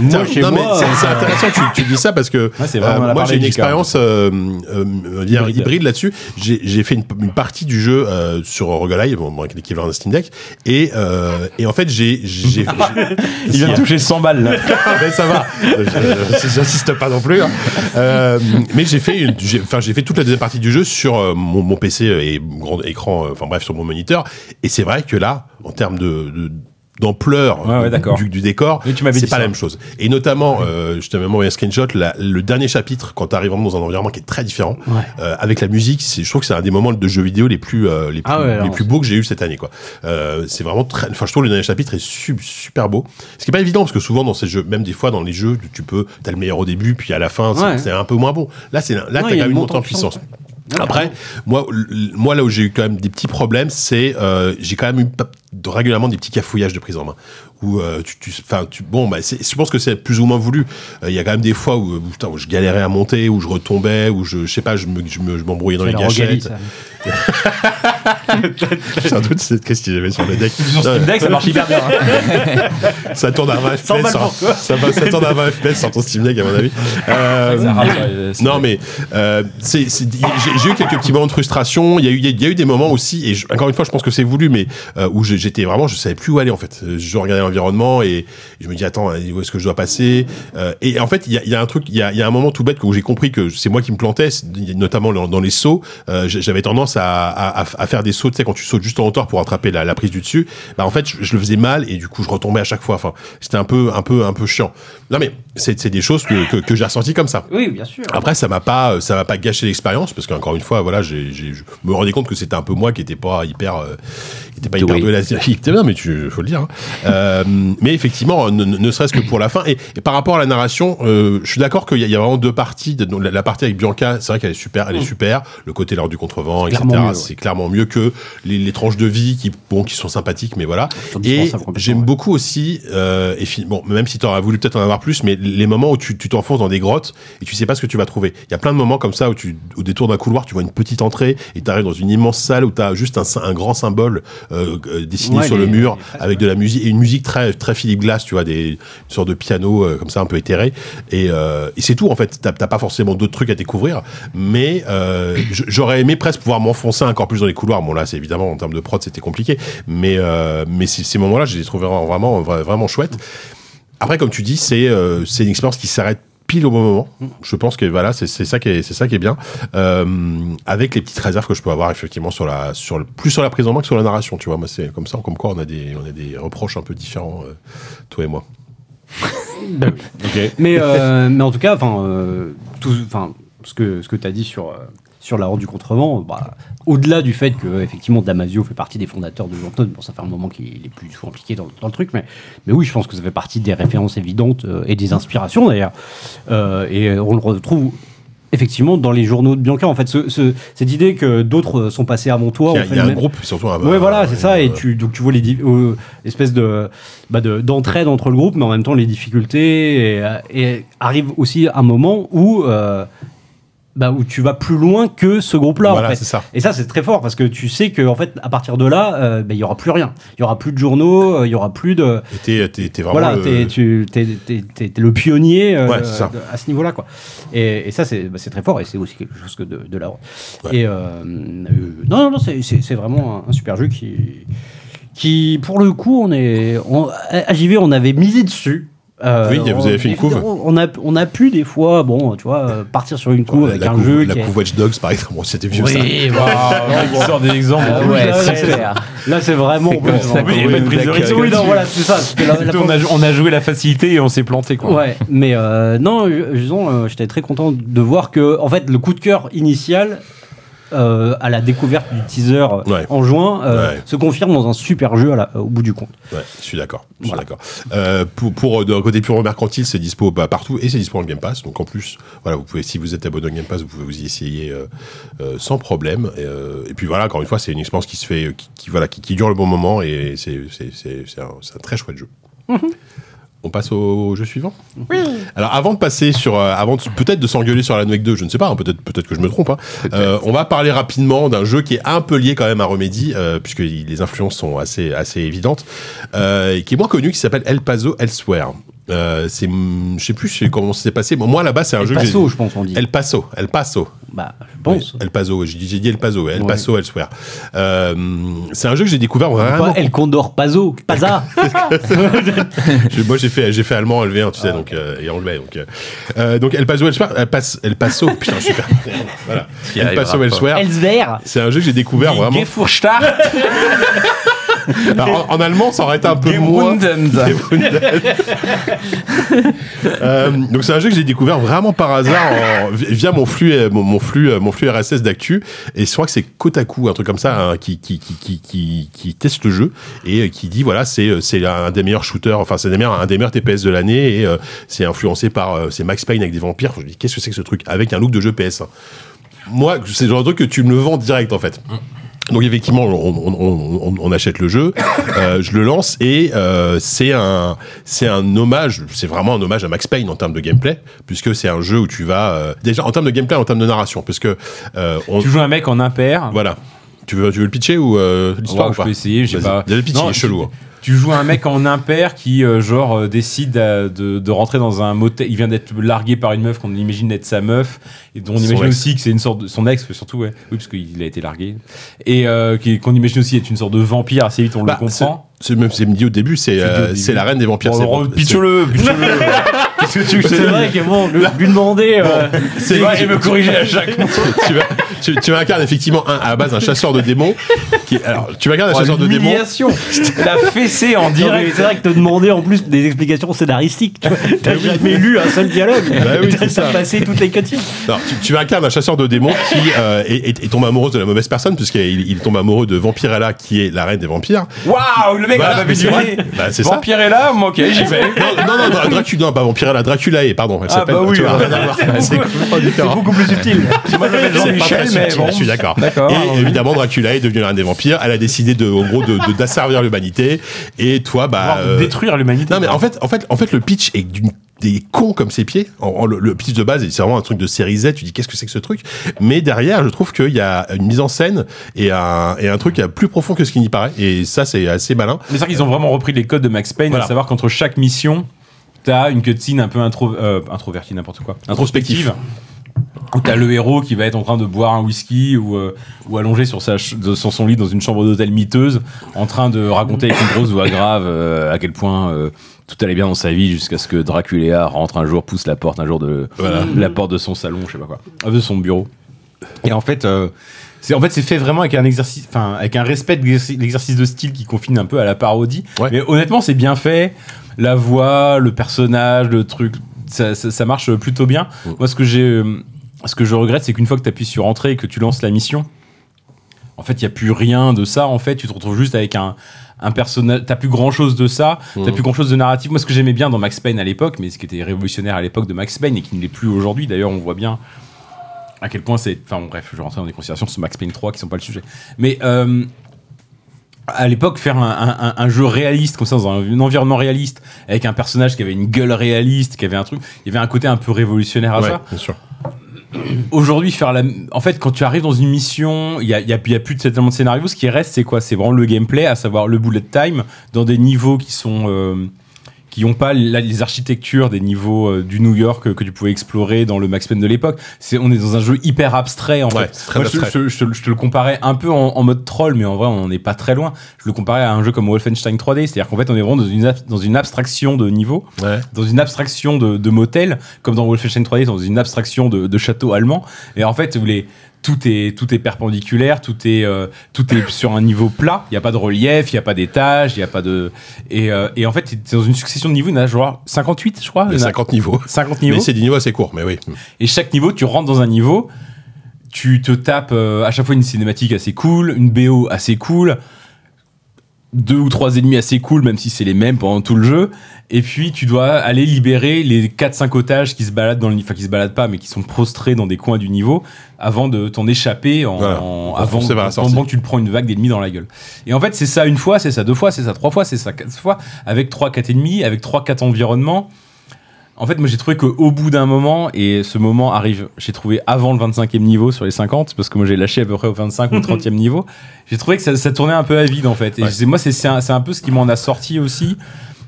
S5: moi,
S2: tiens,
S5: chez
S2: non, mais
S5: moi,
S2: c'est-
S5: euh,
S2: c'est intéressant. Tu, tu dis ça parce que
S4: Ouais, Ah, c'est vraiment la
S2: Euh, moi
S4: part
S2: j'ai une
S4: des geeks, hein.
S2: expérience euh, euh, euh, hybride, là-dessus. J'ai j'ai fait une, une partie du jeu euh, sur Roguelite, bon, bon, l'équivalent d'un Steam Deck, et euh, et en fait j'ai j'ai
S4: Il vient de
S2: hein.
S4: toucher 100 balles. Là.
S2: Ah, mais ça va. Je- je- J'insiste pas non plus. hein. Euh, mais j'ai fait, une- j'ai- enfin j'ai fait toute la deuxième partie du jeu sur euh, mon, mon PC et mon grand écran, euh, enfin bref sur mon moniteur. Et c'est vrai que là, en termes de, de- d'ampleur
S4: Ouais, ouais, d'accord.
S2: du, du décor,
S4: Oui, tu m'avais
S2: c'est
S4: dit
S2: pas
S4: ça.
S2: la même chose. Et notamment, euh, je t'ai même envoyé un screenshot, la- le dernier chapitre, quand t'arrives vraiment dans un environnement qui est très différent, euh, avec la musique, c'est, je trouve que c'est un des moments de jeux vidéo les plus, euh, les plus,
S5: Ah ouais,
S2: les
S5: alors,
S2: plus beaux que j'ai eu cette année. Quoi. Euh, c'est vraiment très, enfin je trouve le dernier chapitre est sub- super beau. Ce qui est pas évident parce que souvent dans ces jeux, même des fois dans les jeux, tu- tu peux, t'as le meilleur au début, puis à la fin, c'est,
S5: Ouais.
S2: c'est un peu moins bon. Là, c'est, là, t'as
S5: il
S2: quand
S5: y a
S2: même
S5: une
S2: une
S5: montée
S2: montée en
S5: en
S2: puissance. Après, moi, l- moi là où j'ai eu quand même des petits problèmes, c'est euh, j'ai quand même eu pas- de- régulièrement des petits cafouillages de prise en main où euh, tu, tu, enfin, tu- bon, bah, c'est- je pense que c'est plus ou moins voulu. Euh, Il y a quand même des fois où, euh, putain, où je galérais à monter, où je retombais, où je, je sais pas, je me- je me- je m'embrouillais dans les gâchettes. J'ai un doute, c'est qu'est-ce que j'avais sur le deck.
S4: Steam Deck, ça marche hyper bien. hein.
S2: Ça tourne à 20 FPS. hein. Ça, va- ça tourne à 20 FPS sur ton Steam Deck, à mon avis. Euh,
S4: Ça rame, euh, c'est-
S2: non mais euh, c'est- c'est- j'ai j'ai eu quelques petits moments de frustration. Il y a eu, il y a eu des moments aussi et je- encore une fois, je pense que c'est voulu, mais euh, où j'ai- j'étais vraiment, je savais plus où aller en fait. Euh, Je regardais l'environnement et je me dis attends, euh, où est-ce que je dois passer Euh, Et en fait, il y a, il y a un truc, il y a, il y a un moment tout bête où j'ai compris que c'est moi qui me plantais, c'est- notamment dans, dans les sauts. Euh, j'ai- J'avais tendance à, à, à- à faire des sauts, tu sais, quand tu sautes juste en hauteur pour attraper la, la prise du dessus. Bah en fait, je, je le faisais mal et du coup, je retombais à chaque fois. Enfin, c'était un peu, un peu, un peu chiant. Non mais c'est c'est des choses que, que, que j'ai ressenties comme ça.
S5: Oui, bien sûr.
S2: Après, ça m'a pas, euh, ça m'a pas gâché l'expérience parce qu'encore une fois, voilà, j'ai, j'ai- je me rendais compte que c'était un peu moi qui était pas hyper, euh, qui était pas hyper
S6: Doué.
S2: doué là-dessus. Il était bien, mais tu, faut le dire. hein. Euh, mais effectivement, ne, ne- ne serait-ce que pour la fin et, et par rapport à la narration, euh, je suis d'accord qu'il y, a- il y a vraiment deux parties. de- dont la, la partie avec Bianca, c'est vrai qu'elle est super, elle est super. Le côté l'heure du contrevent, etc.
S5: clairement mieux,
S2: C'est clairement mieux que les, les tranches de vie qui, bon, qui sont sympathiques, mais voilà. Et
S5: indispensables complètement,
S2: j'aime
S5: ouais.
S2: beaucoup aussi, euh, et fi- bon, même si tu aurais voulu peut-être en avoir plus, mais les moments où tu tu t'enfonces dans des grottes et tu sais pas ce que tu vas trouver. Il y a plein de moments comme ça où tu, au détour d'un couloir, tu vois une petite entrée et tu arrives dans une immense salle où tu as juste un, sy- un grand symbole euh, euh, dessiné
S5: Ouais,
S2: sur
S5: les-
S2: le mur avec de la musique et une musique très très Philippe Glass, tu vois, des une sorte de piano euh, comme ça un peu éthéré. Et, euh, et c'est tout en fait. T'as t'as pas forcément d'autres trucs à découvrir, mais euh, j- j'aurais aimé presque pouvoir m'enfoncer encore plus dans les couloirs. Bon là, c'est évidemment en termes de prod, c'était compliqué, mais euh, mais ces ces moments-là, je les trouvais vraiment vraiment, vra- vraiment chouettes. Après, comme tu dis, c'est euh, c'est une expérience qui s'arrête pile au bon moment. Je pense que voilà, c'est c'est ça qui est c'est ça qui est bien, Euh, avec les petites réserves que je peux avoir effectivement sur la sur le plus sur la prise en main que sur la narration. Tu vois, moi c'est comme ça, comme quoi on a des on a des reproches un peu différents, euh, toi et moi.
S5: Ben Mais, euh, mais en tout cas, enfin, euh, tout, enfin, ce que ce que t'as dit sur euh, sur la horde du contrevent, euh, bah, au-delà du fait que effectivement Damasio fait partie des fondateurs de Jonton, bon, ça fait un moment qu'il est plus souvent impliqué dans, dans le truc, mais mais oui, je pense que ça fait partie des références évidentes euh, et des inspirations d'ailleurs, Euh, et euh, on le retrouve. Effectivement, dans les journaux de Bianca, en fait, ce- ce- cette idée que d'autres euh, sont passés avant toi.
S2: Il y
S5: ont
S2: a,
S5: fait
S2: il y
S5: le
S2: a un
S5: même-
S2: groupe, surtout. un-
S5: Ouais, voilà,
S2: un-
S5: c'est ça. Et
S2: euh,
S5: tu, donc tu vois les di- euh, espèces de bah de- d'entraide entre le groupe, mais en même temps les difficultés. Et, euh, et arrive aussi un moment où euh, bah où tu vas plus loin que ce groupe-là.
S2: Voilà,
S5: en fait.
S2: c'est ça.
S5: Et ça, c'est très fort parce que tu sais que en fait, à partir de là, euh, bah, il y aura plus rien. Il y aura plus de journaux. euh, Il y aura plus de
S2: et t'es- t'es- t'es vraiment.
S5: voilà,
S2: le-
S5: t'es, tu t'es, t'es- t'es- t'es le pionnier euh,
S2: euh, Ouais,
S5: de-
S2: c'est ça.
S5: de- à ce niveau-là, quoi. Et, et ça, c'est, bah, c'est très fort, et c'est aussi quelque chose que de, de la. Et euh, euh, non, non, non, c'est, c'est- c'est vraiment un, un super jeu qui, qui, pour le coup, on est, on, à JV, on avait misé dessus. Euh,
S2: Oui, vous
S5: on-
S2: avez fait une couve.
S5: On a, on a pu des fois, bon, tu vois, euh, partir sur une couve
S2: la,
S5: avec
S2: la
S5: un
S2: couve-
S5: jeu
S2: la
S5: qui est-
S2: couve Watch Dogs, par exemple, Bon, c'était vieux ça.
S5: Oui,
S4: Waouh, il sort des exemples.
S5: Ah ouais, super. Là, c'est vraiment.
S6: C'est comme ça
S4: Oui, il y
S6: qu'on
S4: a pas de
S6: nous
S4: prise de
S6: accueille.
S4: risque.
S5: Oui, non, voilà, c'est ça. parce que la- la-
S4: Plutôt, on, a, jou- on a joué la facilité et on s'est planté quoi.
S5: Ouais, mais euh, non, je- disons, euh, j'étais très content de voir que, en fait, le coup de cœur initial euh, à la découverte du teaser euh,
S2: Ouais.
S5: en juin euh,
S2: Ouais.
S5: se confirme dans un super jeu à la- au bout du compte.
S2: Ouais, je suis d'accord. Je suis d'accord. Euh, pour pour euh, d'un côté purement mercantile, c'est dispo bah, partout et c'est dispo en Game Pass. Donc en plus, voilà, vous pouvez si vous êtes abonné au Game Pass, vous pouvez vous y essayer euh, euh, sans problème. Et, euh, et puis voilà, encore une fois, c'est une expérience qui se fait, euh, qui, qui, voilà, qui, qui dure le bon moment et c'est c'est c'est c'est un, c'est un très chouette jeu. On passe au jeu suivant. Oui. Alors avant de passer sur, euh, avant de- peut-être de s'engueuler sur la Nuke 2, je ne sais pas, hein, peut-être peut-être que je me trompe. hein. Euh, on va parler rapidement d'un jeu qui est un peu lié quand même à Remedy, euh, puisque il- les influences sont assez assez évidentes, euh, et qui est moins connu, qui s'appelle El Paso Elsewhere. Euh, c'est, hum, je sais plus c'est comment c'est passé. Bon, moi là-bas, c'est un jeu que
S5: Passo,
S2: j'ai-
S5: je pense, on dit.
S2: El Paso, El Paso.
S5: Bah, je pense.
S2: Oui, El Paso, j'ai dit, j'ai dit El Paso, ouais, El
S5: Ouais.
S2: Paso Elsewhere. Euh, c'est un jeu que j'ai découvert vraiment.
S5: Pas El Condor Pazo, Paza.
S2: Je- moi j'ai fait j'ai fait allemand LV1 tu sais donc euh, et anglais donc euh, euh, donc El Paso Elsewhere El, Pas- El Paso putain super voilà
S6: Qui
S2: El
S6: arrivera
S2: Paso
S6: pas.
S2: Elsewhere
S5: Elsewhere.
S2: c'est un jeu que j'ai découvert vraiment
S4: Gefuhrstart,
S2: Alors, en, en allemand ça aurait été un peu moins
S4: Gewundend.
S2: Euh, donc c'est un jeu que j'ai découvert vraiment par hasard en- via mon flux euh, mon, mon flux euh, mon flux RSS d'actu et je crois que c'est Kotaku un truc comme ça hein, qui, qui, qui, qui, qui, qui teste le jeu et euh, qui dit voilà c'est euh, c'est un des meilleurs shooters enfin c'est un des meilleurs- un des meilleurs TPS de l'année et euh, c'est influencé par euh, c'est Max Payne avec des vampires je me dis qu'est-ce hein. que c'est que ce truc avec un look de jeu PS1 moi c'est le genre de truc que tu me le vends direct en fait Donc effectivement, on, on- on- on- on achète le jeu, euh, je le lance et euh, c'est un c'est un hommage, c'est vraiment un hommage à Max Payne en termes de gameplay, puisque c'est un jeu où tu vas euh, déjà en termes de gameplay, en termes de narration, parce que euh, on-
S4: Tu joues un mec en impair.
S2: voilà, tu veux tu veux le pitcher ou euh, l'histoire
S4: Wow,
S2: ou
S4: je
S2: pas
S4: peux essayer, j'ai
S2: Vas-y.
S4: pas.
S2: Déjà, le pitch,
S4: Non,
S2: il est
S4: tu-
S2: chelou, hein.
S4: Tu joues un mec en impair qui, euh, genre, euh, décide euh, de, de rentrer dans un motel. Il vient d'être largué par une meuf qu'on imagine être sa meuf. Et dont on
S2: Son
S4: imagine
S2: ex.
S4: aussi que c'est une sorte de. Son ex, surtout, ouais. Oui, parce qu'il a été largué. Et euh, qui- qu'on imagine aussi être une sorte de vampire. Assez vite, on
S2: Bah,
S4: le comprend.
S2: C'est même c'est dit au début, c'est
S4: dit au
S2: euh,
S4: début.
S2: c'est la reine des vampires.
S4: Bon,
S2: c'est
S4: alors,
S2: bon.
S4: pitche-le, pitche-le. Qu'est-ce que tu veux que je te
S5: C'est
S4: dise
S5: vrai que bon, le- lui demander. euh,
S2: C'est-
S4: Tu vois, et me corriger à chaque mot.
S2: tu, vas, tu, tu incarnes effectivement un, à la base un chasseur de démons. Qui, alors, tu vas incarner un chasseur de démons.
S5: L'humiliation.
S4: La fessée en
S5: Non, mais
S4: direct.
S5: C'est vrai que te demander en plus des explications scénaristiques. tu vois. T'as jamais lu un seul dialogue.
S2: Bah oui,
S5: T'as
S2: c'est ça.
S5: t'as passé toutes les cutscenes.
S2: Non, tu, tu incarnes un chasseur de démons qui euh, est, est- est tombé amoureux de la mauvaise personne puisqu'il il tombe amoureux de Vampirella qui est la reine des vampires.
S4: Waouh, le mec,
S2: Voilà,
S4: a
S2: mais c'est
S4: pas
S2: vrai. Bah, c'est ça.
S4: Vampire est là, moi, ok, j'y vais.
S2: Non, non, non, Dra- Dracula, non, pas Vampirella, Draculae, pardon. Elle
S4: Ah,
S2: s'appelle.
S4: bah oui,
S2: tu vois,
S4: ouais.
S2: rien à voir. c'est complètement différent.
S4: Beaucoup plus utile. Moi, j'appelle
S2: C'est pas
S4: Jean-Michel,
S2: très
S4: mais
S2: subtil,
S4: bon. Ah,
S2: Je suis d'accord.
S4: D'accord.
S2: Et euh, évidemment, Dracula est devenue la reine des vampires. Elle a décidé de, en gros, de, de- d'asservir l'humanité. Et toi, bah,
S4: Voire
S2: euh,
S4: détruire l'humanité.
S2: Non, mais en fait, en fait, en fait, le pitch est d'une des cons comme ses pieds. En- en- le, le pitch de base, c'est vraiment un truc de série Z. Tu dis qu'est-ce que c'est que ce truc Mais derrière, je trouve qu'il y a une mise en scène et un, et un truc euh, plus profond que ce qui n'y paraît. Et ça, c'est assez malin.
S4: Mais c'est vrai qu'ils ont vraiment repris les codes de Max Payne,
S2: Voilà.
S4: à savoir qu'entre chaque mission, t'as une cutscene un peu intro, euh, introvertie, n'importe quoi.
S2: Introspective.
S4: Où t'as le héros qui va être en train de boire un whisky ou, euh, ou allongé sur, sa ch- de- sur son lit dans une chambre d'hôtel miteuse, en train de raconter avec une grosse voix grave euh, à quel point euh, tout allait bien dans sa vie jusqu'à ce que Dracula rentre un jour, pousse la porte un jour de
S2: Voilà.
S4: la porte de son salon, je sais pas quoi, euh, de son bureau. Et en fait, euh, c'est en fait c'est fait vraiment avec un exercice, enfin avec un respect de l'exercice- l'exercice de style qui confine un peu à la parodie.
S2: Ouais.
S4: Mais honnêtement, c'est bien fait. La voix, le personnage, le truc, ça, ça- ça marche plutôt bien. Moi, ce que j'ai, euh, ce que je regrette, c'est qu'une fois que tu appuies sur entrée et que tu lances la mission, en fait, il y a plus rien de ça. En fait, tu te retrouves juste avec un un personnage, t'as plus grand chose de ça, t'as plus grand chose de narratif. Moi, ce que j'aimais bien dans Max Payne à l'époque, mais ce qui était révolutionnaire à l'époque de Max Payne et qui ne l'est plus aujourd'hui, d'ailleurs, on voit bien à quel point c'est. Enfin, bon, bref, je vais rentrer dans des considérations sur Max Payne 3 qui sont pas le sujet. Mais euh, à l'époque, faire un, un- un- un jeu réaliste comme ça, dans un, un environnement réaliste, avec un personnage qui avait une gueule réaliste, qui avait un truc, il y avait un côté un peu révolutionnaire à
S2: Ouais,
S4: Ah, ça.
S2: bien sûr.
S4: Aujourd'hui, faire la. En fait, quand tu arrives dans une mission, il n'y a, il y a- il y a plus de- tellement de scénarios. Ce qui reste, c'est quoi C'est vraiment le gameplay, à savoir le bullet time, dans des niveaux qui sont. euh, qui n'ont pas la- les architectures des niveaux euh, du New York euh, que tu pouvais explorer dans le Max Payne de l'époque. C'est on est dans un jeu hyper abstrait en
S2: Ouais,
S4: fait.
S2: c'est très
S4: Moi, je,
S2: abstrait.
S4: je- je te- je te le comparais un peu en, en mode troll, mais en vrai on n'est pas très loin. Je le comparais à un jeu comme Wolfenstein 3D, c'est-à-dire qu'en fait on est vraiment dans une ab- dans une abstraction de niveau,
S2: Ouais.
S4: dans une abstraction de, de motel, comme dans Wolfenstein 3D, dans une abstraction de, de château allemand. Et en fait, vous les tout est tout est perpendiculaire, tout est euh, tout est sur un niveau plat. Il n'y a pas de relief, il n'y a pas d'étage, il n'y a pas de et, euh, et en fait c'est dans une succession de niveaux. Il y en a genre 58, je crois.
S2: Il y
S4: Il
S2: a
S4: y en a
S2: 50 niveaux.
S4: 50
S2: Mais
S4: niveaux.
S2: c'est des niveaux assez courts, mais oui.
S4: Et chaque niveau, tu rentres dans un niveau, tu te tapes euh, à chaque fois une cinématique assez cool, une BO assez cool, deux ou trois ennemis assez cool, même si c'est les mêmes pendant tout le jeu. Et puis tu dois aller libérer les 4-5 otages qui se baladent dans le, enfin qui se baladent pas, mais qui sont prostrés dans des coins du niveau, avant de t'en échapper, en,
S2: Voilà.
S4: en-
S2: Pour
S4: avant,
S2: foncer vers la sortie.
S4: pendant que tu te prends une vague d'ennemis dans la gueule. Et en fait, c'est ça une fois, c'est ça deux fois, c'est ça trois fois, c'est ça quatre fois, avec trois quatre ennemis, avec trois quatre environnements. En fait, moi j'ai trouvé qu'au bout d'un moment, et ce moment arrive, j'ai trouvé avant le 25e niveau sur les 50, parce que moi j'ai lâché à peu près au 25 ou 30e niveau, j'ai trouvé que ça, ça tournait un peu à vide en fait. Et
S2: Ouais.
S4: je sais- moi c'est c'est un, c'est un peu ce qui m'en a sorti aussi.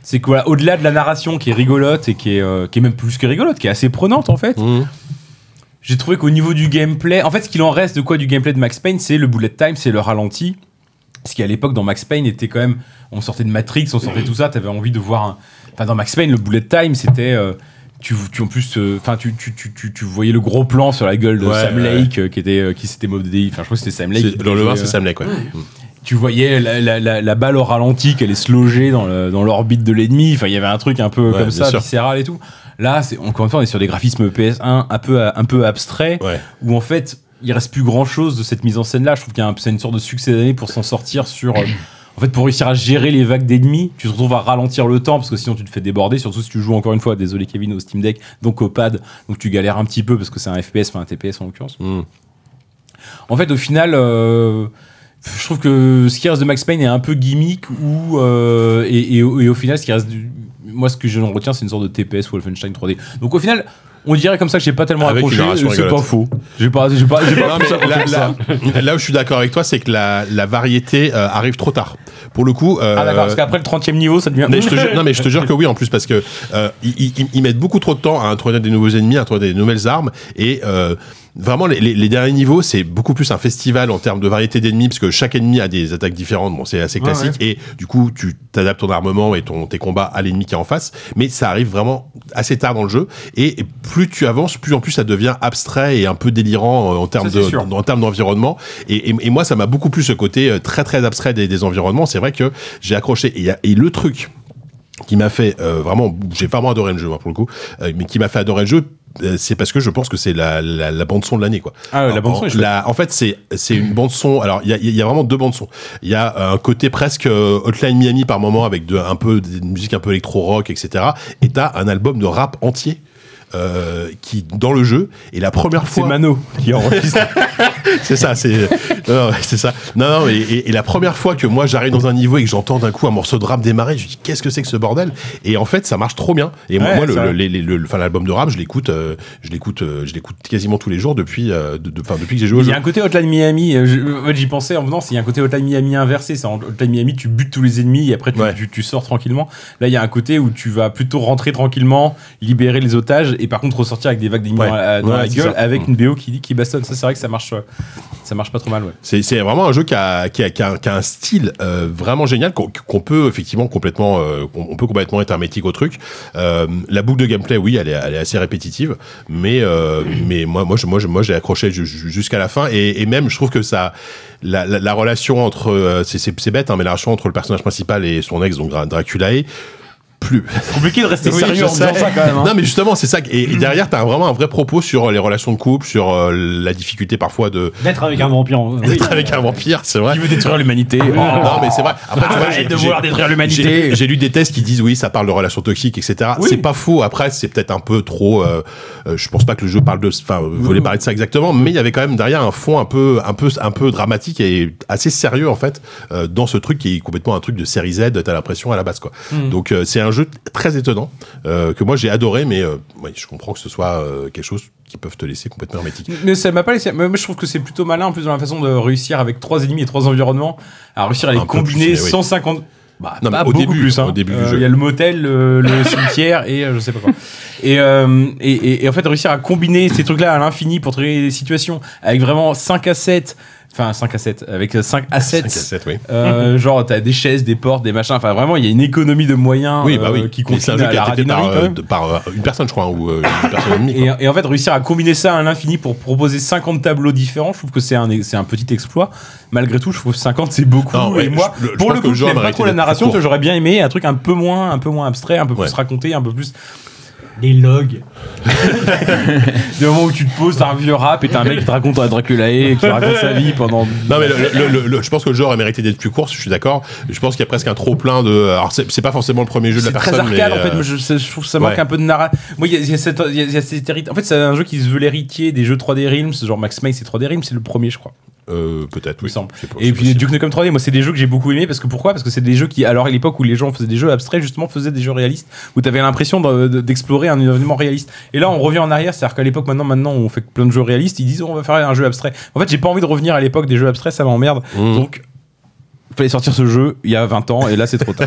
S4: C'est que voilà, au-delà de la narration qui est rigolote et qui est, euh, qui est même plus que rigolote, qui est assez prenante en fait, j'ai trouvé qu'au niveau du gameplay, en fait, ce qu'il en reste de quoi du gameplay de Max Payne, c'est le bullet time, c'est le ralenti. Ce qui à l'époque dans Max Payne était quand même, on sortait de Matrix, on sortait tout ça, t'avais envie de voir. un- Enfin, dans Max Payne, le bullet time, c'était euh, tu, tu en plus, euh, enfin, tu, tu, tu, tu, tu voyais le gros plan sur la gueule de
S2: Ouais,
S4: Sam
S2: ouais,
S4: Lake euh, qui était euh, qui s'était modé. Enfin, je crois que c'était Sam Lake.
S2: C'est-
S4: qui
S2: Dans le
S4: jouait,
S2: 1,
S4: euh,
S2: c'est Sam Lake, ouais. Mmh.
S4: tu voyais la, la, la, la balle au ralenti qui allait se loger dans, le- dans l'orbite de l'ennemi. Enfin, il y avait un truc un peu
S2: Ouais,
S4: comme
S2: bien
S4: ça,
S2: sûr.
S4: viscéral et tout. Là, c'est, encore une fois, on est sur des graphismes PS1 un peu, un peu abstraits,
S2: Ouais.
S4: où en fait, il reste plus grand chose de cette mise en scène-là. Je trouve qu'il y a un- c'est une sorte de succès d'année pour s'en sortir sur. euh, En fait, pour réussir à gérer les vagues d'ennemis, tu te retrouves à ralentir le temps parce que sinon tu te fais déborder, surtout si tu joues encore une fois, désolé Kevin, au Steam Deck, donc au pad, donc tu galères un petit Mmh. peu parce que c'est un FPS, enfin un TPS en l'occurrence.
S2: Mm.
S4: En fait, au final, euh, je trouve que ce qui reste de Max Payne est un peu gimmick ou euh, et, et au et au final ce qui reste du- moi ce que je en retiens c'est une sorte de TPS Wolfenstein 3D donc au final on dirait comme ça que j'ai pas tellement
S2: Avec une
S4: accroché
S2: narration
S4: c'est pas
S2: rigolote.
S4: faux j'ai pas j'ai pas j'ai pas
S2: Non,
S4: plus
S2: mais
S4: accroché
S2: là,
S4: que ça.
S2: là- là où je suis d'accord avec toi, c'est que la, la variété euh, arrive trop tard. Pour le coup, euh,
S4: ah d'accord parce qu'après le 30 e niveau ça devient
S2: mais je te jure, non mais je te jure que oui en plus parce que euh, ils, ils- ils mettent beaucoup trop de temps à introduire des nouveaux ennemis, à introduire des nouvelles armes et euh, vraiment les, les- les derniers niveaux c'est beaucoup plus un festival en termes de variété d'ennemis parce que chaque ennemi a des attaques différentes. Bon c'est assez classique et du coup tu t'adaptes ton armement et ton tes combats à l'ennemi qui est en face, mais ça arrive vraiment assez tard dans le jeu et plus tu avances plus en plus ça devient abstrait et un peu délirant euh, en termes
S9: Ça,
S2: de
S9: c'est sûr.
S2: en- en termes d'environnement. Et, et- et moi, ça m'a beaucoup plu ce côté euh, très très abstrait des, des environnements. C'est vrai que j'ai accroché. Et, il y a- et le truc qui m'a fait euh, vraiment, j'ai vraiment adoré le jeu hein, pour le coup, euh, mais qui m'a fait adorer le jeu. euh, C'est parce que je pense que c'est la, la, la bande son de l'année quoi.
S4: Ah, ouais, la
S2: En-
S4: bande son est
S2: en,
S4: chouette.
S2: la- en fait c'est c'est une bande son. Alors il y a, il y a vraiment deux bandes son. Il y a un côté presque euh, Hotline Miami par moment avec de, un peu des musiques un peu électro rock etc. Et t'as un album de rap entier euh, qui dans le jeu et la première
S4: c'est
S2: fois.
S4: Mano qui enregistre
S2: C'est ça, c'est euh, non, non, c'est ça. Non, non, et, et- et la première fois que moi j'arrive dans un niveau et que j'entends d'un coup un morceau de rap démarrer, je me dis qu'est-ce que c'est que ce bordel Et en fait, ça marche trop bien. Et moi,
S4: Ouais,
S2: moi, le,
S4: ça.
S2: le- les- les- le- enfin, l'album de rap, je l'écoute, euh, je l'écoute, euh, je l'écoute quasiment tous les jours depuis, euh, de- de- enfin, depuis que j'ai joué au
S4: il y
S2: jeu.
S4: a un côté Hotline Miami euh, je- en fait, j'y pensais en venant c'est- il y a un côté Hotline Miami inversé c'est en Hotline Miami tu butes tous les ennemis et après tu,
S2: Ouais.
S4: tu- tu sors tranquillement là il y a un côté où tu vas plutôt rentrer tranquillement libérer les otages et par contre ressortir avec des vagues d'ennemis
S2: Ouais.
S4: dans la, dans
S2: Ouais,
S4: la
S2: c'est
S4: gueule
S2: ça.
S4: avec une BO qui, qui bastonne ça c'est vrai que ça marche euh, ça marche pas trop mal ouais.
S2: C'est, c'est vraiment un jeu qui a, qui a, qui a, qui a un style euh, vraiment génial qu'on, qu'on peut effectivement complètement, euh, qu'on- on peut complètement être hermétique au truc. Euh, la boucle de gameplay, oui, elle est, elle est assez répétitive, mais euh, mais moi moi je, moi, je- moi j'ai accroché ju- ju- jusqu'à la fin et, et même je trouve que ça la, la, la relation entre euh, c'est, c'est, c'est bête hein, mais la relation entre le personnage principal et son ex donc Dra- Draculae plus
S4: compliqué de rester
S2: Oui,
S4: sérieux
S2: je
S4: en faisant
S2: sais.
S4: ça quand même. hein.
S2: Non, mais justement, c'est ça. Et, et derrière, t'as vraiment un vrai propos sur euh, les relations de couple, sur euh, la difficulté parfois de
S5: D'être avec un vampire. euh,
S2: d'être avec un vampire, c'est vrai.
S4: Qui veut détruire l'humanité Oh.
S2: Non, mais c'est vrai. Après, tu vois, j'ai-
S4: Arrête de
S2: j'ai-
S4: vouloir détruire
S2: j'ai
S4: l'humanité.
S2: j'ai lu des tests qui disent oui, ça parle de relations toxiques, etc.
S4: Oui.
S2: C'est pas faux. Après, c'est peut-être un peu trop. euh, euh, je pense pas que le jeu parle de. Enfin, vous
S4: Mm.
S2: voulez parler de ça exactement, mais il y avait quand même derrière un fond un peu, un peu, un peu dramatique et assez sérieux en fait euh, dans ce truc qui est complètement un truc de série Z. T'as l'impression à la base quoi.
S4: Mm.
S2: Donc euh, c'est un jeu très étonnant euh, que moi j'ai adoré, mais euh, ouais, je comprends que ce soit euh, quelque chose qui peuvent te laisser complètement hermétique.
S4: Mais ça m'a pas laissé. mais Moi, je trouve que c'est plutôt malin en plus dans la façon de réussir avec trois ennemis et trois environnements à réussir à les
S2: Un peu
S4: combiner
S2: plus, mais oui.
S4: 150. Bah,
S2: Non,
S4: pas
S2: mais au
S4: beaucoup
S2: début,
S4: plus. hein.
S2: au début du
S4: Euh,
S2: jeu.
S4: Il y a le motel, le, le cimetière et euh, je sais pas quoi. Et, euh, et, et- et en fait, réussir à combiner ces trucs-là à l'infini pour trouver des situations avec vraiment 5 à 7. Enfin, 5 à 7. Avec 5 à 7.
S2: Cinq à sept, oui.
S4: Euh, genre t'as des chaises, des portes, des machins. Enfin vraiment, il y a une économie de
S5: Hein,
S4: moyens
S2: Oui, bah
S4: euh,
S2: oui.
S4: qui
S2: Mais c'est
S4: confine
S2: un jeu
S4: à
S2: qui
S4: la
S2: a été fait par,
S4: radinerie, quand
S2: euh,
S4: même.
S2: de- par, euh, une personne, je crois, hein, ou euh, une personne et demie. quoi.
S4: Et, et en fait, réussir à combiner ça à l'infini pour proposer 50 tableaux différents, je trouve que c'est un, c'est un petit exploit. Malgré tout, je trouve 50 c'est beaucoup.
S2: Non, ouais,
S4: et moi,
S2: je- le- je
S4: pour
S2: pense
S4: le
S2: que
S4: coup,
S2: le
S4: je
S2: genre
S4: n'aime pas
S2: méritait
S4: trop la
S2: d'être
S4: narration,
S2: plus
S4: parce que
S2: court.
S4: j'aurais bien aimé un truc un peu moins, un peu moins abstrait, un peu plus
S2: Ouais.
S4: raconté, un peu plus.
S5: Les logs.
S4: Du moment où tu te poses, t'as un vieux rap et t'as un mec qui te raconte à Draculae, qui raconte sa vie pendant.
S2: Non mais le, le- le- le- je pense que le genre a mérité d'être plus court, je suis d'accord. Je pense qu'il y a presque un trop plein de. Alors c'est c'est pas forcément le premier jeu de
S4: C'est
S2: la
S4: très
S2: personne,
S4: arcade
S2: mais,
S4: en fait,
S2: euh,
S4: mais je, je trouve que ça
S2: ouais.
S4: manque un peu de narra. Moi, il y a, il y a cette- il y a- il y a cet hérit- En fait, c'est un jeu qui se veut l'héritier des jeux 3D Realms, genre Max Payne c'est 3D Realms, c'est le premier, je crois.
S2: euh, peut-être
S4: il me
S2: oui.
S4: semble.
S2: Je sais pas,
S4: Et
S2: c'est
S4: puis
S2: possible.
S4: Duke Nukem 3D, moi c'est des jeux que j'ai beaucoup aimé parce que pourquoi Parce que c'est des jeux qui, alors à l'époque où les gens faisaient des jeux abstraits, justement faisaient des jeux réalistes où t'avais l'impression de- de- d'explorer un événement réaliste. Et là on revient en arrière, c'est-à-dire qu'à l'époque maintenant, maintenant on fait plein de jeux réalistes, ils disent on va faire un jeu abstrait. En fait j'ai pas envie de revenir à l'époque des jeux abstraits, ça m'emmerde.
S2: Mm.
S4: Donc fallait sortir ce jeu il y a 20 ans et là c'est trop tard.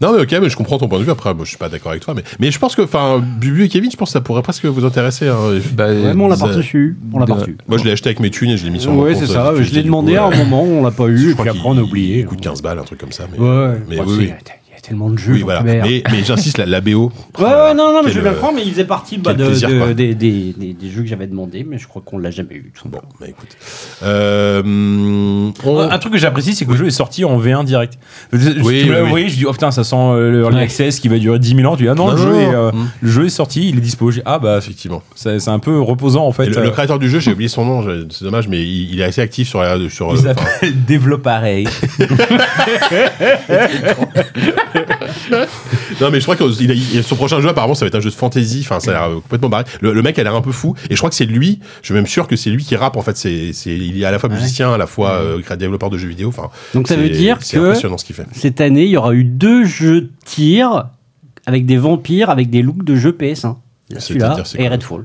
S2: Non mais ok, mais je comprends ton point de vue. Après, moi je suis pas d'accord avec toi, mais mais je pense que enfin Bubu et Kevin, je pense que ça pourrait presque vous intéresser. hein.
S6: Bah,
S5: Vraiment, on l'a pas
S2: Ça-
S5: reçu. On l'a pas
S6: de-
S5: reçu.
S2: Moi je l'ai acheté avec mes thunes et je l'ai mis sur. mon
S5: Ouais,
S2: compte,
S5: c'est ça.
S2: euh,
S5: Je l'ai
S2: du
S5: demandé
S2: coup,
S5: à un
S2: euh,
S5: moment, on l'a pas
S2: je
S5: eu. Et
S2: crois
S5: puis
S2: qu'il-
S5: après, on a oublié.
S2: Il coûte 15 balles, un truc comme ça. Mais,
S5: Ouais, ouais.
S2: mais
S5: Enfin,
S2: oui, oui.
S5: c'est- Il y a tellement de jeux.
S2: Oui,
S5: dans
S2: voilà.
S5: le verre.
S2: Mais, mais j'insiste, la, la BO.
S5: Ouais, ouais, non, non, mais
S2: Quel,
S5: je vais bien
S2: euh,
S5: le prendre, mais il faisait partie bah,
S2: quel
S5: de-
S2: plaisir,
S5: de-
S2: quoi.
S5: des, des- des- des jeux que j'avais demandé, mais je crois qu'on l'a jamais eu. tout
S2: Bon,
S5: simplement.
S2: bah écoute. Euh, hum, on-
S5: Ah,
S4: Un truc que j'apprécie, c'est que le jeu est sorti en V1 direct. Je- je-
S2: Oui,
S4: tu me l'as
S2: oui, oui.
S4: envoyé, je dis, oh putain, ça sent euh, le Early
S5: Ouais.
S4: Access qui va durer 10 000 ans. Tu dis, ah non,
S2: Non,
S4: le,
S2: non,
S4: jeu
S2: non.
S4: Est, euh, le jeu est sorti, il est dispo. J'ai, ah bah,
S2: Effectivement.
S4: c'est c'est un peu reposant en fait.
S2: Et le, le
S4: Euh,
S2: créateur du jeu, j'ai oublié son nom, je- c'est dommage, mais il, il est assez actif euh, sur la. Sur,
S4: il
S2: euh, enfin,
S4: s'appelle Développe pareil.
S2: Non, mais je crois que il a- il- son prochain jeu, apparemment, ça va être un jeu de fantasy. Enfin, ça a l'air euh, complètement barré. Le, le mec a l'air un peu fou. Et je crois que c'est lui. Je suis même sûr que c'est lui qui rappe. En fait, c'est, c'est- il est à la fois musicien, à la fois euh, créa- développeur de jeux vidéo. Enfin,
S5: Ah Donc ça
S2: c'est-
S5: veut dire
S2: c'est
S5: que
S2: impressionnant ce qu'il fait.
S5: cette année, il y aura eu deux jeux de tir avec des vampires, avec des looks de jeux PS1. Il y
S2: Ah,
S5: a Celui-là
S2: C'est-à-dire, c'est
S5: et
S2: quoi
S5: Redfall.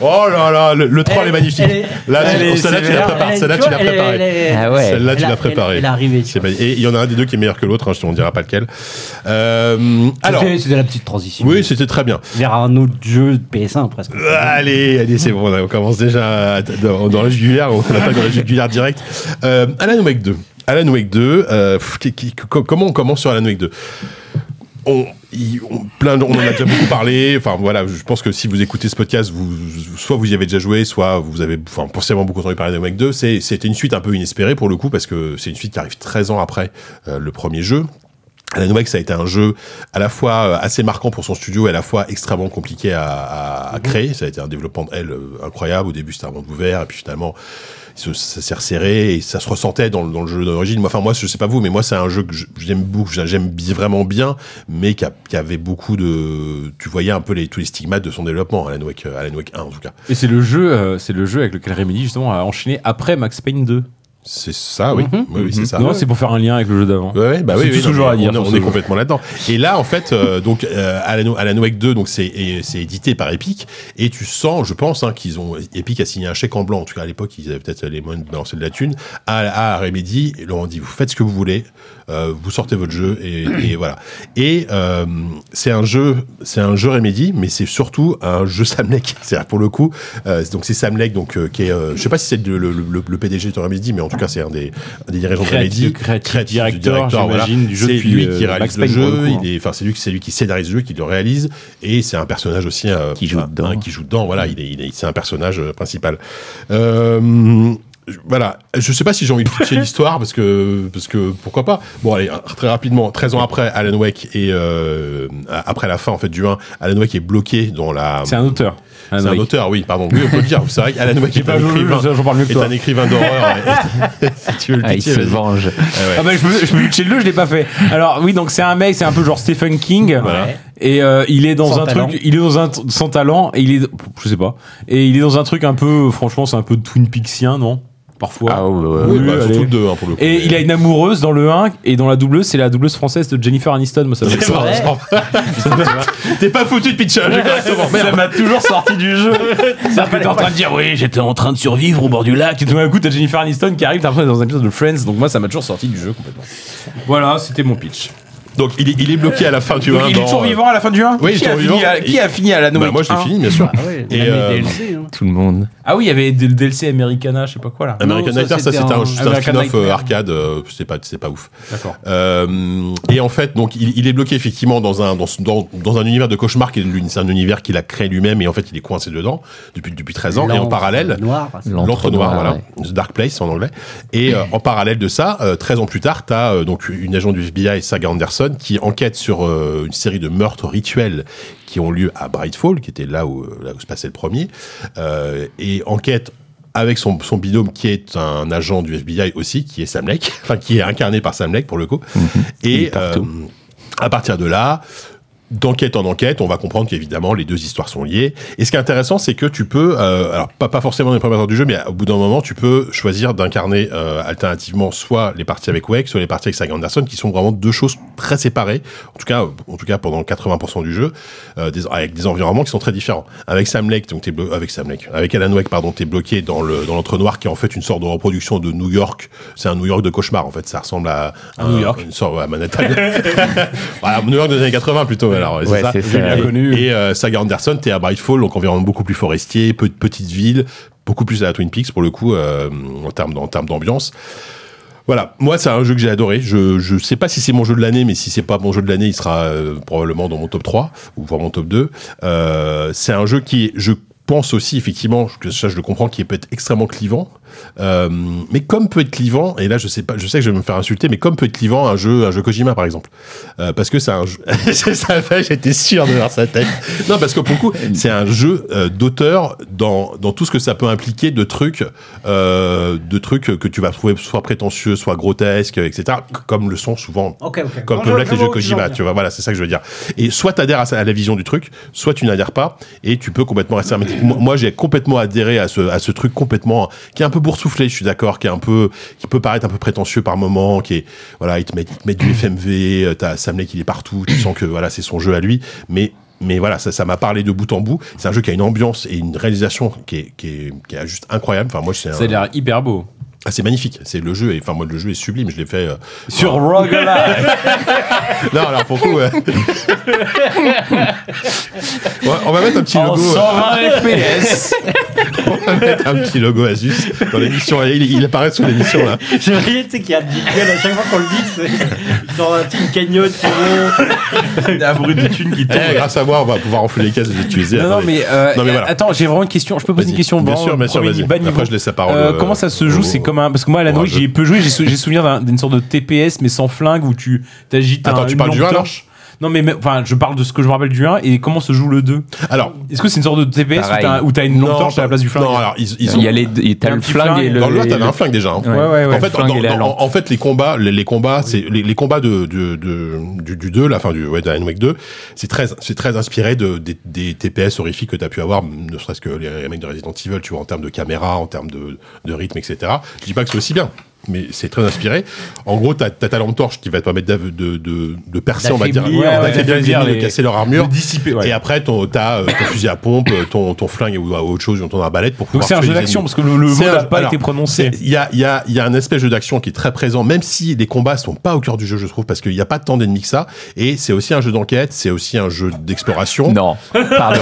S2: Oh là là, le, le 3 est magnifique. Là, tu- celle-là, tu la prépares. Celle-là, tu la préparée.
S6: Ah ouais.
S2: Celle-là, tu
S5: Elle a-
S2: l'as préparée.
S5: Elle, elle est arrivée.
S2: C'est magnifique. Et il y en a un des deux qui est meilleur que l'autre, hein, je te- on dira pas lequel. Euh, alors,
S5: C'était- C'était la petite transition.
S2: oui, Ah c'était très bien.
S5: Vers un autre jeu de PS1 presque.
S2: Allez, allez, c'est bon, on commence déjà à- dans, dans la jugulaire, on attaque dans la jugulaire direct. Euh, Alan Wake 2. Alan Wake 2, euh, pff, qui- qui- co- comment on commence sur Alan Wake 2 on, il- on- plein, de- on en a déjà beaucoup parlé. Enfin voilà, je pense que si vous écoutez ce podcast, vous, soit vous y avez déjà joué, soit vous avez enfin, forcément beaucoup entendu parler de Wake 2. C'est- C'était une suite un peu inespérée pour le coup, parce que c'est une suite qui arrive 13 ans après euh, le premier jeu. Alan Wake, ça a été un jeu à la fois euh, assez marquant pour son studio et à la fois extrêmement compliqué à, à- à créer. Ça a été un développement de L euh, incroyable. Au début, c'était un monde ouvert, et puis finalement, il se- ça s'est resserré et ça se ressentait dans, le- dans le jeu d'origine. Moi, Enfin, moi, je sais pas vous, mais moi, c'est un jeu que je- j'aime beaucoup, j'a- j'aime bi- vraiment bien, mais qui, a- qui avait beaucoup de. Tu voyais un peu les, tous les stigmates de son développement, Alan Wake, euh, Alan Wake 1 en tout cas.
S4: Et c'est le jeu, euh, c'est le jeu avec lequel Remedy justement a enchaîné après Max Payne 2.
S2: C'est ça, oui. Oui, oui, c'est ça.
S4: Non, c'est pour faire un lien avec le jeu d'avant.
S2: Ouais, ouais, bah
S4: C'est
S2: oui,
S4: tout
S2: oui,
S4: ce que j'aurais à
S2: mais
S4: dire
S2: on, est-
S4: sur
S2: on
S4: ce
S2: est
S4: jeu.
S2: complètement là-dedans. Et là, en fait, euh, donc euh, Alan, Alan Wake 2, donc c'est et- c'est édité par Epic, et tu sens, je pense, hein, qu'ils ont Epic a signé un chèque en blanc. En tout cas, à l'époque, ils avaient peut-être les moyens de balancer de la thune à, à Remedy. Et leur on dit, vous faites ce que vous voulez, euh, vous sortez votre jeu, et, et voilà. Et euh, c'est un jeu, c'est un jeu Remedy, mais c'est surtout un jeu Sam Lake. C'est-à-dire pour le coup, euh, donc c'est Sam Lake, donc euh, qui est, euh, je sais pas si c'est le, le, le- le PDG de Remedy, mais en tout cas, c'est un des, un des dirigeants de
S4: Créatif-
S2: Remedy,
S4: créatif
S2: créatif
S4: directeur, j'imagine, du jeu
S2: c'est
S4: depuis,
S2: lui
S4: euh,
S2: qui
S4: Max
S2: réalise le
S4: Payne, pour
S2: jeu,
S4: le coup, hein.
S2: il est, enfin c'est lui, qui- c'est lui qui scénarise le jeu, qui le réalise, et c'est un personnage aussi euh,
S6: Qui joue
S2: un-
S6: dedans.
S2: un qui joue dedans. Voilà, il est, il est- c'est un personnage euh, principal. Euh, voilà, je sais pas si j'ai envie de pitcher l'histoire parce que parce que pourquoi pas. Bon allez, un- très rapidement, 13 ans après Alan Wake et euh, a- après la fin en fait du 1, Alan Wake est bloqué dans la
S4: C'est un auteur.
S2: c'est un auteur, oui, pardon. Oui, on peut le dire. C'est vrai qu'Alan Wake
S4: J'ai
S2: est
S4: pas
S2: un
S4: joué,
S2: écrivain,
S4: j'en parle mieux que
S2: est
S4: toi.
S2: un écrivain d'horreur. Si tu veux le
S6: Ah, il
S2: pitcher,
S6: se
S2: vas-y.
S6: venge.
S2: Ah ouais.
S4: Ah bah je peux, je peux pitcher le jeu, je l'ai pas fait. Alors oui, donc c'est un mec, c'est un peu genre Stephen King.
S2: Voilà.
S4: Et euh, il est dans
S5: Sans
S4: un
S5: talent.
S4: truc, il est dans un t- sans talent et il est, je sais pas, et il est dans un truc un peu, franchement, c'est un peu Twin Peaksien, non Parfois.
S6: Ah, ouais, ouais,
S2: Oui,
S6: ouais.
S2: bah,
S4: allez.
S2: surtout le 2 pour le coup.
S4: Et
S2: Mais-
S4: il a une amoureuse dans le 1 et dans la doubleuse, c'est la doubleuse française de Jennifer Aniston. Moi, ça me-
S2: C'est vrai. T'es pas foutu de pitcher un jeu correctement.
S4: Ça m'a toujours sorti du jeu. C'est-à-dire que t'es en train de dire, oui, j'étais en train de survivre au bord du lac. Et tout d'un coup, t'as Jennifer Aniston qui arrive, t'as l'impression d'être dans un épisode de Friends. Donc moi, ça m'a toujours sorti du jeu complètement. Voilà, c'était mon pitch.
S2: Donc il est, il est bloqué à la fin du 1.
S4: Donc, il est toujours vivant à la fin du 1
S2: Oui, il est
S4: qui, a
S2: toujours
S4: fini
S2: vivant.
S4: à, qui a fini à la
S2: Bah,
S4: Noël
S2: moi je l'ai
S4: 1?
S2: fini bien sûr.
S5: Ah
S2: Et, euh,
S5: hein.
S6: Tout le monde.
S4: Ah oui, il y avait le DLC Americana, je sais pas quoi là.
S2: American
S5: ça,
S2: Nightmare, ça
S5: c'était
S2: c'était un,
S5: un-
S2: juste un
S4: American
S2: spin-off euh,
S4: Nightmare.
S2: arcade, euh, c'est pas, c'est pas ouf.
S4: D'accord.
S2: Euh, et en fait, donc il, il est bloqué effectivement dans un, dans, ce- dans, dans un univers de cauchemar qui est l'une- c'est un univers qu'il a créé lui-même et en fait il est coincé dedans depuis, depuis 13 ans. Et en parallèle,
S5: Noir.
S2: L'entre-noir, voilà.
S6: ouais.
S2: The Dark Place en anglais. Et euh, en parallèle de ça, euh, 13 ans plus tard, t'as euh, donc une agent du FBI, Saga Anderson, qui enquête sur euh, une série de meurtres rituels qui ont lieu à Brightfall, qui était là où, là où se passait le premier, euh, et enquête avec son, son binôme qui est un agent du FBI aussi, qui est Sam Lake, enfin qui est incarné par Sam Lake pour le coup.
S6: Mm-hmm. Il
S2: Et
S6: est partout.
S2: euh, à partir de là, d'enquête en enquête, on va comprendre qu'évidemment les deux histoires sont liées. Et ce qui est intéressant, c'est que tu peux, euh, alors pas, pas forcément dans les premières heures du jeu, mais au bout d'un moment, tu peux choisir d'incarner euh, alternativement soit les parties avec Wake, soit les parties avec Saga Anderson, qui sont vraiment deux choses très séparées. En tout cas, en tout cas pendant 80% du jeu, euh, des- avec des environnements qui sont très différents. Avec Sam Lake, donc t'es blo- avec Sam Lake, avec Alan Wake, pardon, t'es bloqué dans le dans l'entre-noir qui est en fait une sorte de reproduction de New York. C'est un New York de cauchemar en fait. Ça ressemble à, à
S4: New York.
S2: une sorte ouais, à Manhattan. voilà, New York des années 80 plutôt. Alors
S6: Ouais,
S2: c'est
S6: c'est
S2: ça.
S6: ça.
S2: Et-
S6: Bien
S4: connu.
S2: Et euh, Saga Anderson, t'es à Brightfall, donc environnement beaucoup plus forestier, peu, petite ville, beaucoup plus à la Twin Peaks pour le coup euh, en termes d'en- en termes d'ambiance. Voilà, moi c'est un jeu que j'ai adoré. Je je sais pas si c'est mon jeu de l'année, mais si c'est pas mon jeu de l'année, il sera euh, probablement dans mon top 3 ou voire mon top 2. Euh, c'est un jeu qui, je pense aussi effectivement, que ça je le comprends, qui peut être extrêmement clivant. Euh, mais comme peut être clivant, et là je sais pas, je sais que je vais me faire insulter, mais comme peut être clivant un jeu, un jeu Kojima par exemple, Euh, parce que c'est un jeu. je savais, j'étais sûr de voir sa tête. Non, parce que pour le coup, c'est un jeu euh, d'auteur dans, dans tout ce que ça peut impliquer de trucs, euh, de trucs que tu vas trouver soit prétentieux, soit grotesques, etc. Comme le sont souvent
S5: Ok, ok.
S2: comme
S5: Non,
S2: peut
S5: je-
S2: l'être
S5: je
S2: les jeux
S5: vois où tu veux en
S2: Kojima,
S5: venir.
S2: tu vois, voilà, c'est ça que je veux dire. Et soit t'adhères à, ça- à la vision du truc, soit tu n'adhères pas, et tu peux complètement rester hermétique. Moi, moi, j'ai complètement adhéré à ce, à ce truc complètement, qui est un peu boursouflé, je suis d'accord, qui est un peu, qui peut paraître un peu prétentieux par moment, qui est, voilà, ils te mettent, ils te mettent du FMV, euh, t'as Sam Lake, il est partout, tu sens que, voilà, c'est son jeu à lui, mais, mais voilà, ça, ça m'a parlé de bout en bout. C'est un jeu qui a une ambiance et une réalisation qui est, qui est, qui est juste incroyable. Enfin, moi, c'est un-
S4: Ça a l'air hyper beau.
S2: ah, c'est magnifique. C'est le jeu. Et enfin, moi, le jeu est sublime. Je l'ai fait. euh,
S4: Sur Roguelike
S2: non, alors pour le coup. euh, ouais, on va mettre un petit
S4: en
S2: logo, euh,
S4: 120 FPS.
S2: on va mettre un petit logo Asus dans l'émission. Il, il apparaît sous l'émission là.
S4: Eh,
S5: Je riais, tu sais qu'il y a du gueule à chaque fois qu'on le dit, c'est dans un petit cagnotte qui monte.
S4: Un bruit de thune qui
S2: Eh, grâce à moi, on va pouvoir enfler les caisses et les utiliser.
S4: Non, non,
S2: Attendez.
S4: mais, euh,
S2: Non, mais voilà.
S4: attends, j'ai vraiment une question. Je peux poser
S2: Vas-y.
S4: une question
S2: Bien
S4: bon,
S2: sûr, bien sûr,
S4: premier
S2: vas-y.
S4: bas niveau.
S2: Après, je laisse la parole,
S4: Euh,
S2: euh,
S4: comment ça se joue
S2: au-
S4: C'est comme un. Parce que moi, à la
S2: au
S4: nourrice,
S2: rageux.
S4: j'y ai peu joué. J'ai sou- j'ai souvenir d'un- d'une sorte de TPS, mais sans flingue, où tu t'agites
S2: Attends,
S4: un-
S2: tu
S4: une
S2: parles du
S4: lampe
S2: un,
S4: torche. Non, mais mais- enfin, je parle de ce que je me rappelle du 1 et comment se joue le 2.
S2: Alors,
S4: Est-ce que c'est une sorte de TPS où
S6: Pareil.
S4: t'as- où t'as une lampe
S2: non,
S4: torche à la place du flingue
S2: Non, alors ils, ils ont.
S6: Il y a les, il- t'as
S4: un
S6: le
S4: petit
S6: flingue
S4: flingue.
S6: et le.
S2: Dans le 1,
S6: et
S2: t'avais
S6: le-
S2: un flingue déjà. hein.
S6: Ouais, ouais, ouais.
S2: En fait,
S6: Le flingue
S2: dans-
S6: et la
S2: dans-
S6: lampe.
S2: en fait, les combats, les, les combats, c'est les, les combats de, de- de- du, du 2, la fin du ouais, d'Alan Wake 2, c'est très, c'est très inspiré de, des, des TPS horrifiques que t'as pu avoir, ne serait-ce que les remakes de Resident Evil, tu vois, en termes de caméra, en termes de, de rythme, etc. Je dis pas que c'est aussi bien. Mais c'est très inspiré. En gros, t'as t'as ta lampe torche qui va te permettre d'av- de, de, de percer, on va dire,
S4: D'affaiblir, ouais,
S2: d'affaiblir les
S4: d'affaiblir
S2: ennemis, de
S4: les-
S2: casser leur armure.
S4: de dissiper, ouais.
S2: Et après, ton- t'as euh, ton fusil à pompe, ton, ton flingue ou autre chose, ou ton arbalète pour
S4: Donc
S2: pouvoir.
S4: c'est un
S2: tuer
S4: jeu
S2: les
S4: d'action,
S2: ennemis.
S4: parce que le, le mot
S2: C'est un-
S4: n'a pas
S2: alors,
S4: été prononcé.
S2: Il y a, il y, a, il y a un aspect jeu d'action qui est très présent, même si les combats sont pas au cœur du jeu, je trouve, parce qu'il n'y a pas tant d'ennemis que ça. Et c'est aussi un jeu d'enquête, c'est aussi un jeu d'exploration.
S6: Non, pardon.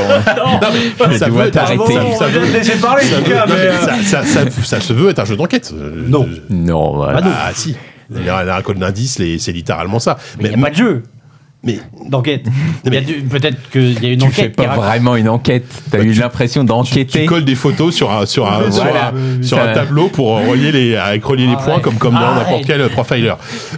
S2: Non, mais ça
S6: tu
S2: veut
S6: vois,
S2: être un jeu
S6: t'arrêter.
S2: d'enquête, ça
S5: Ah Je
S2: veut-
S5: vais te laisser parler,
S2: ça
S5: les
S2: veut-
S5: gars,
S2: non,
S5: mais. euh,
S2: mais ça- ça- ça- ça se veut être un jeu d'enquête. Euh,
S5: Non.
S2: je-
S6: non, voilà.
S2: Ah, si. La la récolte d'indices, les- c'est littéralement ça. Mais,
S5: Il n'y a pas de jeu
S2: mais
S5: d'enquête. Il y a du- Peut-être qu'il y a une
S6: Tu
S5: enquête.
S6: fais
S5: qui
S6: pas
S5: raconte-
S6: vraiment une enquête. T'as eu l'impression
S2: Bah, tu
S6: d'enquêter.
S2: colles des photos sur un, sur un, sur
S6: Voilà.
S2: un, sur un
S6: Ça-
S2: tableau pour relier les, à relier les points comme, comme dans n'importe quel profiler.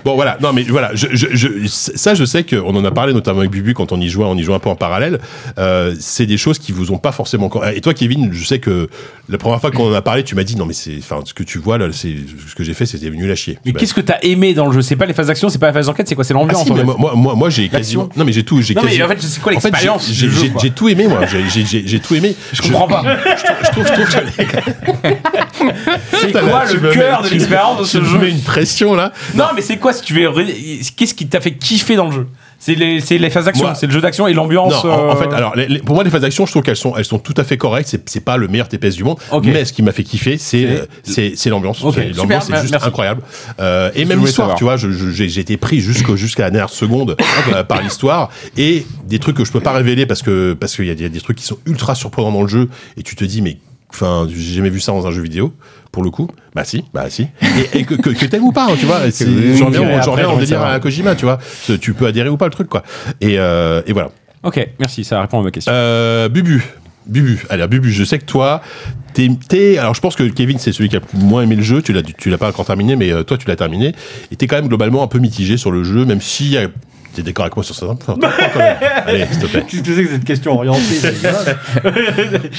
S2: Bon, voilà. Non, mais voilà. Je, je, je- ça, je sais qu'on en a parlé notamment avec Bubu quand on y jouait, on y jouait un peu en parallèle. Euh, c'est des choses qui vous ont pas forcément encore. Et toi, Kevin, je sais que la première fois qu'on en a parlé, tu m'as dit non, mais c'est, enfin, ce que tu vois là, c'est, ce que j'ai fait, c'était venu la chier.
S4: Mais qu'est-ce que t'as aimé dans le jeu C'est pas les phases d'action, c'est pas les phases d'enquête, c'est quoi C'est
S2: Ah,
S4: l'ambiance
S2: si,
S4: en
S2: mais
S4: fait.
S2: moi, moi, moi, moi, j'ai quasiment. Non, mais j'ai tout. J'ai
S4: Non, mais
S2: quasi-
S4: en fait, c'est quoi
S2: En fait, j'ai-
S4: l'expérience
S2: j'ai-
S4: du jeu,
S2: j'ai-
S4: quoi
S2: J'ai tout aimé, moi. J'ai- j'ai- J'ai j'ai tout aimé.
S4: Je comprends pas.
S2: Je trouve, je trouve que
S4: C'est
S2: Putain,
S4: quoi
S2: là, tu
S4: le
S2: me
S4: cœur
S2: mets-
S4: de
S2: tu-
S4: l'expérience de
S2: tu
S4: ce
S2: me
S4: jeu
S2: mets une pression là.
S4: Non, mais c'est quoi si tu veux ré- Qu'est-ce qui t'a fait kiffer dans le jeu C'est les, c'est les phases d'action,
S2: Moi-
S4: c'est le jeu d'action et l'ambiance.
S2: Non, en, en
S4: euh,
S2: fait, alors les- les- pour moi, les phases d'action, je trouve qu'elles sont, elles sont tout à fait correctes. C'est, c'est pas le meilleur TPS du monde,
S4: Ok.
S2: mais ce qui m'a fait kiffer, c'est,
S4: Ok.
S2: euh, c'est, c'est l'ambiance.
S4: Ok,
S2: C'est-
S4: super,
S2: l'ambiance est
S4: mer-
S2: juste
S4: merci.
S2: incroyable. Euh, et
S4: Je
S2: même
S4: voulais
S2: l'histoire,
S4: savoir.
S2: tu vois, je- je- j'ai, j'ai été pris jusqu'au, jusqu'à la dernière seconde euh, par l'histoire et des trucs que je peux pas révéler parce que parce qu'il y a, des- il y a des trucs qui sont ultra surprenants dans le jeu et tu te dis mais. Enfin, j'ai jamais vu ça dans un jeu vidéo, pour le coup. Bah si, bah si. Et, et que, que, que t'aimes ou pas, hein, tu vois. C'est,
S6: Oui,
S2: je reviens,
S6: oui,
S2: au- je
S6: après,
S2: reviens au
S6: j'ai envie de
S2: délire
S6: savoir.
S2: à Kojima, tu vois. Tu- Tu peux adhérer ou pas le truc, quoi. Et, euh, et voilà.
S4: Ok, merci, ça répond à ma question.
S2: Euh, Bubu. Bubu. Alors, Bubu, je sais que toi, t'es. t'es- alors, je pense que Kevin, c'est celui qui a le moins aimé le jeu. Tu l'as, tu l'as pas encore terminé, mais euh, toi, tu l'as terminé. Et t'es quand même globalement un peu mitigé sur le jeu, même si. tu T'es d'accord avec moi sur certains points quand même. Allez, s'il te plaît.
S5: Qu'est-ce que c'est que cette question orientée c'est grave.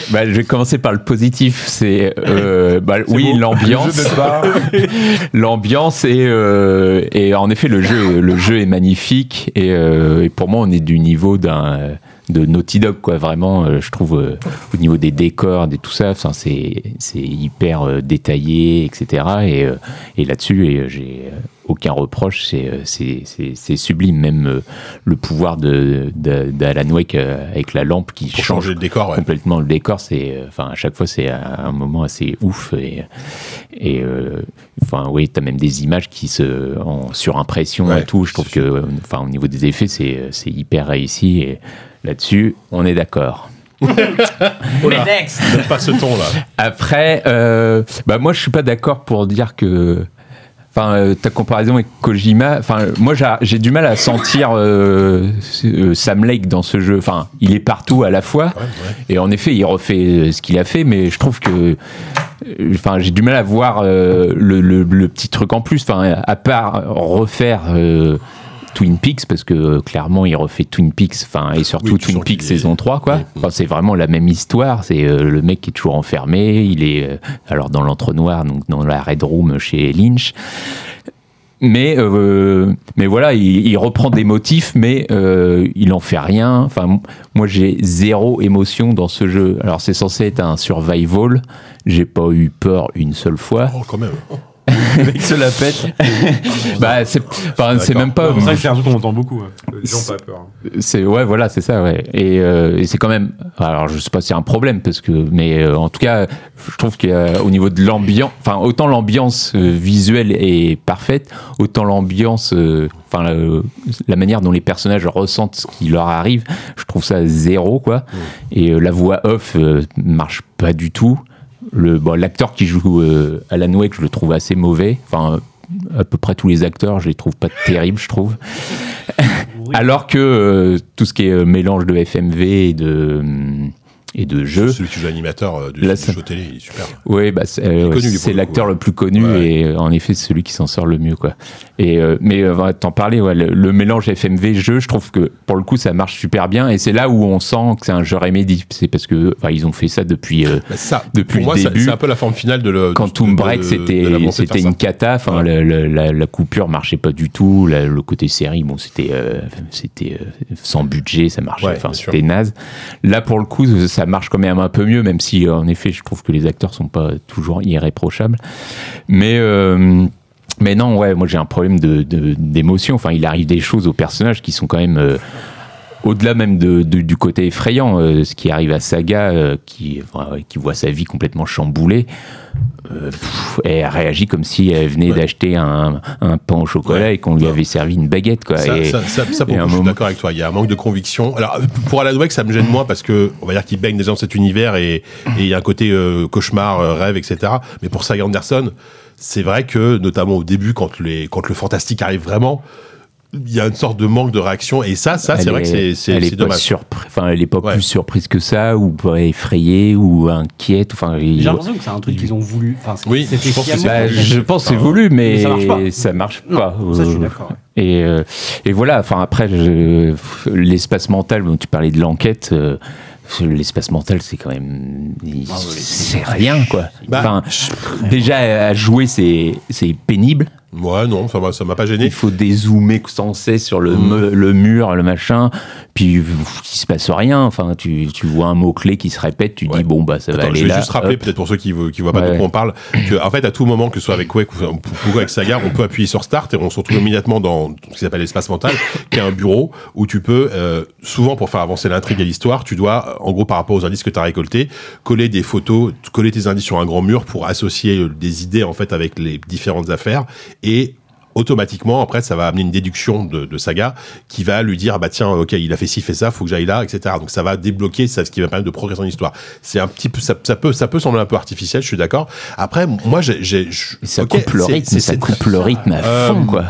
S6: Bah, je vais commencer par le positif. C'est euh, bah, oui l'ambiance. l'ambiance et, euh, et en effet le jeu le jeu est magnifique et, euh, et pour moi on est du niveau d'un euh, de Naughty Dog quoi vraiment euh, je trouve euh, au niveau des décors de tout ça enfin, c'est c'est hyper euh, détaillé etc et, euh, et là-dessus et, euh, j'ai euh, aucun reproche c'est euh, c'est- c'est c'est sublime même euh, le pouvoir de de- d'Alan Wake euh, avec la lampe qui
S2: Pour
S6: change
S2: changer le décor, ouais.
S6: complètement le décor. C'est, euh, enfin, à chaque fois, c'est un un moment assez ouf et, et euh, enfin, oui, t'as même des images qui se en surimpression
S2: Ouais,
S6: et tout. Je trouve
S2: c'est
S6: que, euh, enfin, au niveau des effets, c'est euh, c'est hyper réussi et là-dessus, on est d'accord.
S2: Mais next Pas ce ton là.
S6: Après, euh, bah moi, je suis pas d'accord pour dire que. Enfin, euh, ta comparaison avec Kojima, enfin, euh, moi j'a- j'ai du mal à sentir euh, euh, Sam Lake dans ce jeu. Enfin, il est partout à la fois. Et en effet, il refait euh, ce qu'il a fait, mais je trouve que. euh, Enfin, j'ai du mal à voir euh, le, le- le petit truc en plus. Enfin, à part refaire euh, Twin Peaks, parce que euh, clairement, il refait Twin Peaks, enfin, et surtout
S2: Oui,
S6: Twin
S2: toujours
S6: Peaks
S2: lié.
S6: saison 3, quoi.
S2: Oui.
S6: Enfin, c'est vraiment la même histoire. C'est euh, le mec qui est toujours enfermé. Il est, euh, alors, dans l'entre-noir, donc dans la Red Room chez Lynch. Mais, euh, mais voilà, il, il reprend des motifs, mais euh, il en fait rien. Enfin, m- moi, j'ai zéro émotion dans ce jeu. Alors, c'est censé être un survival. J'ai pas eu peur une seule fois.
S2: Oh, quand même.
S6: Il se la pète. bah, c'est, enfin, c'est
S2: D'accord.
S6: même pas.
S4: C'est vrai que c'est un truc qu'on entend beaucoup. hein. Les gens ont pas peur.
S6: C'est ouais, voilà, c'est ça, ouais. Et, euh, et c'est quand même. Alors, je sais pas si c'est un problème parce que, mais euh, en tout cas, je trouve qu'au niveau de l'ambiance, enfin, autant l'ambiance euh, visuelle est parfaite, autant l'ambiance, euh, enfin, la, la manière dont les personnages ressentent ce qui leur arrive, je trouve ça zéro, quoi. Et euh, la voix off euh, marche pas du tout. Le bon, l'acteur qui joue euh, Alan Wake, je le trouve assez mauvais. Enfin, à peu près tous les acteurs, je les trouve pas terribles, je trouve. Alors que euh, tout ce qui est euh, mélange de FMV et de et de jeux,
S2: Celui qui joue l'animateur euh, du,
S6: Là,
S2: du
S6: ça-
S2: show télé, il est super.
S6: ouais, bah, c'est euh,
S2: est connu, lui, pour
S6: c'est
S2: le coup,
S6: l'acteur
S2: ouais.
S6: le plus connu
S2: Ouais.
S6: et euh, en effet c'est celui qui s'en sort le mieux quoi. Et euh, mais euh, on va t'en parler, ouais, le, le mélange FMV jeu, je trouve que pour le coup ça marche super bien et c'est là où on sent que c'est un jeu remédie, c'est parce que enfin, ils ont fait ça depuis. euh,
S2: Bah, ça,
S6: Depuis
S2: pour moi,
S6: le
S2: ça-
S6: début,
S2: c'est un peu la forme finale de le.
S6: quand
S2: de-
S6: Tomb
S2: de-
S6: Break,
S2: euh, de-
S6: c'était
S2: de la volonté de
S6: c'était
S2: faire
S6: une
S2: ça.
S6: cata. Enfin,
S2: Ouais.
S6: la, la- la- la coupure marchait pas du tout. la- le côté série, bon, c'était euh, c'était euh, sans budget, ça marchait.
S2: Ouais,
S6: Enfin,
S2: bien sûr.
S6: c'était naze. Là, pour le coup, ça marche quand même un peu mieux, même si, euh, en effet, je trouve que les acteurs sont pas toujours irréprochables. Mais euh, mais non, ouais, moi j'ai un problème de- de- d'émotion. enfin, il arrive des choses aux personnages qui sont quand même euh, au-delà même de, de- du côté effrayant. euh, ce qui arrive à Saga, euh, qui, enfin, ouais, qui voit sa vie complètement chamboulée, euh, pff, elle réagit comme si elle venait d'acheter un, un pain au chocolat
S2: Ouais.
S6: et qu'on lui
S2: Ouais.
S6: avait servi une baguette. Quoi.
S2: Ça,
S6: Bah, et,
S2: ça, ça, ça, pour
S6: et
S2: le
S6: un
S2: coup, je suis
S6: moment-
S2: d'accord avec toi. Il y a un manque de conviction. Alors, pour Alan Wake, ça me gêne moins parce que, on va dire qu'il baigne déjà dans cet univers et et il y a un côté euh, cauchemar, euh, rêve, etc. Mais pour Saga Anderson, c'est vrai que, notamment au début, quand, les, quand le fantastique arrive vraiment, il y a une sorte de manque de réaction. Et ça, ça, c'est
S6: elle
S2: vrai que c'est- c'est
S6: elle est
S2: c'est
S6: pas
S2: dommage.
S6: surpr- enfin, elle est pas
S2: Ouais.
S6: plus surprise que ça, ou pas effrayée, ou inquiète. Enfin, il-
S7: J'ai l'impression que c'est un truc qu'ils ont voulu. Enfin, c'est-
S2: Oui,
S7: c'était
S2: je pense que
S7: sciemment.
S2: c'est
S6: Bah,
S2: voulu.
S6: je pense que c'est
S2: Enfin,
S6: voulu, mais,
S7: mais ça marche pas.
S6: ça marche pas.
S7: Ça, je suis
S6: Euh,
S7: d'accord. ouais.
S6: Et, euh, et voilà, enfin après, je- l'espace mental, dont tu parlais de l'enquête, euh, l'espace mental, c'est quand même.
S2: Ah
S6: il- C'est rien, quoi.
S2: Bah,
S6: Enfin, déjà, à jouer, c'est c'est pénible.
S2: Moi, non, ça m'a- ça m'a pas gêné.
S6: Il faut dézoomer sans cesse sur le,
S2: Mm.
S6: mu- le mur, le machin, puis pff, il se passe rien. Enfin, tu, tu vois un mot-clé qui se répète, tu
S2: Ouais.
S6: dis, bon, bah, ça va
S2: Attends,
S6: aller
S2: je vais
S6: là.
S2: juste rappeler,
S6: hop.
S2: peut-être pour ceux qui ne voient pas de
S6: Ouais.
S2: quoi on parle, que, en fait, à tout moment, que ce soit avec Quake ou, ou- ou avec Saga, on peut appuyer sur Start et on se retrouve immédiatement dans ce qui s'appelle l'espace mental, qui est un bureau où tu peux, euh, souvent pour faire avancer l'intrigue et l'histoire, tu dois, euh, en gros, par rapport aux indices que tu as récoltés, coller des photos, t- coller tes indices sur un grand mur pour associer euh, des idées, en fait, avec les différentes affaires et automatiquement après ça va amener une déduction de, de Saga qui va lui dire ah bah tiens ok il a fait ci fait ça faut que j'aille là etc donc ça va débloquer ça ce qui va permettre de progresser en histoire c'est un petit peu ça, ça peut ça peut sembler un peu artificiel je suis d'accord après moi j'ai j'ai- je-
S6: Et ça
S2: ok,
S6: coupe le
S2: c'est-
S6: rythme,
S2: c'est-
S6: ça
S2: c'est-
S6: coupe le rythme à
S2: euh,
S6: fond, quoi.
S2: m-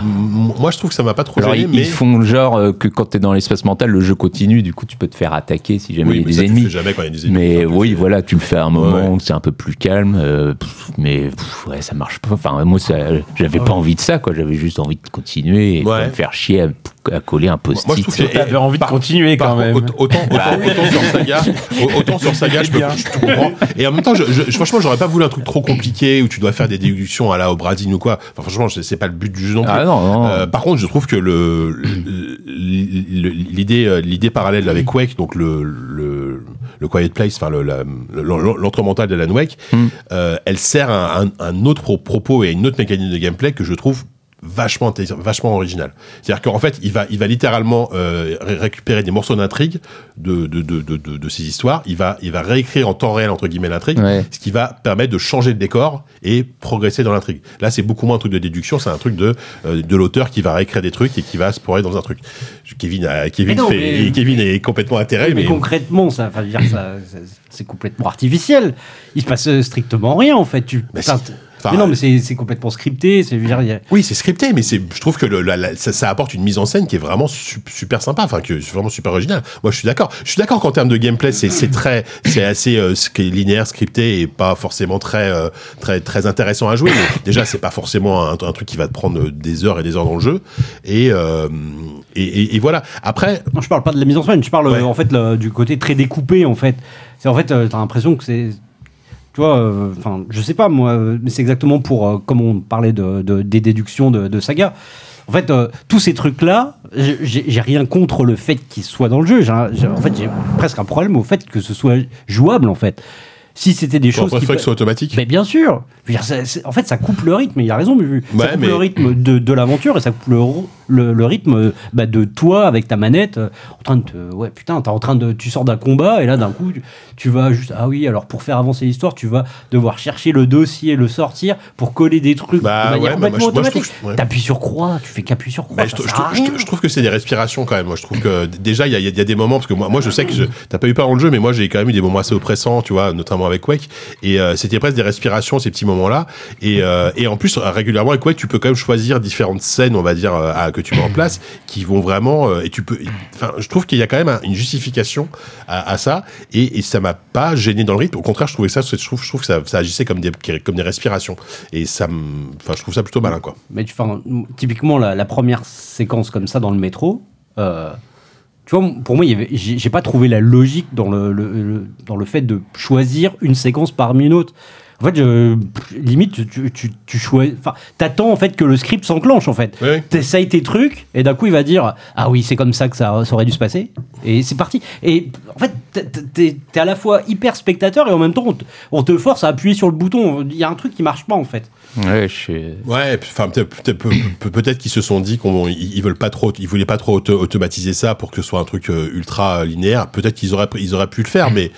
S2: moi je trouve que ça m'a pas trop
S6: Alors,
S2: gêné
S6: ils,
S2: mais
S6: ils font genre euh, que quand t'es dans l'espace mental, le jeu continue, du coup tu peux te faire attaquer si jamais
S2: oui,
S6: il y a
S2: mais
S6: des
S2: ça, tu le fais
S6: ennemis.
S2: jamais quand il y a des ennemis
S6: Mais
S2: Enfin,
S6: oui,
S2: c'est-
S6: voilà, tu le fais à un
S2: Ouais,
S6: moment
S2: ouais.
S6: où c'est un peu plus calme, euh, pff, mais pff, ouais, ça marche pas. Enfin, moi, ça, j'avais pas envie de ça, quoi. J'avais juste envie de continuer et pas
S2: Ouais.
S6: me faire chier à, à coller un
S2: Moi, je trouve
S6: post-it.
S2: que-
S4: T'avais envie de
S2: par-
S4: continuer
S2: Par
S4: quand même. Bah
S2: contre, Autant, autant, autant sur Saga, au- autant sur Saga, je, peux,
S4: Bien.
S2: je te comprends. Et en même temps, je, je- franchement, j'aurais pas voulu un truc trop compliqué où tu dois faire des déductions à la Obradine ou quoi. Enfin, franchement, c'est c'est pas le but du jeu non plus.
S6: Ah non, non.
S2: Euh, par contre, je trouve que le le- l'idée euh, l'idée parallèle avec Wake, donc le le, le Quiet Place, enfin le- la- le- l'entre mental d'Alan Wake, euh, elle sert à un, un autre pro- propos et à une autre mécanique de gameplay que je trouve vachement intelligent- vachement original. C'est-à-dire qu'en fait, il va il va littéralement euh, ré- récupérer des morceaux d'intrigue de de, de, de, de de ces histoires. Il va il va réécrire en temps réel entre guillemets l'intrigue,
S6: Ouais.
S2: ce qui va permettre de changer de décor et progresser dans l'intrigue. Là, c'est beaucoup moins un truc de déduction, c'est un truc de euh, de l'auteur qui va réécrire des trucs et qui va explorer dans un truc. Je- Kevin a- Kevin
S7: Mais non,
S2: fait-
S7: mais-
S2: Kevin est complètement atterré,
S7: Mais
S2: mais,
S7: concrètement, ça, enfin, je veux dire, ça, ça- c'est complètement artificiel. Il se passe euh, strictement rien en fait. Tu,
S2: Bah,
S7: enfin,
S2: si.
S7: t-
S2: Enfin,
S5: mais non, mais c'est c'est complètement scripté. C'est je veux dire, il y a-
S2: Oui, c'est scripté, mais c'est, je trouve que le- la- la- ça, ça apporte une mise en scène qui est vraiment su- super sympa, enfin, que c'est vraiment super original. Moi, je suis d'accord. Je suis d'accord qu'en termes de gameplay, c'est, c'est très, c'est assez euh, sc- linéaire, scripté et pas forcément très, euh, très, très intéressant à jouer. Mais déjà, c'est pas forcément un, un truc qui va te prendre des heures et des heures dans le jeu. Et, euh, et, et- et voilà. Après,
S5: Non, je parle pas de la mise en scène, je parle
S2: Ouais.
S5: euh, en fait là, du côté très découpé en fait. C'est en fait, euh, t'as l'impression que c'est. Tu vois, euh, enfin, je sais pas moi, euh, mais c'est exactement pour. euh, comme on parlait de, de- des déductions de, de saga. En fait, euh, tous ces trucs-là, j'ai- j'ai j'ai rien contre le fait qu'ils soient dans le jeu. J'ai un- j'ai- en fait, j'ai presque un problème au fait que ce soit jouable en fait. Si c'était des
S2: je
S5: choses. qui
S2: préfère que ce soit automatique.
S5: mais bien sûr. Je veux dire, ça- c'est- en fait, ça coupe le rythme. Il a raison, mais
S2: Ouais,
S5: ça coupe
S2: mais-
S5: le rythme de, de l'aventure et ça coupe le, le, le rythme euh, bah, de toi avec ta manette euh, en train de te, ouais putain, t'es en train de, tu sors d'un combat et là d'un coup tu, tu vas juste ah oui alors pour faire avancer l'histoire tu vas devoir chercher le dossier le sortir pour coller des trucs
S2: Bah
S5: de manière
S2: ouais, bah, moi,
S5: complètement
S2: je- moi, je
S5: automatique.
S2: trouve que- ouais.
S5: T'appuies sur croix, tu fais qu'appuyer sur croix.
S2: Mais je,
S5: ça
S2: trou- je
S5: sert à
S2: trou- je
S5: rien.
S2: trou- je trouve que c'est des respirations quand même. Moi, je trouve que d- déjà, il y a, il y a- il y a des moments, parce que moi, moi je sais que je- t'as pas eu part dans le jeu, mais moi, j'ai quand même eu des moments assez oppressants, tu vois, notamment avec Quake. Et euh, c'était presque des respirations, ces petits moments-là. Et, euh, et en plus, euh, régulièrement, avec Quake, tu peux quand même choisir différentes scènes, on va dire, euh, à- que tu mets en place, qui vont vraiment. euh, et tu peux. Enfin, je trouve qu'il y a quand même un- une justification à, à ça. Et, et ça m'a pas gêné dans le rythme. Au contraire, je trouvais ça, je trouve, je trouve que ça, ça agissait comme des, comme des respirations. Et ça me- Enfin, je trouve ça plutôt malin, quoi.
S5: Mais tu, enfin, typiquement, la, la première séquence comme ça dans le métro, euh, tu vois, pour moi, il y avait- j'ai j'ai pas trouvé la logique dans le, le- le- dans le fait de choisir une séquence parmi une autre. En fait, je- pff, limite, tu, tu, tu, tu choisis. Enfin, t'attends en fait que le script s'enclenche en fait.
S2: Oui, oui.
S5: T'essayes tes trucs et d'un coup il va dire Ah oui, c'est comme ça que ça, ça aurait dû se passer. Et c'est parti. Et en fait, t'es- t'es t'es à la fois hyper spectateur et en même temps on te, on te force à appuyer sur le bouton. Il y a un truc qui marche pas en fait.
S6: Ouais, je suis-
S2: Ouais, et puis, enfin peut- peut- peut- peut- peut-être qu'ils se sont dit qu'on ils ils veulent pas trop, ils voulaient pas trop auto- automatiser ça pour que ce soit un truc euh, ultra euh, linéaire. Peut-être qu'ils auraient ils auraient pu le faire, mais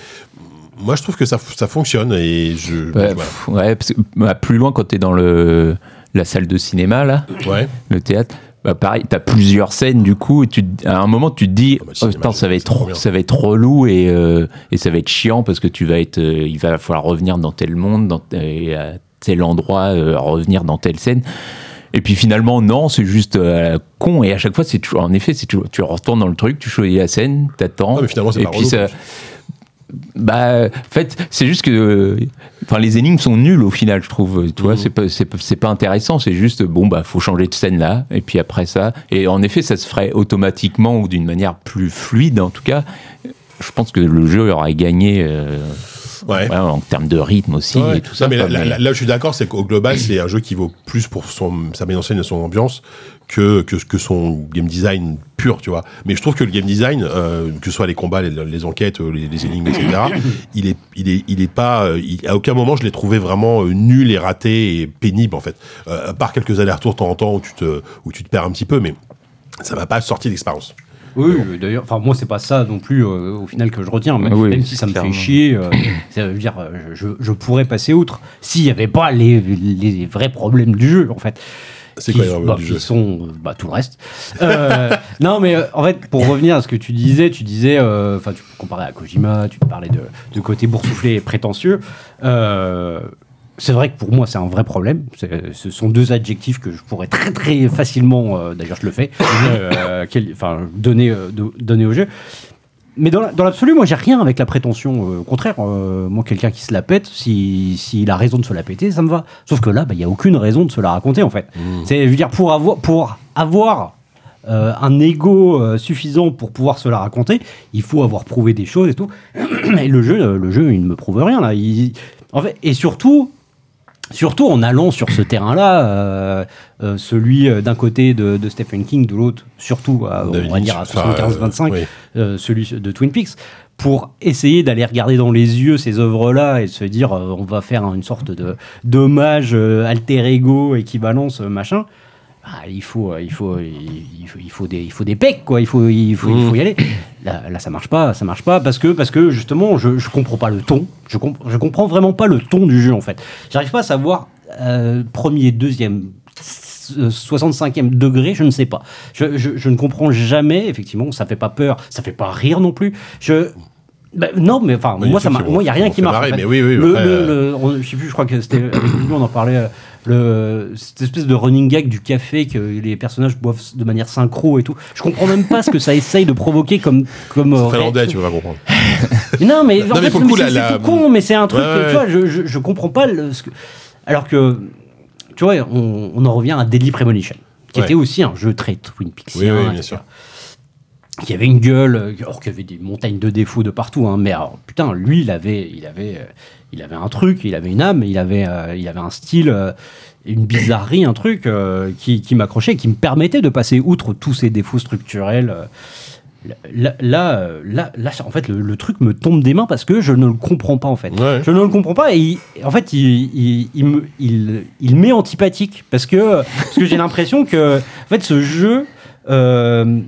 S2: moi je trouve que ça ça fonctionne et je
S6: Ouais,
S2: voilà.
S6: pff, ouais, parce que, bah, plus loin quand t'es dans le la salle de cinéma là,
S2: ouais.
S6: le théâtre. Bah pareil, t'as plusieurs scènes du coup, et tu, à un moment tu te dis,
S2: Ah bah, le
S6: oh,
S2: cinéma,
S6: putain, ça va
S2: c'est
S6: être
S2: trop
S6: trop,
S2: bien.
S6: ça va être relou et, euh, et ça va être chiant parce que tu vas être, euh, il va falloir revenir dans tel monde, dans et à tel endroit, euh, revenir dans telle scène. Et puis finalement non, c'est juste euh, con et à chaque fois c'est toujours, en effet, c'est toujours, tu retournes dans le truc, tu choisis la scène, t'attends.
S2: Non, mais finalement, c'est
S6: et
S2: pas
S6: puis
S2: relou,
S6: ça-
S2: quoi.
S6: bah, en fait, c'est juste que, euh, enfin, les énigmes sont nulles au final, je trouve.
S2: Mhm.
S6: Tu vois, c'est pas, c'est pas- c'est pas intéressant. C'est juste, bon, bah, faut changer de scène là, et puis après ça. Et en effet, ça se ferait automatiquement ou d'une manière plus fluide, en tout cas. Je pense que le jeu aurait gagné euh,
S2: Ouais.
S6: voilà, en termes de rythme aussi
S2: Ouais.
S6: et tout ça.
S2: Non, mais là,
S6: quoi,
S2: là-
S6: mais-
S2: là- là, je suis d'accord, c'est qu'au global, c'est un jeu qui vaut plus pour son, sa mise en scène et son ambiance que, que, que son game design pur, tu vois. Mais je trouve que le game design, euh, que ce soit les combats, les, les enquêtes, euh, les, les énigmes, etc., il est, il est, il est pas, euh, il- à aucun moment je l'ai trouvé vraiment euh, nul et raté et pénible, en fait. Euh, à part quelques allers-retours de temps en temps où tu te, où tu te perds un petit peu, mais ça m'a pas sorti d'expérience.
S5: Oui, euh, d'ailleurs, enfin moi c'est pas ça non plus euh, au final que je retiens, mais
S6: Ah Oui,
S5: même si ça me
S6: clairement.
S5: fait chier, euh, ça veut dire euh, je, je- je pourrais passer outre s'il n'y avait pas les, les vrais problèmes du jeu en fait.
S2: C'est
S5: Qui-
S2: quoi les problèmes
S5: bah,
S2: du
S5: qui
S2: jeu
S5: sont euh, bah, tout le reste. Euh, non mais euh, en fait pour revenir à ce que tu disais, tu disais, euh, enfin tu comparais à Kojima, tu parlais de, de côté boursouflé et prétentieux. Euh, c'est vrai que pour moi, c'est un vrai problème. C'est- Ce sont deux adjectifs que je pourrais très très facilement, euh, d'ailleurs je le fais, euh, quel- enfin, donner, euh, do- donner au jeu. Mais dans la- dans l'absolu, moi, j'ai rien avec la prétention. euh, au contraire, euh, moi, quelqu'un qui se la pète, si- s'il a raison de se la péter, ça me va. Sauf que là, bah, il y n'y a aucune raison de se la raconter, en fait.
S2: Mmh.
S5: C'est, je veux dire, pour avoir, pour avoir euh, un ego euh, suffisant pour pouvoir se la raconter, il faut avoir prouvé des choses et tout. Et le jeu, euh, le jeu, il ne me prouve rien là. Il- en fait, et surtout, surtout en allant sur ce terrain-là, euh, euh, celui euh, d'un côté de, de Stephen King, de l'autre, surtout, à- on
S2: David
S5: va
S2: Lynch,
S5: dire à
S2: enfin,
S5: 75-25,
S2: euh, oui.
S5: euh, celui de Twin Peaks, pour essayer d'aller regarder dans les yeux ces œuvres-là et de se dire euh, on va faire une sorte de d'hommage euh, alter ego équivalence euh, machin. Ah, il faut, euh, il faut, euh, il faut, il faut des, il faut des pecs quoi. Il faut, il faut, il faut y aller. Là, là, ça marche pas, ça marche pas parce que, parce que justement, je, je comprends pas le ton. Je, comp- je comprends vraiment pas le ton du jeu en fait. J'arrive pas à savoir euh, premier, deuxième, s- euh, 65e degré, je ne sais pas. Je, je- je ne comprends jamais. Effectivement, ça fait pas peur, ça fait pas rire non plus. Je Bah, non, mais enfin,
S2: Il y a
S5: moi,
S2: des
S5: ça
S2: trucs
S5: m'a-
S2: qui
S5: moi, il n'y a
S2: vont-
S5: rien
S2: vont
S5: qui marche.
S2: démarrer,
S5: en fait.
S2: mais oui, oui,
S5: Le-
S2: après,
S5: le-
S2: euh,
S5: le- on- je sais plus, je crois que c'était avec lui, on en parlait. euh, Le, cette espèce de running gag du café que les personnages boivent de manière synchro et tout. Je comprends même pas ce que ça essaye de provoquer comme. comme euh,
S2: Finlandais,
S5: réaction.
S2: tu vas pas comprendre.
S5: Non, mais
S2: Non, mais
S5: en fait,
S2: pour le coup,
S5: c'est
S2: la-
S5: c'est
S2: la-
S5: tout con, mais c'est un truc.
S2: Ouais,
S5: que,
S2: ouais,
S5: Tu vois, je, je, je comprends pas. le- ce que- Alors que, tu vois, on, on en revient à Deadly Premonition, qui
S2: Ouais.
S5: était aussi un jeu très Twin Peaksien,
S2: Oui, oui, bien
S5: etc.
S2: sûr.
S5: Qui avait une gueule, euh, alors qu'il y avait des montagnes de défauts de partout. hein, mais alors, putain, lui, il avait, il avait, euh, il avait un truc, il avait une âme, il avait, euh, il avait un style. euh, une bizarrerie, un truc euh, qui, qui m'accrochait, qui me permettait de passer outre tous ces défauts structurels euh, Là, là, euh, là, là, en fait, le, le truc me tombe des mains parce que je ne le comprends pas, en fait.
S2: Ouais.
S5: Je ne le comprends pas et il- en fait, il, il, il, me- il, il m'est antipathique parce que, parce que j'ai l'impression que, en fait, ce jeu euh,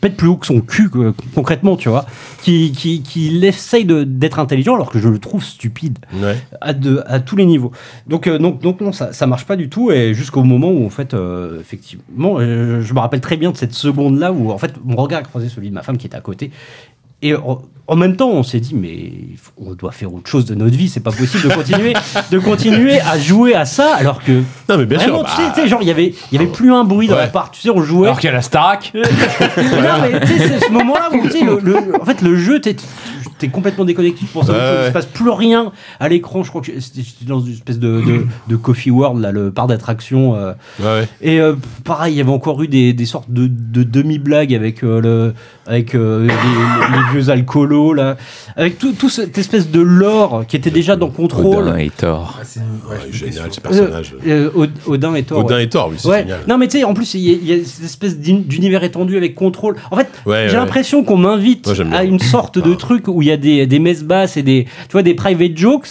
S5: pète plus haut que son cul, quoi, concrètement, tu vois, qui, qui, qui essaye de- d'être intelligent alors que je le trouve stupide
S2: Ouais.
S5: à, de- à tous les niveaux. Donc, euh, donc, donc non, ça, ça marche pas du tout. Et jusqu'au moment où, en fait, euh, effectivement, euh, je me rappelle très bien de cette seconde-là où, en fait, mon regard a croisé celui de ma femme qui était à côté. Et en, en même temps, on s'est dit, mais il faut- on doit faire autre chose de notre vie. C'est pas possible de continuer, de continuer à jouer à ça alors que.
S2: Non, mais bien sûr.
S5: vraiment, tu sais,
S2: bah,
S5: tu sais, genre, il y avait, il y avait plus un bruit dans
S2: Ouais.
S5: l'appart. Tu sais, on jouait.
S4: Alors qu'il y a la Starac.
S5: Non, mais tu sais, c'est ce moment-là où, tu sais, le, le- en fait, le jeu, t'es, t'es complètement déconnecté. Tu penses à autre chose,
S2: Ouais.
S5: il se passe plus rien à l'écran. Je crois que c'était- j'étais dans une espèce de, de, de coffee world, là, le parc d'attraction. euh.
S2: ouais, ouais.
S5: Et euh, pareil, il y avait encore eu des, des sortes de, de demi-blagues avec, euh, le, avec euh, les, les vieux alcoolos, là. Avec tout, tout cette espèce de lore qui était déjà dans
S6: Odin
S5: Contrôle.
S6: et Thor.
S2: Ouais, génial, ce personnage.
S5: Euh, euh, Odin et Thor. ouais.
S2: Odin et Thor, oui, c'est
S5: Ouais.
S2: génial.
S5: Non, mais tu sais, en plus, il y, a- il y a cette espèce d'in- d'univers étendu avec contrôle. En fait,
S2: Ouais,
S5: j'ai
S2: ouais.
S5: l'impression qu'on m'invite
S2: Moi, j'aime bien.
S5: à une sorte de
S2: Ah.
S5: truc où il y a des, des messes basses et des, tu vois, des private jokes.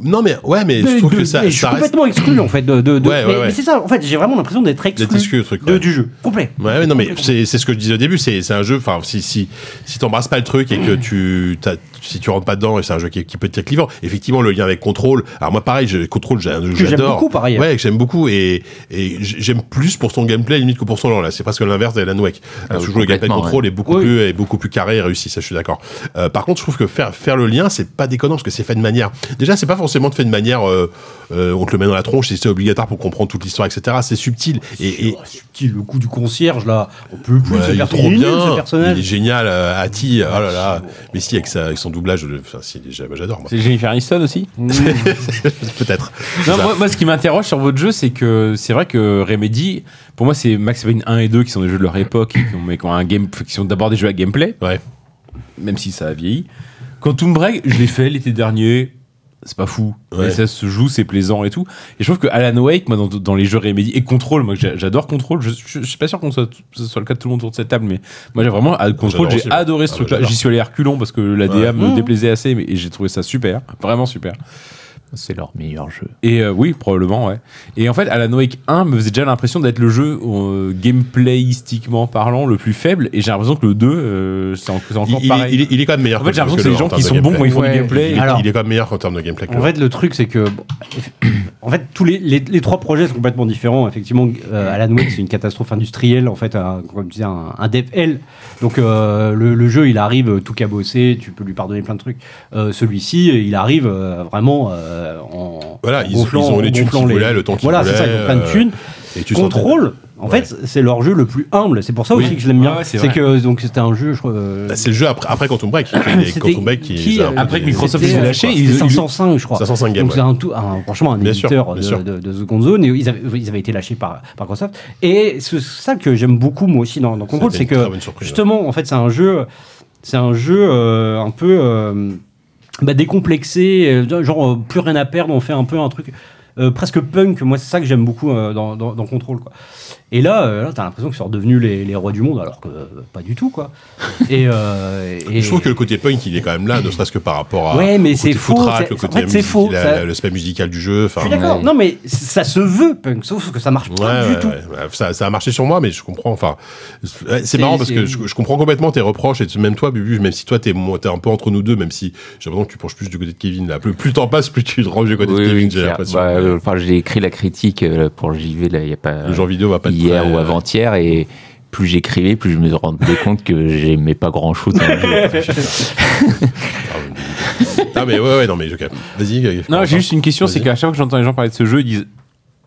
S2: Non, mais ouais, mais je
S5: De-
S2: trouve
S5: de-
S2: que ça,
S5: et je suis
S2: ça reste.
S5: complètement exclu, en fait. De, de- de-
S2: Ouais, ouais,
S5: mais
S2: ouais.
S5: mais c'est ça, en fait, j'ai vraiment l'impression d'être exclu,
S2: D'être exclu, le truc,
S5: de-
S2: ouais.
S5: du jeu. Complet.
S2: Ouais, ouais, non, mais
S5: Oh,
S2: c'est c'est ce que je disais au début. C'est c'est un jeu. Enfin, si si si t'embrasses pas le truc et que tu t'as- si tu rentres pas dedans, et c'est un jeu qui, qui peut être très clivant. Effectivement, le lien avec Control. Alors moi, pareil, je, Control, j'ai un jeu que
S5: j'aime
S2: j'adore.
S5: beaucoup, par ailleurs.
S2: Ouais, que j'aime beaucoup et et j'aime plus pour son gameplay limite que pour son lore. Là, c'est presque l'inverse d'Alan Wake. Parce que je trouve le gameplay de
S6: complètement,
S2: Control est beaucoup
S5: Oui.
S2: plus est beaucoup plus carré et réussi. Ça, je suis d'accord. Euh, par contre, je trouve que faire faire le lien, c'est pas déconnant parce que c'est fait de manière. Déjà, c'est pas forcément fait de manière. euh, euh, on te le met dans la tronche et c'est obligatoire pour comprendre toute l'histoire, etc. C'est subtil et, et
S5: Oh, subtil, le coup du concierge, là. On peut plus
S2: Ouais,
S5: se
S2: il est
S5: faire
S2: trop bien,
S5: ce personnage.
S2: il est génial, euh, Hattie, oh là
S4: Ah,
S2: là. Mais si, avec, sa- avec son doublage, de- enfin, si, déjà, bah, j'adore, moi.
S4: C'est Jennifer Aniston aussi
S2: Peut-être.
S4: Non,
S2: Ça.
S4: moi, moi, ce qui m'interroge sur votre jeu, c'est que c'est vrai que Remedy, pour moi, c'est Max Payne 1 et 2 qui sont des jeux de leur époque, et qui ont, mais qui ont un game, qui sont d'abord des jeux à gameplay,
S2: Ouais.
S4: même si ça a vieilli. Quantum Break, je l'ai fait l'été dernier, c'est pas fou.
S2: Ouais.
S4: Et ça se joue, c'est plaisant et tout. Et je trouve que Alan Wake, moi, dans, dans les jeux Remedy, et Control, moi, j'a- j'adore Control. Je, je- je suis pas sûr qu'on soit, ce soit le cas de tout le monde autour de cette table, mais moi, j'ai vraiment, à Control,
S2: J'adore
S4: j'ai
S2: aussi, moi.
S4: adoré ce
S2: Ah, bah,
S4: truc-là.
S2: j'adore.
S4: J'y suis allé à reculons parce que la
S2: Ouais.
S4: DA me déplaisait assez, mais et j'ai trouvé ça super, vraiment super.
S6: C'est leur meilleur jeu.
S4: Et euh, oui, probablement, ouais. Et en fait, Alan Wake 1 me faisait déjà l'impression d'être le jeu euh, gameplayistiquement parlant le plus faible, et j'ai l'impression que le 2, euh, c'est en- c'est
S2: Il,
S4: encore
S2: il-
S4: pareil.
S2: il est- il est quand même meilleur.
S4: en fait, j'ai l'impression que c'est les
S2: le-
S4: gens
S2: en
S4: qui
S2: termes
S4: sont
S2: de
S4: bons quand
S2: gameplay.
S4: ils font du
S5: Ouais,
S4: gameplay.
S2: Il,
S5: Alors-
S2: il est quand même meilleur en termes de gameplay. que
S5: En
S2: le-
S5: fait, le truc, c'est que. bon, en fait, tous les, les, les trois projets sont complètement différents. Effectivement, euh, Alan Wake, c'est une catastrophe industrielle, en fait, un, comme tu disais, un, un dev hell. Donc, euh, le, le jeu, il arrive euh, tout cabossé, tu peux lui pardonner plein de trucs. Euh, Celui-ci, il arrive euh, vraiment euh, en.
S2: Voilà,
S5: en
S2: ils- ils ont les thunes
S5: gonflant
S2: qu'ils voulaient, le temps qu'ils
S5: Voilà, c'est ça,
S2: voulaient,
S5: ils ont plein de thunes.
S2: et tu sens-
S5: Contrôle, en
S2: Ouais.
S5: fait, c'est leur jeu le plus humble. C'est pour ça aussi
S4: Oui.
S5: que je l'aime bien.
S4: Ouais, ouais, c'est
S5: c'est
S4: vrai.
S5: que donc c'était un jeu, je crois. euh,
S2: Bah, c'est le jeu après, après Quantum Break. qui est-
S5: C'était
S2: Quantum Break qui,
S5: qui,
S2: les a un
S5: euh,
S2: peu-
S4: Après que
S2: les-
S4: Microsoft les
S5: c'était,
S4: a
S5: euh,
S4: lâchés,
S5: c'était
S4: ils- ils-
S5: 505, je crois.
S2: 505 games,
S5: Donc
S2: ouais.
S5: c'est un tout, un- franchement un
S2: Bien sûr,
S5: éditeur
S2: bien
S5: de,
S2: sûr.
S5: de- de seconde zone et ils avaient, ils avaient été lâchés par, par Microsoft. Et c'est ça que j'aime beaucoup moi aussi dans, dans Control,
S2: C'était
S5: c'est
S2: une très
S5: que
S2: bonne surprise,
S5: justement en fait c'est un jeu, c'est un jeu euh, un peu euh, bah, décomplexé, euh, genre euh, plus rien à perdre, on fait un peu un truc. euh, presque punk, moi c'est ça que j'aime beaucoup euh, dans, dans, dans Control. Quoi. Et là, euh, là t'as l'impression qu'ils sont redevenus les, les rois du monde, alors que euh, pas du tout. quoi. Et, euh, et-
S2: Je trouve que le côté punk, il est quand même là, ne serait-ce que par rapport à.
S5: Ouais, mais
S2: au côté
S5: c'est faux,
S2: foutraque,
S5: c'est-
S2: le
S5: en
S2: côté
S5: fait, c'est
S2: musique,
S5: faux,
S2: la-
S5: ça-
S2: la- L'aspect musical du jeu.
S5: Je
S2: Enfin,
S5: suis d'accord.
S6: Ouais.
S5: Non, mais c- ça se veut punk, sauf que ça marche pas
S2: Ouais,
S5: du
S2: ouais,
S5: tout.
S2: ouais. Bah, Ça, ça a marché sur moi, mais je comprends. Enfin, ouais, c'est marrant parce que je, je comprends complètement tes reproches et tu- même toi, Bubu, même si toi t'es mo- t'es un peu entre nous deux, même si j'ai l'impression que tu penches plus du côté de Kevin là. Plus, plus le temps passe, plus tu te ranges du côté
S6: Oui,
S2: de Kevin.
S6: oui,
S2: j'ai
S6: clair.
S2: l'impression.
S6: Bah, euh, enfin, j'ai écrit la critique euh, pour JV là, il y a pas
S2: le genre vidéo va pas euh, être
S6: hier
S2: très-
S6: ou avant-hier et plus j'écrivais, plus je me rendais compte que j'aimais pas grand chose dans le jeu.
S2: Ah, mais ouais, ouais, non, mais je capte. Vas-y. euh,
S4: Non,
S2: Corentin.
S4: j'ai juste une question, c'est
S2: Vas-y.
S4: qu'à chaque fois que j'entends les gens parler de ce jeu, ils disent.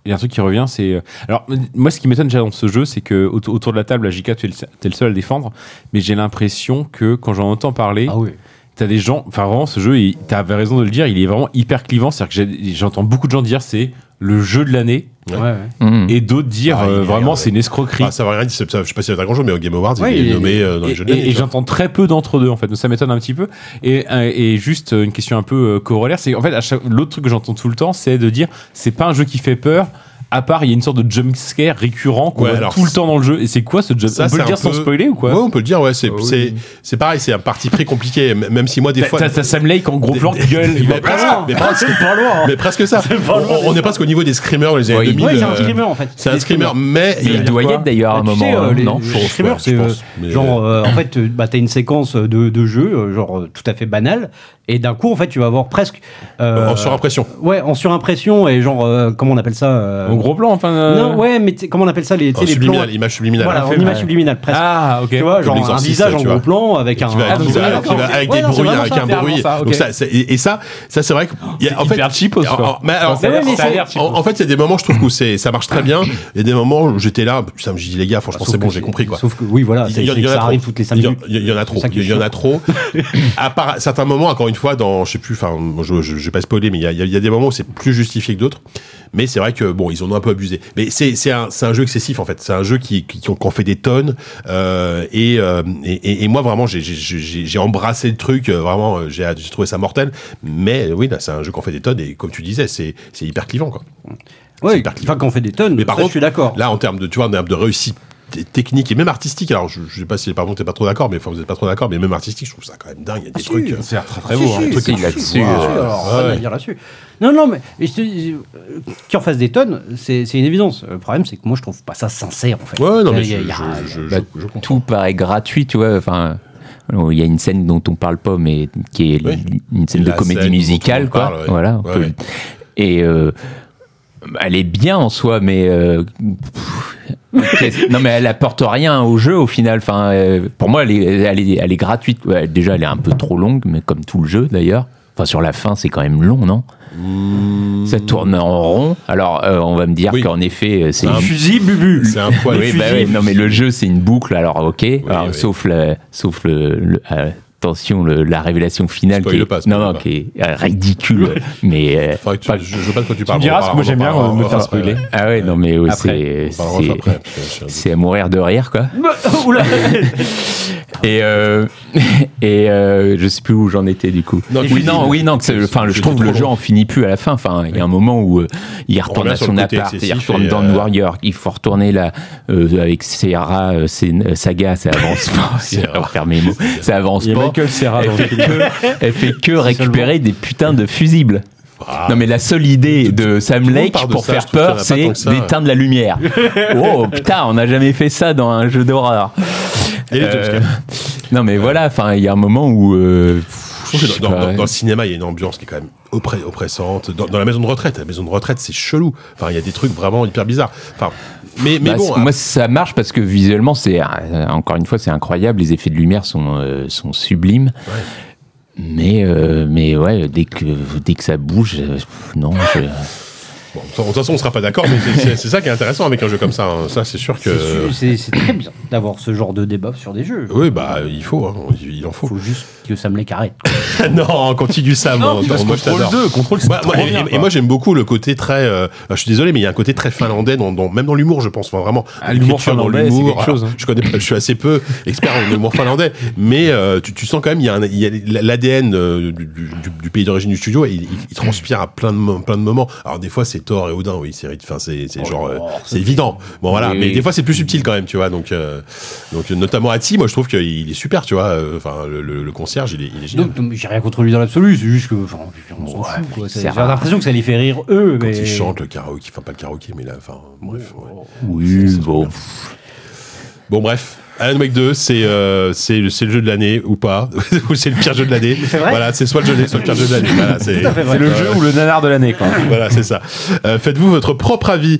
S4: Il y a un truc qui revient, c'est. euh, Alors, m- moi, ce qui m'étonne déjà dans ce jeu, c'est que autour autour de la table, à JK, tu es le se- t'es le seul à le défendre, mais j'ai l'impression que quand j'en entends parler,
S5: Ah oui.
S4: t'as des gens. Enfin, vraiment, ce jeu, il- t'avais raison de le dire, il est vraiment hyper clivant. C'est-à-dire que j'ai- j'entends beaucoup de gens dire c'est le jeu de l'année,
S2: Ouais.
S6: Mm.
S4: et d'autres dire
S2: Ah, il
S4: euh,
S2: a
S4: vraiment
S2: l'air-
S4: c'est une escroquerie.
S2: Ah, ça va rien dire, c'est- ça- je sais pas si c'est un grand jeu, mais au Game Awards,
S4: Ouais,
S2: il est
S4: et-
S2: nommé euh, dans
S4: et,
S2: les jeux de l'année,
S4: et
S2: tu vois.
S4: j'entends très peu d'entre deux en fait, donc ça m'étonne un petit peu. Et, euh, et juste euh, une question un peu euh, corollaire, c'est en fait à chaque- l'autre truc que j'entends tout le temps, c'est de dire c'est pas un jeu qui fait peur. À part, il y a une sorte de jump scare récurrent qu'on
S2: Ouais,
S4: voit
S2: alors,
S4: tout le
S2: c'est-
S4: temps dans le jeu. Et c'est quoi ce jump
S2: Ça,
S4: On peut
S2: c'est
S4: le
S2: un
S4: dire sans
S2: peu-
S4: spoiler ou
S2: Ouais,
S4: quoi
S2: on peut le dire, ouais, c'est
S4: Ah oui.
S2: c'est- c'est pareil, c'est un parti très compliqué, m- même si moi, des
S4: T'as-
S2: fois.
S4: T'as t'as Sam Lake en gros
S2: Des-
S4: plan qui gueule. il
S2: mais,
S4: va-
S2: presque,
S5: Ah,
S2: mais, presque,
S5: Pas loin. hein.
S2: mais presque ça.
S5: pas loin.
S2: On, on est presque au niveau des screamers dans les années
S6: Ouais,
S2: 2000.
S5: Ouais, c'est un
S2: euh,
S5: screamer en fait.
S2: C'est un screamer, mais.
S6: Il doit y
S4: quoi
S6: être d'ailleurs à un
S5: Bah, tu
S6: moment,
S5: sais, euh,
S6: euh,
S5: les-
S6: non
S5: les
S2: Je pense,
S5: screamers,
S2: ouais,
S5: c'est
S2: je
S5: euh,
S2: pense, mais-
S5: genre euh, en fait euh, bah, t'as une séquence de, de jeu euh, genre euh, tout à fait banale et d'un coup en fait tu vas avoir presque euh,
S2: En surimpression.
S5: ouais en surimpression et genre euh, comment on appelle ça euh,
S4: En gros plan, enfin. euh,
S5: non ouais mais tu sais, comment on appelle ça les,
S2: En
S5: tu sais, les plans
S2: subliminal, image subliminale.
S5: voilà en
S2: Ouais.
S5: image subliminale presque
S4: Ah, ok.
S5: tu vois
S2: Comme
S5: genre un
S2: l'exorciste,
S5: visage en
S2: tu
S5: gros
S2: vois.
S5: plan avec un
S2: qui va,
S5: un
S2: qui
S4: donc c'est
S2: va-
S5: visage,
S2: qui va
S5: ok.
S2: avec
S5: Ouais,
S2: des
S5: non, c'est
S2: bruits,
S5: vraiment
S2: avec
S5: ça,
S2: un
S5: c'est
S2: bruit.
S4: vraiment ça, ok.
S2: Donc ça, c'est- et, et ça, ça c'est vrai que il y a- en fait,
S4: hyper cheapos,
S2: en-
S4: quoi.
S2: en- mais alors,
S4: Ça a l'air-
S5: mais
S4: ça a
S5: c'est-
S4: l'air cheapos.
S2: en, en fait, il y a des moments, je trouve que c'est, ça marche très bien. Et des moments, où j'étais là, putain, j'ai dit les gars, franchement,
S5: Sauf
S2: Ah, c'est bon,
S5: que
S2: j'ai compris quoi.
S5: sauf que oui voilà c'est- c'est que ça arrive toutes les 5
S2: Il y en-
S5: minutes
S2: Il y en a trop.
S5: ça qui est
S2: Il y en a trop. À part à certains moments, encore une fois, dans, je sais plus, enfin, bon, je, je, je vais pas spoiler, mais il y a, il y a- il y a des moments où c'est plus justifié que d'autres. Mais c'est vrai que bon, ils en ont un peu abusé. Mais c'est c'est un, c'est un jeu excessif en fait. C'est un jeu qui qui, qui en fait des tonnes. Euh, et, euh, et, et- et moi vraiment, j'ai- j'ai- j'ai j'ai embrassé le truc. euh, Vraiment, euh, j'ai j'ai trouvé ça mortel. Mais euh, oui, là, c'est un jeu qui en fait des tonnes. Et comme tu disais, c'est c'est hyper clivant quoi.
S5: ouais
S2: hyper
S5: enfin quand on fait des tonnes
S2: Mais par
S5: ça, je
S2: contre,
S5: suis d'accord
S2: Là, en termes de, tu vois, en termes de réussite t- technique et même artistique, alors je, je sais pas si par contre t'es pas trop d'accord, mais enfin vous êtes pas trop d'accord, mais même artistique, je trouve ça quand même dingue. Il y a des trucs. euh,
S4: C'est très très
S5: Ah, Si,
S4: beau. hein.
S5: si,
S6: truc
S5: si,
S6: qui
S5: si,
S6: là-dessus,
S5: si,
S6: euh,
S5: alors, rien à
S2: ouais.
S5: dire là-dessus. Non, non, mais je te dis, euh, qu'il en fasse des tonnes, c'est c'est une évidence. Le problème, c'est que moi, je trouve pas ça sincère, en fait.
S2: Ouais, non, mais
S5: Il y
S2: je,
S5: a- il y
S2: je,
S5: a-
S2: je, je-
S6: Bah,
S2: je comprends.
S6: tout paraît gratuit, tu vois. Enfin, bon, il y a une scène dont on parle pas, mais qui est l-
S2: Oui.
S6: une scène
S2: La
S6: de comédie
S2: scène dont
S6: musicale,
S2: on
S6: quoi.
S2: parle, ouais.
S6: Voilà. on
S2: Ouais,
S6: peut-
S2: ouais.
S6: Et euh, elle est bien en soi, mais euh, pff, qu'est-ce- non, mais elle apporte rien au jeu au final. Enfin, euh, pour moi, elle est, elle est, elle est gratuite. Ouais, déjà, elle est un peu trop longue, mais comme tout le jeu d'ailleurs. Enfin, sur la fin, c'est quand même long, non Ça tourne en rond. Alors, euh, on va me dire
S2: Mmh. Oui.
S6: qu'en effet, euh, c'est
S2: Un
S6: une
S2: fusil bubu. C'est un poil.
S6: oui, bah oui, non, mais le jeu, c'est une boucle, alors ok. Alors,
S2: oui.
S6: Sauf, la- sauf le. le- euh, Attention, le- la révélation finale
S2: Spoil
S6: qui
S2: le
S6: est,
S2: pas, spoil
S6: non, non,
S2: le pas.
S6: qui est euh, ridicule, mais euh,
S2: Faudrait que tu- je, je veux pas de quoi tu
S4: Tu
S2: parles.
S4: me diras parce que moi j'aime bien euh, me faire spoiler.
S6: ah ouais, non mais ouais,
S4: Après,
S6: c'est
S2: on parlera
S6: c'est-
S2: après, parce que je suis un doute.
S6: c'est à mourir de rire quoi.
S4: Bah,
S5: Me- Oula.
S6: Et euh, et euh, je sais plus où j'en étais du coup.
S2: Non, tu
S6: oui,
S2: dis-
S6: non, oui, non, que c'est- enfin, je
S2: c'est
S6: trouve
S2: trop
S6: le jeu
S2: long.
S6: en finit plus à la fin. Enfin, il y a un moment où euh, il retourne
S2: revient
S6: à
S2: sur
S6: son
S2: le côté
S6: appart, il
S2: excessif
S6: retourne
S2: et,
S6: dans
S2: euh,
S6: New York, il faut retourner là euh, avec Serra, euh, c'est- euh, Saga, ça avance pas. Je vais
S2: Serra.
S6: refaire mes mots. ça avance
S4: Il y a
S6: pas.
S4: Michael Serra
S6: Elle
S4: dans
S6: fait, que, elle fait que récupérer des putains de fusibles.
S2: Ah.
S6: Non mais la seule idée de Sam
S2: monde
S6: Lake
S2: part de
S6: pour
S2: ça,
S6: faire
S2: je trouve
S6: peur,
S2: qu'il y en a pas
S6: c'est
S2: tant que ça.
S6: d'éteindre la lumière. oh putain, on n'a jamais fait ça dans un jeu d'horreur.
S2: Et les
S6: Euh,
S2: jumpscares.
S6: non mais voilà, enfin il y a un moment où euh, pff, bah,
S2: Je trouve
S6: je
S2: que
S6: sais
S2: dans, dans-
S6: pas,
S2: dans le cinéma, il y a une ambiance qui est quand même oppré- oppressante. Dans, dans la maison de retraite, la maison de retraite, c'est chelou. Enfin, il y a des trucs vraiment hyper bizarres. Enfin, mais, mais
S6: bah,
S2: bon, hein.
S6: c'est- moi ça marche parce que visuellement c'est euh, encore une fois c'est incroyable, les effets de lumière sont euh, sont sublimes. Mais euh, mais ouais, dès que dès que ça bouge, euh, pff, non. je-
S2: bon, de toute façon, on sera pas d'accord, mais c'est- c'est c'est ça qui est intéressant avec un jeu comme ça. hein. Ça, c'est sûr
S5: C'est
S2: que.
S5: su- C'est c'est très bien d'avoir ce genre de débat sur des jeux.
S2: Oui, bah, il faut, hein. il il en faut.
S5: Faut juste que ça me les carrette.
S2: non, continue Sam.
S4: Non,
S2: on-
S4: parce
S2: on-
S4: que
S2: moi, je
S4: Control
S2: t'adore.
S4: 2, Control, c'est
S2: Moi- moi,
S4: trop
S2: et,
S4: bien,
S2: Bah, et-
S4: quoi.
S2: et moi j'aime beaucoup le côté très. euh, je suis désolé, mais il y a un côté très finlandais, dans, dans- même dans l'humour, je pense. Enfin, vraiment,
S4: Ah, l'humour
S2: l'écriture dans
S4: finlandais, c'est
S2: l'humour.
S4: quelque
S2: Alors,
S4: chose, hein.
S2: Je connais pas, je suis assez peu expert en humour finlandais, mais euh, tu, tu sens quand même il y a, un- il y a l'ADN euh, du, du- du- du pays d'origine du studio et il, il- il transpire à plein de, mo- plein de moments. Alors des fois c'est Thor et Odin, oui, c'est ri- enfin c'est
S4: Oh,
S2: c'est genre euh, c'est évident. Bon voilà,
S6: Oui,
S2: mais
S6: oui.
S2: des fois c'est plus subtil quand même, tu vois. Donc euh, donc notamment Ati, moi je trouve qu'il est super, tu vois. euh, Enfin le, le- le concierge, il est, il est génial.
S5: Donc, donc, j'ai rien contre lui dans l'absolu, c'est juste que. enfin, on s'en fout, quoi. C'est-
S6: c'est
S5: J'ai
S6: rare.
S5: l'impression que ça les fait rire eux,
S2: Quand
S5: mais.
S2: il chante le karaoké, enfin pas le karaoké, mais là, enfin bref. ouais.
S6: oui, bon.
S2: Bon bref, Alan Wake 2, c'est euh, c'est c'est le jeu de l'année ou pas, ou c'est le pire jeu de l'année. C'est
S5: vrai
S2: Voilà, c'est soit le jeu de l'année, soit le pire jeu de l'année. Voilà, c'est
S4: C'est le jeu ou le nanar de l'année, quoi.
S2: Voilà, c'est ça. Euh, Faites-vous votre propre avis.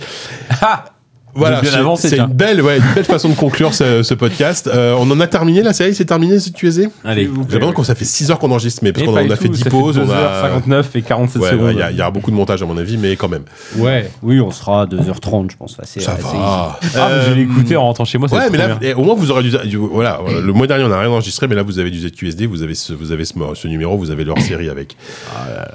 S2: Voilà,
S4: bien
S2: c'est-
S4: avancé,
S2: c'est
S4: tiens.
S2: une belle, ouais, une belle façon de conclure ce, ce podcast. Euh, on en a terminé la série, c'est terminé si tu es J'ai
S4: Allez, Eh,
S2: l'impression que ça fait 6 heures qu'on enregistre, mais parce qu'on en a fait 10 pauses, on a
S4: 59 et 47
S2: Ouais, ouais, il
S4: secondes.
S2: y, a- il y aura beaucoup de montage à mon avis, mais quand même.
S5: Ouais, oui, on sera à 2h30, je pense. Assez,
S2: Ça
S5: assez
S2: va.
S4: Ah, mais je l'ai écouté en rentrant chez moi. ça va
S2: Euh, Ouais,
S4: être
S2: mais
S4: trop
S2: là, eh, au moins vous aurez du, du- voilà, voilà, le mois dernier on n'a rien enregistré, mais là vous avez du ZQSD, vous avez ce, vous avez ce, mo- ce numéro, vous avez leur série avec.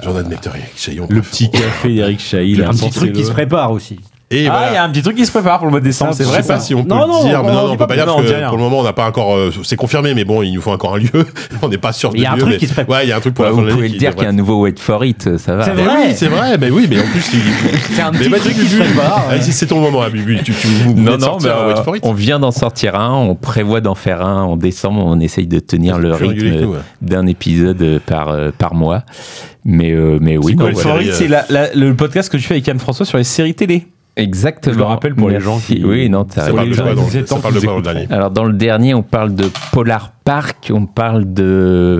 S2: Jordan Nectarien, Chaillon.
S4: bien. le petit café d'Eric Chahi.
S5: Il y
S4: là,
S5: a un petit
S4: censé
S5: truc qui
S4: le-
S5: se prépare aussi.
S2: Et
S4: Ah, il y
S2: voilà.
S4: a un petit truc qui se prépare pour le mois de décembre, c'est
S2: Je
S4: vrai.
S2: sais pas
S4: ça.
S2: si on peut
S5: Non, non,
S2: le dire,
S5: on-
S2: mais non,
S5: on
S2: non,
S5: dit
S2: on peut
S5: pas-
S2: pas dire
S4: non,
S2: parce
S4: on dit
S2: que
S4: rien.
S2: pour le moment on n'a pas encore, euh, c'est confirmé, mais bon, il nous faut encore un lieu. on n'est pas sûr de
S5: Il y a un
S2: lieu,
S5: truc
S2: mais-
S5: qui se prépare.
S2: Ouais, il y a un truc pour
S6: Ouais,
S2: la fin
S6: vous
S2: de l'année
S6: pouvez
S2: qui
S6: le dire
S2: devrait-
S6: qu'il y a un nouveau Wait for It, ça va.
S5: C'est
S2: Ben
S5: vrai.
S2: oui, c'est vrai, ben oui, mais en plus, il-
S5: C'est un
S2: mais
S5: petit
S2: vas-y,
S5: truc qui se
S2: Bubu,
S5: prépare.
S2: vas-y, c'est ton moment, là, Bubu. Tu, tu, vous venez de
S6: Non, non, mais
S2: sortir un
S6: euh,
S2: Wait for It.
S6: on vient d'en sortir un, on prévoit d'en faire un en décembre, on essaye de tenir le
S2: Plus régulier que nous,
S6: rythme
S2: ouais.
S6: d'un épisode euh, par, euh, par mois. Mais, euh, mais oui,
S2: C'est quoi
S6: non,
S2: le
S6: voilà.
S2: favori,
S4: Favorite, c'est la- la- le podcast que tu fais avec Anne François sur les séries télé.
S6: exactement.
S4: Je le rappelle pour les gens qui-
S6: Oui, non, t'as
S2: Ça
S4: pour
S6: raison.
S2: parle
S4: les
S2: de
S4: gens
S2: quoi
S4: qui
S2: dans
S4: disaient
S2: le- ça
S4: tant
S2: parle de
S4: qu'ils
S2: quoi dans le
S4: écoutent.
S2: dernier
S6: Alors, dans le dernier, on parle de Polar Park, on parle de.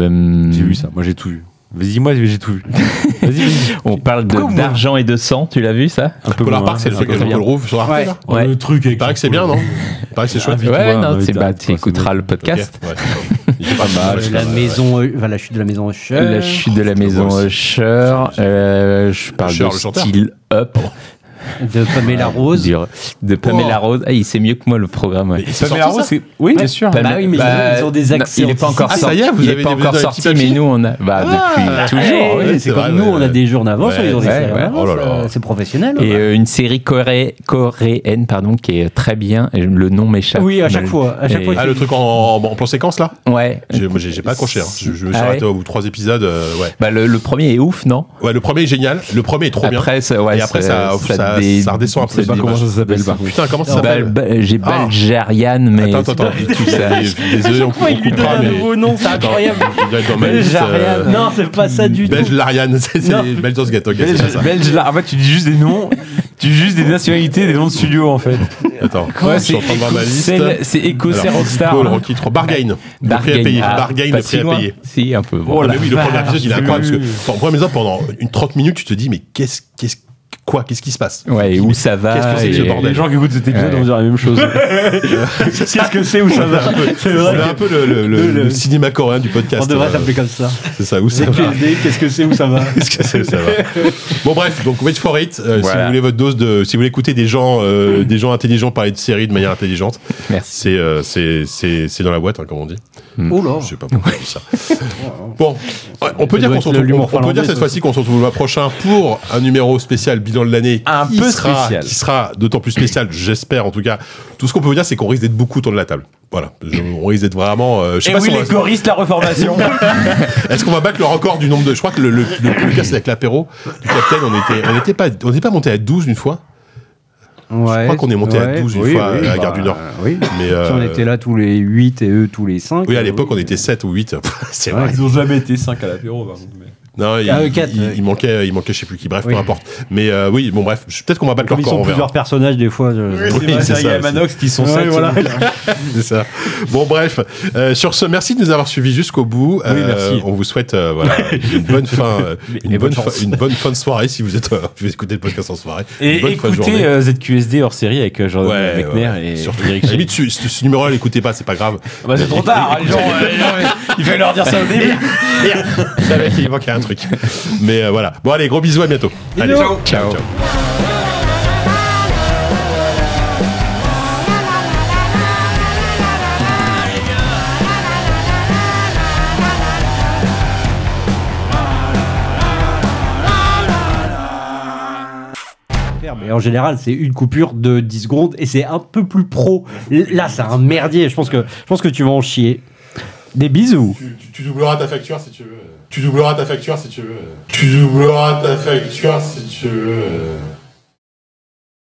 S6: euh,
S4: J'ai vu ça, moi j'ai tout vu. Vas-y, moi j'ai tout vu. Vas-y, vas-y.
S6: On parle de-
S4: Pourquoi vous- Ah,
S6: d'argent et de sang, tu l'as vu ça
S4: Un peu
S2: Polar
S4: moins,
S2: Park, c'est le
S4: un
S2: truc
S4: peu
S2: avec
S6: bien.
S2: le Rouf sur Arte,
S5: Ouais.
S2: là
S4: moins. Le truc avec.
S2: Il paraît que c'est bien, non Il paraît que c'est chouette.
S4: Invite-moi,
S6: Ouais, non,
S4: invite
S6: c'est
S4: Anne,
S6: bah,
S4: quoi,
S6: tu
S4: ça
S6: écouteras le podcast.
S2: Ok, ouais. Il fait pas mal.
S5: De la maison, euh, enfin, la chute de la maison Usher.
S6: La chute de la
S2: beau
S6: maison
S2: aussi.
S6: Usher, euh, je parle
S2: Usher,
S6: de
S2: le chanteur.
S6: Style Up,
S5: de Pamela Rose.
S6: du- de Pamela Rose. Ah, il sait mieux que moi le programme. ouais.
S2: Mais il s'est
S4: Pamela
S2: sorti,
S4: Rose,
S2: ça
S4: c'est- Oui, bien sûr.
S6: Pamela-
S5: Bah oui, mais ils ont- ils ont des
S6: non,
S5: accès
S6: Il n'est pas
S5: anticipés.
S6: encore
S2: Ah, ça
S6: sorti.
S2: y est, vous
S6: il est
S2: avez
S6: pas
S2: des- Ah.
S6: encore
S2: des
S6: sorti,
S2: petits
S6: mais
S2: papiers.
S6: nous on a bah,
S5: Ah,
S6: depuis toujours.
S5: Ouais,
S2: ouais, c'est
S5: Eh, c'est comme
S2: vrai,
S5: nous,
S2: ouais,
S5: on a
S2: ouais.
S5: des jours d'avance,
S2: Ouais,
S5: ils ont des
S6: ouais,
S5: séries
S6: ouais.
S5: d'avance,
S2: Oh là là.
S5: euh, c'est professionnel.
S6: Et euh, une série coré- coréenne pardon, qui est très bien. et Le nom m'échappe.
S5: oui, à chaque fois, à chaque
S6: Et- ah,
S5: fois.
S2: Ah, le truc en, en, en plan séquence, là
S6: Ouais.
S2: J'ai- Moi, j'ai j'ai pas accroché. hein. Je, je me suis
S6: Ah
S2: arrêté
S6: ouais
S2: au bout de trois épisodes. euh, ouais.
S6: Bah, le, le premier est ouf, non
S2: ouais, le premier est génial. Le premier est trop bien.
S6: Après, ça, ouais,
S2: Et après, ça, ça,
S6: dé-
S2: ça redescend un peu.
S6: ça
S2: les
S6: dé-
S2: images.
S4: s'appelle par
S2: Putain, comment ça
S6: Bal-
S2: s'appelle
S6: Bal- J'ai
S2: Ah.
S6: Baljarian, mais.
S2: Attends, attends, attends.
S6: c'est pas- tout ça.
S2: Désolé, on
S5: il lui donne
S2: comprend,
S5: un
S2: mais-
S5: nouveau nom, c'est
S2: Attends,
S5: incroyable.
S2: il doit être dans ma liste, euh, ben,
S5: Belgarian. Non, c'est pas ça du tout.
S2: Belge Larian, c'est
S5: Non.
S2: c'est Belge Osgat, ok, c'est pas
S4: Belge,
S2: ça.
S4: Belge, là. En fait, tu dis juste des noms, tu dis juste des nationalités, des noms de studios en fait.
S2: Attends,
S4: Ouais,
S2: je suis en train de voir ma liste.
S4: Écossais- C'est écossais
S2: Alors,
S4: Rockstar.
S2: Paul, Rocky 3, Bargain, le prix à
S6: Bargain.
S2: payer.
S6: Ah,
S2: Bargain,
S6: pas
S2: le
S6: si
S2: prix à
S6: loin.
S2: payer.
S6: Si, un peu. bon.
S4: Oh
S2: Ah,
S4: la
S2: mais oui, le premier
S4: vache.
S2: épisode, il est incroyable. Parce
S4: Oui, oui,
S2: que, enfin, premier épisode, pendant une 30 minutes, tu te dis, mais qu'est-ce, qu'est-ce, quoi, qu'est-ce qui se passe
S6: Ouais, et où ça va
S2: Qu'est-ce que c'est que ce
S6: et-
S2: bordel
S4: Ah, Les gens qui écoutent cet épisode
S6: Ouais.
S4: vont dire la même chose.
S5: Qu'est-ce que c'est où ça
S2: On a un peu, on a un peu le, le- le-
S5: Le-
S2: le cinéma coréen du podcast.
S5: On devrait
S2: euh,
S5: s'appeler comme ça.
S2: C'est ça, où ça va
S5: QSD, qu'est-ce que c'est où ça va
S2: Qu'est-ce que c'est, ça va Bon bref, donc wait for it. euh, Si
S6: Voilà.
S2: vous voulez votre dose de, si vous voulez écouter des gens, euh, des gens intelligents parler de séries de manière intelligente,
S6: Merci.
S2: c'est euh, c'est c'est c'est dans la boîte, hein, comme on dit.
S5: Oh là
S2: Je sais pas pourquoi je dis ça. Bon, ouais, on peut dire qu'on
S5: doit être
S2: se retrouve.
S5: l'humour
S2: On, on peut dire
S5: finlandais,
S2: cette
S5: ça
S2: fois-ci qu'on se retrouve le mois prochain pour un numéro spécial bilan de l'année.
S4: Un
S2: qui
S4: peu
S2: sera-
S4: spécial.
S2: Qui sera d'autant plus spécial, j'espère en tout cas. Tout ce qu'on peut vous dire, c'est qu'on risque d'être beaucoup autour de la table. Voilà, Je- on risque d'être vraiment. euh, je sais
S4: Et
S2: pas
S4: oui,
S2: si on
S4: les
S2: va-
S4: choristes, la reformation.
S2: est-ce qu'on va battre le record du nombre de. Je crois que le, le, le podcast avec l'apéro du Captain, on était, on était pas, on était pas monté à 12 une fois.
S5: Je
S2: crois qu'on est monté à 12 une fois à la Gare du Nord.
S5: Oui.
S2: Mais
S5: Si
S2: euh,
S5: on était là tous les 8 et eux tous les Euh, 5.
S2: oui, à l'époque, on était 7 ou 8. C'est vrai.
S4: Ils ont jamais été 5 à l'apéro. par contre, mais-
S2: Non, il,
S4: E
S5: Ah, euh, quatre,
S2: il-
S5: ouais.
S2: il manquait, il manquait, je sais plus qui. Bref,
S5: Oui.
S2: peu importe. Mais euh, oui, bon, bref, je- peut-être qu'on va battre le
S5: Comme ils
S2: record.
S5: sont
S2: on verra.
S5: plusieurs personnages, des fois. je-
S2: Oui,
S4: C'est
S2: c'est
S4: ça. Il y
S2: ça,
S4: a
S2: c'est-
S4: Manox qui sont
S5: Ouais,
S4: 7.
S5: voilà.
S2: C'est ça. Bon, bref. euh, sur ce, merci de nous avoir suivis jusqu'au bout.
S4: Oui, merci.
S2: On vous souhaite euh, voilà, une bonne fin, euh, une,
S4: et
S2: bonne
S4: bonne
S2: fin-
S4: chance.
S2: une bonne fin de soirée si vous êtes, euh, vous écoutez le podcast en soirée.
S4: Et
S2: une bonne fin de
S4: écoutez euh, ZQSD hors série avec euh, Jordan
S2: Ouais,
S4: Mechner
S2: ouais.
S4: et
S2: Surtout,
S4: Eric
S2: à la
S4: Schmidt.
S2: limite, ce, ce- ce numéro-là, l'écoutez pas, c'est pas grave.
S4: Ah bah, c'est trop tard, hein, les gens, euh, les gens, il fallait leur dire ça au début.
S2: Je savais qu'il manquait un truc. Mais euh, voilà. Bon, allez, gros bisous, à bientôt. Allez, ciao. ciao.
S5: faire, mais en général, c'est une coupure de 10 secondes et c'est un peu plus pro. Là, c'est un merdier. Je pense que, je pense que tu vas en chier. Des bisous.
S9: tu, tu- tu doubleras ta facture si tu veux. Tu doubleras ta facture si tu veux. Tu doubleras ta facture si tu veux.